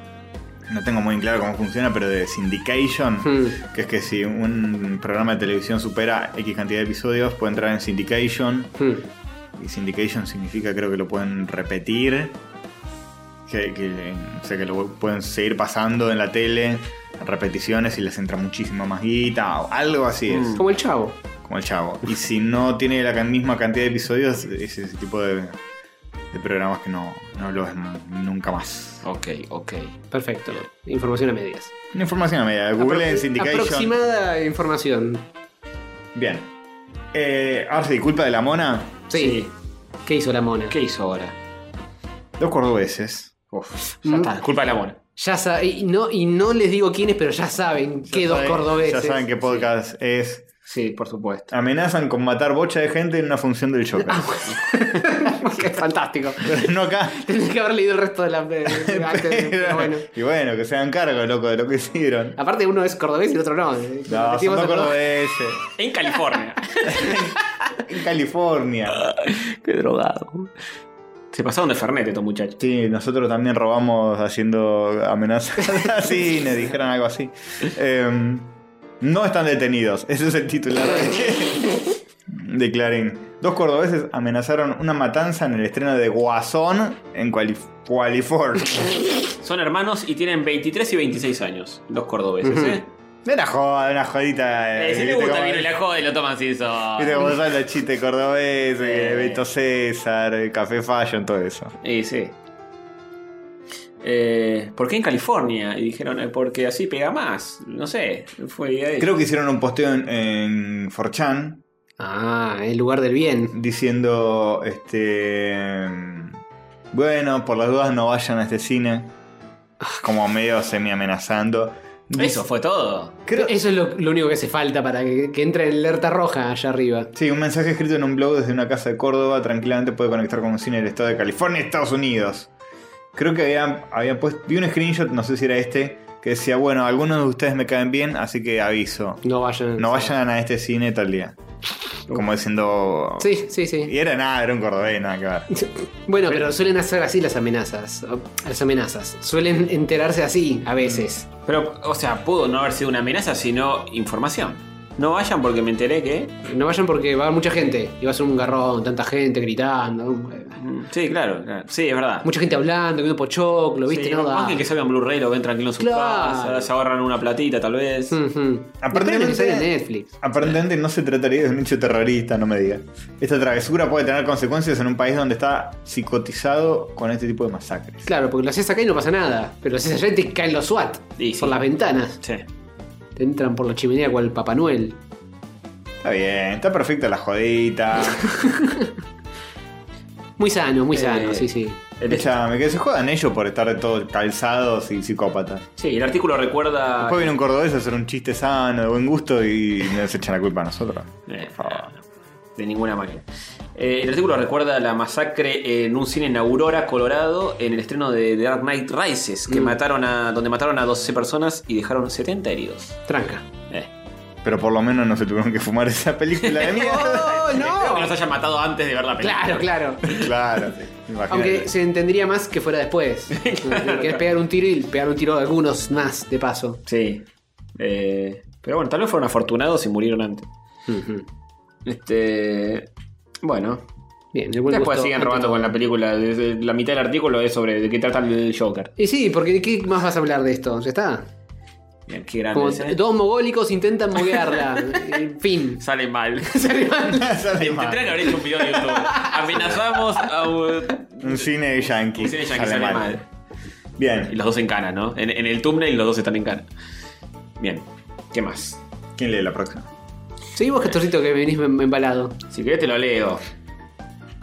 Speaker 2: no tengo muy claro cómo funciona, pero de syndication,
Speaker 3: Hmm.
Speaker 2: que es que si un programa de televisión supera X cantidad de episodios, puede entrar en syndication.
Speaker 3: Hmm.
Speaker 2: Y syndication significa, creo que lo pueden repetir. Que, que- o sea, que lo pueden seguir pasando en la tele, repeticiones y les entra muchísima más guita o algo así es,
Speaker 3: Como el chavo.
Speaker 2: como el chavo. Y si no tiene la can- misma cantidad de episodios, es ese tipo de, de programas que no, no lo ves nunca más.
Speaker 1: Ok, ok.
Speaker 3: Perfecto. Información a medias.
Speaker 2: Una información a media, Google
Speaker 3: Apro-
Speaker 2: en syndication.
Speaker 3: Aproximada información.
Speaker 2: Bien. Eh, ahora sí, culpa de la mona,
Speaker 3: Sí. ¿Qué hizo la mona?
Speaker 1: ¿Qué hizo ahora?
Speaker 2: dos cordobeses.
Speaker 1: Uf,
Speaker 3: Mm.
Speaker 1: ya
Speaker 2: Mm.
Speaker 1: está. Culpa de la mona.
Speaker 3: Ya sa- y no, y no les digo quiénes, pero ya saben
Speaker 2: Ya
Speaker 3: que dos
Speaker 2: saben-
Speaker 3: cordobeses.
Speaker 2: Ya saben qué
Speaker 3: (laughs)
Speaker 2: podcast es.
Speaker 1: Sí, por supuesto.
Speaker 2: Amenazan con matar bocha de gente en una función del
Speaker 3: (laughs)
Speaker 2: Joker.
Speaker 3: Ah, Qué fantástico.
Speaker 2: (laughs) Pero no acá.
Speaker 3: Tenés que haber leído el resto de
Speaker 2: (laughs)
Speaker 3: la. antes, pero bueno.
Speaker 2: Y bueno, que se hagan cargo, loco, de lo que hicieron.
Speaker 3: Aparte, uno es cordobés y el otro no. Eh,
Speaker 2: No, son
Speaker 3: Decimos
Speaker 2: dos
Speaker 3: a cordobés.
Speaker 2: cordobeses.
Speaker 1: En California.
Speaker 2: En
Speaker 3: (laughs)
Speaker 2: California.
Speaker 1: Qué drogado. Se pasaron de Fernet estos muchachos.
Speaker 2: Sí, nosotros también robamos haciendo
Speaker 1: (laughs)
Speaker 2: amenazas a cine, dijeron algo así. Em, no están detenidos, (laughs) ese es el titular de- de Clarín. Dos cordobeses amenazaron una matanza en el estreno de Guasón en Cuali- California.
Speaker 1: (laughs) Son hermanos y tienen 23 y 26 años. Los cordobeses,
Speaker 3: Ujú.
Speaker 1: ¿eh?
Speaker 2: Era joda, una jodita. eh,
Speaker 1: Eh, si le
Speaker 2: ¿viste
Speaker 1: gusta
Speaker 2: cómo-
Speaker 1: vino y la joda y lo toman sin eso.
Speaker 2: Viste cómo son los chistes cordobeses, eh, Beto César, eh, Café Fashion, todo eso.
Speaker 1: Y sí. Eh, ¿Por qué en California? Y dijeron, eh, porque así pega más. No sé, fue idea de
Speaker 2: Creo que hicieron un posteo en, en 4chan
Speaker 3: Ah, el lugar del bien.
Speaker 2: diciendo, este, bueno, por las dudas no vayan a este cine, como medio semi amenazando.
Speaker 1: Eso fue todo.
Speaker 2: Creo,
Speaker 3: Eso es lo, lo único que hace falta para que, que entre en alerta roja allá arriba.
Speaker 2: sí, un mensaje escrito en un blog desde una casa de Córdoba tranquilamente puede conectar con un cine del estado de California, Estados Unidos. Creo que habían, habían puesto, vi un screenshot, no sé si era este, que decía, bueno, algunos de ustedes me caen bien, así que aviso.
Speaker 3: No vayan.
Speaker 2: No vayan a este cine tal día. Como diciendo.
Speaker 3: Sí, sí, sí.
Speaker 2: Y era nada, era un cordobés, nada que ver.
Speaker 3: Bueno, pero suelen hacer así las amenazas. o- Las amenazas. Suelen enterarse así a veces.
Speaker 1: Pero, o sea, pudo no haber sido una amenaza, sino información. No vayan porque me enteré que.
Speaker 2: Mm.
Speaker 3: No vayan porque va a haber mucha gente. Y va a ser un garrón, tanta gente gritando. un-
Speaker 1: Mm, Sí, claro, claro. Sí, es verdad.
Speaker 3: Mucha gente hablando, viendo pochoclo, ¿viste?
Speaker 1: Sí,
Speaker 3: no
Speaker 1: más
Speaker 3: da.
Speaker 1: que que salgan Blu-ray, lo ven tranquilo en sus
Speaker 3: Claro. Mm.
Speaker 1: casas, se ahorran una platita tal vez.
Speaker 3: Ujú.
Speaker 2: Aparte
Speaker 3: Depende de lo que
Speaker 2: de-
Speaker 3: sale en Netflix.
Speaker 2: Aparentemente no se trataría de un hecho terrorista, no me digas. Esta travesura puede tener consecuencias en un país donde está psicotizado con este tipo de masacres.
Speaker 3: Claro, porque lo haces acá y no pasa nada. Pero lo haces allá y te caen los SWAT
Speaker 1: Y sí.
Speaker 3: por las ventanas.
Speaker 1: Sí.
Speaker 3: Te entran por la chimenea cual Papá Noel.
Speaker 2: Está bien, está perfecta
Speaker 1: (laughs)
Speaker 2: la jodita.
Speaker 3: Muy sano, muy
Speaker 1: Eh,
Speaker 3: sano, sí, sí.
Speaker 1: El-
Speaker 2: Ya, me que se jodan ellos por estar todos calzados y psicópatas.
Speaker 1: sí, el artículo recuerda.
Speaker 2: Después viene un cordobés a hacer un chiste sano, de buen gusto y nos echan la culpa a nosotros.
Speaker 1: Eh,
Speaker 2: Por favor.
Speaker 1: no, no, de ninguna manera. Eh, el artículo recuerda la masacre en un cine en Aurora, Colorado, en el estreno de Dark Knight Rises, que
Speaker 3: Mm.
Speaker 1: mataron a, donde mataron a 12 personas y dejaron 70 heridos. (laughs)
Speaker 3: Tranca.
Speaker 1: Eh.
Speaker 2: Pero por lo menos no se tuvieron que fumar esa película de mierda.
Speaker 1: (laughs)
Speaker 3: ¡Oh,
Speaker 1: Espero que los
Speaker 3: no!
Speaker 1: hayan matado antes de ver la película. (laughs)
Speaker 3: Claro, claro.
Speaker 2: Claro, imagínate. (laughs)
Speaker 3: Aunque se entendería más que
Speaker 1: (laughs)
Speaker 3: fuera después. Que es pegar un tiro y pegar un tiro a algunos más, de paso.
Speaker 1: Sí. Eh, pero bueno, tal vez fueron afortunados y murieron antes.
Speaker 3: Ujú.
Speaker 1: Este. Bueno.
Speaker 3: Bien, el buen
Speaker 1: Después
Speaker 3: gusto
Speaker 1: siguen
Speaker 3: ante
Speaker 1: robando
Speaker 3: todo.
Speaker 1: con la película. Desde La mitad del artículo es sobre de qué trata el Joker.
Speaker 3: Y sí, porque ¿de ¿qué más vas a hablar de esto? Ya está.
Speaker 1: Bien, qué grande.
Speaker 3: Como
Speaker 1: es, ¿eh?
Speaker 3: dos mogólicos intentan
Speaker 1: (laughs)
Speaker 3: moguearla. En fin.
Speaker 1: Sale mal. (laughs)
Speaker 2: Sale mal.
Speaker 1: Tendría que haber hecho un video de YouTube. Amenazamos a un.
Speaker 2: Un cine yankee.
Speaker 1: Un cine ya que sale
Speaker 2: Sale mal.
Speaker 1: mal. Y
Speaker 2: Bien,
Speaker 1: los dos en cana, ¿no? En, en el thumbnail los dos están en cana. Bien. ¿Qué más?
Speaker 2: ¿quién lee la próxima?
Speaker 3: Seguimos, Castorcito, que venís em- embalado.
Speaker 1: Si querés te lo leo.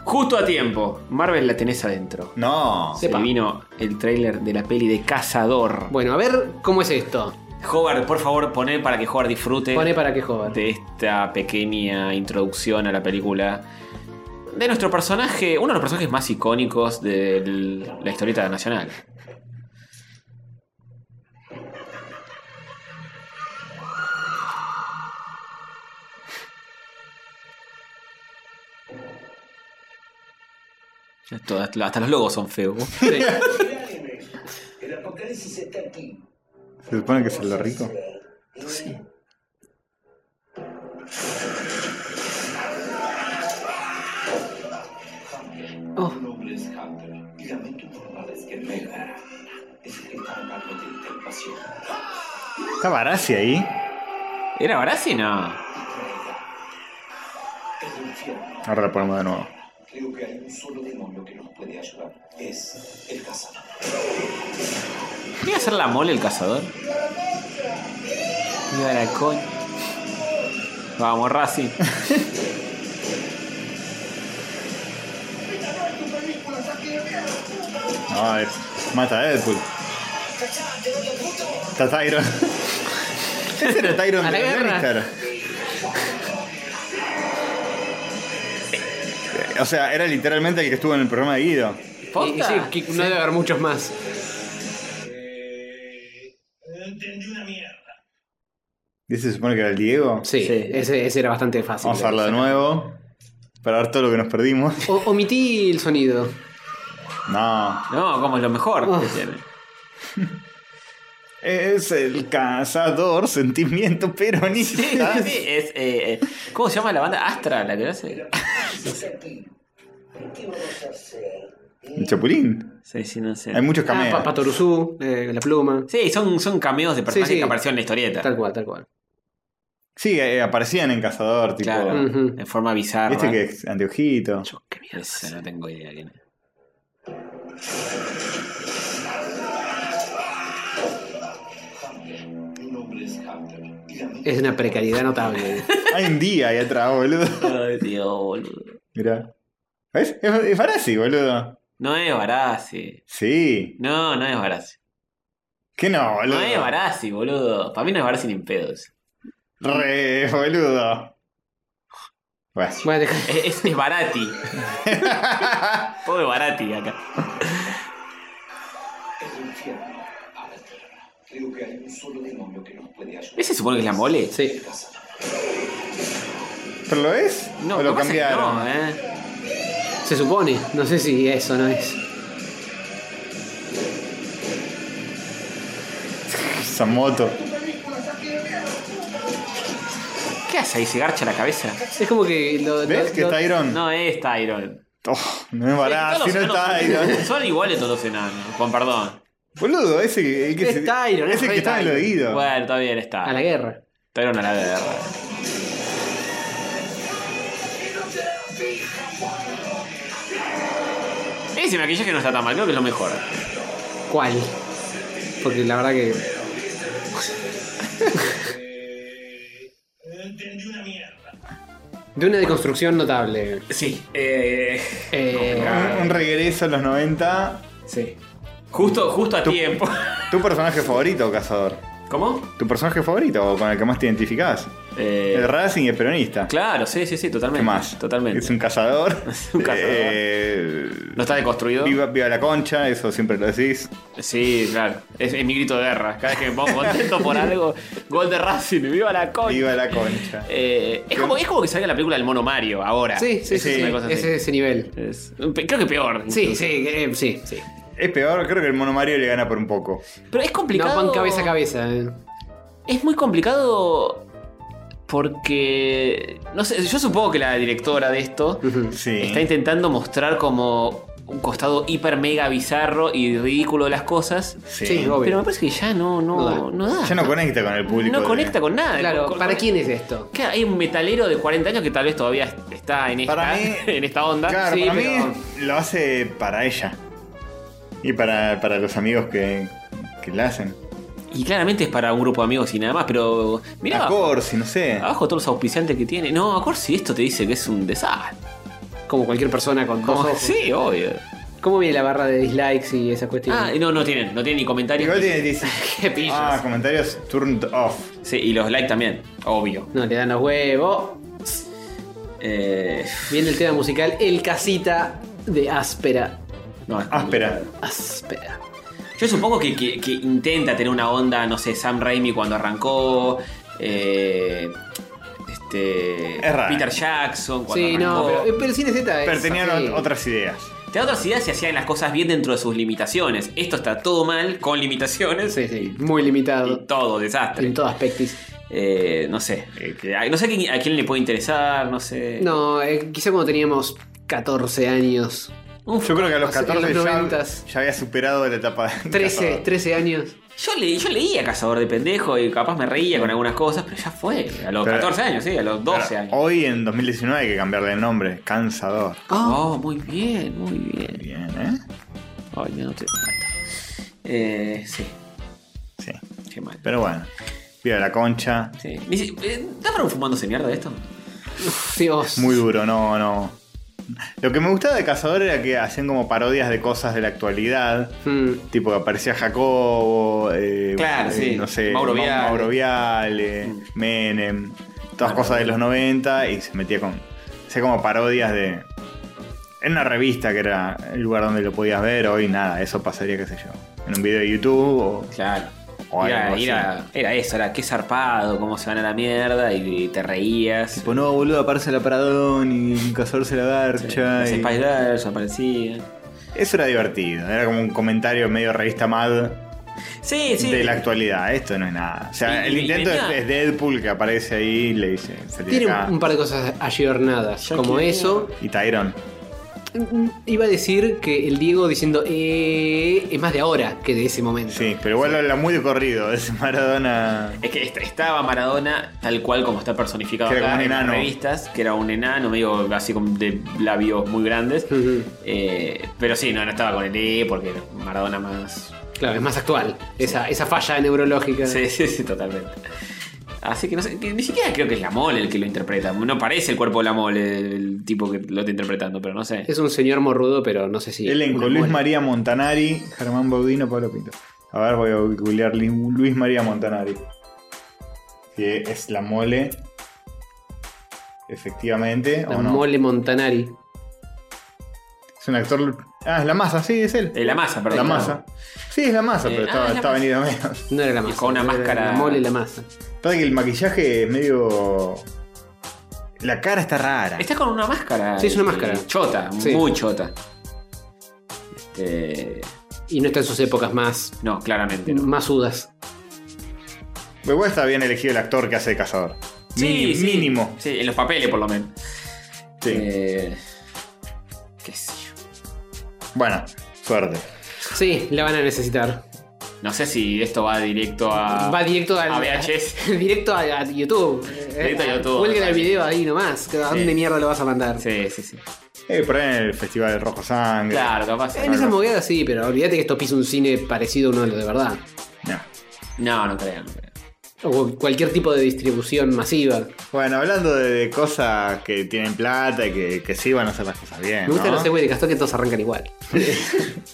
Speaker 1: Justo a tiempo. Marvel la tenés adentro.
Speaker 2: No.
Speaker 1: Se
Speaker 3: Epa.
Speaker 1: vino el tráiler de la peli de Cazador.
Speaker 3: Bueno, a ver cómo es esto.
Speaker 1: Howard, por favor, poné para que Howard disfrute
Speaker 3: Pone para que joder.
Speaker 1: de esta pequeña introducción a la película. De nuestro personaje, uno de los personajes más icónicos de la historieta nacional. Esto, hasta los logos son feos.
Speaker 3: Sí.
Speaker 9: El apocalipsis está aquí.
Speaker 2: Se supone que es el de rico.
Speaker 3: Oh,
Speaker 9: nombre es Hunter y lamento informarles que Mega es el que está a cargo de esta invasión.
Speaker 2: Está Barassi ahí.
Speaker 1: ¿Era Barassi? No.
Speaker 9: El infierno.
Speaker 2: Ahora la ponemos de nuevo.
Speaker 9: Creo que hay un solo demonio que nos puede ayudar. Es el cazador.
Speaker 1: ¿Iba a ser la mole el cazador? Iba a la coña. Vamos, Racing.
Speaker 2: No, es. Mata a Deadpool. Está
Speaker 3: (laughs)
Speaker 2: Tyron. Ese era Tyron
Speaker 3: A la
Speaker 2: de los
Speaker 3: guerra.
Speaker 2: Lannister. O sea, era literalmente el que estuvo en el programa de Guido.
Speaker 3: y- y sí, que no debe haber muchos más.
Speaker 2: Y ese se supone que era el Diego.
Speaker 3: Sí,
Speaker 1: Sí.
Speaker 3: Ese, ese era bastante fácil.
Speaker 2: Vamos a verlo de nuevo. Para ver todo lo que nos perdimos.
Speaker 3: O- omití el sonido.
Speaker 2: No.
Speaker 1: No, como es lo mejor.
Speaker 3: Oh.
Speaker 1: que tiene. (laughs)
Speaker 2: Es el cazador sentimiento peronista.
Speaker 1: Sí, es, eh, eh, ¿Cómo se llama la banda? Astra, la que lo hace.
Speaker 2: El Chapulín.
Speaker 1: Sí, sí, no sé.
Speaker 2: Hay muchos
Speaker 3: Ah,
Speaker 2: cameos.
Speaker 3: Pa- Patoruzú, eh, la pluma.
Speaker 1: Em, Sí, son, son cameos de personajes
Speaker 3: Sí, sí.
Speaker 1: que aparecieron en la historieta.
Speaker 3: Tal cual, tal cual.
Speaker 2: sí, eh, aparecían en Cazador, tipo.
Speaker 1: Claro,
Speaker 3: Ujú.
Speaker 1: en forma bizarra.
Speaker 2: Viste que es anteojito.
Speaker 1: Yo, qué mierda. Esa no tengo idea quién es.
Speaker 3: Es una
Speaker 1: (laughs)
Speaker 3: precariedad notable.
Speaker 2: Hay un día ahí atrás, boludo.
Speaker 1: Ay, Dios, boludo.
Speaker 2: Mirá. ¿Ves? Es, es Barassi, boludo.
Speaker 1: No es Barassi.
Speaker 2: Sí.
Speaker 1: No, no es Barassi.
Speaker 2: ¿Qué no, boludo?
Speaker 1: No es Barassi, boludo. Para mí no es Barassi ni en pedos.
Speaker 2: Re, boludo. Bueno.
Speaker 3: Bueno, deja-
Speaker 1: Es, es- es (laughs) Barati. Pobre Barati acá.
Speaker 9: El infierno a la tierra. Creo que hay un solo demonio que nos puede ayudar.
Speaker 1: ¿Ese supone que es la mole?
Speaker 3: sí.
Speaker 2: ¿Pero lo es? ¿O lo
Speaker 1: capaz que
Speaker 2: cambiaron?
Speaker 1: No, ¿eh?
Speaker 3: Se supone. No sé si eso no es.
Speaker 1: eh.
Speaker 2: Esa moto.
Speaker 1: ¿Qué hace ahí? ¿Se garcha la cabeza?
Speaker 3: Es como que lo.
Speaker 2: ¿Ves
Speaker 3: lo-
Speaker 2: que
Speaker 3: lo-
Speaker 2: está Iron?
Speaker 1: No es Tyron.
Speaker 2: Oh, no es
Speaker 1: Todos
Speaker 2: Barassi,
Speaker 1: los
Speaker 2: no es
Speaker 1: enanos
Speaker 2: Tyron.
Speaker 1: son- Son iguales todos los enanos, con perdón.
Speaker 2: Boludo, ese el que,
Speaker 3: Es
Speaker 2: se-
Speaker 3: Tyron, es
Speaker 2: ese
Speaker 3: re
Speaker 2: que está en lo de
Speaker 3: Tyron.
Speaker 2: Guido.
Speaker 1: Bueno, está bien, está.
Speaker 3: A la guerra.
Speaker 1: Tyron a la guerra. Ese maquillaje no está tan mal, creo que es lo mejor.
Speaker 3: ¿Cuál? Porque la verdad que. (laughs) De una deconstrucción notable.
Speaker 1: Sí, eh.
Speaker 3: Eh,
Speaker 2: Un, un regreso a los 90.
Speaker 1: Sí. Justo, justo a tiempo.
Speaker 2: ¿Tu personaje favorito, Cazador?
Speaker 1: ¿Cómo?
Speaker 2: ¿Tu personaje favorito o con el que más te identificás?
Speaker 1: Eh,
Speaker 2: El Racing y el peronista.
Speaker 1: Claro, sí, sí, sí, totalmente.
Speaker 2: ¿Qué más?
Speaker 1: Totalmente.
Speaker 2: Es un cazador.
Speaker 1: (laughs) Es un cazador.
Speaker 2: Eh,
Speaker 1: ¿No está deconstruido?
Speaker 2: viva, viva la concha, eso siempre lo decís.
Speaker 1: Sí, claro. Es, es mi grito de guerra. Cada vez que me pongo contento por algo, gol de Racing, viva la coña.
Speaker 2: Viva la concha.
Speaker 1: Eh, es, como, es como que salga la película del mono Mario ahora.
Speaker 3: sí, sí, sí.
Speaker 1: Es
Speaker 3: sí,
Speaker 1: una cosa así.
Speaker 3: ese, ese nivel.
Speaker 1: Es- pe- creo que peor.
Speaker 3: Sí,
Speaker 1: incluso.
Speaker 3: sí, eh, sí, sí.
Speaker 2: Es peor, creo que el mono Mario le gana por un poco.
Speaker 1: Pero es
Speaker 3: No
Speaker 1: complicado.
Speaker 3: van cabeza a cabeza. eh.
Speaker 1: Es muy complicado Porque. No sé, yo supongo que la directora de esto
Speaker 2: Sí.
Speaker 1: está intentando mostrar como un costado hiper mega bizarro y ridículo de las cosas.
Speaker 2: Sí.
Speaker 3: Sí, obvio.
Speaker 1: Pero me parece que ya no, no,
Speaker 3: No da.
Speaker 1: no da.
Speaker 2: Ya no conecta con el público.
Speaker 1: No conecta con nada.
Speaker 3: Claro,
Speaker 1: Con-
Speaker 3: ¿para
Speaker 1: con-
Speaker 3: quién es esto?
Speaker 1: Claro, hay un metalero de 40 años que tal vez todavía está en esta,
Speaker 2: Para mí-
Speaker 1: (laughs) en esta onda.
Speaker 2: Claro,
Speaker 3: Sí,
Speaker 2: para
Speaker 3: pero-
Speaker 2: mí lo hace para ella. Y para, para los amigos que, que la hacen.
Speaker 1: Y claramente es para un grupo de amigos y nada más, pero mirá, Ah,
Speaker 2: A Corsi, no sé.
Speaker 1: abajo todos los auspiciantes que tiene. No, a si esto te dice que es un desastre.
Speaker 3: Como cualquier persona con dos
Speaker 1: Como-
Speaker 3: ojos.
Speaker 1: sí, obvio.
Speaker 3: ¿Cómo viene la barra de dislikes y esas cuestiones?
Speaker 1: Ah, y no, no tienen, no tienen ni comentarios.
Speaker 2: Igual tiene 10.
Speaker 1: (laughs)
Speaker 3: Qué pillos.
Speaker 2: Ah, comentarios turned off.
Speaker 1: Sí, y los likes también, obvio.
Speaker 3: No le dan los huevos.
Speaker 1: Eh,
Speaker 3: Viene el tema musical El Casita de Áspera.
Speaker 1: no, es
Speaker 2: Áspera.
Speaker 3: Áspera.
Speaker 1: Yo supongo que, que- que intenta tener una onda, no sé, Sam Raimi cuando arrancó. eh, este.
Speaker 2: Es raro.
Speaker 1: Peter Jackson cuando
Speaker 3: Sí, no,
Speaker 1: arrancó.
Speaker 3: pero, pero el cine Z es.
Speaker 2: Pero tenían
Speaker 3: así.
Speaker 2: ot- otras ideas.
Speaker 1: Te da otras ideas si hacían las cosas bien dentro de sus limitaciones. Esto está todo mal, con limitaciones.
Speaker 3: Sí, sí, muy
Speaker 1: Y
Speaker 3: limitado.
Speaker 1: todo, desastre.
Speaker 3: En todos aspectos.
Speaker 1: Eh, no sé. eh, que- ay, no sé a quién, a quién le puede interesar, no sé.
Speaker 3: No, eh, quizá cuando teníamos 14 años.
Speaker 1: Un f-
Speaker 2: Yo creo que a los
Speaker 3: Hace- en
Speaker 2: 14
Speaker 3: los
Speaker 2: ya,
Speaker 3: 90s.
Speaker 2: ya había superado la etapa de
Speaker 3: 13, 13 años.
Speaker 1: Yo, le, yo leía Cazador de Pendejo y capaz me reía con algunas cosas, pero ya fue. A los
Speaker 2: Pero-
Speaker 1: 14 años, sí, a los 12
Speaker 2: Ahora,
Speaker 1: años.
Speaker 2: Hoy en 2019 hay que cambiarle el nombre. Cansador.
Speaker 1: Oh, muy bien, muy bien.
Speaker 2: Bien, ¿eh?
Speaker 1: Ay, me noté. Ahí está. Eh, sí,
Speaker 2: Sí.
Speaker 1: qué mal.
Speaker 2: Pero bueno. Viva la concha.
Speaker 1: Sí. Ni si- eh, ¿Da para un fumándose mierda esto?
Speaker 3: Dios.
Speaker 2: Muy duro, no, no. Lo que me gustaba de Cazador era que hacían como parodias de cosas de la actualidad.
Speaker 3: Mm.
Speaker 2: Tipo que aparecía Jacobo, eh,
Speaker 1: Claro,
Speaker 2: eh,
Speaker 1: sí.
Speaker 2: no sé,
Speaker 1: Mauro
Speaker 2: Ma-
Speaker 1: Viale. Mm.
Speaker 2: Mauro Viale, Menem, todas cosas de los 90 y se metía con. Hacía como parodias de. En una revista que era el lugar donde lo podías ver, hoy nada, eso pasaría, qué sé yo. En un video de YouTube o.
Speaker 1: Claro.
Speaker 2: O algo
Speaker 1: Era,
Speaker 2: así.
Speaker 1: era- era eso, era qué zarpado, cómo se van a la mierda y te reías.
Speaker 2: Tipo, no, boludo, aparece la Paradón y Cazador la garcha.
Speaker 1: Las
Speaker 2: y-
Speaker 1: Spice Girls aparecían.
Speaker 2: Eso era divertido, era como un comentario medio revista mad
Speaker 1: Sí, sí.
Speaker 2: de la actualidad. Esto no es nada. O sea,
Speaker 1: Y-
Speaker 2: el
Speaker 1: y-
Speaker 2: intento
Speaker 1: y-
Speaker 2: es, es Deadpool que aparece ahí y le dice: "Salí de
Speaker 3: Tiene
Speaker 2: acá".
Speaker 3: un, un par de cosas ayornadas.
Speaker 1: Yo
Speaker 3: Como
Speaker 1: quiero-
Speaker 3: eso.
Speaker 2: Y Tyron.
Speaker 3: Mm, Iba a decir que el Diego diciendo eh, es más de ahora que de ese momento.
Speaker 2: Sí, pero igual habla muy de corrido. Es (laughs) Maradona.
Speaker 1: Es que est- estaba Maradona tal cual como está personificado
Speaker 2: Que era
Speaker 1: acá
Speaker 2: como un
Speaker 1: en las
Speaker 2: enano.
Speaker 1: revistas, que era un enano, medio así con de labios muy grandes.
Speaker 3: Ujú.
Speaker 1: Eh, pero sí, no, no estaba con el E porque era Maradona más.
Speaker 3: Claro, es más actual. Esa, esa falla neurológica.
Speaker 1: Sí, sí, sí, totalmente. Así que no sé, que ni siquiera creo que es la mole el que lo interpreta. No parece el cuerpo de la mole el tipo que lo está interpretando, pero no sé.
Speaker 3: Es un señor morrudo, pero no sé si.
Speaker 2: Elenco:
Speaker 3: una
Speaker 2: Luis
Speaker 3: mole.
Speaker 2: María Montanari, Germán Baudino, Pablo Pinto. A ver, voy a googlear Li- Luis María Montanari. Que es la mole. Efectivamente,
Speaker 3: La
Speaker 2: ¿o no?
Speaker 3: Mole Montanari.
Speaker 2: Es un actor. Ah, es la masa, sí, es él.
Speaker 1: Eh, la masa, perdón.
Speaker 2: La masa. Sí, es la masa,
Speaker 1: Eh,
Speaker 2: pero
Speaker 1: ah,
Speaker 2: estaba,
Speaker 1: es la
Speaker 2: estaba
Speaker 1: masa.
Speaker 2: venido menos.
Speaker 3: No era la
Speaker 1: Y
Speaker 3: masa.
Speaker 1: con una
Speaker 3: era
Speaker 1: máscara-
Speaker 3: La mole la masa.
Speaker 2: Pasa que el maquillaje es medio. La cara está rara.
Speaker 1: Está con una máscara.
Speaker 3: Sí, es una
Speaker 1: eh,
Speaker 3: máscara.
Speaker 1: Chota,
Speaker 3: Sí.
Speaker 1: muy chota. Este.
Speaker 3: Y no está en sus épocas más.
Speaker 1: No, claramente no.
Speaker 3: Más sudas.
Speaker 2: Pero igual está bien elegido el actor que hace de cazador. Mini- Mínimo.
Speaker 1: Sí, en los papeles por lo menos.
Speaker 2: Sí.
Speaker 1: Eh, qué sé yo.
Speaker 2: Bueno, suerte.
Speaker 3: Sí, la van a necesitar.
Speaker 1: No sé si esto va directo a.
Speaker 3: Va directo al.
Speaker 1: Ah, a VHS.
Speaker 3: (laughs) directo a, a YouTube.
Speaker 1: Directo a YouTube.
Speaker 3: Cuelga el video ahí nomás. que ¿A dónde
Speaker 1: Sí.
Speaker 3: mierda lo vas a mandar?
Speaker 1: Sí, sí, sí.
Speaker 2: Eh, por ahí en el Festival de Rojo Sangre.
Speaker 1: Claro, capaz.
Speaker 3: En esas movidas sí, pero olvídate que esto pisa un cine parecido a uno de los de verdad.
Speaker 2: No.
Speaker 1: No, no creo, no creo.
Speaker 3: O cualquier tipo de distribución masiva.
Speaker 2: Bueno, hablando de, de cosas que tienen plata y que, que sí van a hacer las cosas bien.
Speaker 3: Me gustan
Speaker 2: ¿no?
Speaker 3: los güey de Castor que todos arrancan igual. (laughs)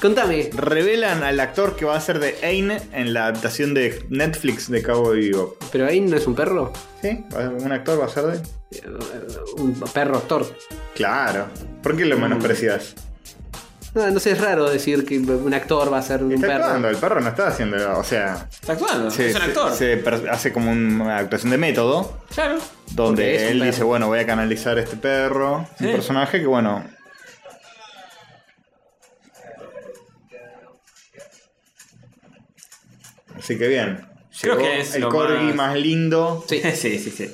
Speaker 3: Contame.
Speaker 2: Revelan al actor que va a ser de Aine en la adaptación de Netflix de Cabo Vivo.
Speaker 3: ¿Pero ahí no es un perro?
Speaker 2: ¿Sí? ¿Va a- ¿Un actor va a ser de?
Speaker 3: Eh, Un perro actor.
Speaker 2: Claro. ¿Por qué
Speaker 1: Mm.
Speaker 2: lo menosprecias?
Speaker 3: No, no sé, es raro decir que un actor va a ser un
Speaker 2: Está
Speaker 3: perro.
Speaker 2: actuando, el perro no está haciendo. O sea.
Speaker 1: Está actuando,
Speaker 2: se-
Speaker 1: es un
Speaker 2: se-
Speaker 1: actor.
Speaker 2: se per- hace como una actuación de método.
Speaker 1: Claro.
Speaker 2: Donde
Speaker 3: Porque es un
Speaker 2: él
Speaker 3: perro.
Speaker 2: dice, bueno, voy a canalizar a este perro.
Speaker 1: Sí.
Speaker 2: Un personaje que, bueno. Así que bien.
Speaker 1: Creo
Speaker 2: Llegó
Speaker 1: que es
Speaker 2: el
Speaker 1: lo
Speaker 2: corgi
Speaker 1: más-
Speaker 2: más, lindo.
Speaker 3: Sí.
Speaker 1: sí, (laughs) sí, sí.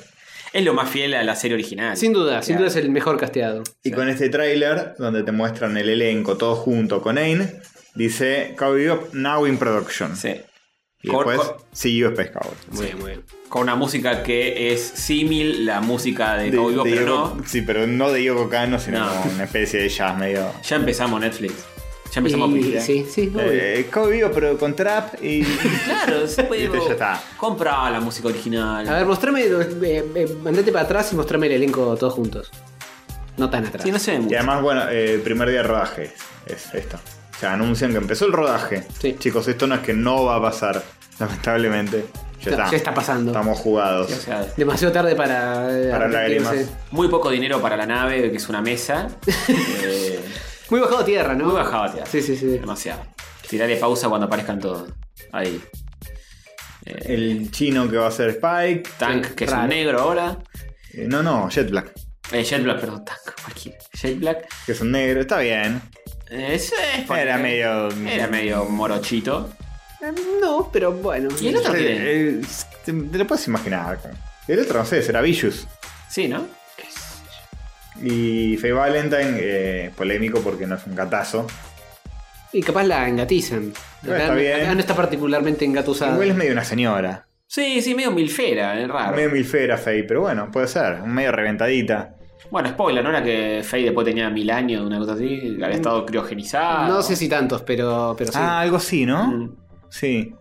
Speaker 1: Es lo más fiel a la serie original.
Speaker 3: Sin duda, sin
Speaker 1: Claro.
Speaker 3: duda es el mejor casteado.
Speaker 2: Y con este tráiler, donde te muestran el elenco todo junto con Ain, dice Cowboy Bebop Now in Production.
Speaker 1: Sí.
Speaker 2: Y
Speaker 1: Cor-
Speaker 2: después
Speaker 1: cor-
Speaker 2: CUSP Cowboy.
Speaker 3: Muy bien, muy bien.
Speaker 1: Con una música que es símil la música de, Cowboy Bebop, pero
Speaker 2: Yoko-
Speaker 1: Eh, no.
Speaker 2: Sí, pero no de Yoko Kano, sino
Speaker 1: No.
Speaker 2: como una especie de jazz medio.
Speaker 1: Ya empezamos Netflix. Ya empezamos
Speaker 3: Y-
Speaker 1: publicidad.
Speaker 3: sí, sí, obvio.
Speaker 2: Eh, Cowboy Bebop, pero con trap y.
Speaker 1: Claro, se puede.
Speaker 2: Viste, ya está.
Speaker 1: Compra la música original.
Speaker 3: A ver, mostrame, eh, eh, andate para atrás y mostrame el elenco todos juntos. No tan atrás.
Speaker 1: sí, no sé
Speaker 2: Y
Speaker 1: mucho.
Speaker 2: además, bueno, eh, primer día de rodaje es esto. O sea, anuncian que empezó el rodaje.
Speaker 3: Sí.
Speaker 2: Chicos, esto no es que no va a pasar, (laughs) lamentablemente. Ya,
Speaker 3: No,
Speaker 2: está.
Speaker 3: ya está pasando.
Speaker 2: Estamos jugados.
Speaker 1: O sea,
Speaker 3: Demasiado tarde para. eh,
Speaker 2: Para
Speaker 3: arrepentirse.
Speaker 2: lágrimas.
Speaker 1: muy poco dinero para la nave, que es una
Speaker 3: (laughs)
Speaker 1: mesa. Eh,
Speaker 3: Muy bajado a tierra, ¿no?
Speaker 1: muy bajado, tía.
Speaker 3: Sí, sí, sí.
Speaker 1: Demasiado. Tirale pausa cuando aparezcan todos. Ahí.
Speaker 2: El chino que va a ser Spike.
Speaker 1: Tank, que es un
Speaker 3: Raro.
Speaker 1: negro ahora.
Speaker 2: Eh, no, no, Jet Black.
Speaker 1: Eh, Jet Black, perdón, Tank, cualquiera. Jet Black.
Speaker 2: Que es un negro. Está bien.
Speaker 1: Eh, sí, es porque-
Speaker 2: Era medio.
Speaker 1: Era medio morochito.
Speaker 3: Eh, No, pero bueno.
Speaker 1: ¿Y el otro
Speaker 2: Eh,
Speaker 1: quién es?
Speaker 2: eh, te, te lo puedes imaginar. como. El otro, no sé, será Vicious.
Speaker 1: Sí, ¿no?
Speaker 2: Y Faye Valentine, eh, polémico porque no es un gatazo.
Speaker 3: Y capaz la engatizan.
Speaker 2: Bueno,
Speaker 3: Acá-
Speaker 2: está bien.
Speaker 3: acá no está particularmente engatusada.
Speaker 2: Igual es medio una señora.
Speaker 1: Sí, sí, medio milfera, es raro.
Speaker 2: Medio milfera Faye, pero bueno, puede ser. Medio reventadita.
Speaker 1: Bueno, spoiler, ¿no era que Faye después tenía mil años, una cosa así? Había estado criogenizada.
Speaker 3: Mm. Ah, No sé si tantos, pero, pero sí.
Speaker 2: Ah, algo así, ¿no?
Speaker 1: Mm,
Speaker 2: Sí.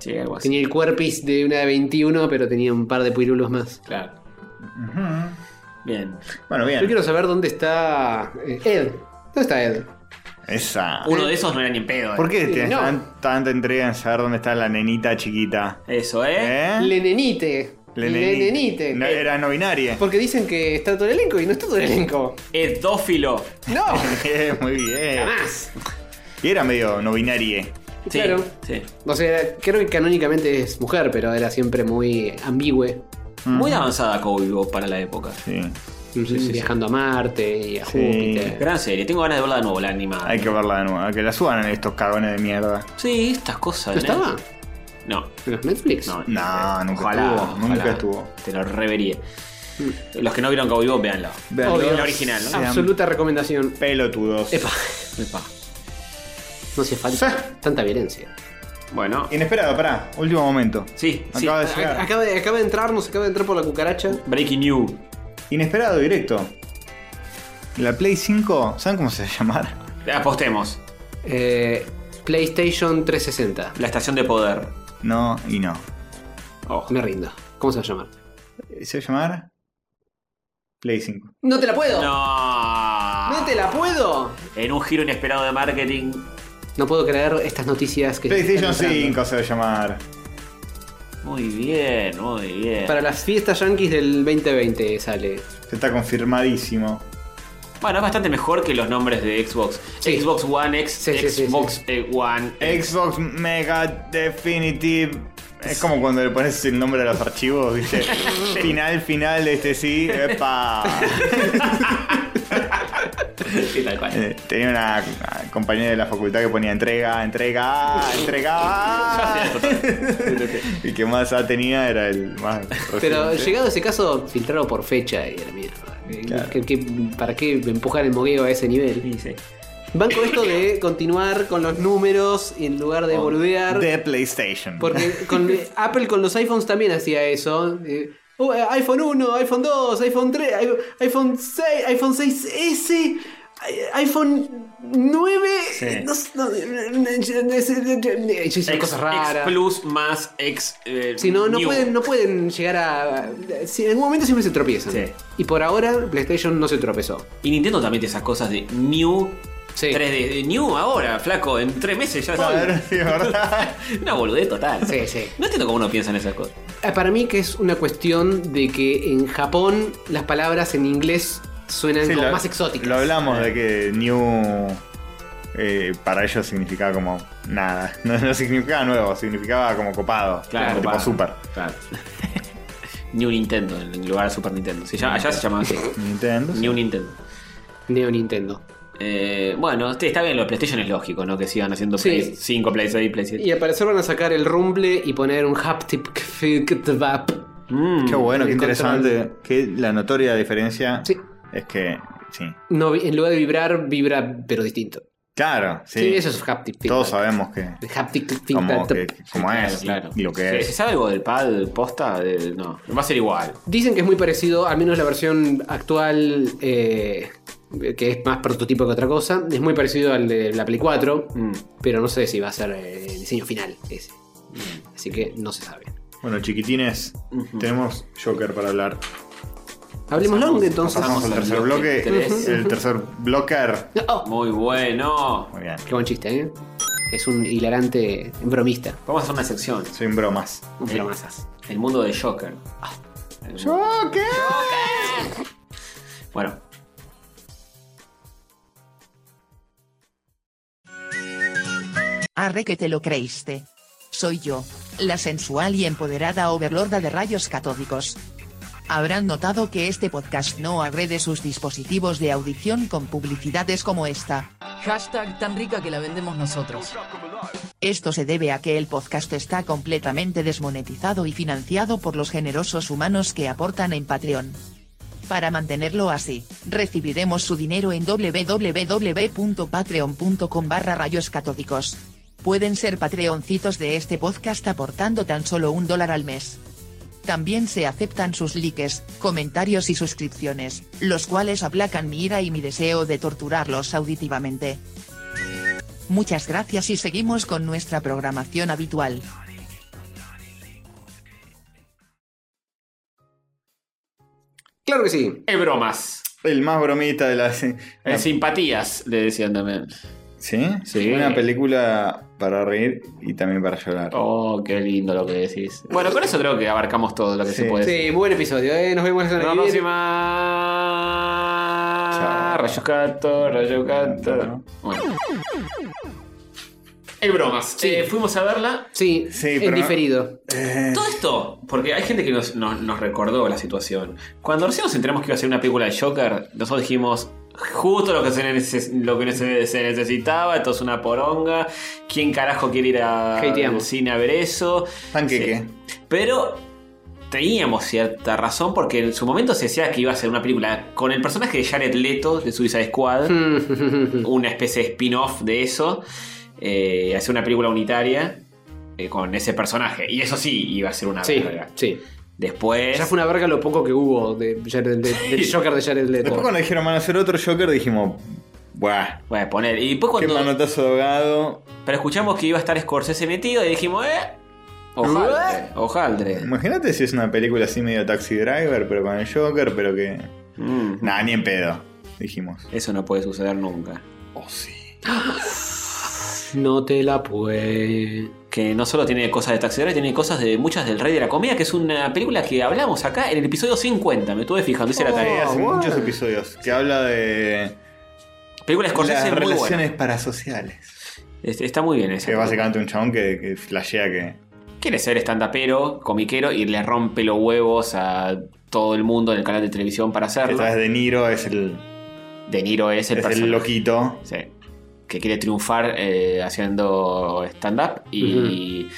Speaker 1: Sí, algo así.
Speaker 3: Tenía el cuerpis de una de 21, pero tenía un par de pirulos más.
Speaker 1: Claro.
Speaker 2: Ujú.
Speaker 1: Bien.
Speaker 2: Bueno,
Speaker 3: Yo
Speaker 2: bien.
Speaker 3: quiero saber dónde está eh, Ed. ¿Dónde está Ed?
Speaker 2: Esa.
Speaker 1: Uno de esos no era ni en pedo. ¿eh?
Speaker 2: ¿Por qué
Speaker 3: Sí,
Speaker 2: tienes
Speaker 3: no.
Speaker 2: tan- tanta entrega en saber dónde está la nenita chiquita?
Speaker 1: Eso, ¿eh?
Speaker 3: Ah.
Speaker 2: ¿Eh?
Speaker 3: Lenenite. Lenenite.
Speaker 2: No, era no binaria. (laughs)
Speaker 3: Porque dicen que está todo el elenco y no está todo el elenco.
Speaker 1: Edófilo.
Speaker 3: ¡No!
Speaker 2: Bien, Muy bien.
Speaker 3: ¡Jamás!
Speaker 2: Y era medio no binarie.
Speaker 1: Sí,
Speaker 3: Claro.
Speaker 1: sí.
Speaker 3: O sea, creo que canónicamente es mujer, pero era siempre muy ambigüe.
Speaker 1: Muy avanzada Cowboy Bebop para la época.
Speaker 2: Sí.
Speaker 3: viajando a Marte y a
Speaker 2: Sí.
Speaker 3: Júpiter.
Speaker 1: Gran serie. Tengo ganas de verla de nuevo, la animada.
Speaker 2: Hay que verla de nuevo. a Que la suban estos cagones de mierda.
Speaker 1: Sí, estas cosas. ¿eh?
Speaker 3: ¿No
Speaker 1: de Netflix. No.
Speaker 3: estaba? ¿En los Netflix?
Speaker 1: No,
Speaker 2: No, nunca estuvo, nunca estuvo. Mm.
Speaker 1: Te lo revería. Los que no vieron Cowboy Bebop, véanlo.
Speaker 2: Vean,
Speaker 3: Obvio.
Speaker 1: La original, ¿no?
Speaker 2: Sean
Speaker 3: Absoluta recomendación.
Speaker 2: Pelotudos.
Speaker 3: Epa,
Speaker 1: Epa.
Speaker 3: no hace falta tanta violencia.
Speaker 1: Bueno.
Speaker 2: Inesperado, pará. Último momento.
Speaker 1: Sí, sí.
Speaker 2: Acaba de
Speaker 3: A-
Speaker 2: llegar.
Speaker 3: Acaba de, acaba de entrar, nos acaba de entrar por la cucaracha.
Speaker 1: Breaking New.
Speaker 2: Inesperado, directo. La Play 5, ¿saben cómo se va a llamar?
Speaker 1: Apostemos.
Speaker 3: Eh, PlayStation 360.
Speaker 1: La estación de poder.
Speaker 2: No y no.
Speaker 1: Oh.
Speaker 3: Me rindo. ¿Cómo se va a llamar?
Speaker 2: ¿Se va a llamar? Play 5.
Speaker 3: ¡No te la puedo!
Speaker 1: No.
Speaker 3: ¡No te la puedo!
Speaker 1: En un giro inesperado de marketing.
Speaker 3: No puedo creer estas noticias que.
Speaker 2: PlayStation
Speaker 3: están
Speaker 2: 5
Speaker 3: entrando.
Speaker 2: se va a llamar.
Speaker 1: Muy bien, muy bien.
Speaker 3: Para las fiestas yankees del 2020 sale.
Speaker 2: Está confirmadísimo.
Speaker 1: Bueno, es bastante mejor que los nombres de Xbox.
Speaker 3: Sí.
Speaker 1: Xbox One X,
Speaker 3: Sí, sí, sí,
Speaker 1: Xbox
Speaker 3: sí.
Speaker 1: eh, One X.
Speaker 2: Xbox Mega Definitive. Es como cuando le pones el nombre a los archivos, ¿viste? final, final, este sí. ¡Epa!
Speaker 1: Sí, tal
Speaker 3: (laughs)
Speaker 1: cual.
Speaker 2: Eh, Tenía una, una compañera de la facultad que ponía entrega, entrega, entrega. y que más A tenía era el más.
Speaker 3: Pero
Speaker 2: reciente.
Speaker 3: llegado ese caso, filtrarlo por fecha y a la mierda. Eh,
Speaker 2: Claro.
Speaker 3: ¿qué- qué- ¿Para qué empujar el mogueo a ese nivel?
Speaker 1: Sí, sí.
Speaker 3: Van con esto de continuar con los números y en lugar de
Speaker 2: Oh,
Speaker 3: boludear.
Speaker 2: De PlayStation. (laughs)
Speaker 3: Porque con Apple con los iPhones también hacía eso. Eh, oh, eh, iPhone 1, iPhone 2, iPhone 3, i- iPhone 6, iPhone 6S, i- iPhone 9.
Speaker 1: Sí.
Speaker 3: no sé, no, eh, hicieron
Speaker 1: X-
Speaker 3: cosas raras.
Speaker 1: X Plus más X. eh,
Speaker 3: Si no, no
Speaker 1: New.
Speaker 3: pueden, no pueden llegar a. si en algún momento siempre se tropiezan.
Speaker 1: Sí.
Speaker 3: Y por ahora, PlayStation no se tropezó.
Speaker 1: Y Nintendo también tiene esas cosas de New.
Speaker 3: Sí.
Speaker 1: 3D. de New ahora, flaco. En tres meses ya
Speaker 2: Claro,
Speaker 1: está.
Speaker 2: sí, ¿verdad?
Speaker 1: Una boludez total.
Speaker 3: Sí, sí.
Speaker 1: No entiendo cómo uno piensa en esas cosas.
Speaker 3: Eh, Para mí que es una cuestión de que en Japón las palabras en inglés suenan
Speaker 2: Sí,
Speaker 3: como
Speaker 2: lo-
Speaker 3: más exóticas.
Speaker 2: Lo hablamos de que New eh, para ellos significaba como nada. No, no significaba nuevo, significaba como copado.
Speaker 1: Claro,
Speaker 2: como
Speaker 1: copado.
Speaker 2: tipo super.
Speaker 1: Claro. (laughs) New Nintendo, (laughs) en lugar de Super Nintendo. Se llama- allá se llamaba así.
Speaker 2: Nintendo.
Speaker 1: New Nintendo.
Speaker 3: Neo Nintendo.
Speaker 1: Eh, bueno, sí, está bien, lo de PlayStation es lógico, ¿no? Que sigan haciendo
Speaker 3: Sí.
Speaker 1: Play 5, Play 6, Play 7.
Speaker 3: Y al parecer van a sacar el rumble y poner un haptic feedback.
Speaker 1: Mm.
Speaker 2: Qué bueno, qué
Speaker 3: el
Speaker 2: interesante. Que la notoria diferencia
Speaker 3: Sí.
Speaker 2: es que. Sí.
Speaker 3: No, vi- en lugar de vibrar, vibra pero distinto.
Speaker 2: Claro, sí.
Speaker 3: Sí, eso es haptic feedback.
Speaker 2: Todos sabemos que.
Speaker 3: Haptic
Speaker 2: Como,
Speaker 3: feedback.
Speaker 2: que- como
Speaker 1: Claro,
Speaker 2: es
Speaker 1: claro.
Speaker 2: y lo que
Speaker 1: ¿Se-
Speaker 2: es.
Speaker 1: ¿Se sabe algo del pad posta? De- no, va a ser igual.
Speaker 3: Dicen que es muy parecido, al menos la versión actual, eh, que es más prototipo que otra cosa, es muy parecido al de la Play 4,
Speaker 1: Mm.
Speaker 3: pero no sé si va a ser eh, el diseño final ese. Así que no se sabe.
Speaker 2: Bueno, chiquitines, tenemos Joker para hablar.
Speaker 3: Hablemos long entonces.
Speaker 2: Pasamos al tercer bloque.
Speaker 1: Tres.
Speaker 2: El tercer blocker.
Speaker 3: Oh,
Speaker 1: Muy bueno.
Speaker 2: Muy bien.
Speaker 3: qué buen chiste, ¿eh? Es un hilarante bromista.
Speaker 1: Vamos a hacer una sección.
Speaker 2: Sin bromas.
Speaker 3: Un
Speaker 1: Eh.
Speaker 3: bromasas.
Speaker 1: El mundo de Joker. El mundo-
Speaker 2: ¡Joker!
Speaker 1: Bueno.
Speaker 11: Arre que te lo creíste. Soy yo, la sensual y empoderada overlorda de rayos catódicos. Habrán notado que este podcast no agrede sus dispositivos de audición con publicidades como esta.
Speaker 12: Hashtag tan rica que la vendemos nosotros.
Speaker 11: Esto se debe a que el podcast está completamente desmonetizado y financiado por los generosos humanos que aportan en Patreon. Para mantenerlo así, recibiremos su dinero en www.patreon.com barra rayos catódicos. Pueden ser patreoncitos de este podcast aportando tan solo un dólar al mes. También se aceptan sus likes, comentarios y suscripciones, los cuales aplacan mi ira y mi deseo de torturarlos auditivamente. Muchas gracias y seguimos con nuestra programación habitual.
Speaker 3: Claro que sí.
Speaker 1: Es bromas.
Speaker 2: El más bromita de la. ¿Sí?
Speaker 1: Eh, simpatías, le decían también. Sí.
Speaker 2: Una película para reír y también para llorar.
Speaker 1: Oh, qué lindo lo que decís. Bueno, con eso creo que abarcamos todo lo que
Speaker 2: Sí.
Speaker 1: se puede decir.
Speaker 3: Sí, buen episodio, ¿eh? Nos vemos la
Speaker 1: Hasta
Speaker 3: semana
Speaker 1: la
Speaker 3: que viene.
Speaker 1: próxima.
Speaker 2: Chao.
Speaker 1: Rayo Cato, Rayo Cato.
Speaker 2: Chao.
Speaker 1: Bueno. El bromas. Eh, fuimos a verla.
Speaker 3: Sí,
Speaker 2: Sí,
Speaker 3: en
Speaker 2: pero
Speaker 1: (laughs)
Speaker 2: no-
Speaker 3: diferido.
Speaker 2: Eh.
Speaker 1: Todo esto, porque hay gente que nos, nos- nos recordó la situación. Cuando recién nos enteramos que iba a ser una película de Joker, nosotros dijimos justo lo que se, neces- lo que se, se necesitaba, esto es una poronga, ¿quién carajo quiere ir a- al
Speaker 3: Hateamos.
Speaker 1: cine a ver eso?
Speaker 2: Panqueque.
Speaker 1: Sí. Pero teníamos cierta razón porque en su momento se decía que iba a ser una película con el personaje de Jared Leto de Suicide Squad,
Speaker 3: Hmm.
Speaker 1: una especie de spin-off de eso, eh, hacer una película unitaria. eh, Con ese personaje. Y eso sí iba a ser una
Speaker 3: sí,
Speaker 1: verga.
Speaker 3: sí.
Speaker 1: Después.
Speaker 3: Ya fue una verga lo poco que hubo de Jared- de- del Joker de Jared Leto.
Speaker 2: Después, cuando dijeron van a hacer otro Joker, dijimos. Buah.
Speaker 1: Bueno, poner. Y después
Speaker 2: Qué
Speaker 1: cuando.
Speaker 2: manotazo de ahogado.
Speaker 1: Pero escuchamos que iba a estar Scorsese metido y dijimos, eh. Ojaldre. Ojaldre.
Speaker 2: Imagínate si es una película así medio taxi driver, pero con el Joker, pero que.
Speaker 1: Mm.
Speaker 2: Nah, ni en pedo. Dijimos.
Speaker 1: Eso no puede suceder nunca.
Speaker 2: Oh, sí.
Speaker 3: No te la puede.
Speaker 1: Que no solo tiene cosas de Taxi Driver, tiene cosas de muchas del Rey de la Comida, que es una película que hablamos acá en el episodio 50. Me estuve fijando, hice la
Speaker 2: Tarea
Speaker 1: tarea.
Speaker 2: hace
Speaker 3: bueno.
Speaker 2: muchos episodios que habla de
Speaker 1: Película Scorsese
Speaker 2: las
Speaker 1: muy buena.
Speaker 2: relaciones parasociales.
Speaker 1: Este, Está muy bien
Speaker 2: Que
Speaker 1: esa.
Speaker 2: es básicamente un chabón que, que flashea que.
Speaker 1: Quiere ser estandapero, comiquero y le rompe los huevos a todo el mundo en el canal de televisión para
Speaker 2: que
Speaker 1: hacerlo.
Speaker 2: través de Niro es el,
Speaker 1: De Niro es el
Speaker 2: es el
Speaker 1: personaje.
Speaker 2: loquito.
Speaker 1: Sí. Que quiere triunfar eh, haciendo stand-up y,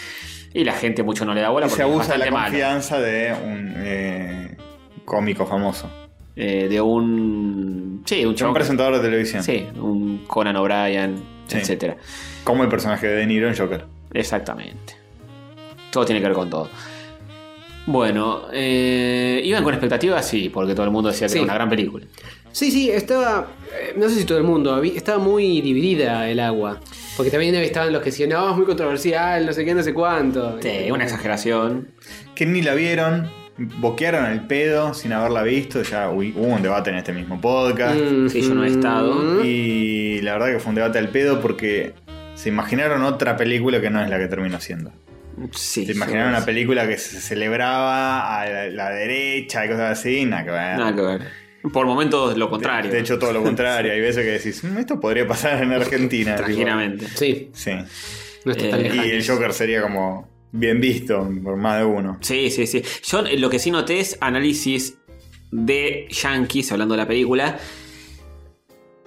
Speaker 1: y la gente mucho no le da bola
Speaker 2: Y
Speaker 1: porque
Speaker 2: se abusa
Speaker 1: es
Speaker 2: de la
Speaker 1: bastante malo.
Speaker 2: confianza de un eh, cómico famoso.
Speaker 1: Eh, de un. Sí, un
Speaker 2: De un
Speaker 1: chabón.
Speaker 2: presentador de televisión.
Speaker 1: Sí, un Conan O'Brien,
Speaker 2: Sí.
Speaker 1: etcétera.
Speaker 2: Como el personaje de De Niro en Joker.
Speaker 1: Exactamente. Todo tiene que ver con todo. Bueno, eh, iban con expectativas, sí, porque todo el mundo decía que
Speaker 3: Sí.
Speaker 1: era una gran película.
Speaker 3: Sí, sí, estaba. eh, No sé si todo el mundo, habí- estaba muy dividida el agua. Porque también estaban los que decían, no, es muy controversial, no sé qué, no sé cuánto.
Speaker 1: Sí, Eh, una (laughs) exageración.
Speaker 2: Que ni la vieron, boquearon el pedo sin haberla visto. Ya hu- hubo un debate en este mismo podcast.
Speaker 3: Mm,
Speaker 1: Sí, yo no he estado.
Speaker 3: mm.
Speaker 2: Y la verdad que fue un debate al pedo porque se imaginaron otra película que no es la que terminó siendo.
Speaker 1: Sí.
Speaker 2: Se imaginaron una película que se celebraba a la, la derecha y cosas así. Nada que ver.
Speaker 1: Nada que ver. Por momentos lo contrario.
Speaker 2: De, de hecho, todo lo contrario. Hay veces que decís, "Mm, esto podría pasar en Argentina. tipo.
Speaker 1: tranquilamente.
Speaker 3: Sí,
Speaker 2: Sí.
Speaker 3: no está
Speaker 1: Eh,
Speaker 3: tan
Speaker 2: Y
Speaker 3: lejano.
Speaker 2: el Joker sería como bien visto por más de uno.
Speaker 1: Sí, sí, sí. Yo eh, lo que sí noté es análisis de Yankees, hablando de la película,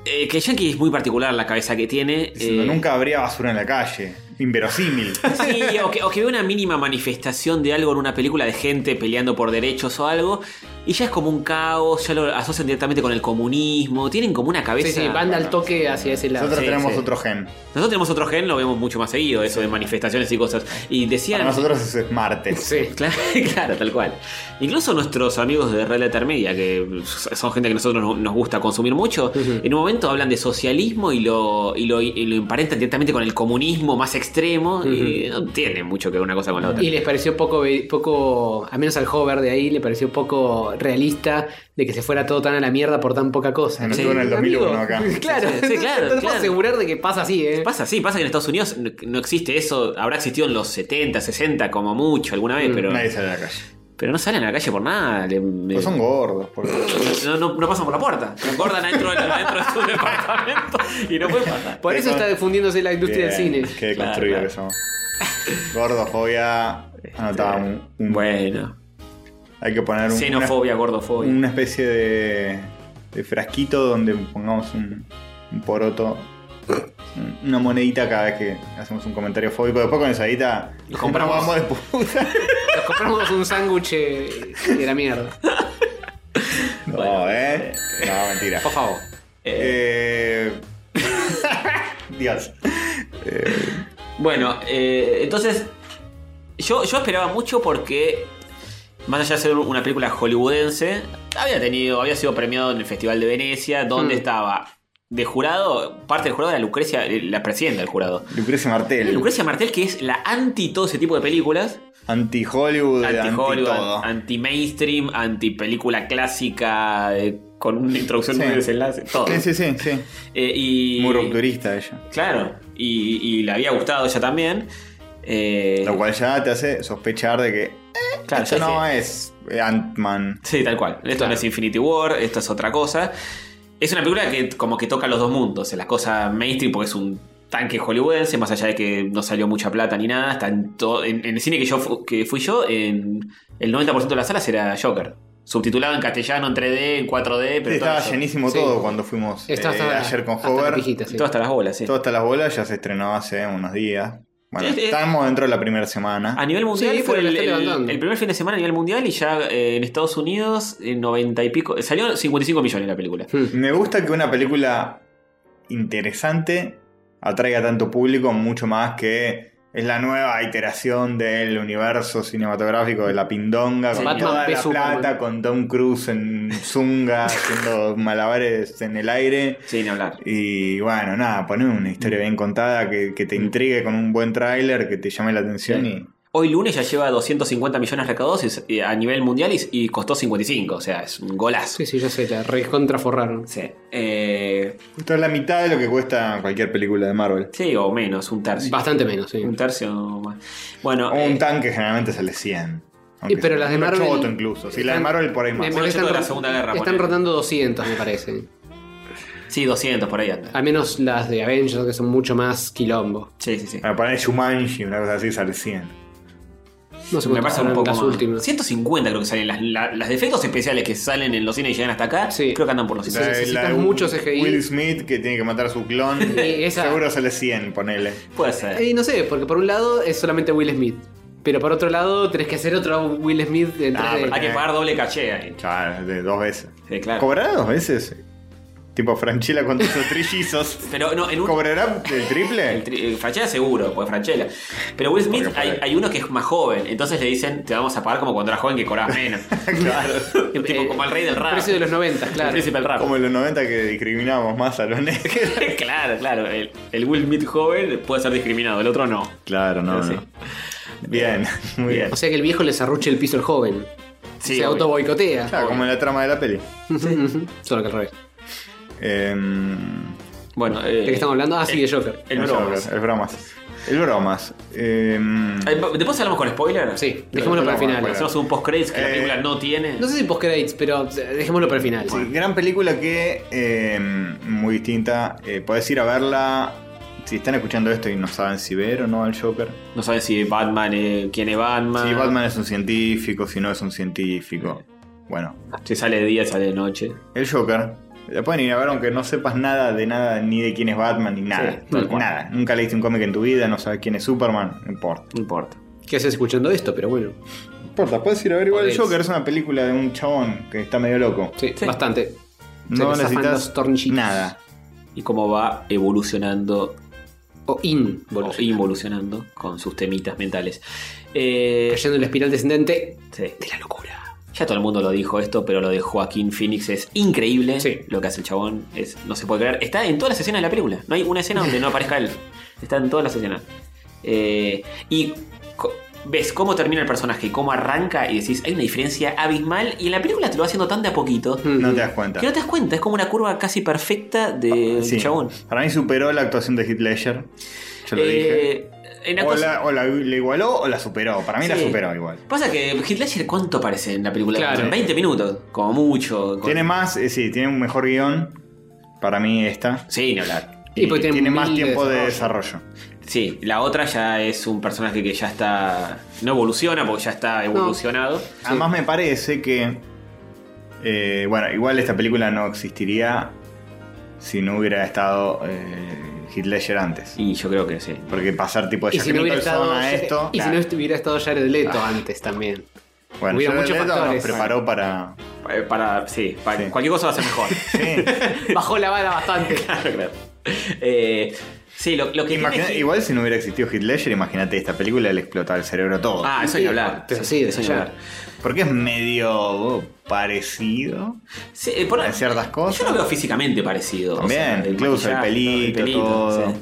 Speaker 1: Eh, que Yankee es muy particular la cabeza que tiene.
Speaker 2: Diciendo,
Speaker 1: eh,
Speaker 2: Nunca habría basura en la calle.
Speaker 1: (laughs)
Speaker 2: Inverosímil.
Speaker 1: Sí, o que, o que ve una mínima manifestación de algo en una película de gente peleando por derechos o algo. Y ya es como un caos, ya lo asocian directamente con el comunismo. Tienen como una cabeza.
Speaker 3: Sí, sí, van al toque hacia ese lado.
Speaker 1: Nosotros Sí, tenemos sí. otro
Speaker 2: gen.
Speaker 1: Nosotros tenemos otro gen, lo vemos mucho más seguido, eso de manifestaciones y cosas. Y decían.
Speaker 2: Para nosotros eso es martes.
Speaker 1: Sí, claro, (laughs) claro, tal cual. Incluso nuestros amigos de Red Letter Media, que son gente que nosotros nos- nos gusta consumir mucho, en un momento hablan de socialismo y lo, y lo, y lo emparentan directamente con el comunismo más extremo. Y no tiene mucho que ver una cosa con la otra.
Speaker 3: Y les pareció poco, ve- poco, a menos al hover de ahí, le pareció poco realista de que se fuera todo tan a la mierda por tan poca cosa.
Speaker 1: No estuvo en el 2001 acá.
Speaker 3: (laughs) Claro,
Speaker 1: Sí, sí, claro,
Speaker 3: No te puedo
Speaker 1: claro.
Speaker 3: asegurar de que pasa así, ¿eh?
Speaker 1: Pasa, sí, pasa que en Estados Unidos no- no existe eso. Habrá existido en los 70, 60, como mucho, alguna vez, pero.
Speaker 2: Nadie sale a la calle.
Speaker 1: Pero no salen a la calle por nada. le- me-
Speaker 2: Pues son gordos. por-
Speaker 1: no, no- no pasan por la puerta. Se engordan adentro, de- adentro de su (laughs) departamento y no pueden pasar.
Speaker 3: Por eso está difundiéndose la industria
Speaker 2: Bien,
Speaker 3: del
Speaker 2: (laughs)
Speaker 3: cine.
Speaker 2: Qué deconstruido que somos. Gordofobia. Anotaba un,
Speaker 1: Bueno.
Speaker 2: Hay que poner un.
Speaker 1: Xenofobia, gordofobia.
Speaker 2: Una especie de, de frasquito donde pongamos un, un poroto. un- Una monedita cada vez que hacemos un comentario fóbico. Después con esa guita.
Speaker 3: Nos compramos-
Speaker 2: nos vamos de pu-
Speaker 1: (laughs)
Speaker 3: Nos compramos un sándwich eh, de la mierda.
Speaker 2: No, eh. No, mentira. Por
Speaker 1: favor.
Speaker 2: Eh. (laughs) Dios.
Speaker 1: Bueno, eh, entonces yo, yo esperaba mucho porque, más allá de ser una película hollywoodense, había, tenido, había sido premiado en el Festival de Venecia, donde
Speaker 2: Hmm.
Speaker 1: estaba de jurado, parte del jurado era Lucrecia, eh, la presidenta del jurado.
Speaker 2: Lucrecia Martel.
Speaker 1: Lucrecia Martel, que es la anti todo ese tipo de películas.
Speaker 2: Anti-Hollywood,
Speaker 1: Anti-Hollywood,
Speaker 2: anti-todo.
Speaker 1: anti-mainstream, anti-película clásica, eh, con una introducción
Speaker 2: Sí.
Speaker 1: muy desenlace, todo.
Speaker 2: Sí, sí, sí. sí.
Speaker 1: Eh, y,
Speaker 2: Muy rupturista ella.
Speaker 1: Claro, y, y le había gustado ella también. Eh,
Speaker 2: Lo cual ya te hace sospechar de que. eh,
Speaker 1: Claro,
Speaker 2: esto
Speaker 1: ya
Speaker 2: no es eh, Ant-Man.
Speaker 1: Sí, tal cual. Esto no es Infinity War, esto es otra cosa. Es una película que como que toca los dos mundos. La cosa mainstream porque es un tanque hollywoodense, más allá de que no salió mucha plata ni nada. Está en, todo- en- en el cine que yo fu- que fui yo, en el 90% de las salas era Joker. Subtitulado en castellano, en 3D, en 4D, pero
Speaker 2: Sí, estaba
Speaker 1: todo-
Speaker 2: llenísimo todo cuando fuimos
Speaker 1: Está
Speaker 2: eh,
Speaker 1: hasta-
Speaker 2: ayer con
Speaker 1: hasta
Speaker 2: Hover.
Speaker 1: la pijita, sí. Todo hasta las bolas, sí.
Speaker 2: Todo hasta las bolas, ya se estrenó hace unos días. Bueno,
Speaker 1: Sí, Ah, sí.
Speaker 2: estamos dentro de la primera semana.
Speaker 1: A nivel mundial
Speaker 3: Sí,
Speaker 1: fue
Speaker 3: pero la
Speaker 1: el,
Speaker 3: está
Speaker 1: el-
Speaker 3: levantando.
Speaker 1: el primer fin de semana a nivel mundial y ya eh, en Estados Unidos en 90 y pico. Salió 55 millones la película.
Speaker 3: Hmm.
Speaker 2: Me gusta que una película interesante atraiga tanto público, mucho más que es la nueva iteración del universo cinematográfico de la pindonga,
Speaker 3: Sí.
Speaker 2: con
Speaker 3: Batman
Speaker 2: toda
Speaker 3: v
Speaker 2: la
Speaker 3: Superman.
Speaker 2: plata, con Tom Cruise en zunga, (laughs) haciendo malabares en el aire.
Speaker 1: Sin hablar.
Speaker 2: Y bueno, nada, poner una historia bien contada que, que te intrigue con un buen tráiler, que te llame la atención y.
Speaker 1: Hoy lunes ya lleva 250 millones recaudados y- y a nivel mundial y, y costó 55. O sea, es un golazo.
Speaker 3: Sí, sí, yo sé, la recontraforraron.
Speaker 1: Sí. Eh,
Speaker 2: Esto es la mitad de lo que cuesta cualquier película de Marvel.
Speaker 1: sí, o menos, un tercio.
Speaker 3: Bastante Eh. menos, sí.
Speaker 1: Un tercio más. Bueno,
Speaker 2: O un tanque generalmente sale 100. aunque
Speaker 3: Y pero las de
Speaker 2: un
Speaker 3: Marvel-
Speaker 2: choto incluso. Sí, las de
Speaker 3: están-
Speaker 2: Marvel por ahí
Speaker 3: Me
Speaker 2: más.
Speaker 3: parece
Speaker 1: yo creo
Speaker 3: están
Speaker 1: la
Speaker 3: ro-
Speaker 1: Segunda Guerra,
Speaker 3: Están
Speaker 1: ponele.
Speaker 3: rotando 200, me parece.
Speaker 1: sí, 200 por ahí anda.
Speaker 3: Al menos las de Avengers, que son mucho más quilombo.
Speaker 1: Sí, sí, sí.
Speaker 2: Para poner Shumanji, una cosa así, sale 100.
Speaker 3: No sé
Speaker 1: Me
Speaker 3: cuántas
Speaker 1: parece un
Speaker 3: serán
Speaker 1: poco
Speaker 3: las
Speaker 1: más.
Speaker 3: últimas.
Speaker 1: 150 creo que salen. Las, la- las de efectos especiales que salen en los cines y llegan hasta acá, creo que andan por los
Speaker 2: La-
Speaker 1: 100.
Speaker 2: la de Will Smith que tiene que matar a su clon. Seguro sale 100, ponele.
Speaker 1: Puede ser.
Speaker 3: Y no sé, porque por un lado es solamente Will Smith. Pero por otro lado tenés que hacer otro Will Smith en 3D.
Speaker 1: Hay que pagar doble caché ahí.
Speaker 2: Claro, de dos veces.
Speaker 1: Sí, claro.
Speaker 2: ¿Cobrará dos veces? Tipo Franchella con
Speaker 3: (laughs)
Speaker 2: sus trillizos.
Speaker 1: Pero no, en un...
Speaker 2: ¿Cobrará el triple?
Speaker 1: El tri- eh, Franchella seguro, pues Franchella. Pero Will Smith hay, hay uno que es más joven, entonces le dicen, te vamos a pagar como cuando eras joven que cobrabas menos. claro. (laughs) tipo como el rey del rap.
Speaker 3: Precio de los 90,
Speaker 1: El
Speaker 3: claro.
Speaker 1: príncipe del rap. (laughs)
Speaker 2: Como en los 90 que discriminábamos más a los negros.
Speaker 1: claro, claro. El, el Will Smith joven puede ser discriminado, el otro no.
Speaker 2: (laughs) Claro, no,
Speaker 1: Sí.
Speaker 2: no. Bien, muy bien.
Speaker 3: O sea que el viejo le zarruche el piso al joven.
Speaker 1: Sí,
Speaker 3: Se
Speaker 1: obvio.
Speaker 3: auto boicotea.
Speaker 2: Claro, como en la trama de la peli.
Speaker 3: Solo que al revés.
Speaker 2: Em,
Speaker 1: Bueno, eh,
Speaker 3: ¿De qué estamos hablando? Ah, sí, de Joker.
Speaker 1: El
Speaker 2: no,
Speaker 1: bromas.
Speaker 2: El bromas. El bromas. Em,
Speaker 1: Eh, Después hablamos con spoiler.
Speaker 3: Sí, dejémoslo para el final.
Speaker 1: Hacemos un post credits que la película no tiene.
Speaker 3: No sé si post-credits, pero eh, dejémoslo para el final.
Speaker 2: Sí, gran película que eh, muy distinta. Eh, podés ir a verla. Si están escuchando esto y no saben si ver o no al Joker.
Speaker 1: No saben si Batman, eh, quién es Batman.
Speaker 2: Si Batman es un científico, si no es un científico. Bueno,
Speaker 1: Si sale de día, sale de noche.
Speaker 2: el Joker La pueden ir a ver aunque no sepas nada de nada, ni de quién es Batman, ni nada.
Speaker 3: tal cual.
Speaker 2: nada. Nunca leíste un cómic en tu vida, no sabes quién es Superman, no importa.
Speaker 1: No importa.
Speaker 3: ¿Qué haces escuchando esto? Pero bueno.
Speaker 2: No importa, puedes ir a ver igual
Speaker 3: Podés.
Speaker 2: el Joker, es una película de un chabón que está medio loco.
Speaker 3: Sí, bastante.
Speaker 2: No
Speaker 3: Se le zafan los
Speaker 2: necesitas
Speaker 3: tornillitos.
Speaker 2: nada.
Speaker 1: Y cómo va evolucionando
Speaker 3: O in.
Speaker 1: o involucionando con sus temitas mentales. Eh,
Speaker 3: Cayendo en la espiral descendente.
Speaker 1: sí, de la locura. Ya todo el mundo lo dijo esto, pero lo de Joaquín Phoenix es increíble.
Speaker 3: Sí.
Speaker 1: Lo que hace el chabón es no se puede creer. Está en todas las escenas de la película. No hay una escena donde no aparezca él. Está en todas las escenas. Eh, y co- ves cómo termina el personaje y cómo arranca y decís, hay una diferencia abismal y en la película te lo va haciendo tan de a poquito.
Speaker 2: No te das cuenta.
Speaker 1: Que no te das cuenta, es como una curva casi perfecta del
Speaker 2: Sí.
Speaker 1: chabón.
Speaker 2: Para mí superó la actuación de Heath Ledger. Yo lo dije.
Speaker 1: Eh, en la
Speaker 2: O,
Speaker 1: cosa-
Speaker 2: la, o la- la igualó o la superó. Para mí la
Speaker 1: Sí.
Speaker 2: superó igual.
Speaker 1: Pasa que Heath Ledger, ¿cuánto aparece en la película?
Speaker 3: Claro.
Speaker 1: 20 minutos, como mucho. con-
Speaker 2: Tiene más, eh, sí, tiene un mejor guión. Para mí esta.
Speaker 1: Sí, ni hablar.
Speaker 3: Y porque tiene
Speaker 2: tiene más
Speaker 3: mil de
Speaker 2: tiempo de desarrollo.
Speaker 1: Sí, la otra ya es un personaje que ya está. No evoluciona porque ya está evolucionado.
Speaker 2: Además me parece que... eh, bueno, igual esta película no existiría si no hubiera estado eh, Heath Ledger antes.
Speaker 1: Y yo creo que sí.
Speaker 2: Porque pasar tipo de
Speaker 3: Y
Speaker 2: Jack
Speaker 3: si no hubiera
Speaker 2: Nicholson
Speaker 3: estado.
Speaker 2: a esto...
Speaker 3: y si
Speaker 2: nah.
Speaker 3: no hubiera estado Jared Leto antes también.
Speaker 2: bueno,
Speaker 3: hubiera
Speaker 2: Jared
Speaker 3: muchos
Speaker 2: Leto
Speaker 3: factores.
Speaker 2: nos preparó para...
Speaker 1: Eh, Para. Sí, para
Speaker 2: Sí.
Speaker 1: cualquier cosa va a ser mejor.
Speaker 2: (laughs)
Speaker 3: (laughs)
Speaker 2: Sí.
Speaker 3: Bajó la vara bastante.
Speaker 1: claro, claro. Eh, sí, lo, lo que. tiene
Speaker 2: Imagina-
Speaker 1: Heath-
Speaker 2: igual si no hubiera existido Heath Ledger, imagínate esta película le explotaba el cerebro a todo.
Speaker 1: Ah, eso hay que hablar.
Speaker 3: Pero sí,
Speaker 1: eso hay que
Speaker 3: ya.
Speaker 1: hablar.
Speaker 2: Porque es medio oh, parecido
Speaker 1: Sí, eh, por-
Speaker 2: a ciertas cosas.
Speaker 1: Yo lo veo físicamente parecido.
Speaker 2: También, incluso el
Speaker 1: maquillaje,
Speaker 2: pelito, todo.
Speaker 1: sí.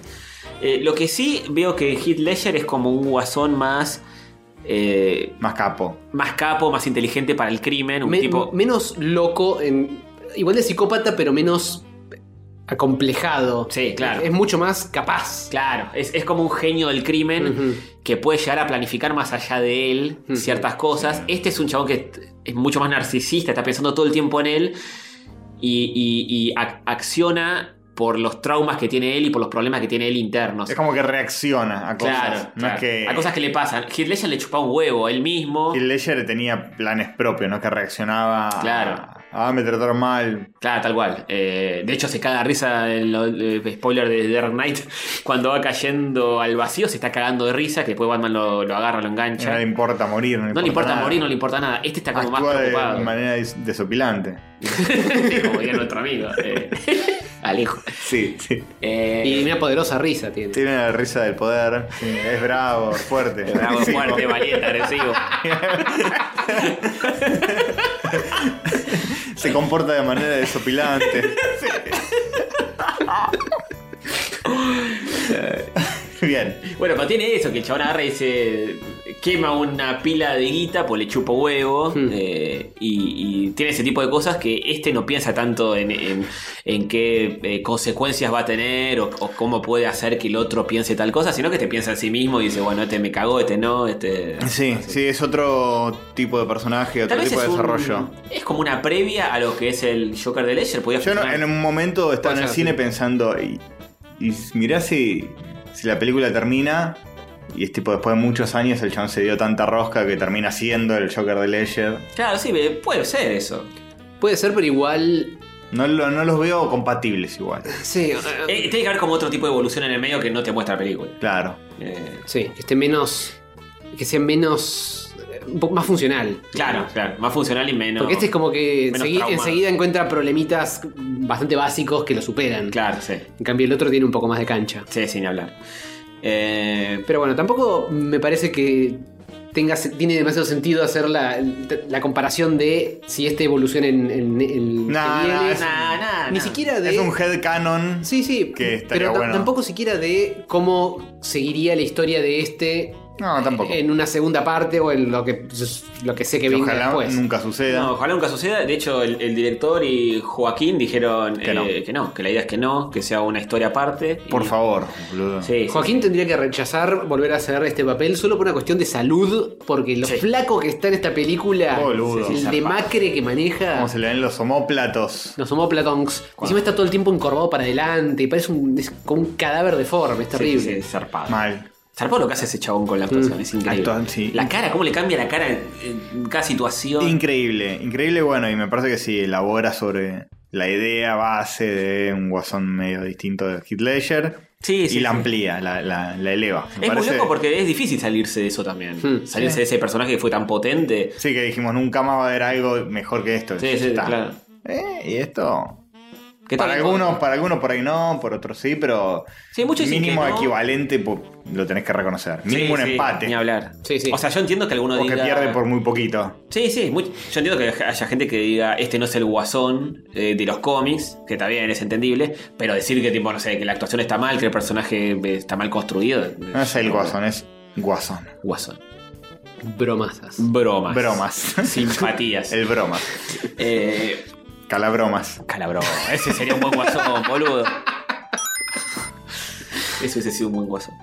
Speaker 1: Eh, lo que sí veo que Heath Ledger es como un guasón más. eh,
Speaker 2: Más capo.
Speaker 1: más capo, más inteligente para el crimen. Un
Speaker 3: Me-
Speaker 1: tipo.
Speaker 3: Menos loco, en- igual de psicópata, pero menos acomplejado.
Speaker 1: Sí, claro.
Speaker 3: Es, mucho más capaz.
Speaker 1: Claro, es, es como un genio del crimen
Speaker 3: Ujú.
Speaker 1: que puede llegar a planificar más allá de él
Speaker 3: Ujú.
Speaker 1: ciertas cosas. Este es un chabón que t- es mucho más narcisista, está pensando todo el tiempo en él y, y- y ac- acciona por los traumas que tiene él y por los problemas que tiene él internos.
Speaker 2: Es como que reacciona a cosas.
Speaker 1: Claro,
Speaker 2: no es que
Speaker 1: a cosas que le pasan. Heath Ledger le chupaba un huevo a él mismo.
Speaker 2: Heath Ledger tenía planes propios, no que reaccionaba a-
Speaker 1: Claro.
Speaker 2: a, "Ah, me trataron mal.
Speaker 1: Claro, tal cual. Eh, de hecho, se caga de risa el, el spoiler de Dark Knight. (laughs) Cuando va cayendo al vacío, se está cagando de risa, que después Batman lo, lo agarra, lo engancha.
Speaker 2: No le importa morir, no le
Speaker 1: No le importa
Speaker 2: nada.
Speaker 1: morir, no le importa nada. Este está como más
Speaker 2: Actúa
Speaker 1: preocupado. (laughs)
Speaker 2: de manera des- desopilante.
Speaker 1: como diría nuestro amigo.
Speaker 2: (laughs)
Speaker 1: eh, Alejo.
Speaker 2: Sí, (laughs) sí.
Speaker 1: Eh,
Speaker 3: Y una poderosa risa tiene.
Speaker 2: Tiene la risa del poder. sí, Es bravo, fuerte.
Speaker 1: es
Speaker 2: (laughs)
Speaker 1: bravo, fuerte, valiente, agresivo.
Speaker 2: Se comporta de
Speaker 1: (laughs)
Speaker 2: manera desopilante. Sí. (laughs) Bien.
Speaker 1: Bueno, pero tiene eso, que el chabón agarra y se quema una pila de guita, pues le chupa huevo.
Speaker 3: Hmm.
Speaker 1: eh, y, y tiene ese tipo de cosas que este no piensa tanto en, en- en qué eh, consecuencias va a tener o, o cómo puede hacer que el otro piense tal cosa, sino que este piensa en sí mismo y dice, bueno, este me cagó, este no, este...
Speaker 2: Sí, sí, es otro tipo de personaje, otro
Speaker 1: Tal vez
Speaker 2: tipo de
Speaker 1: es un-
Speaker 2: desarrollo.
Speaker 1: es como una previa a lo que es el Joker de Ledger. Podría
Speaker 2: Yo no-
Speaker 1: funcionar.
Speaker 2: en un momento estaba en
Speaker 3: Puede
Speaker 2: el
Speaker 3: ser,
Speaker 2: cine
Speaker 3: sí.
Speaker 2: pensando, y, y mirá si, si la película termina y es tipo después de muchos años el chabón se dio tanta rosca que termina siendo el Joker de Ledger.
Speaker 1: Claro, sí, eh, puede ser eso.
Speaker 3: Puede ser, pero igual.
Speaker 2: No, lo- no los veo compatibles igual.
Speaker 3: Sí,
Speaker 1: Eh, tiene que haber como otro tipo de evolución en el medio que no te muestra la película.
Speaker 2: Claro.
Speaker 1: Eh,
Speaker 3: sí, que esté menos. Que sea menos. eh, Un poco más funcional.
Speaker 1: claro, claro, más funcional y menos.
Speaker 3: Porque este es como que
Speaker 1: Menos
Speaker 3: segui-
Speaker 1: trauma.
Speaker 3: enseguida encuentra problemitas bastante básicos que lo superan.
Speaker 1: Claro, sí.
Speaker 3: En cambio, el otro tiene un poco más de cancha.
Speaker 1: Sí, sin hablar. Eh,
Speaker 3: Pero bueno, tampoco me parece que tenga, se- tiene demasiado sentido hacer la, la comparación de si este evoluciona en, en, en-
Speaker 2: Nah,
Speaker 3: que
Speaker 2: nah,
Speaker 3: viene.
Speaker 2: es-
Speaker 1: nah, nah,
Speaker 3: Ni
Speaker 1: nah.
Speaker 3: siquiera de.
Speaker 2: Es un head canon.
Speaker 3: Sí, sí.
Speaker 2: que estaría
Speaker 3: pero ta-
Speaker 2: bueno.
Speaker 3: tampoco siquiera de cómo seguiría la historia de este
Speaker 2: No, tampoco.
Speaker 3: en una segunda parte o en lo que, lo que sé que
Speaker 2: Que
Speaker 3: venga
Speaker 2: ojalá
Speaker 3: después.
Speaker 2: nunca suceda.
Speaker 1: No, ojalá nunca suceda. De hecho, el, el director y Joaquín dijeron eh,
Speaker 2: Que
Speaker 1: que,
Speaker 2: no.
Speaker 1: no. que la idea es que no, que sea una historia aparte.
Speaker 2: Por
Speaker 1: Y-
Speaker 2: favor, boludo.
Speaker 1: Sí, sí,
Speaker 3: Joaquín tendría que rechazar volver a hacer este papel solo por una cuestión de salud, porque lo
Speaker 1: Sí.
Speaker 3: flaco que está en esta película,
Speaker 2: Boludo.
Speaker 3: el de Macre que maneja.
Speaker 2: Como se le ven los homóplatos.
Speaker 3: Nos somos platonks. Encima está todo el tiempo encorvado para adelante. Y parece un, es como un cadáver deforme. Es
Speaker 1: sí, sí,
Speaker 3: terrible.
Speaker 1: zarpado.
Speaker 2: Mal.
Speaker 1: Zarpado lo que hace ese chabón con la actuación, es increíble.
Speaker 2: Mm, Actuación, sí.
Speaker 1: La cara, cómo le cambia la cara en en cada situación.
Speaker 2: Increíble, increíble, bueno, y me parece que sí, elabora sobre la idea base de un guasón medio distinto de Heath Ledger
Speaker 1: Sí, sí,
Speaker 2: y la
Speaker 1: sí.
Speaker 2: amplía, la, la- la eleva. Me
Speaker 1: Es
Speaker 2: parece- Mm,
Speaker 1: muy loco porque es difícil salirse de eso también. salirse
Speaker 2: Sí.
Speaker 1: de ese personaje que fue tan potente.
Speaker 2: Sí, que dijimos nunca más va a haber algo mejor que esto.
Speaker 1: Sí, sí,
Speaker 2: Está.
Speaker 1: claro.
Speaker 2: Eh, y esto.
Speaker 1: ¿Qué tal
Speaker 2: para
Speaker 1: el
Speaker 2: algunos, para algunos por ahí no, por otros sí, pero
Speaker 1: Sí, muchos dicen
Speaker 2: mínimo
Speaker 1: que no.
Speaker 2: equivalente po- lo tenés que reconocer.
Speaker 1: Sí,
Speaker 2: Mínimo un
Speaker 1: sí,
Speaker 2: empate.
Speaker 1: Ni hablar. O sea, yo entiendo que alguno
Speaker 2: o
Speaker 1: diga.
Speaker 2: que pierde por muy poquito.
Speaker 1: Sí, sí, muy- yo entiendo que haya gente que diga este no es el guasón eh, de los cómics, que también es entendible, pero decir que tipo, no sé, que la actuación está mal, que el personaje eh, está mal construido.
Speaker 2: No es el guasón, es guasón.
Speaker 1: Guasón.
Speaker 3: Bromazas.
Speaker 1: Mm, Bromas.
Speaker 2: Bromas.
Speaker 1: (laughs) Simpatías.
Speaker 2: el broma.
Speaker 1: Eh,
Speaker 2: Calabromas.
Speaker 1: Calabroma. Ese sería un buen guasón, boludo. Eso hubiese sido un buen guasón.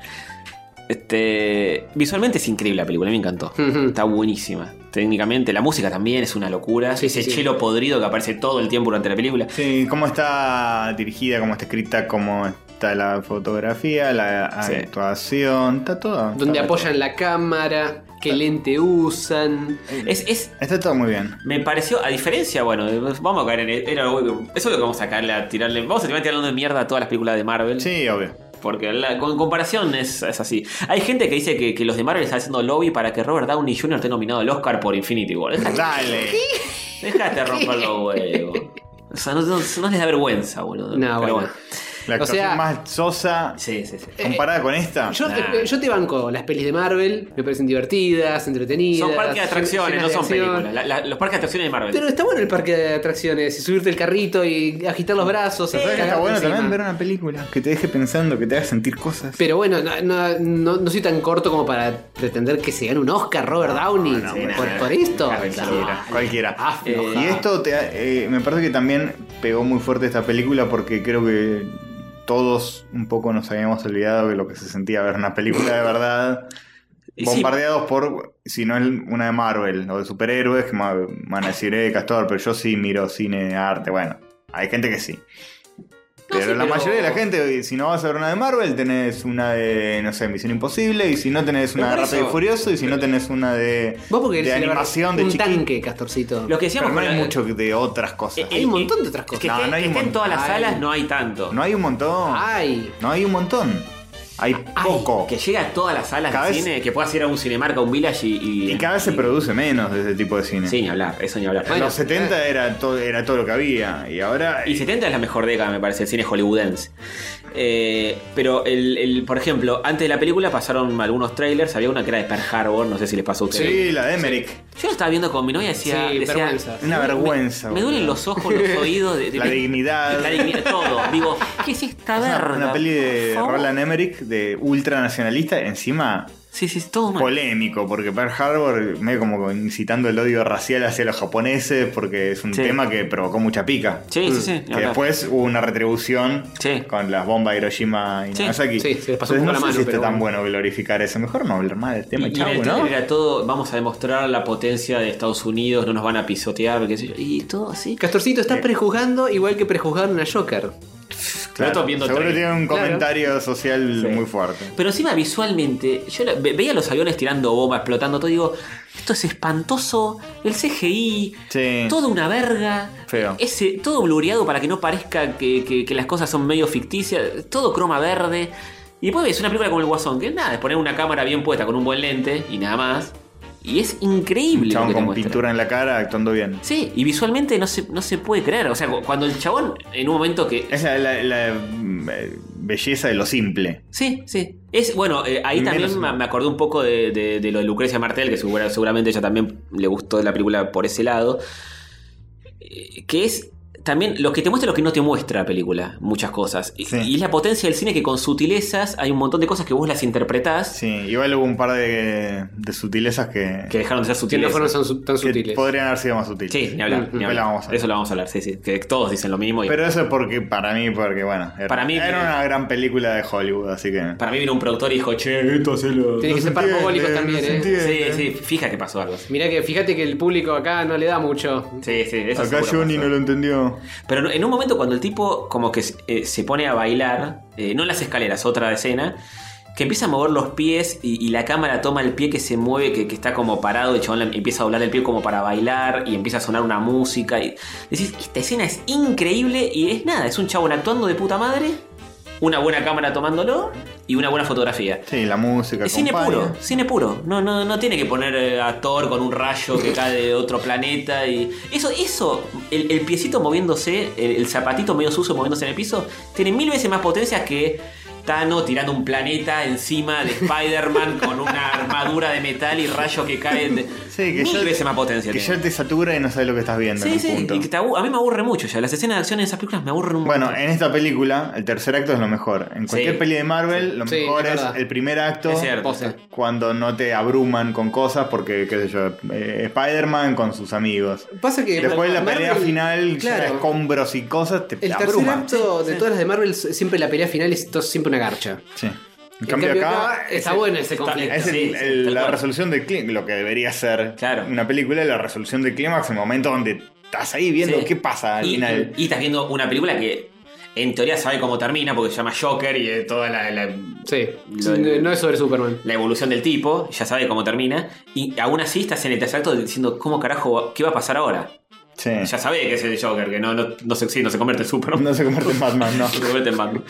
Speaker 1: Este, visualmente es increíble la película, me encantó. Está buenísima. Técnicamente, la música también es una locura. Ese
Speaker 2: sí, sí.
Speaker 1: chelo podrido que aparece todo el tiempo durante la película.
Speaker 2: Sí, cómo está dirigida, cómo está escrita, cómo está la fotografía, la
Speaker 1: Sí.
Speaker 2: actuación, está todo.
Speaker 3: Donde
Speaker 2: está
Speaker 3: apoyan la cámara, qué lente usan.
Speaker 1: Es, es,
Speaker 2: Está todo muy bien.
Speaker 1: me pareció, a diferencia, bueno, vamos a caer en el- era lo que- eso es lo que vamos a caerle a tirarle. Vamos a terminar tirando de mierda a todas las películas de Marvel.
Speaker 2: Sí, obvio.
Speaker 1: Porque la, con comparación es, es así. Hay gente que dice que, que los de Marvel están haciendo lobby para que Robert Downey Jr. esté nominado al Oscar por Infinity War. Déjate-
Speaker 2: (laughs) Dale.
Speaker 1: Déjate romper los huevos. O sea, no, no- no les da vergüenza, boludo.
Speaker 3: No,
Speaker 1: Pero
Speaker 3: bueno.
Speaker 2: La
Speaker 3: O
Speaker 2: actuación
Speaker 3: sea-
Speaker 2: más sosa
Speaker 1: Sí, sí, sí.
Speaker 2: comparada con esta.
Speaker 3: Yo,
Speaker 1: Nah.
Speaker 3: eh, yo te banco las pelis de Marvel, me parecen divertidas, entretenidas.
Speaker 1: Son parques de atracciones,
Speaker 3: llenas
Speaker 1: no
Speaker 3: de
Speaker 1: son
Speaker 3: acción.
Speaker 1: películas. La- la- los parques de atracciones de Marvel.
Speaker 3: Pero está bueno el parque de atracciones y subirte el carrito y agitar los brazos. y
Speaker 2: ¿Sabes que está
Speaker 3: cagarte
Speaker 2: bueno
Speaker 3: encima.
Speaker 2: también ver una película que te deje pensando, que te haga sentir cosas?
Speaker 3: Pero bueno, no, no- no- no soy tan corto como para pretender que se gane un Oscar Robert Downey
Speaker 2: no,
Speaker 3: por,
Speaker 2: no,
Speaker 3: por-
Speaker 2: no,
Speaker 3: por esto.
Speaker 2: Cualquiera, cualquiera. Ah,
Speaker 3: afloja.
Speaker 2: Eh, y esto te- eh, me parece que también pegó muy fuerte esta película porque creo que todos un poco nos habíamos olvidado de lo que se sentía ver una película de verdad.
Speaker 1: Y sí.
Speaker 2: Bombardeados por, si no es una de Marvel o de superhéroes, que ma- van a decir, eh, Castor, pero yo sí miro cine, arte, bueno, hay gente que sí. Pero
Speaker 1: sí,
Speaker 2: la
Speaker 1: pero-
Speaker 2: mayoría de la gente, si no vas a ver una de Marvel, tenés una de, no sé, Misión Imposible, y si no tenés
Speaker 1: Pero
Speaker 2: una de
Speaker 1: por
Speaker 2: Rápido y
Speaker 1: eso-
Speaker 2: Furioso, y si no tenés una de,
Speaker 3: Vos porque
Speaker 2: de
Speaker 3: eres
Speaker 2: animación, de
Speaker 3: un
Speaker 2: chiquito.
Speaker 3: tanque, Castorcito.
Speaker 1: Lo que
Speaker 2: Pero
Speaker 1: decíamos
Speaker 2: no
Speaker 1: con
Speaker 2: hay
Speaker 1: la-
Speaker 2: mucho de otras cosas.
Speaker 1: Eh,
Speaker 3: Hay un montón de otras
Speaker 1: Es que,
Speaker 3: cosas.
Speaker 2: No,
Speaker 1: esté-
Speaker 2: no hay
Speaker 1: que
Speaker 2: un
Speaker 1: esté en
Speaker 2: montón.
Speaker 1: todas las
Speaker 3: Ay.
Speaker 1: salas no hay tanto.
Speaker 2: No hay un montón.
Speaker 3: Ay,
Speaker 2: No hay un montón. Hay poco.
Speaker 1: Que llega a todas las salas
Speaker 2: Cada
Speaker 1: de
Speaker 2: vez-
Speaker 1: cine, que puedas ir a un cinemarca, a un village y.
Speaker 2: Y cada vez se produce menos de ese tipo de cine.
Speaker 1: Sí, ni hablar, eso ni hablar.
Speaker 2: En
Speaker 3: Bueno,
Speaker 2: los 70 era, todo era todo lo que había. Y ahora.
Speaker 1: Y 70 es la mejor década, me parece, el cine hollywoodense. Eh, pero, el, el- por ejemplo, antes de la película pasaron algunos trailers. Había una que era de Pearl Harbor, no sé si les pasó a ustedes.
Speaker 2: Sí, la de Emmerich.
Speaker 1: Yo lo estaba viendo con mi novia y decía.
Speaker 3: sí,
Speaker 1: decía, mm,
Speaker 3: vergüenza.
Speaker 2: Una vergüenza.
Speaker 1: Me duelen
Speaker 2: boludo.
Speaker 1: los ojos, los oídos. de- de-
Speaker 2: La dignidad.
Speaker 1: la dignidad, todo. Digo, ¿qué es esta
Speaker 2: Es
Speaker 1: verga?
Speaker 2: una, una peli de
Speaker 1: Por favor.
Speaker 2: Roland Emmerich de ultranacionalista, encima
Speaker 1: Sí, sí, todo mal.
Speaker 2: polémico, porque Pearl Harbor medio como incitando el odio racial hacia los japoneses, porque es un
Speaker 1: Sí.
Speaker 2: tema que provocó mucha pica.
Speaker 1: Sí, sí, sí. ni
Speaker 2: Que
Speaker 1: hablar.
Speaker 2: después hubo una retribución
Speaker 1: Sí.
Speaker 2: con las bombas de Hiroshima y
Speaker 1: Sí.
Speaker 2: Nagasaki.
Speaker 3: Sí, se les pasó
Speaker 2: Entonces,
Speaker 3: un poco la
Speaker 2: no sé
Speaker 3: mano,
Speaker 2: si está
Speaker 3: pero
Speaker 2: tan
Speaker 3: bueno.
Speaker 2: bueno glorificar eso. Mejor no hablar más del
Speaker 1: Y-
Speaker 2: tema,
Speaker 1: y en
Speaker 2: chavo,
Speaker 1: el
Speaker 2: ¿no?
Speaker 1: trailer era todo, vamos a demostrar la potencia de Estados Unidos, no nos van a pisotear, qué sé yo. Y todo así.
Speaker 3: Castorcito, estás prejuzgando igual que prejuzgaron a Joker.
Speaker 1: Pero todo viendo
Speaker 2: seguro
Speaker 1: trailer.
Speaker 2: tiene un
Speaker 3: Claro.
Speaker 2: comentario social muy fuerte.
Speaker 1: Pero encima visualmente, yo la- ve- veía los aviones tirando bombas, explotando todo, y digo, esto es espantoso, el CGI,
Speaker 2: Sí.
Speaker 1: todo una verga,
Speaker 2: Eh, Feo.
Speaker 1: ese, todo blureado para que no parezca que, que- que las cosas son medio ficticias, todo croma verde. Y después ves una película como El Guasón, que nada, es poner una cámara bien puesta con un buen lente y nada más. Y es increíble.
Speaker 2: Un
Speaker 1: lo
Speaker 2: chabón
Speaker 1: que te
Speaker 2: con
Speaker 1: muestra.
Speaker 2: pintura en la cara actuando bien.
Speaker 1: Sí, y visualmente no se, no se puede creer. O sea, cu- cuando el chabón, en un momento que.
Speaker 2: Es la, la- la, mm, eh, belleza de lo simple.
Speaker 1: Sí, sí. Es, bueno, eh, ahí
Speaker 2: Menos
Speaker 1: también me
Speaker 2: mal.
Speaker 1: me acordé un poco de, de- de lo de Lucrecia Martel, que segura- seguramente ella también le gustó la película por ese lado. Eh, Que es también lo que te muestra y lo que no te muestra la película, muchas cosas. Y,
Speaker 2: Sí.
Speaker 1: y es la potencia del cine que con sutilezas hay un montón de cosas que vos las interpretás
Speaker 2: Sí, igual hubo un par de, de sutilezas que,
Speaker 1: que dejaron de ser
Speaker 3: Que no
Speaker 1: sutiles.
Speaker 3: fueron tan, su- tan
Speaker 2: que
Speaker 3: sutiles.
Speaker 2: podrían haber sido más sutiles.
Speaker 1: Sí, ni hablar. ni
Speaker 2: Mm, Después
Speaker 1: hablar.
Speaker 2: la vamos a
Speaker 1: Eso lo vamos a hablar, sí, sí. Que todos dicen lo mismo. Y
Speaker 2: Pero eso es porque, para mí, porque bueno, era,
Speaker 1: Para mí
Speaker 2: era
Speaker 1: que-
Speaker 2: una gran película de Hollywood, así que...
Speaker 1: para mí vino un productor y dijo, che, esto hacelo.
Speaker 3: Tiene que ser parabólicos también, eh.
Speaker 1: Sí, sí, fija que pasó algo.
Speaker 3: Mirá que fíjate que el público acá no le da mucho.
Speaker 1: Sí, sí, eso
Speaker 2: Acá
Speaker 1: seguro
Speaker 2: Johnny
Speaker 1: pasó.
Speaker 2: no lo entendió.
Speaker 1: Pero en un momento cuando el tipo como que se- eh, se pone a bailar, eh, no en las escaleras, otra escena, que empieza a mover los pies y, y la cámara toma el pie que se mueve, que, que está como parado, y el chabón le- empieza a doblar el pie como para bailar y empieza a sonar una música. Y decís, esta escena es increíble y es nada, es un chabón actuando de puta madre, una buena cámara tomándolo y una buena fotografía.
Speaker 2: Sí, la música.
Speaker 1: Es cine
Speaker 2: acompaña.
Speaker 1: puro, cine puro. No, no, no tiene que poner eh, a Thor con un rayo que cae de otro planeta y. Eso, eso, el, el piecito moviéndose, el, el zapatito medio sucio moviéndose en el piso, tiene mil veces más potencia que Thanos tirando un planeta encima de Spider-Man (laughs) con una armadura de metal y rayo que cae. de-
Speaker 2: que
Speaker 1: mil
Speaker 2: ya-
Speaker 1: veces más potencia.
Speaker 2: Que
Speaker 1: tiene.
Speaker 2: ya te satura y no sabes lo que estás viendo. en
Speaker 1: Sí,
Speaker 2: un
Speaker 1: sí,
Speaker 2: punto.
Speaker 1: y que te abu- a mí me aburre mucho ya. Las escenas de acción en esas películas me aburren un
Speaker 2: Bueno,
Speaker 1: montón.
Speaker 2: en esta película, el tercer acto es lo mejor. En cualquier
Speaker 1: Sí.
Speaker 2: peli de Marvel, lo
Speaker 1: Sí,
Speaker 2: mejor
Speaker 1: es
Speaker 2: es,
Speaker 1: verdad.
Speaker 2: el primer acto.
Speaker 1: Es cierto. Posta.
Speaker 2: Cuando no te abruman con cosas, porque, qué sé yo, eh, Spider-Man con sus amigos.
Speaker 3: Pasa que
Speaker 2: Después la
Speaker 3: Marvel-
Speaker 2: pelea final, llena de
Speaker 3: claro.
Speaker 2: escombros y cosas, te
Speaker 3: El tercer
Speaker 2: abruma.
Speaker 3: acto de todas las de Marvel, siempre la pelea final es to- siempre una garcha.
Speaker 2: Sí. En cambio, acá,
Speaker 3: está bueno ese conflicto.
Speaker 2: Es el- el- la resolución del clímax, lo que debería ser una película, la resolución del clímax, el momento donde estás ahí viendo
Speaker 1: Sí.
Speaker 2: qué pasa al
Speaker 1: y,
Speaker 2: final.
Speaker 1: y estás viendo una película que en teoría sabe cómo termina porque se llama Joker y eh, toda la. la- lo-
Speaker 3: no es sobre Superman.
Speaker 1: La evolución del tipo, ya sabe cómo termina. Y aún así estás en el tercer acto diciendo, ¿cómo carajo? va- ¿Qué va a pasar ahora?
Speaker 2: Sí.
Speaker 1: Ya sabe que es el Joker, que no, no, no se, sí, no se convierte en Superman.
Speaker 2: No se convierte
Speaker 1: (laughs)
Speaker 2: en Batman, no.
Speaker 1: se convierte en Batman.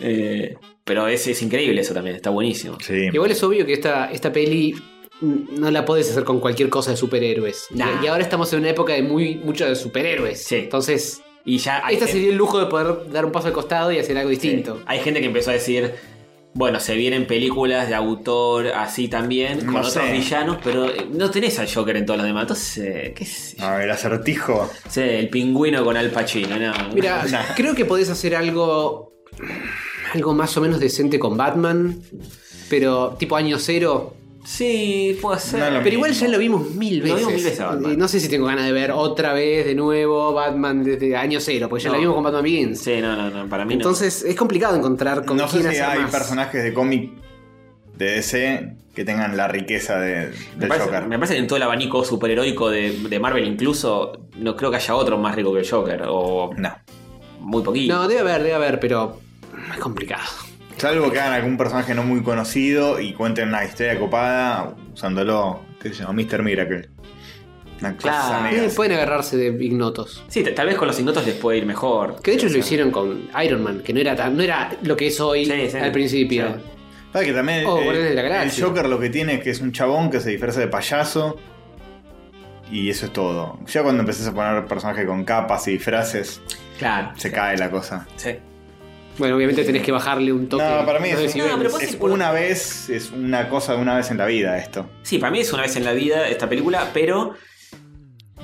Speaker 1: Eh, pero es, es increíble eso también, está buenísimo.
Speaker 2: Sí.
Speaker 3: Igual es obvio que esta, esta peli mm, no la podés hacer con cualquier cosa de superhéroes.
Speaker 1: Nah.
Speaker 3: Y, y ahora estamos en una época de muy mucho de superhéroes. Entonces,
Speaker 1: y ya
Speaker 3: esta se dio el lujo de poder dar un paso al costado y hacer algo distinto.
Speaker 1: Hay gente que empezó a decir, bueno, se vienen películas de autor así también, con
Speaker 2: No
Speaker 1: otros
Speaker 2: sé.
Speaker 1: villanos, pero eh, no tenés al Joker en todos los demás. Entonces, eh, ¿qué sé yo?
Speaker 2: A ver, acertijo.
Speaker 1: Sí, el pingüino con Al Pacino, no.
Speaker 3: Mira,
Speaker 1: No.
Speaker 3: creo que podés hacer algo. Algo más o menos decente con Batman. Pero tipo año cero.
Speaker 1: Sí, puede ser.
Speaker 3: pero igual ya lo vimos mil
Speaker 1: Lo
Speaker 3: veces.
Speaker 1: vimos mil veces a Batman.
Speaker 3: Y No sé si tengo ganas de ver otra vez de nuevo Batman desde año cero, porque ya
Speaker 1: No.
Speaker 3: lo vimos con Batman Begins.
Speaker 1: Sí, no, no, no, para mí no.
Speaker 3: Entonces es complicado encontrar con
Speaker 2: No sé
Speaker 3: quién
Speaker 2: si
Speaker 3: hacer
Speaker 2: hay
Speaker 3: más.
Speaker 2: personajes de cómic de DC que tengan la riqueza de,
Speaker 1: Me
Speaker 2: del
Speaker 1: parece,
Speaker 2: Joker.
Speaker 1: me parece que en todo el abanico superheroico de, de Marvel incluso, no creo que haya otro más rico que el Joker. O
Speaker 2: no.
Speaker 1: Muy poquito.
Speaker 3: No, debe haber, debe haber, pero es complicado.
Speaker 2: Salvo que hagan algún personaje no muy conocido y cuenten una historia copada usándolo, qué sé yo, Mr. Miracle. Una cosa
Speaker 1: Claro.
Speaker 2: mega
Speaker 3: Eh, Pueden agarrarse de ignotos.
Speaker 1: Sí, ta- tal vez con los ignotos les puede ir mejor.
Speaker 3: Que de hecho lo hicieron con Iron Man, que no era tan, no era lo que es hoy al principio.
Speaker 2: Sabe que también
Speaker 3: Oh,
Speaker 2: eh,
Speaker 3: Guardianes de la
Speaker 2: el
Speaker 3: Galaxia.
Speaker 2: Joker lo que tiene es que es un chabón que se disfraza de payaso y eso es todo. Ya cuando empezás a poner personajes con capas y disfraces,
Speaker 1: claro,
Speaker 2: se cae la cosa.
Speaker 3: Bueno, obviamente tenés que bajarle un toque.
Speaker 2: No, para mí
Speaker 3: dos
Speaker 2: es, un-
Speaker 3: decibeles.
Speaker 2: es una vez, es una cosa de una vez en la vida esto.
Speaker 1: Sí, para mí es una vez en la vida esta película, pero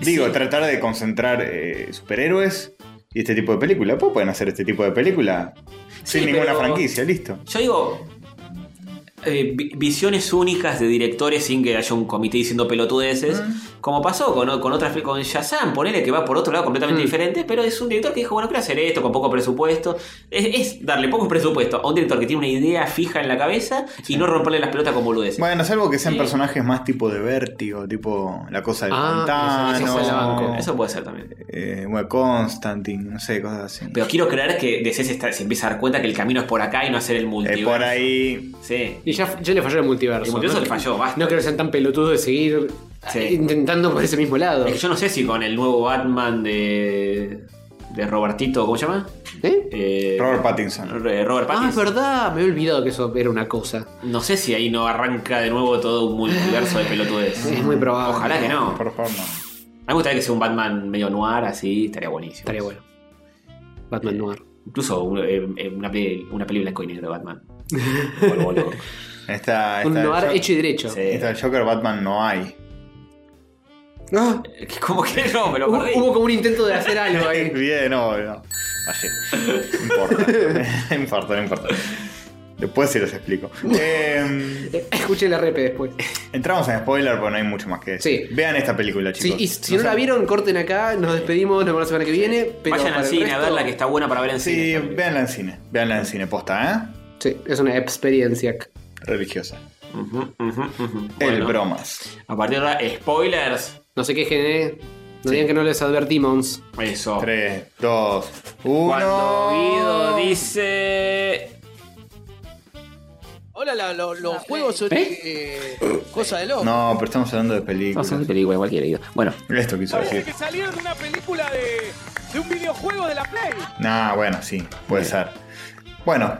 Speaker 2: Digo, tratar de concentrar eh, superhéroes y este tipo de película. Pues pueden hacer este tipo de película
Speaker 1: Sí,
Speaker 2: sin ninguna
Speaker 1: pero-
Speaker 2: franquicia, listo.
Speaker 1: yo digo, eh, vi- visiones únicas de directores sin que haya un comité diciendo pelotudeces, como pasó con, con otras con Shazam, ponele que va por otro lado completamente diferente, pero es un director que dijo, bueno, quiero hacer esto con poco presupuesto. Es, es darle poco presupuesto a un director que tiene una idea fija en la cabeza y no romperle las pelotas con boludeces.
Speaker 2: Bueno, salvo que sean personajes más tipo de vértigo, tipo la cosa del
Speaker 1: Ah, eso-
Speaker 2: pantano.
Speaker 1: eso, eso puede ser también.
Speaker 2: eh, bueno, Constantine, no sé, cosas así. Eh,
Speaker 1: Pero quiero creer que DC se, está- se empieza a dar cuenta que el camino es por acá y no hacer el multiverso.
Speaker 2: por ahí.
Speaker 1: Sí.
Speaker 3: Y ya, ya le falló el multiverso.
Speaker 1: El multiverso
Speaker 3: ¿no?
Speaker 1: le falló, basta.
Speaker 3: No creo que sean tan pelotudos de seguir eh, intentando por ese mismo lado.
Speaker 1: Es que yo no sé si con el nuevo Batman de. de Robertito, ¿cómo se llama?
Speaker 3: ¿Eh?
Speaker 2: Robert Pattinson.
Speaker 1: eh, Robert
Speaker 3: Ah, es
Speaker 1: Pattinson.
Speaker 3: verdad, me he olvidado que eso era una cosa.
Speaker 1: no sé si ahí no arranca de nuevo todo un multiverso de pelotudes.
Speaker 3: Es muy probable.
Speaker 1: Ojalá que no.
Speaker 2: Por favor, no.
Speaker 1: A mí me gustaría que sea un Batman medio noir, así, estaría buenísimo. Estaría
Speaker 3: bueno. Batman
Speaker 1: Eh,
Speaker 3: noir.
Speaker 1: Incluso un- eh, eh, una, peli, una peli blanco y negro de
Speaker 3: (laughs)
Speaker 1: Batman.
Speaker 2: Esta,
Speaker 1: Un
Speaker 2: esta-
Speaker 1: noir
Speaker 2: yo-
Speaker 1: hecho y derecho. Sí.
Speaker 2: Esta del Joker Batman no hay.
Speaker 1: (laughs) ¿Cómo que no? Me lo
Speaker 3: Ah, Hubo,
Speaker 1: perdí.
Speaker 3: hubo como un intento de hacer algo ahí.
Speaker 2: (laughs) Bien, no, no. Ayer. No
Speaker 3: (laughs)
Speaker 2: importa. no importa, no importa. Después se los explico. Eh,
Speaker 3: Escuchen la repe después.
Speaker 2: entramos en spoiler porque no hay mucho más que decir. Vean esta película,
Speaker 3: Sí,
Speaker 2: chicos.
Speaker 3: y si no, la vieron, corten acá, nos despedimos, nos vemos la semana que viene. Pero
Speaker 1: Vayan
Speaker 3: para
Speaker 1: al
Speaker 3: el
Speaker 1: cine a
Speaker 3: resto-
Speaker 1: verla, que está buena para ver en cine.
Speaker 2: Sí, véanla en cine. Véanla en cine posta, ¿eh?
Speaker 3: Sí, es una experiencia.
Speaker 2: Religiosa.
Speaker 1: Ujú, ujú, ujú.
Speaker 2: El
Speaker 1: Bueno.
Speaker 2: bromas.
Speaker 1: A partir de ahora, spoilers.
Speaker 3: No sé qué generé. No digan que no les advertimos.
Speaker 1: Eso.
Speaker 2: 3, 2, 1.
Speaker 1: Cuando Guido dice.
Speaker 10: Ahora la- lo- los juegos son eh, cosa de loco.
Speaker 2: No, pero estamos hablando de películas.
Speaker 1: Estamos hablando de películas, igual querido. Bueno.
Speaker 2: Esto quiso
Speaker 10: Parece
Speaker 2: decir.
Speaker 10: que salieron de una película de, de un videojuego de la Play.
Speaker 2: Ah, bueno, sí, puede ser. Bueno,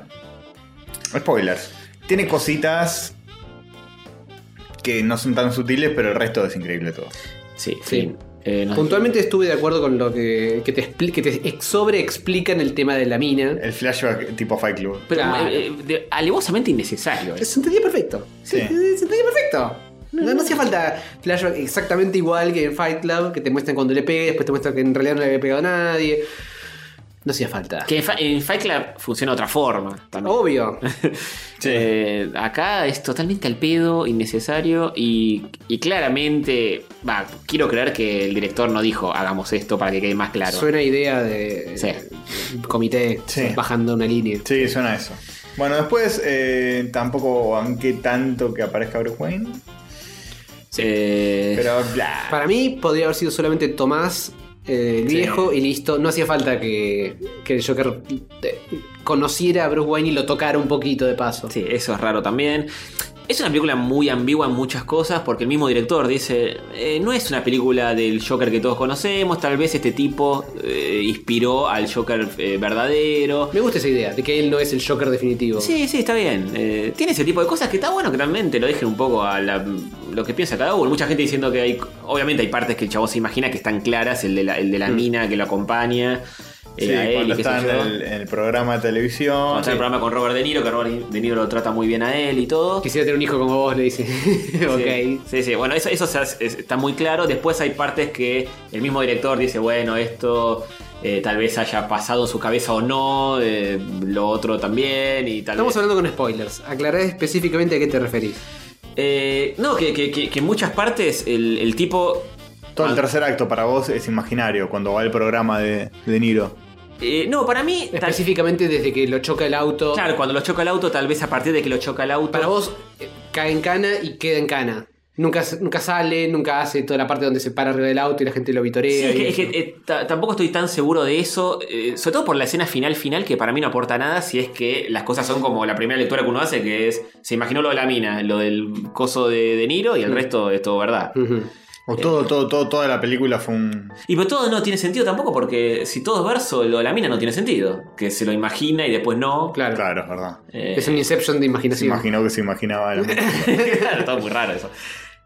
Speaker 2: spoilers. Tiene cositas que no son tan sutiles, pero el resto es increíble todo.
Speaker 1: Sí, Eh,
Speaker 3: sí. Puntualmente estuve de acuerdo con lo que, que te, expli- que te ex- sobreexplican el tema de la mina.
Speaker 2: El flashback tipo Fight Club.
Speaker 1: Pero
Speaker 3: Claro.
Speaker 1: eh, eh, de- alevosamente innecesario. eh.
Speaker 3: Se entendía perfecto.
Speaker 2: Sí.
Speaker 3: Se, se entendía perfecto. No, no hacía falta flashback exactamente igual que en Fight Club, que te muestran cuando le pega y después te muestran que en realidad no le había pegado a nadie. No hacía falta.
Speaker 1: Que en, Fa- en Fight Club funciona de otra forma. también.
Speaker 3: Obvio.
Speaker 1: Eh, acá es totalmente al pedo, innecesario y, y claramente, va, quiero creer que el director no dijo hagamos esto para que quede más claro.
Speaker 3: Suena idea de
Speaker 1: Sí.
Speaker 3: comité
Speaker 2: Sí.
Speaker 3: bajando una línea.
Speaker 2: Sí, suena a eso. Bueno, después eh, tampoco banqué tanto que aparezca Bruce Wayne.
Speaker 1: Eh,
Speaker 2: Pero bla.
Speaker 3: Para mí podría haber sido solamente Tomás, eh, el
Speaker 1: Sí.
Speaker 3: viejo, y listo. No hacía falta que, que el Joker eh, conociera a Bruce Wayne y lo tocara un poquito de paso.
Speaker 1: Sí, eso es raro también. Es una película muy ambigua en muchas cosas porque el mismo director dice, "Eh, no es una película del Joker que todos conocemos, tal vez este tipo eh, inspiró al Joker eh, verdadero.
Speaker 3: Me gusta esa idea de que él no es el Joker definitivo.
Speaker 1: Sí, sí, está bien. Eh, tiene ese tipo de cosas que está bueno que también te lo dejen un poco a la- lo que piensa cada uno. Mucha gente diciendo que hay, obviamente hay partes que el chavo se imagina que están claras, el de la, el de la mina que lo acompaña. el
Speaker 2: Mm. Sí,
Speaker 1: a él y
Speaker 2: cuando
Speaker 1: qué sé
Speaker 2: está en
Speaker 1: yo.
Speaker 2: el, en el programa de televisión.
Speaker 1: Cuando está en el programa con Robert De Niro, que Robert De Niro lo trata muy bien a él y todo.
Speaker 3: Quisiera tener un hijo como vos, le dice. (laughs) ok.
Speaker 1: Sí, sí, sí. bueno, eso, eso se hace- es- está muy claro. Después hay partes que el mismo director dice, bueno, esto eh, tal vez haya pasado en su cabeza o no, eh, lo otro también y tal
Speaker 3: Estamos
Speaker 1: vez...
Speaker 3: hablando con spoilers. Aclará específicamente a qué te referís.
Speaker 1: Eh, no, que, que- que- que en muchas partes el, el tipo...
Speaker 2: Todo el tercer acto para vos es imaginario, cuando va el programa de De Niro.
Speaker 1: eh, no, para mí... tal-
Speaker 3: Específicamente desde que lo choca el auto.
Speaker 1: claro, cuando lo choca el auto, tal vez a partir de que lo choca el auto...
Speaker 3: Para vos, eh, cae en cana y queda en cana. Nunca, nunca sale, nunca hace toda la parte donde se para arriba del auto y la gente lo
Speaker 1: Sí,
Speaker 3: vitorea.
Speaker 1: es
Speaker 3: y
Speaker 1: que- es (laughs)
Speaker 3: eso.
Speaker 1: que, eh, ta- tampoco estoy tan seguro de eso, eh, sobre todo por la escena final final que para mí no aporta nada si es que las cosas son como la primera lectura que uno hace, que es, se imaginó lo de la mina, lo del coso de, de Niro
Speaker 3: Mm.
Speaker 1: y el resto es todo verdad.
Speaker 2: O
Speaker 1: Eh,
Speaker 2: todo, todo, todo, toda la película fue un.
Speaker 1: Y pero todo no tiene sentido tampoco porque si todo es verso, lo de la mina no tiene sentido, que se lo imagina y después no.
Speaker 3: Claro.
Speaker 2: Claro, es verdad.
Speaker 1: Eh,
Speaker 3: Es un inception de
Speaker 2: Se
Speaker 3: imaginación.
Speaker 2: imaginó que se
Speaker 1: (laughs)
Speaker 2: imaginaba la
Speaker 1: (laughs) claro, todo muy raro eso.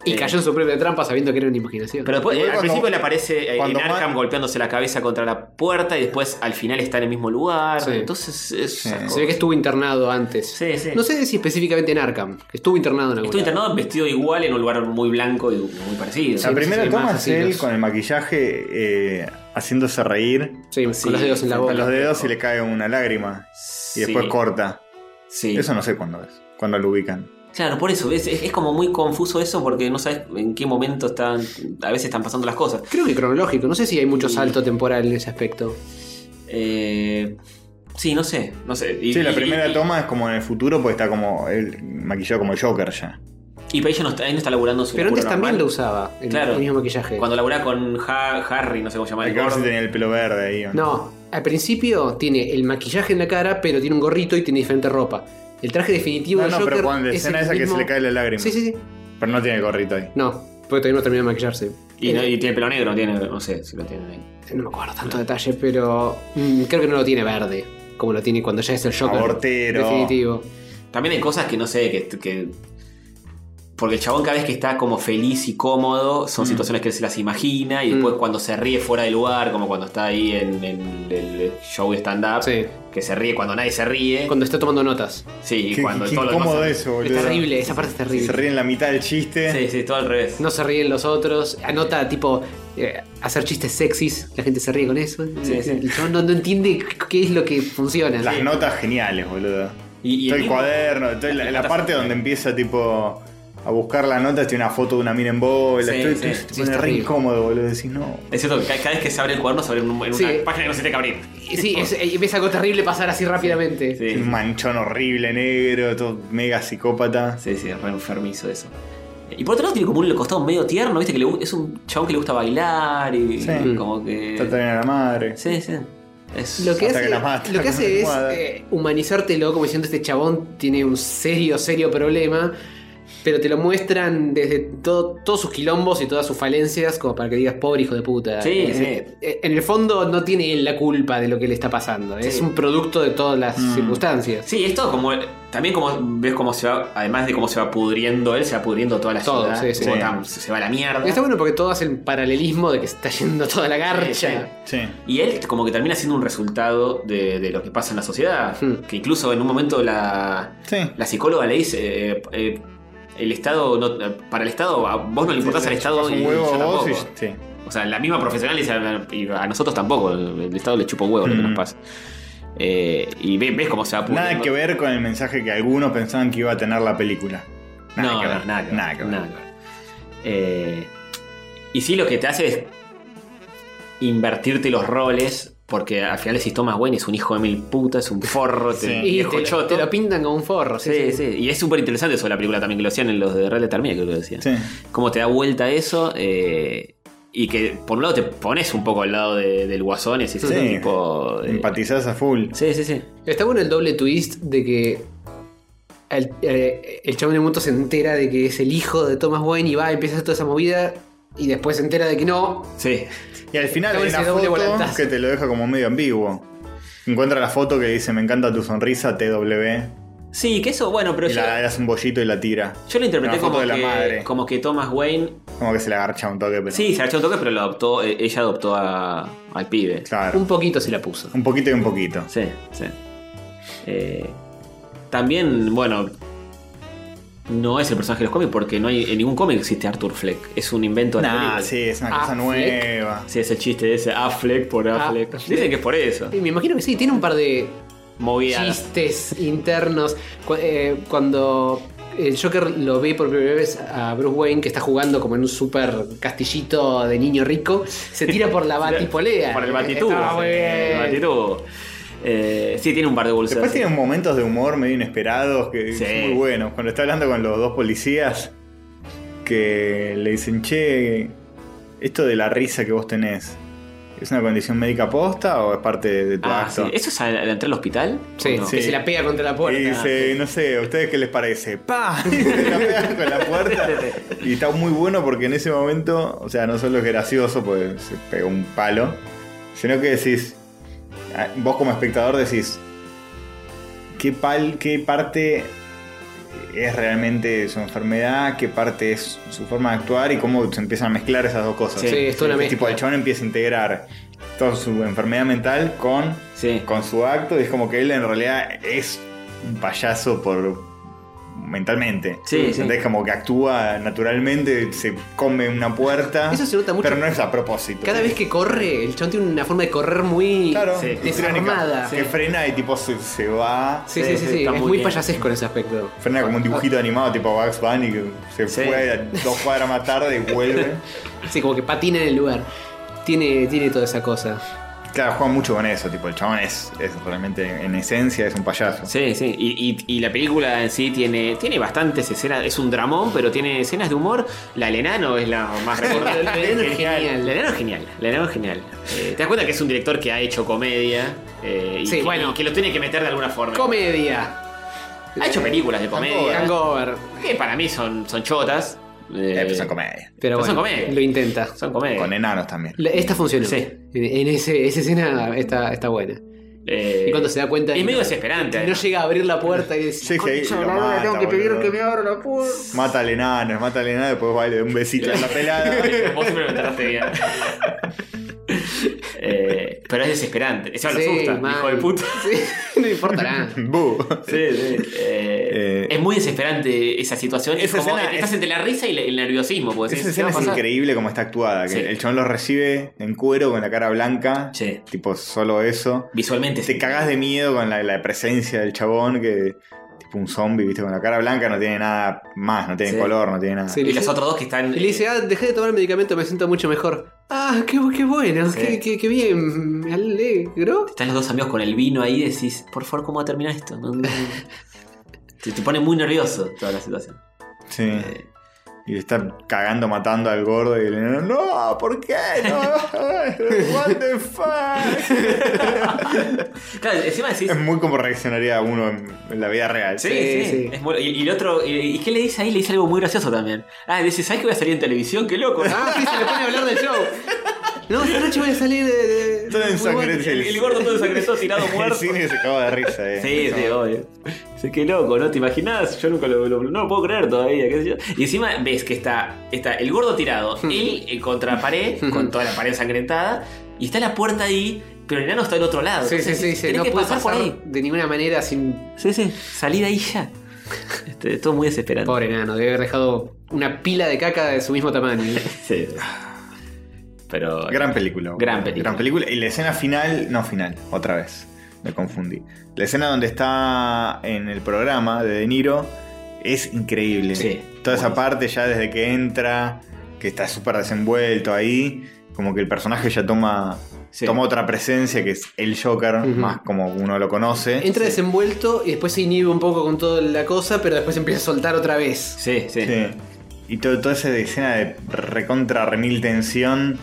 Speaker 3: Y cayó en su propia trampa sabiendo que era una imaginación.
Speaker 1: Pero después, eh,
Speaker 2: Igual
Speaker 1: al
Speaker 2: cuando-
Speaker 1: principio le aparece eh, en
Speaker 2: cuando
Speaker 1: Arkham
Speaker 2: ma-
Speaker 1: golpeándose la cabeza contra la puerta y después al final está en el mismo lugar.
Speaker 3: Sí.
Speaker 1: Entonces es
Speaker 2: Sí.
Speaker 1: esas
Speaker 3: Se ve que estuvo internado antes.
Speaker 1: Sí, sí.
Speaker 3: No sé si específicamente en Arkham, que estuvo internado en algún
Speaker 1: Estuvo
Speaker 3: lado.
Speaker 1: internado vestido igual en un lugar muy blanco y muy parecido.
Speaker 2: La primera
Speaker 3: sí,
Speaker 2: toma
Speaker 3: más
Speaker 2: es
Speaker 3: así
Speaker 2: él
Speaker 3: los-
Speaker 2: con el maquillaje eh, haciéndose reír
Speaker 3: Sí,
Speaker 1: Sí,
Speaker 3: con los dedos en la boca.
Speaker 2: con los dedos y le cae una lágrima y después
Speaker 1: Sí,
Speaker 2: corta.
Speaker 1: sí.
Speaker 2: Eso no sé cuándo es, cuándo lo ubican.
Speaker 1: Claro, por eso. Es, es- es como muy confuso eso porque no sabes en qué momento están. A veces están pasando las cosas.
Speaker 3: Creo que cronológico, no sé si hay mucho
Speaker 1: Sí.
Speaker 3: salto temporal en ese aspecto.
Speaker 1: Eh, sí, no sé. No sé. Y,
Speaker 2: sí, la
Speaker 1: y-
Speaker 2: primera
Speaker 1: y-
Speaker 2: toma es como en el futuro, porque está como él maquillado como Joker ya.
Speaker 1: Y para ella no está, él no está laburando su.
Speaker 3: Pero antes
Speaker 1: laburo
Speaker 3: también lo
Speaker 1: normal.
Speaker 3: usaba, el,
Speaker 1: Claro.
Speaker 3: el mismo maquillaje.
Speaker 1: Cuando laburaba con Ha- Harry, no sé cómo se llama
Speaker 2: Hay
Speaker 1: el
Speaker 2: que ver si
Speaker 1: gordo.
Speaker 2: tenía el pelo verde ahí. ¿o no?
Speaker 3: No, al principio tiene el maquillaje en la cara, pero tiene un gorrito y tiene diferente ropa. El traje definitivo
Speaker 2: No,
Speaker 3: del
Speaker 2: no,
Speaker 3: Joker
Speaker 2: pero cuando la
Speaker 3: es
Speaker 2: escena
Speaker 3: el
Speaker 2: esa que se
Speaker 3: mismo-
Speaker 2: le cae la lágrima.
Speaker 3: Sí, sí, sí.
Speaker 2: Pero no tiene el gorrito ahí.
Speaker 3: No, porque todavía no terminó de maquillarse.
Speaker 1: Y,
Speaker 3: Eh,
Speaker 1: no- y tiene pelo negro, tiene, no sé si lo tiene ahí.
Speaker 3: No me acuerdo tanto detalle, pero mm, creo que no lo tiene verde, como lo tiene cuando ya es el Joker.
Speaker 2: Abortero.
Speaker 3: Definitivo.
Speaker 1: También hay cosas que no sé, que. que- porque el chabón cada vez que está como feliz y cómodo, son
Speaker 2: Mm.
Speaker 1: situaciones que él se las imagina, y después
Speaker 3: Mm.
Speaker 1: cuando se ríe fuera de lugar, como cuando está ahí en, en el show de stand-up,
Speaker 3: Sí.
Speaker 1: que se ríe cuando nadie se ríe.
Speaker 3: Cuando está tomando notas.
Speaker 1: Sí, y
Speaker 2: Qué,
Speaker 1: cuando
Speaker 2: qué
Speaker 1: todo lo demás-
Speaker 2: incómodo eso, boludo.
Speaker 3: Es terrible, esa parte es terrible.
Speaker 2: Se ríe en la mitad del chiste.
Speaker 1: Sí, sí, todo al revés.
Speaker 3: No se ríen los otros. Anota, tipo, eh, hacer chistes sexys. La gente se ríe con eso.
Speaker 1: Sí, sí.
Speaker 3: El chabón no, no entiende qué es lo que funciona.
Speaker 2: Las notas geniales, boludo.
Speaker 1: Y, y
Speaker 2: todo
Speaker 1: el
Speaker 2: el
Speaker 1: mismo-
Speaker 2: cuaderno, todo la, la
Speaker 1: notas-
Speaker 2: parte donde empieza tipo a buscar la nota, tiene una foto de una mina en bola,
Speaker 1: Sí,
Speaker 2: todo-
Speaker 1: sí.
Speaker 2: todo-
Speaker 1: Sí,
Speaker 2: te pone
Speaker 3: está
Speaker 2: re
Speaker 3: horrible.
Speaker 2: incómodo, boludo, decís no.
Speaker 1: Es cierto que ca- cada vez que se abre el cuaderno, se abre en, un- en
Speaker 3: Sí.
Speaker 1: una página que no se tiene que abrir.
Speaker 3: Sí,
Speaker 1: (laughs)
Speaker 3: es, eh, ves algo terrible pasar así rápidamente.
Speaker 1: Sí,
Speaker 2: Un manchón horrible, negro, todo mega psicópata.
Speaker 1: sí, sí, re enfermizo eso. Y por otro lado tiene como un costado medio tierno, viste que le gu- es un chabón que le gusta bailar y
Speaker 2: Sí.
Speaker 3: Mm.
Speaker 1: como que...
Speaker 2: Está también a la madre.
Speaker 1: Sí, sí.
Speaker 3: Lo que,
Speaker 2: Hasta
Speaker 3: hace,
Speaker 2: que la mata.
Speaker 3: lo que hace es
Speaker 2: Guada.
Speaker 3: eh, humanizártelo, como diciendo este chabón tiene un serio, serio problema, pero te lo muestran desde todo- todos sus quilombos y todas sus falencias, como para que digas, pobre hijo de puta.
Speaker 1: Sí,
Speaker 3: Eh,
Speaker 1: sí.
Speaker 3: eh, En el fondo no tiene él la culpa de lo que le está pasando, es un producto de todas las circunstancias.
Speaker 1: Sí, esto como también como ves cómo se va, además de cómo se va pudriendo él, se va pudriendo toda la
Speaker 3: Todo,
Speaker 1: ciudad.
Speaker 3: sí, sí.
Speaker 1: Como
Speaker 3: Sí.
Speaker 1: tam- se va a la mierda.
Speaker 3: Está bueno porque todo hace el paralelismo de que se está yendo toda la garcha.
Speaker 2: Sí.
Speaker 1: Y él como que termina siendo un resultado de, de lo que pasa en la sociedad.
Speaker 3: Mm.
Speaker 1: Que incluso en un momento la, la psicóloga le dice, eh, eh, el Estado, no- eh, para el Estado, a vos no le importás al Estado
Speaker 2: chupas
Speaker 1: y
Speaker 2: un huevo
Speaker 1: yo
Speaker 2: a vos
Speaker 1: tampoco.
Speaker 2: y- sí.
Speaker 1: O sea, la misma profesional dice, "A- y a nosotros tampoco, el Estado le chupa un huevo lo que
Speaker 2: Mm.
Speaker 1: nos pasa. Eh, y ve- ves cómo se va
Speaker 2: Nada
Speaker 1: pudriendo.
Speaker 2: que ver con el mensaje que algunos pensaban que iba a tener la película. Nada
Speaker 1: No,
Speaker 2: que ver,
Speaker 1: nada que ver,
Speaker 2: nada que ver.
Speaker 1: nada que ver. Eh, y sí, lo que te hace es invertirte los roles, porque al final decís Thomas Wayne es un hijo de mil puta, es un forro, te-
Speaker 3: Y
Speaker 1: viejo
Speaker 3: te lo-
Speaker 1: choto.
Speaker 3: te lo pintan como un forro. Sí,
Speaker 1: Sí,
Speaker 3: sí.
Speaker 1: sí. Y es súper interesante eso de la película también, que lo hacían en los de Red Letter Media, creo que lo decían.
Speaker 2: Sí.
Speaker 1: Cómo te da vuelta eso, eh, y que por un lado te pones un poco al lado de- del guasón, y decís,
Speaker 2: Sí.
Speaker 1: "Este tipo... eh,
Speaker 2: Empatizás a full.
Speaker 1: Sí, sí, sí.
Speaker 3: Está bueno el doble twist de que el, eh, el chabón en un momento se entera de que es el hijo de Thomas Wayne y va, empieza toda esa movida y después se entera de que no.
Speaker 1: Sí.
Speaker 2: Y al final
Speaker 3: Está
Speaker 2: hay
Speaker 3: ese
Speaker 2: una
Speaker 3: doble
Speaker 2: foto
Speaker 3: volantazo.
Speaker 2: que te lo deja como medio ambiguo. Encuentra la foto que dice, me encanta tu sonrisa, TW.
Speaker 1: Sí, que eso, bueno, pero
Speaker 2: y
Speaker 1: yo,
Speaker 2: la das un bollito y la tira.
Speaker 1: yo lo interpreté
Speaker 2: Una foto
Speaker 1: como
Speaker 2: de la
Speaker 1: que,
Speaker 2: madre.
Speaker 1: como que Thomas Wayne
Speaker 2: Como que se le agarcha un toque, pero
Speaker 1: Sí, se agachó un toque, pero lo adoptó, eh, ella adoptó a- al pibe.
Speaker 2: claro.
Speaker 3: Un poquito se la puso.
Speaker 2: Un poquito y un poquito.
Speaker 1: Sí, sí. Eh, también, bueno, no es el personaje de los cómics porque no hay en ningún cómic existe Arthur Fleck. Es un invento de la
Speaker 2: Nah,
Speaker 1: película. Ah,
Speaker 2: sí, es una cosa
Speaker 3: Affleck.
Speaker 2: nueva.
Speaker 1: Sí, ese chiste de ese Affleck por
Speaker 3: Ah,
Speaker 1: Affleck. Dicen que es por eso.
Speaker 3: Y me imagino que sí, tiene un par de
Speaker 1: Movida.
Speaker 3: chistes internos. Cu- eh, cuando el Joker lo ve por primera vez a Bruce Wayne, que está jugando como en un super castillito de niño rico, se tira por la batipolea.
Speaker 1: Por el batitud.
Speaker 3: Está muy
Speaker 1: El
Speaker 3: bien.
Speaker 1: batitubo. Eh, sí, tiene un par de bolsas.
Speaker 2: Después tienen momentos de humor medio inesperados que
Speaker 1: Sí.
Speaker 2: son muy buenos. Cuando está hablando con los dos policías que le dicen, che, esto de la risa que vos tenés, ¿es una condición médica posta o es parte de tu
Speaker 1: Ah, sí.
Speaker 2: acto?
Speaker 1: ¿Eso es al, al entrar al hospital?
Speaker 3: Sí,
Speaker 1: ¿O no?
Speaker 2: Sí.
Speaker 3: que se la pega contra la
Speaker 2: Y
Speaker 3: puerta.
Speaker 2: dice, no sé, ¿a ustedes qué les parece? ¡Pa! (laughs) Y se la pegan con la
Speaker 3: (laughs)
Speaker 2: puerta. Y está muy bueno porque en ese momento, o sea, no solo es gracioso porque se pegó un palo, sino que decís, ah, vos como espectador decís, ¿qué, pal, qué parte es realmente su enfermedad? ¿Qué parte es su forma de actuar? Y cómo se empiezan a mezclar esas dos cosas.
Speaker 3: Sí, es toda una
Speaker 2: Que
Speaker 3: mezcla.
Speaker 2: Tipo, el chabón empieza a integrar toda su enfermedad mental con
Speaker 1: Sí.
Speaker 2: con su acto y es como que él en realidad es un payaso por mentalmente.
Speaker 1: Sí, sí.
Speaker 2: ¿Entendés? Como que actúa naturalmente, se come una puerta.
Speaker 3: Eso se nota mucho.
Speaker 2: Pero no es a propósito.
Speaker 3: Cada vez que corre, el chon tiene una forma de correr muy
Speaker 2: Claro,
Speaker 1: Sí.
Speaker 3: desarmada.
Speaker 2: histriónica, que frena y tipo se, se va.
Speaker 3: Sí, sí, sí, sí,
Speaker 1: Está
Speaker 3: es
Speaker 1: muy
Speaker 3: muy
Speaker 1: bien.
Speaker 3: payasesco en ese aspecto.
Speaker 2: Frena como un dibujito animado tipo Bugs Bunny que se
Speaker 1: Sí.
Speaker 2: fue a dos cuadras más tarde y
Speaker 3: (laughs)
Speaker 2: vuelve.
Speaker 3: Sí, como que patina en el lugar. Tiene, tiene toda esa cosa.
Speaker 2: Claro, juega mucho con eso, tipo el chabón es, es realmente en esencia es un payaso.
Speaker 1: Sí, sí. Y, y- y la película en sí tiene, tiene bastantes escenas. Es un dramón, pero tiene escenas de humor. La del enano es la más recordada.
Speaker 3: (laughs) La del enano es genial.
Speaker 1: La del enano es genial. La del enano es genial. Eh, Te das cuenta que es un director que ha hecho comedia. eh, y
Speaker 3: Sí,
Speaker 1: que,
Speaker 3: bueno.
Speaker 1: y que lo tiene que meter de alguna forma.
Speaker 3: Comedia.
Speaker 1: ha hecho películas de comedia.
Speaker 3: Hangover.
Speaker 1: Que para mí son, son chotas. eh,
Speaker 2: Eh, pues son comedia.
Speaker 3: Pero
Speaker 1: Pero son
Speaker 3: bueno,
Speaker 1: comedia.
Speaker 3: lo intenta.
Speaker 1: Son comedia.
Speaker 2: Con enanos también.
Speaker 3: La- Esta funcionó.
Speaker 1: Sí.
Speaker 3: En, en ese, esa escena está, está buena.
Speaker 1: Eh,
Speaker 3: Y cuando se da cuenta.
Speaker 1: Es
Speaker 3: que
Speaker 1: medio eh.
Speaker 3: no-
Speaker 1: desesperante.
Speaker 3: que No llega a abrir la puerta y dice: "Ah,
Speaker 2: Sí, sí,
Speaker 3: "Concha de
Speaker 2: lo
Speaker 3: la lora,
Speaker 2: mata,
Speaker 3: tengo que pedir
Speaker 2: boludo".
Speaker 3: que me abra la puerta.
Speaker 2: Mata al enano, mata al enano, después va y le da un besito en la pelada.
Speaker 1: (laughs) Vos siempre me trataste bien. Eh, pero es desesperante. Eso lo
Speaker 3: Sí,
Speaker 1: asusta,
Speaker 3: mal.
Speaker 1: hijo de puta.
Speaker 3: (laughs) Sí, no importa nada.
Speaker 2: Bu.
Speaker 1: Sí, sí. Eh,
Speaker 2: Eh,
Speaker 1: es muy desesperante esa situación. Es
Speaker 2: esa
Speaker 1: como,
Speaker 2: escena
Speaker 1: estás
Speaker 2: es-
Speaker 1: entre la risa y la- el nerviosismo. porque
Speaker 2: Esa
Speaker 1: decís,
Speaker 2: escena
Speaker 1: ¿qué Pues va
Speaker 2: es
Speaker 1: a pasar?
Speaker 2: increíble como está actuada. Que
Speaker 1: Sí.
Speaker 2: El chabón lo recibe en cuero con la cara blanca.
Speaker 1: Sí.
Speaker 2: Tipo, solo eso.
Speaker 1: Visualmente.
Speaker 2: Te cagás de miedo con la, la presencia del chabón que. Tipo un zombie, viste, con la cara blanca no tiene nada más, no tiene
Speaker 1: Sí.
Speaker 2: color, no tiene nada.
Speaker 3: Sí.
Speaker 1: Y los otros dos que están.
Speaker 3: Y le dice,
Speaker 1: eh,
Speaker 3: ah, dejé de tomar el medicamento, me siento mucho mejor. Ah, qué, bu- qué bueno,
Speaker 1: Sí.
Speaker 3: qué, qué- qué bien, me alegro.
Speaker 1: están los dos amigos con el vino ahí y decís, por favor, ¿cómo va a terminar esto? No, no, no. te, te pone muy nervioso toda la situación.
Speaker 2: Sí.
Speaker 1: Eh,
Speaker 2: Y le está cagando, matando al gordo y el enano, no, ¿por qué? No, (laughs) what the fuck.
Speaker 1: (laughs) Claro, encima decís.
Speaker 2: Es muy como reaccionaría uno en, en la vida real.
Speaker 1: Sí, sí. es muy- y, y el otro. Y, y qué le dice ahí? Le dice algo muy gracioso también. Ah, le dice, ¿sabes que voy a salir en televisión? ¡Qué loco!
Speaker 3: Ah, sí, se le pone a hablar del show. No, esta noche voy a salir de. de-
Speaker 2: Todo
Speaker 3: muy bueno.
Speaker 2: ensangrentado.
Speaker 1: el, el gordo todo ensangrentado, tirado
Speaker 2: (laughs) El
Speaker 1: muerto. (laughs) Sí,
Speaker 2: cine que se acaba de risa, eh.
Speaker 1: sí, obvio. Dice, qué loco, ¿no? ¿Te imaginas? Yo nunca lo, lo- no lo puedo creer todavía. qué sé yo. Y encima ves que está, está el gordo
Speaker 3: (laughs)
Speaker 1: tirado, él eh, contra pared, con toda la pared ensangrentada, y está la puerta ahí, pero el enano está del otro lado.
Speaker 3: Sí, sí,
Speaker 1: Entonces,
Speaker 3: sí, sí,
Speaker 1: tenés
Speaker 3: No
Speaker 1: que
Speaker 3: puede
Speaker 1: pasar,
Speaker 3: pasar
Speaker 1: por ahí.
Speaker 3: de ninguna manera sin.
Speaker 1: Sí, sí, salí de ahí ya. Este, todo muy desesperante.
Speaker 3: Pobre nano, debe haber dejado una pila de caca de su mismo tamaño.
Speaker 1: Sí. Pero.
Speaker 2: Gran película.
Speaker 1: Gran película.
Speaker 2: Gran película. Y la escena final, no final, otra vez. Me confundí. La escena donde está en el programa de De Niro es increíble.
Speaker 1: Sí.
Speaker 2: Toda esa parte ya desde que entra, que está súper desenvuelto ahí, como que el personaje ya toma,
Speaker 1: Sí.
Speaker 2: toma otra presencia que es el Joker,
Speaker 3: Ujú.
Speaker 2: más como uno lo conoce.
Speaker 3: Entra
Speaker 2: Sí.
Speaker 3: desenvuelto y después se inhibe un poco con toda la cosa, pero después empieza a soltar otra vez.
Speaker 1: Sí, sí.
Speaker 2: Sí. Y todo, toda esa escena de recontra remil tensión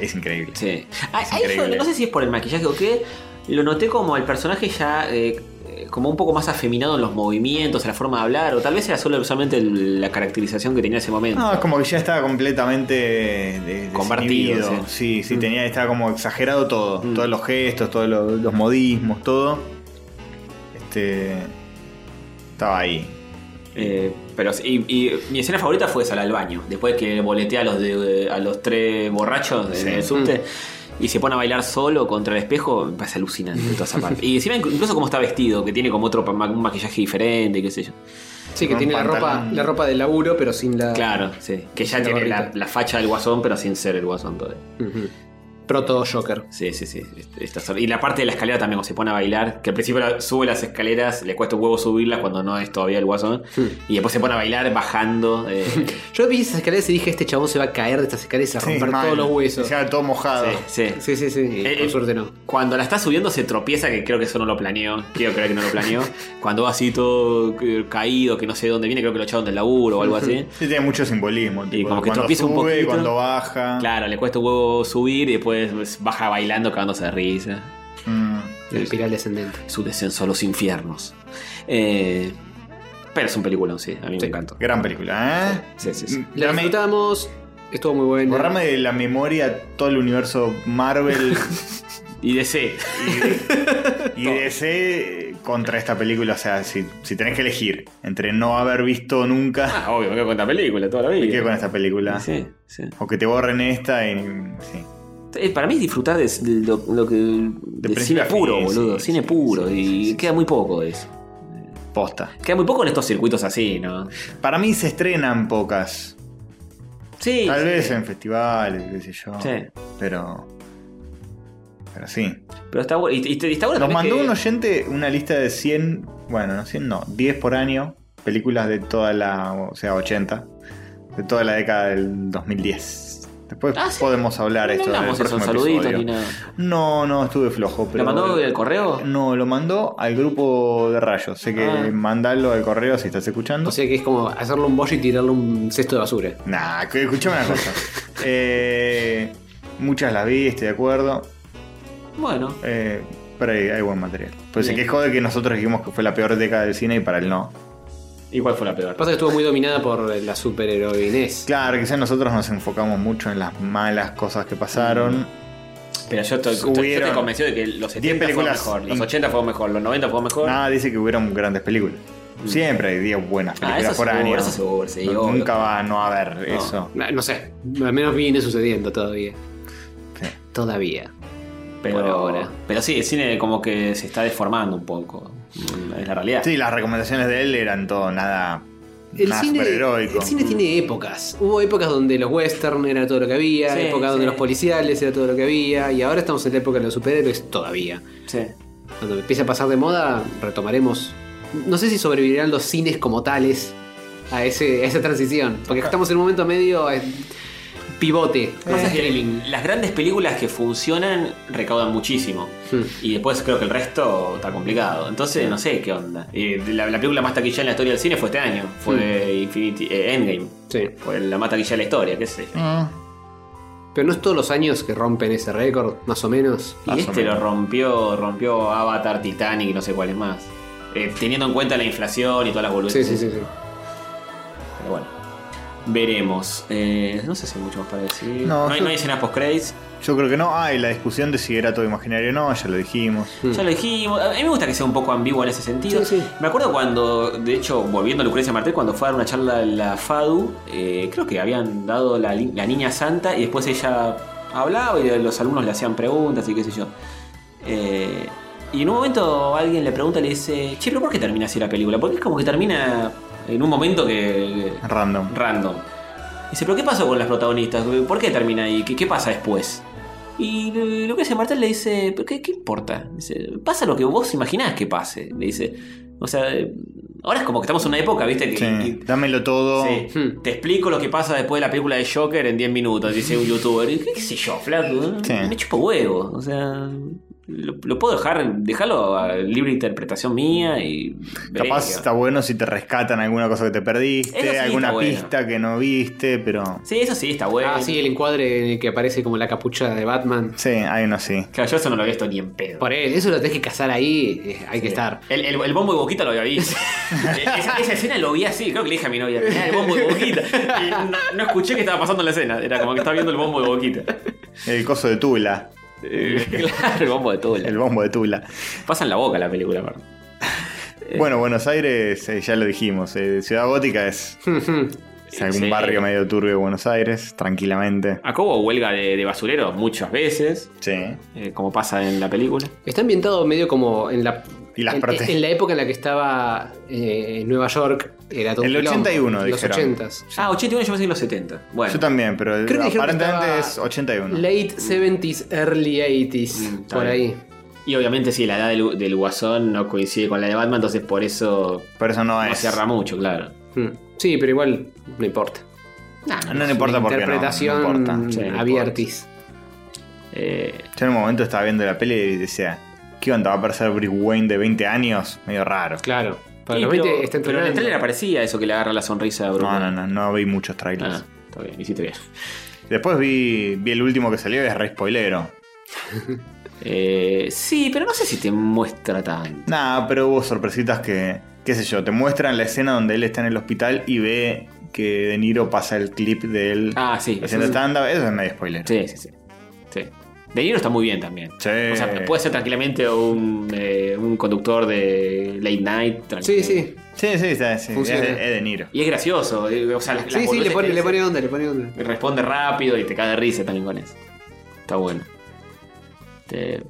Speaker 2: es increíble.
Speaker 1: Sí. Ah,
Speaker 2: Es
Speaker 1: ahí yo
Speaker 2: increíble.
Speaker 1: no sé si es por el maquillaje o qué. Lo noté como el personaje ya. eh, eh, como un poco más afeminado en los movimientos, en la forma de hablar, o tal vez era solo solamente el- la caracterización que tenía en ese momento.
Speaker 2: No, es como que ya estaba completamente de-
Speaker 1: Convertido,
Speaker 2: desinhibido. Sí,
Speaker 3: Mm.
Speaker 2: sí, tenía, estaba como exagerado todo.
Speaker 1: Mm.
Speaker 2: Todos los gestos, todos los, los modismos, todo. Este. Estaba ahí.
Speaker 1: Eh, pero sí, y, y mi escena favorita fue esa, la del baño. Después que boletea a los, de- a los tres borrachos en
Speaker 2: Sí. Mm.
Speaker 1: el subte y se pone a bailar solo contra el espejo, me parece alucinante toda esa
Speaker 2: (laughs)
Speaker 1: parte. y encima, inc- incluso cómo está vestido, que tiene como otro pa- ma- un maquillaje diferente, qué sé yo.
Speaker 3: Sí, que
Speaker 2: Con
Speaker 3: tiene la ropa,
Speaker 2: pantalón.
Speaker 3: la ropa del laburo, pero sin la.
Speaker 1: Claro, sí. Que ya
Speaker 3: La
Speaker 1: tiene la,
Speaker 3: gorrita.
Speaker 1: la facha del guasón, pero sin ser el guasón todavía.
Speaker 3: Ujú. Proto Joker.
Speaker 1: Sí, sí, sí. Está solo. Y la parte de la escalera también, cuando se pone a bailar, que al principio la- sube las escaleras, le cuesta un huevo subirlas cuando no es todavía el guasón. Y después se pone a bailar bajando. eh,
Speaker 3: Yo vi esas escaleras y dije: Este chabón se va a caer de estas escaleras y a
Speaker 2: Sí,
Speaker 3: romper
Speaker 2: mal.
Speaker 3: todos los huesos.
Speaker 2: Se queda todo mojado.
Speaker 1: sí, sí.
Speaker 3: Sí, sí, sí. y
Speaker 1: Eh,
Speaker 3: por
Speaker 1: eh,
Speaker 3: suerte no.
Speaker 1: Cuando la está subiendo se tropieza, que creo que eso no lo planeó. Quiero creer que no lo planeó. Cuando va así todo eh, caído, que no sé de dónde viene, creo que lo echaron del laburo o algo así.
Speaker 2: Sí, tiene mucho simbolismo. tipo,
Speaker 1: como que
Speaker 2: cuando
Speaker 1: tropieza un
Speaker 2: sube,
Speaker 1: poquito.
Speaker 2: cuando baja.
Speaker 1: Claro, le cuesta un huevo subir y después pues, baja bailando, cagándose de risa.
Speaker 2: Mm.
Speaker 3: El espiral descendente.
Speaker 1: Su descenso a los infiernos. Eh, pero es un peliculón, sí. A mí
Speaker 3: Sí.
Speaker 1: me encantó.
Speaker 2: Gran película, ¿eh?
Speaker 1: Sí, sí, sí.
Speaker 3: La
Speaker 2: Dame-
Speaker 3: disfrutamos, estuvo muy buena.
Speaker 2: borrame de la memoria todo el universo Marvel
Speaker 3: (laughs)
Speaker 1: Y DC.
Speaker 2: Y DC contra esta película, o sea, si, si tenés que elegir entre no haber visto nunca, (laughs)
Speaker 1: Ah, obvio, me quedo con esta película toda la vida.
Speaker 2: me quedo con esta película.
Speaker 1: Sí, sí.
Speaker 2: O que te borren esta y. Sí.
Speaker 1: Eh, Para mí es disfrutar de, de lo, lo que. de
Speaker 2: principio
Speaker 1: cine
Speaker 2: a fin,
Speaker 1: puro,
Speaker 2: sí,
Speaker 1: boludo.
Speaker 2: sí,
Speaker 1: cine
Speaker 2: sí,
Speaker 1: puro.
Speaker 2: sí,
Speaker 1: y
Speaker 2: sí, sí.
Speaker 1: queda muy poco de eso.
Speaker 2: Posta.
Speaker 1: Queda muy poco en estos circuitos así, ¿no?
Speaker 2: Para mí se estrenan pocas.
Speaker 1: Sí.
Speaker 2: Tal
Speaker 1: sí.
Speaker 2: vez en festivales, qué sé yo.
Speaker 1: Sí.
Speaker 2: Pero. Pero sí.
Speaker 1: Pero está bueno. Y, y- y está bueno (laughs)
Speaker 2: Nos
Speaker 1: también
Speaker 2: mandó
Speaker 1: que-
Speaker 2: un oyente una lista de 100. Bueno, no 100, no. 10 por año. Películas de toda la. O sea, 80. De toda la década del 2010. Después
Speaker 1: Ah, sí.
Speaker 2: podemos hablar
Speaker 1: No
Speaker 2: esto. en el
Speaker 1: hablamos eso,
Speaker 2: próximo
Speaker 1: saluditos
Speaker 2: episodio.
Speaker 1: ni nada.
Speaker 2: No, no, estuve flojo. Pero
Speaker 1: ¿Lo mandó el correo?
Speaker 2: No, lo mandó al grupo de rayos. Sé que
Speaker 1: Ah.
Speaker 2: mandalo al correo si estás escuchando.
Speaker 3: O sea que es como hacerle un bollo y tirarle un cesto de basura.
Speaker 2: Nah, que- escuchame
Speaker 1: (laughs)
Speaker 2: una cosa. Eh, muchas las vi, estoy de acuerdo.
Speaker 1: Bueno.
Speaker 2: Eh, pero hay, hay buen material. Pues se
Speaker 1: Bien.
Speaker 2: quejó de que nosotros dijimos que fue la peor década del cine y para él no.
Speaker 1: ¿Y cuál fue la peor?
Speaker 3: Pasa que estuvo muy dominada por la superheroinés.
Speaker 2: Claro, quizás nosotros nos enfocamos mucho en las malas cosas que pasaron.
Speaker 1: Mm. Pero yo estoy, estoy- yo
Speaker 2: Hubieron
Speaker 1: estoy convencido de que los 70
Speaker 2: películas
Speaker 1: fueron mejor,
Speaker 2: in-
Speaker 1: los 80 fueron mejor, los 90 fueron mejor.
Speaker 2: Nada, dice que hubieron grandes películas. Siempre hay 10 buenas
Speaker 1: Mm. Ah,
Speaker 2: películas
Speaker 1: eso
Speaker 2: por
Speaker 1: seguro,
Speaker 2: año.
Speaker 1: eso seguro, sí,
Speaker 2: No-
Speaker 1: obvio.
Speaker 2: Nunca va a no haber eso.
Speaker 3: No, no sé, al menos viene sucediendo todavía.
Speaker 2: Sí.
Speaker 3: Todavía.
Speaker 1: Pero,
Speaker 3: Por ahora.
Speaker 1: pero sí, el cine como que se está deformando un poco. Mm, Es la realidad.
Speaker 2: Sí, las recomendaciones de él eran todo nada,
Speaker 3: El
Speaker 2: nada
Speaker 3: cine,
Speaker 2: superheroico.
Speaker 3: el cine tiene épocas. Hubo épocas donde los western era todo lo que había,
Speaker 1: Sí,
Speaker 3: épocas donde
Speaker 1: sí.
Speaker 3: los policiales era todo lo que había, y ahora estamos en la época de los superhéroes todavía.
Speaker 1: Sí.
Speaker 3: Cuando empiece a pasar de moda, retomaremos. No sé si sobrevivirán los cines como tales a, ese, a esa transición, porque estamos en un momento medio eh, pivote.
Speaker 1: Pasa que las grandes películas que funcionan recaudan muchísimo.
Speaker 3: Hmm.
Speaker 1: Y después creo que el resto está complicado. Entonces no sé qué onda. Y la, la película más taquillada en la historia del cine fue este año. Fue
Speaker 3: Mm.
Speaker 1: Infinity, eh, Endgame. Fue la más taquillada de la historia, qué sé yo.
Speaker 3: Pero no es todos los años que rompen ese récord, más o menos.
Speaker 1: Y este lo rompió, rompió Avatar, Titanic y no sé cuáles más. Eh, teniendo en cuenta la inflación y todas las
Speaker 3: Sí,
Speaker 1: boludeces.
Speaker 3: sí, sí. sí.
Speaker 1: Pero bueno. Veremos. Eh, no sé si hay mucho más para decir.
Speaker 2: No,
Speaker 1: No, hay,
Speaker 2: yo-
Speaker 1: no hay escenas post-credits.
Speaker 2: Yo creo que no. Ah, y la discusión de si era todo imaginario o no, ya lo dijimos.
Speaker 1: Ya lo dijimos. A mí me gusta que sea un poco ambiguo en ese sentido. Me acuerdo cuando, de hecho, volviendo a Lucrecia Martel, cuando fue a dar una charla a la FADU, eh, creo que habían dado la, li- la niña santa y después ella hablaba y los alumnos le hacían preguntas y qué sé yo. Eh, y en un momento alguien le pregunta y le dice, che, pero ¿por qué termina así la película? Porque es como que termina en un momento que...
Speaker 2: Random.
Speaker 1: Random. Dice, pero ¿qué pasó con las protagonistas? ¿Por qué termina ahí? ¿Qué, qué pasa después? Y eh, Lucrecia Martel le dice, ¿pero qué, qué importa? Dice, pasa lo que vos imaginás que pase. Le dice, o sea, eh, ahora es como que estamos en una época, ¿viste? Que, que-
Speaker 2: Dámelo todo.
Speaker 1: sí,
Speaker 3: Hmm.
Speaker 1: te explico lo que pasa después de la película de Joker en 10 minutos, dice un youtuber. Y, ¿Qué, qué sé yo, flaco? ¿no? Me chupo huevo. O sea, lo, lo puedo dejar, dejarlo a libre interpretación mía y... veré
Speaker 2: Capaz
Speaker 1: qué va.
Speaker 2: está bueno si te rescatan alguna cosa que te perdiste,
Speaker 1: Eso sí
Speaker 2: alguna
Speaker 1: está bueno.
Speaker 2: pista que no viste, pero.
Speaker 1: Sí, eso sí, está bueno.
Speaker 3: Ah, sí, el encuadre en el que aparece como la capucha de Batman.
Speaker 2: Sí, hay uno así.
Speaker 1: Claro, yo eso no lo había visto ni en pedo.
Speaker 3: Por él, eso lo tenés que cazar ahí, eh, hay que estar.
Speaker 1: El, el- el bombo y boquita lo había visto. E, esa, esa escena lo vi así, creo que le dije a mi novia, "Mirá, el bombo y boquita. Y no, no escuché qué estaba pasando en la escena, era como que estaba viendo el bombo y boquita.
Speaker 2: El coso de Tula.
Speaker 1: claro, el bombo de Tula.
Speaker 2: El bombo de Tula.
Speaker 1: Pasa en la boca la película, aparte. Eh.
Speaker 2: Bueno, Buenos Aires, eh, ya lo dijimos. eh, Ciudad Gótica es,
Speaker 3: Hmm,
Speaker 2: es algún
Speaker 1: Sí.
Speaker 2: barrio medio turbio de Buenos Aires, tranquilamente.
Speaker 1: Acá hubo huelga de, de basureros muchas veces,
Speaker 2: Sí.
Speaker 1: eh, como pasa en la película.
Speaker 3: Está ambientado medio como en la.
Speaker 2: Y las
Speaker 3: en,
Speaker 2: prote-
Speaker 3: en la época en la que estaba eh, en Nueva York, era todo un
Speaker 2: El
Speaker 3: quilombo.
Speaker 2: 81,
Speaker 3: Los
Speaker 2: dijeron.
Speaker 3: 80
Speaker 1: Ah, 81 yo pensé que los 70. Bueno,
Speaker 2: Yo también, pero
Speaker 3: Creo que dijeron que
Speaker 2: aparentemente
Speaker 3: estaba
Speaker 2: es 81.
Speaker 3: Late 70s, early 80s.
Speaker 1: Mm, está
Speaker 3: por ahí.
Speaker 1: bien. Y obviamente si la edad del, del guasón no coincide con la de Batman, entonces por eso
Speaker 2: Pero eso no
Speaker 1: no
Speaker 2: es.
Speaker 1: cierra mucho, claro.
Speaker 3: Mm. Sí, pero igual no importa.
Speaker 2: No, no importa por qué. no, no
Speaker 3: Interpretación
Speaker 2: importa.
Speaker 3: abiertis.
Speaker 1: Eh,
Speaker 2: Yo en un momento estaba viendo la peli y decía, ¿qué onda? ¿Va a aparecer Bruce Wayne de 20 años? Medio raro.
Speaker 3: Claro. Para
Speaker 1: sí,
Speaker 3: los
Speaker 1: pero,
Speaker 3: 20
Speaker 1: pero en
Speaker 3: está
Speaker 1: el
Speaker 3: entrenando.
Speaker 1: trailer aparecía eso que le agarra la sonrisa a Bruno.
Speaker 2: No, no, no, no vi muchos
Speaker 1: Ah,
Speaker 2: trailers.
Speaker 1: está bien, hiciste bien.
Speaker 2: Después vi, vi el último que salió y es re spoilero.
Speaker 1: Eh, sí, pero no sé si te muestra tanto.
Speaker 2: Nah, pero hubo sorpresitas que, qué sé yo, te muestran la escena donde él está en el hospital y ve que De Niro pasa el clip de él
Speaker 1: Ah, sí.
Speaker 2: haciendo
Speaker 1: sí,
Speaker 2: stand-up. Eso es medio spoiler.
Speaker 1: sí, sí, sí. Sí. De Niro está muy bien también.
Speaker 2: Sí.
Speaker 1: O
Speaker 3: Eh.
Speaker 1: sea, puede ser tranquilamente un, eh, un conductor de late night. tranqui-
Speaker 3: Sí, sí.
Speaker 2: sí, sí, sí, sí,
Speaker 3: Funciona.
Speaker 2: Es, de, es De Niro.
Speaker 1: Y es gracioso. eh, O sea, las- las
Speaker 3: Sí, sí, le
Speaker 1: boludeces
Speaker 3: pone,
Speaker 1: que
Speaker 3: le
Speaker 1: dice,
Speaker 3: pone onda, le pone onda.
Speaker 1: Responde rápido y te cae de risa también con eso. Está bueno. Te-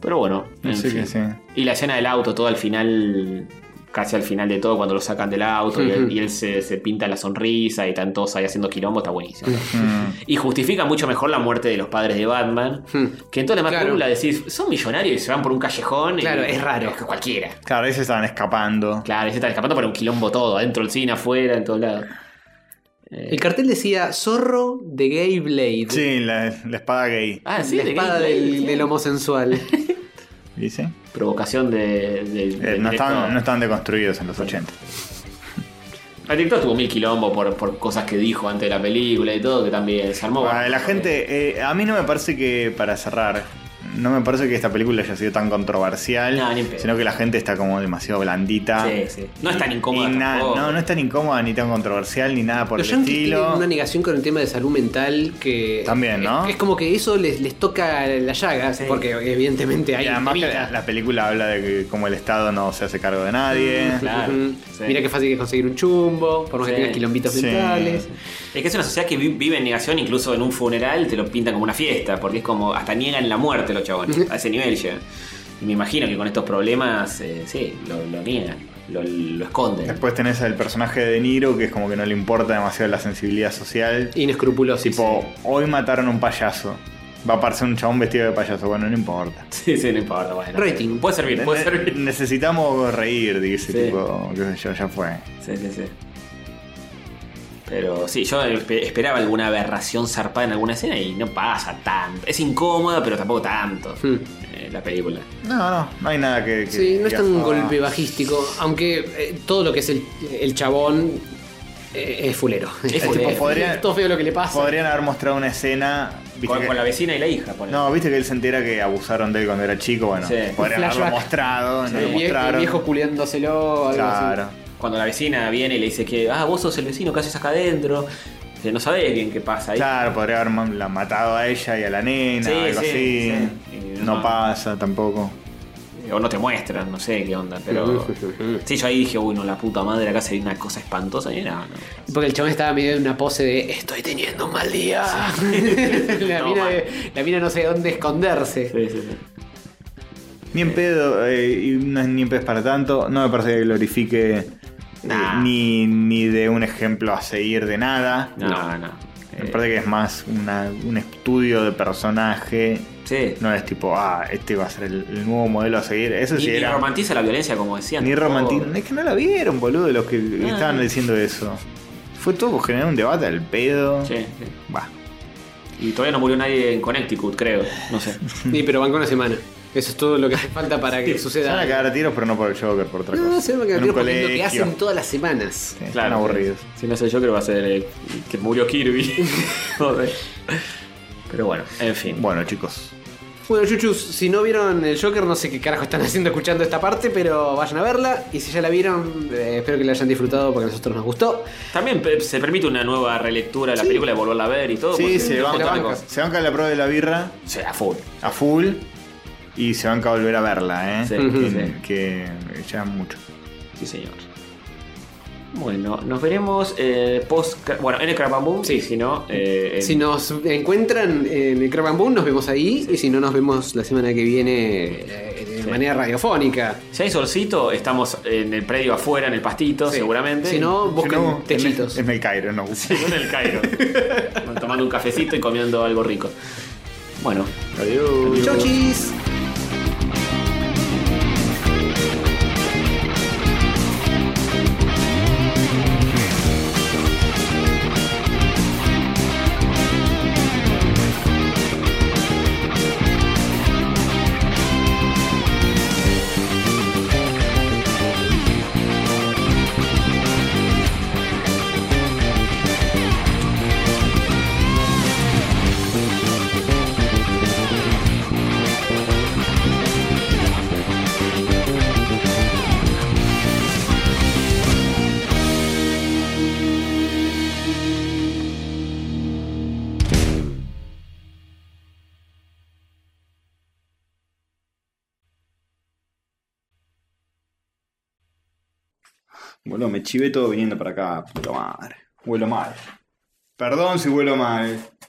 Speaker 1: Pero bueno. en
Speaker 2: Sí,
Speaker 1: fin.
Speaker 2: que sí.
Speaker 1: Y la escena del auto, todo al final, casi al final de todo, cuando lo sacan del auto y él, y él se, se pinta la sonrisa y están todos ahí haciendo quilombo, está buenísimo.
Speaker 2: Mm.
Speaker 1: Y justifica mucho mejor la muerte de los padres de Batman. Que en toda la demás
Speaker 3: Claro.
Speaker 1: película decís, son millonarios y se van por un callejón. y-
Speaker 3: Claro, es raro.
Speaker 1: que cualquiera.
Speaker 2: Claro, ellos estaban escapando.
Speaker 1: Claro, y se están escapando por un quilombo todo, adentro del cine, afuera, en todos lados.
Speaker 3: El cartel decía Zorro de Gay Blade.
Speaker 2: Sí, la, la espada gay.
Speaker 1: Ah, sí,
Speaker 3: la
Speaker 1: de
Speaker 3: espada
Speaker 1: Gay Blade,
Speaker 3: del,
Speaker 1: sí.
Speaker 3: del homosensual.
Speaker 2: ¿Dice?
Speaker 1: Provocación de, del-
Speaker 2: Eh,
Speaker 1: del
Speaker 2: no,
Speaker 1: director.
Speaker 2: estaban, no estaban deconstruidos en los 80.
Speaker 1: El director tuvo mil quilombo por, por cosas que dijo antes de la película y todo, que también se armó.
Speaker 2: Ah, la gente, eh, a mí no me parece que, para cerrar, no me parece que esta película haya sido tan controversial,
Speaker 1: No, ni en pedo.
Speaker 2: sino que la gente está como demasiado blandita.
Speaker 1: Sí, sí. No es tan
Speaker 2: Ah, Y
Speaker 1: incómoda.
Speaker 2: na-
Speaker 1: tampoco.
Speaker 2: no, no es tan incómoda ni tan controversial ni nada (laughs) por
Speaker 3: Los
Speaker 2: el
Speaker 3: yankees tienen
Speaker 2: estilo.
Speaker 3: una negación con el tema de salud mental que.
Speaker 2: También, ¿no?
Speaker 3: Es, es como que eso les, les toca la llaga, porque evidentemente hay.
Speaker 2: Y además que la,
Speaker 3: intriga.
Speaker 2: la película habla de que como el Estado no se hace cargo de nadie.
Speaker 1: Mm, Claro.
Speaker 3: Ujú.
Speaker 1: sí.
Speaker 3: Mira qué fácil que es conseguir un chumbo, por más
Speaker 1: Sí.
Speaker 3: que tengas quilombitos
Speaker 2: Sí.
Speaker 3: mentales.
Speaker 1: Es que es una sociedad que vi- vive en negación, incluso en un funeral te lo pintan como una fiesta, porque es como hasta niegan la muerte los chabones, a ese nivel llegan. Y me imagino que con estos problemas, eh, sí, lo, lo niegan, lo, lo esconden.
Speaker 2: Después tenés al personaje de De Niro que es como que no le importa demasiado la sensibilidad social.
Speaker 3: Inescrupulosos.
Speaker 2: tipo, hoy mataron a un payaso. Va a aparecer un chabón vestido de payaso. Bueno, no importa.
Speaker 1: (laughs) Sí, sí, no importa, bueno. Eh,
Speaker 3: Rating.
Speaker 1: Puede servir, puede
Speaker 2: Ne-
Speaker 1: servir.
Speaker 2: Necesitamos reír, dice,
Speaker 1: eh, Sí.
Speaker 2: tipo, qué sé yo, ya fue.
Speaker 1: Sí, sí, sí. Pero sí, yo espe- esperaba alguna aberración zarpada en alguna escena y no pasa tanto. Es incómoda, pero tampoco tanto
Speaker 2: Hmm.
Speaker 1: eh, la película.
Speaker 2: No, no, no hay nada que. que
Speaker 3: Sí, no es
Speaker 2: digas,
Speaker 3: tan un
Speaker 2: "Ah".
Speaker 3: golpe bajístico, aunque eh, todo lo que es el, el chabón eh, es fulero.
Speaker 2: Es tipo,
Speaker 3: fulero.
Speaker 2: podría-
Speaker 3: Es todo feo lo que le pasa.
Speaker 2: Podrían haber mostrado una escena. viste
Speaker 1: Con,
Speaker 2: que-
Speaker 1: con la vecina y la hija. ponele.
Speaker 2: No, viste que él se entera que abusaron de él cuando era chico. Bueno,
Speaker 1: Sí.
Speaker 2: podrían haberlo
Speaker 3: Flashback.
Speaker 2: mostrado, no
Speaker 3: el,
Speaker 2: lo
Speaker 3: vie- el
Speaker 2: mostraron.
Speaker 3: viejo puliéndoselo, algo
Speaker 2: claro.
Speaker 3: así.
Speaker 1: Cuando la vecina viene y le dice que, ah, vos sos el vecino, ¿qué haces acá adentro? Que no sabés bien qué pasa ahí.
Speaker 2: Claro, podría haber ma- la matado a ella y a la nena,
Speaker 1: Sí,
Speaker 2: algo
Speaker 1: sí,
Speaker 2: así.
Speaker 1: sí.
Speaker 2: No, pasa tampoco.
Speaker 1: eh, O no te muestran, no sé qué onda, pero. sí, yo ahí dije, uy, no, la puta madre, acá se ve una cosa espantosa y era. no.
Speaker 3: Porque el chabón estaba medio en una pose de estoy teniendo un mal día. (laughs) la,
Speaker 1: No,
Speaker 3: mina,
Speaker 1: mal.
Speaker 3: la mina no sé dónde esconderse.
Speaker 1: Sí, sí, sí.
Speaker 2: Ni en pedo, eh, y no es ni en pez para tanto. No me parece que glorifique eh,
Speaker 1: Nah.
Speaker 2: ni, ni de un ejemplo a seguir de nada.
Speaker 1: No, no. no.
Speaker 2: Me parece que es más una- un estudio de personaje.
Speaker 1: Sí.
Speaker 2: No es tipo, ah, este va a ser el, el nuevo modelo a seguir. Eso
Speaker 1: Ni,
Speaker 2: sí
Speaker 1: ni
Speaker 2: era.
Speaker 1: romantiza la violencia, como decían.
Speaker 2: Ni romantiza.
Speaker 1: tampoco.
Speaker 2: Es que no la vieron, boludo, los que
Speaker 1: Ah.
Speaker 2: estaban diciendo eso. Fue todo por generar un debate al pedo.
Speaker 1: Sí, sí.
Speaker 2: Bah.
Speaker 1: Y todavía no murió nadie en Connecticut, creo. No sé.
Speaker 3: Sí, pero van con una semana. Eso es todo lo que (laughs) hace falta para que
Speaker 2: Se van a
Speaker 3: suceda.
Speaker 2: cagar a tiros, pero no por el Joker, por otra cosa.
Speaker 3: No, se van a
Speaker 2: En
Speaker 3: cagar
Speaker 2: un
Speaker 3: tiros porque es lo que
Speaker 2: colegio.
Speaker 3: hacen todas las semanas.
Speaker 2: Sí, (laughs) Están aburridos.
Speaker 1: Si no sé, yo creo que va a ser eh, que murió
Speaker 2: (laughs)
Speaker 1: Kirby. (laughs) No sé. Pero bueno, en fin.
Speaker 2: Bueno, chicos.
Speaker 3: Bueno, chuchus, si no vieron el Joker, no sé qué carajo están (laughs) haciendo escuchando esta parte, pero vayan a verla. Y si ya la vieron, eh, espero que la hayan disfrutado porque a nosotros nos gustó.
Speaker 1: También pe- se permite una nueva relectura de la
Speaker 3: Sí.
Speaker 1: película, de volverla a ver y todo.
Speaker 2: Sí,
Speaker 1: porque-
Speaker 2: se,
Speaker 1: un
Speaker 2: banca,
Speaker 1: montón de cosas.
Speaker 2: se banca la prueba de la birra
Speaker 1: Sí, a full.
Speaker 2: a full y se banca volver a verla, ¿eh?
Speaker 1: Sí,
Speaker 2: que,
Speaker 1: sí.
Speaker 2: que ya mucho.
Speaker 1: Sí, señor. Bueno, nos veremos eh, post. Bueno, en el Crapamboom. Sí, si no. eh, en-
Speaker 3: Si nos encuentran en el Crab and Boom, nos vemos ahí. Y si no, nos vemos la semana que viene eh, de
Speaker 1: Sí.
Speaker 3: manera radiofónica.
Speaker 1: Si hay solcito, estamos en el predio afuera, en el pastito,
Speaker 3: Sí.
Speaker 1: seguramente.
Speaker 3: Si no, busquen
Speaker 2: Si no, en-
Speaker 3: techitos.
Speaker 2: En el Cairo, no.
Speaker 1: Sí, en el
Speaker 3: (laughs)
Speaker 1: Cairo. Tomando un cafecito y comiendo algo rico. Bueno,
Speaker 2: Adiós.
Speaker 3: ¡Chochis!
Speaker 2: Bueno, me chivé todo viniendo para acá, puta madre. Huelo mal. Perdón si huelo mal.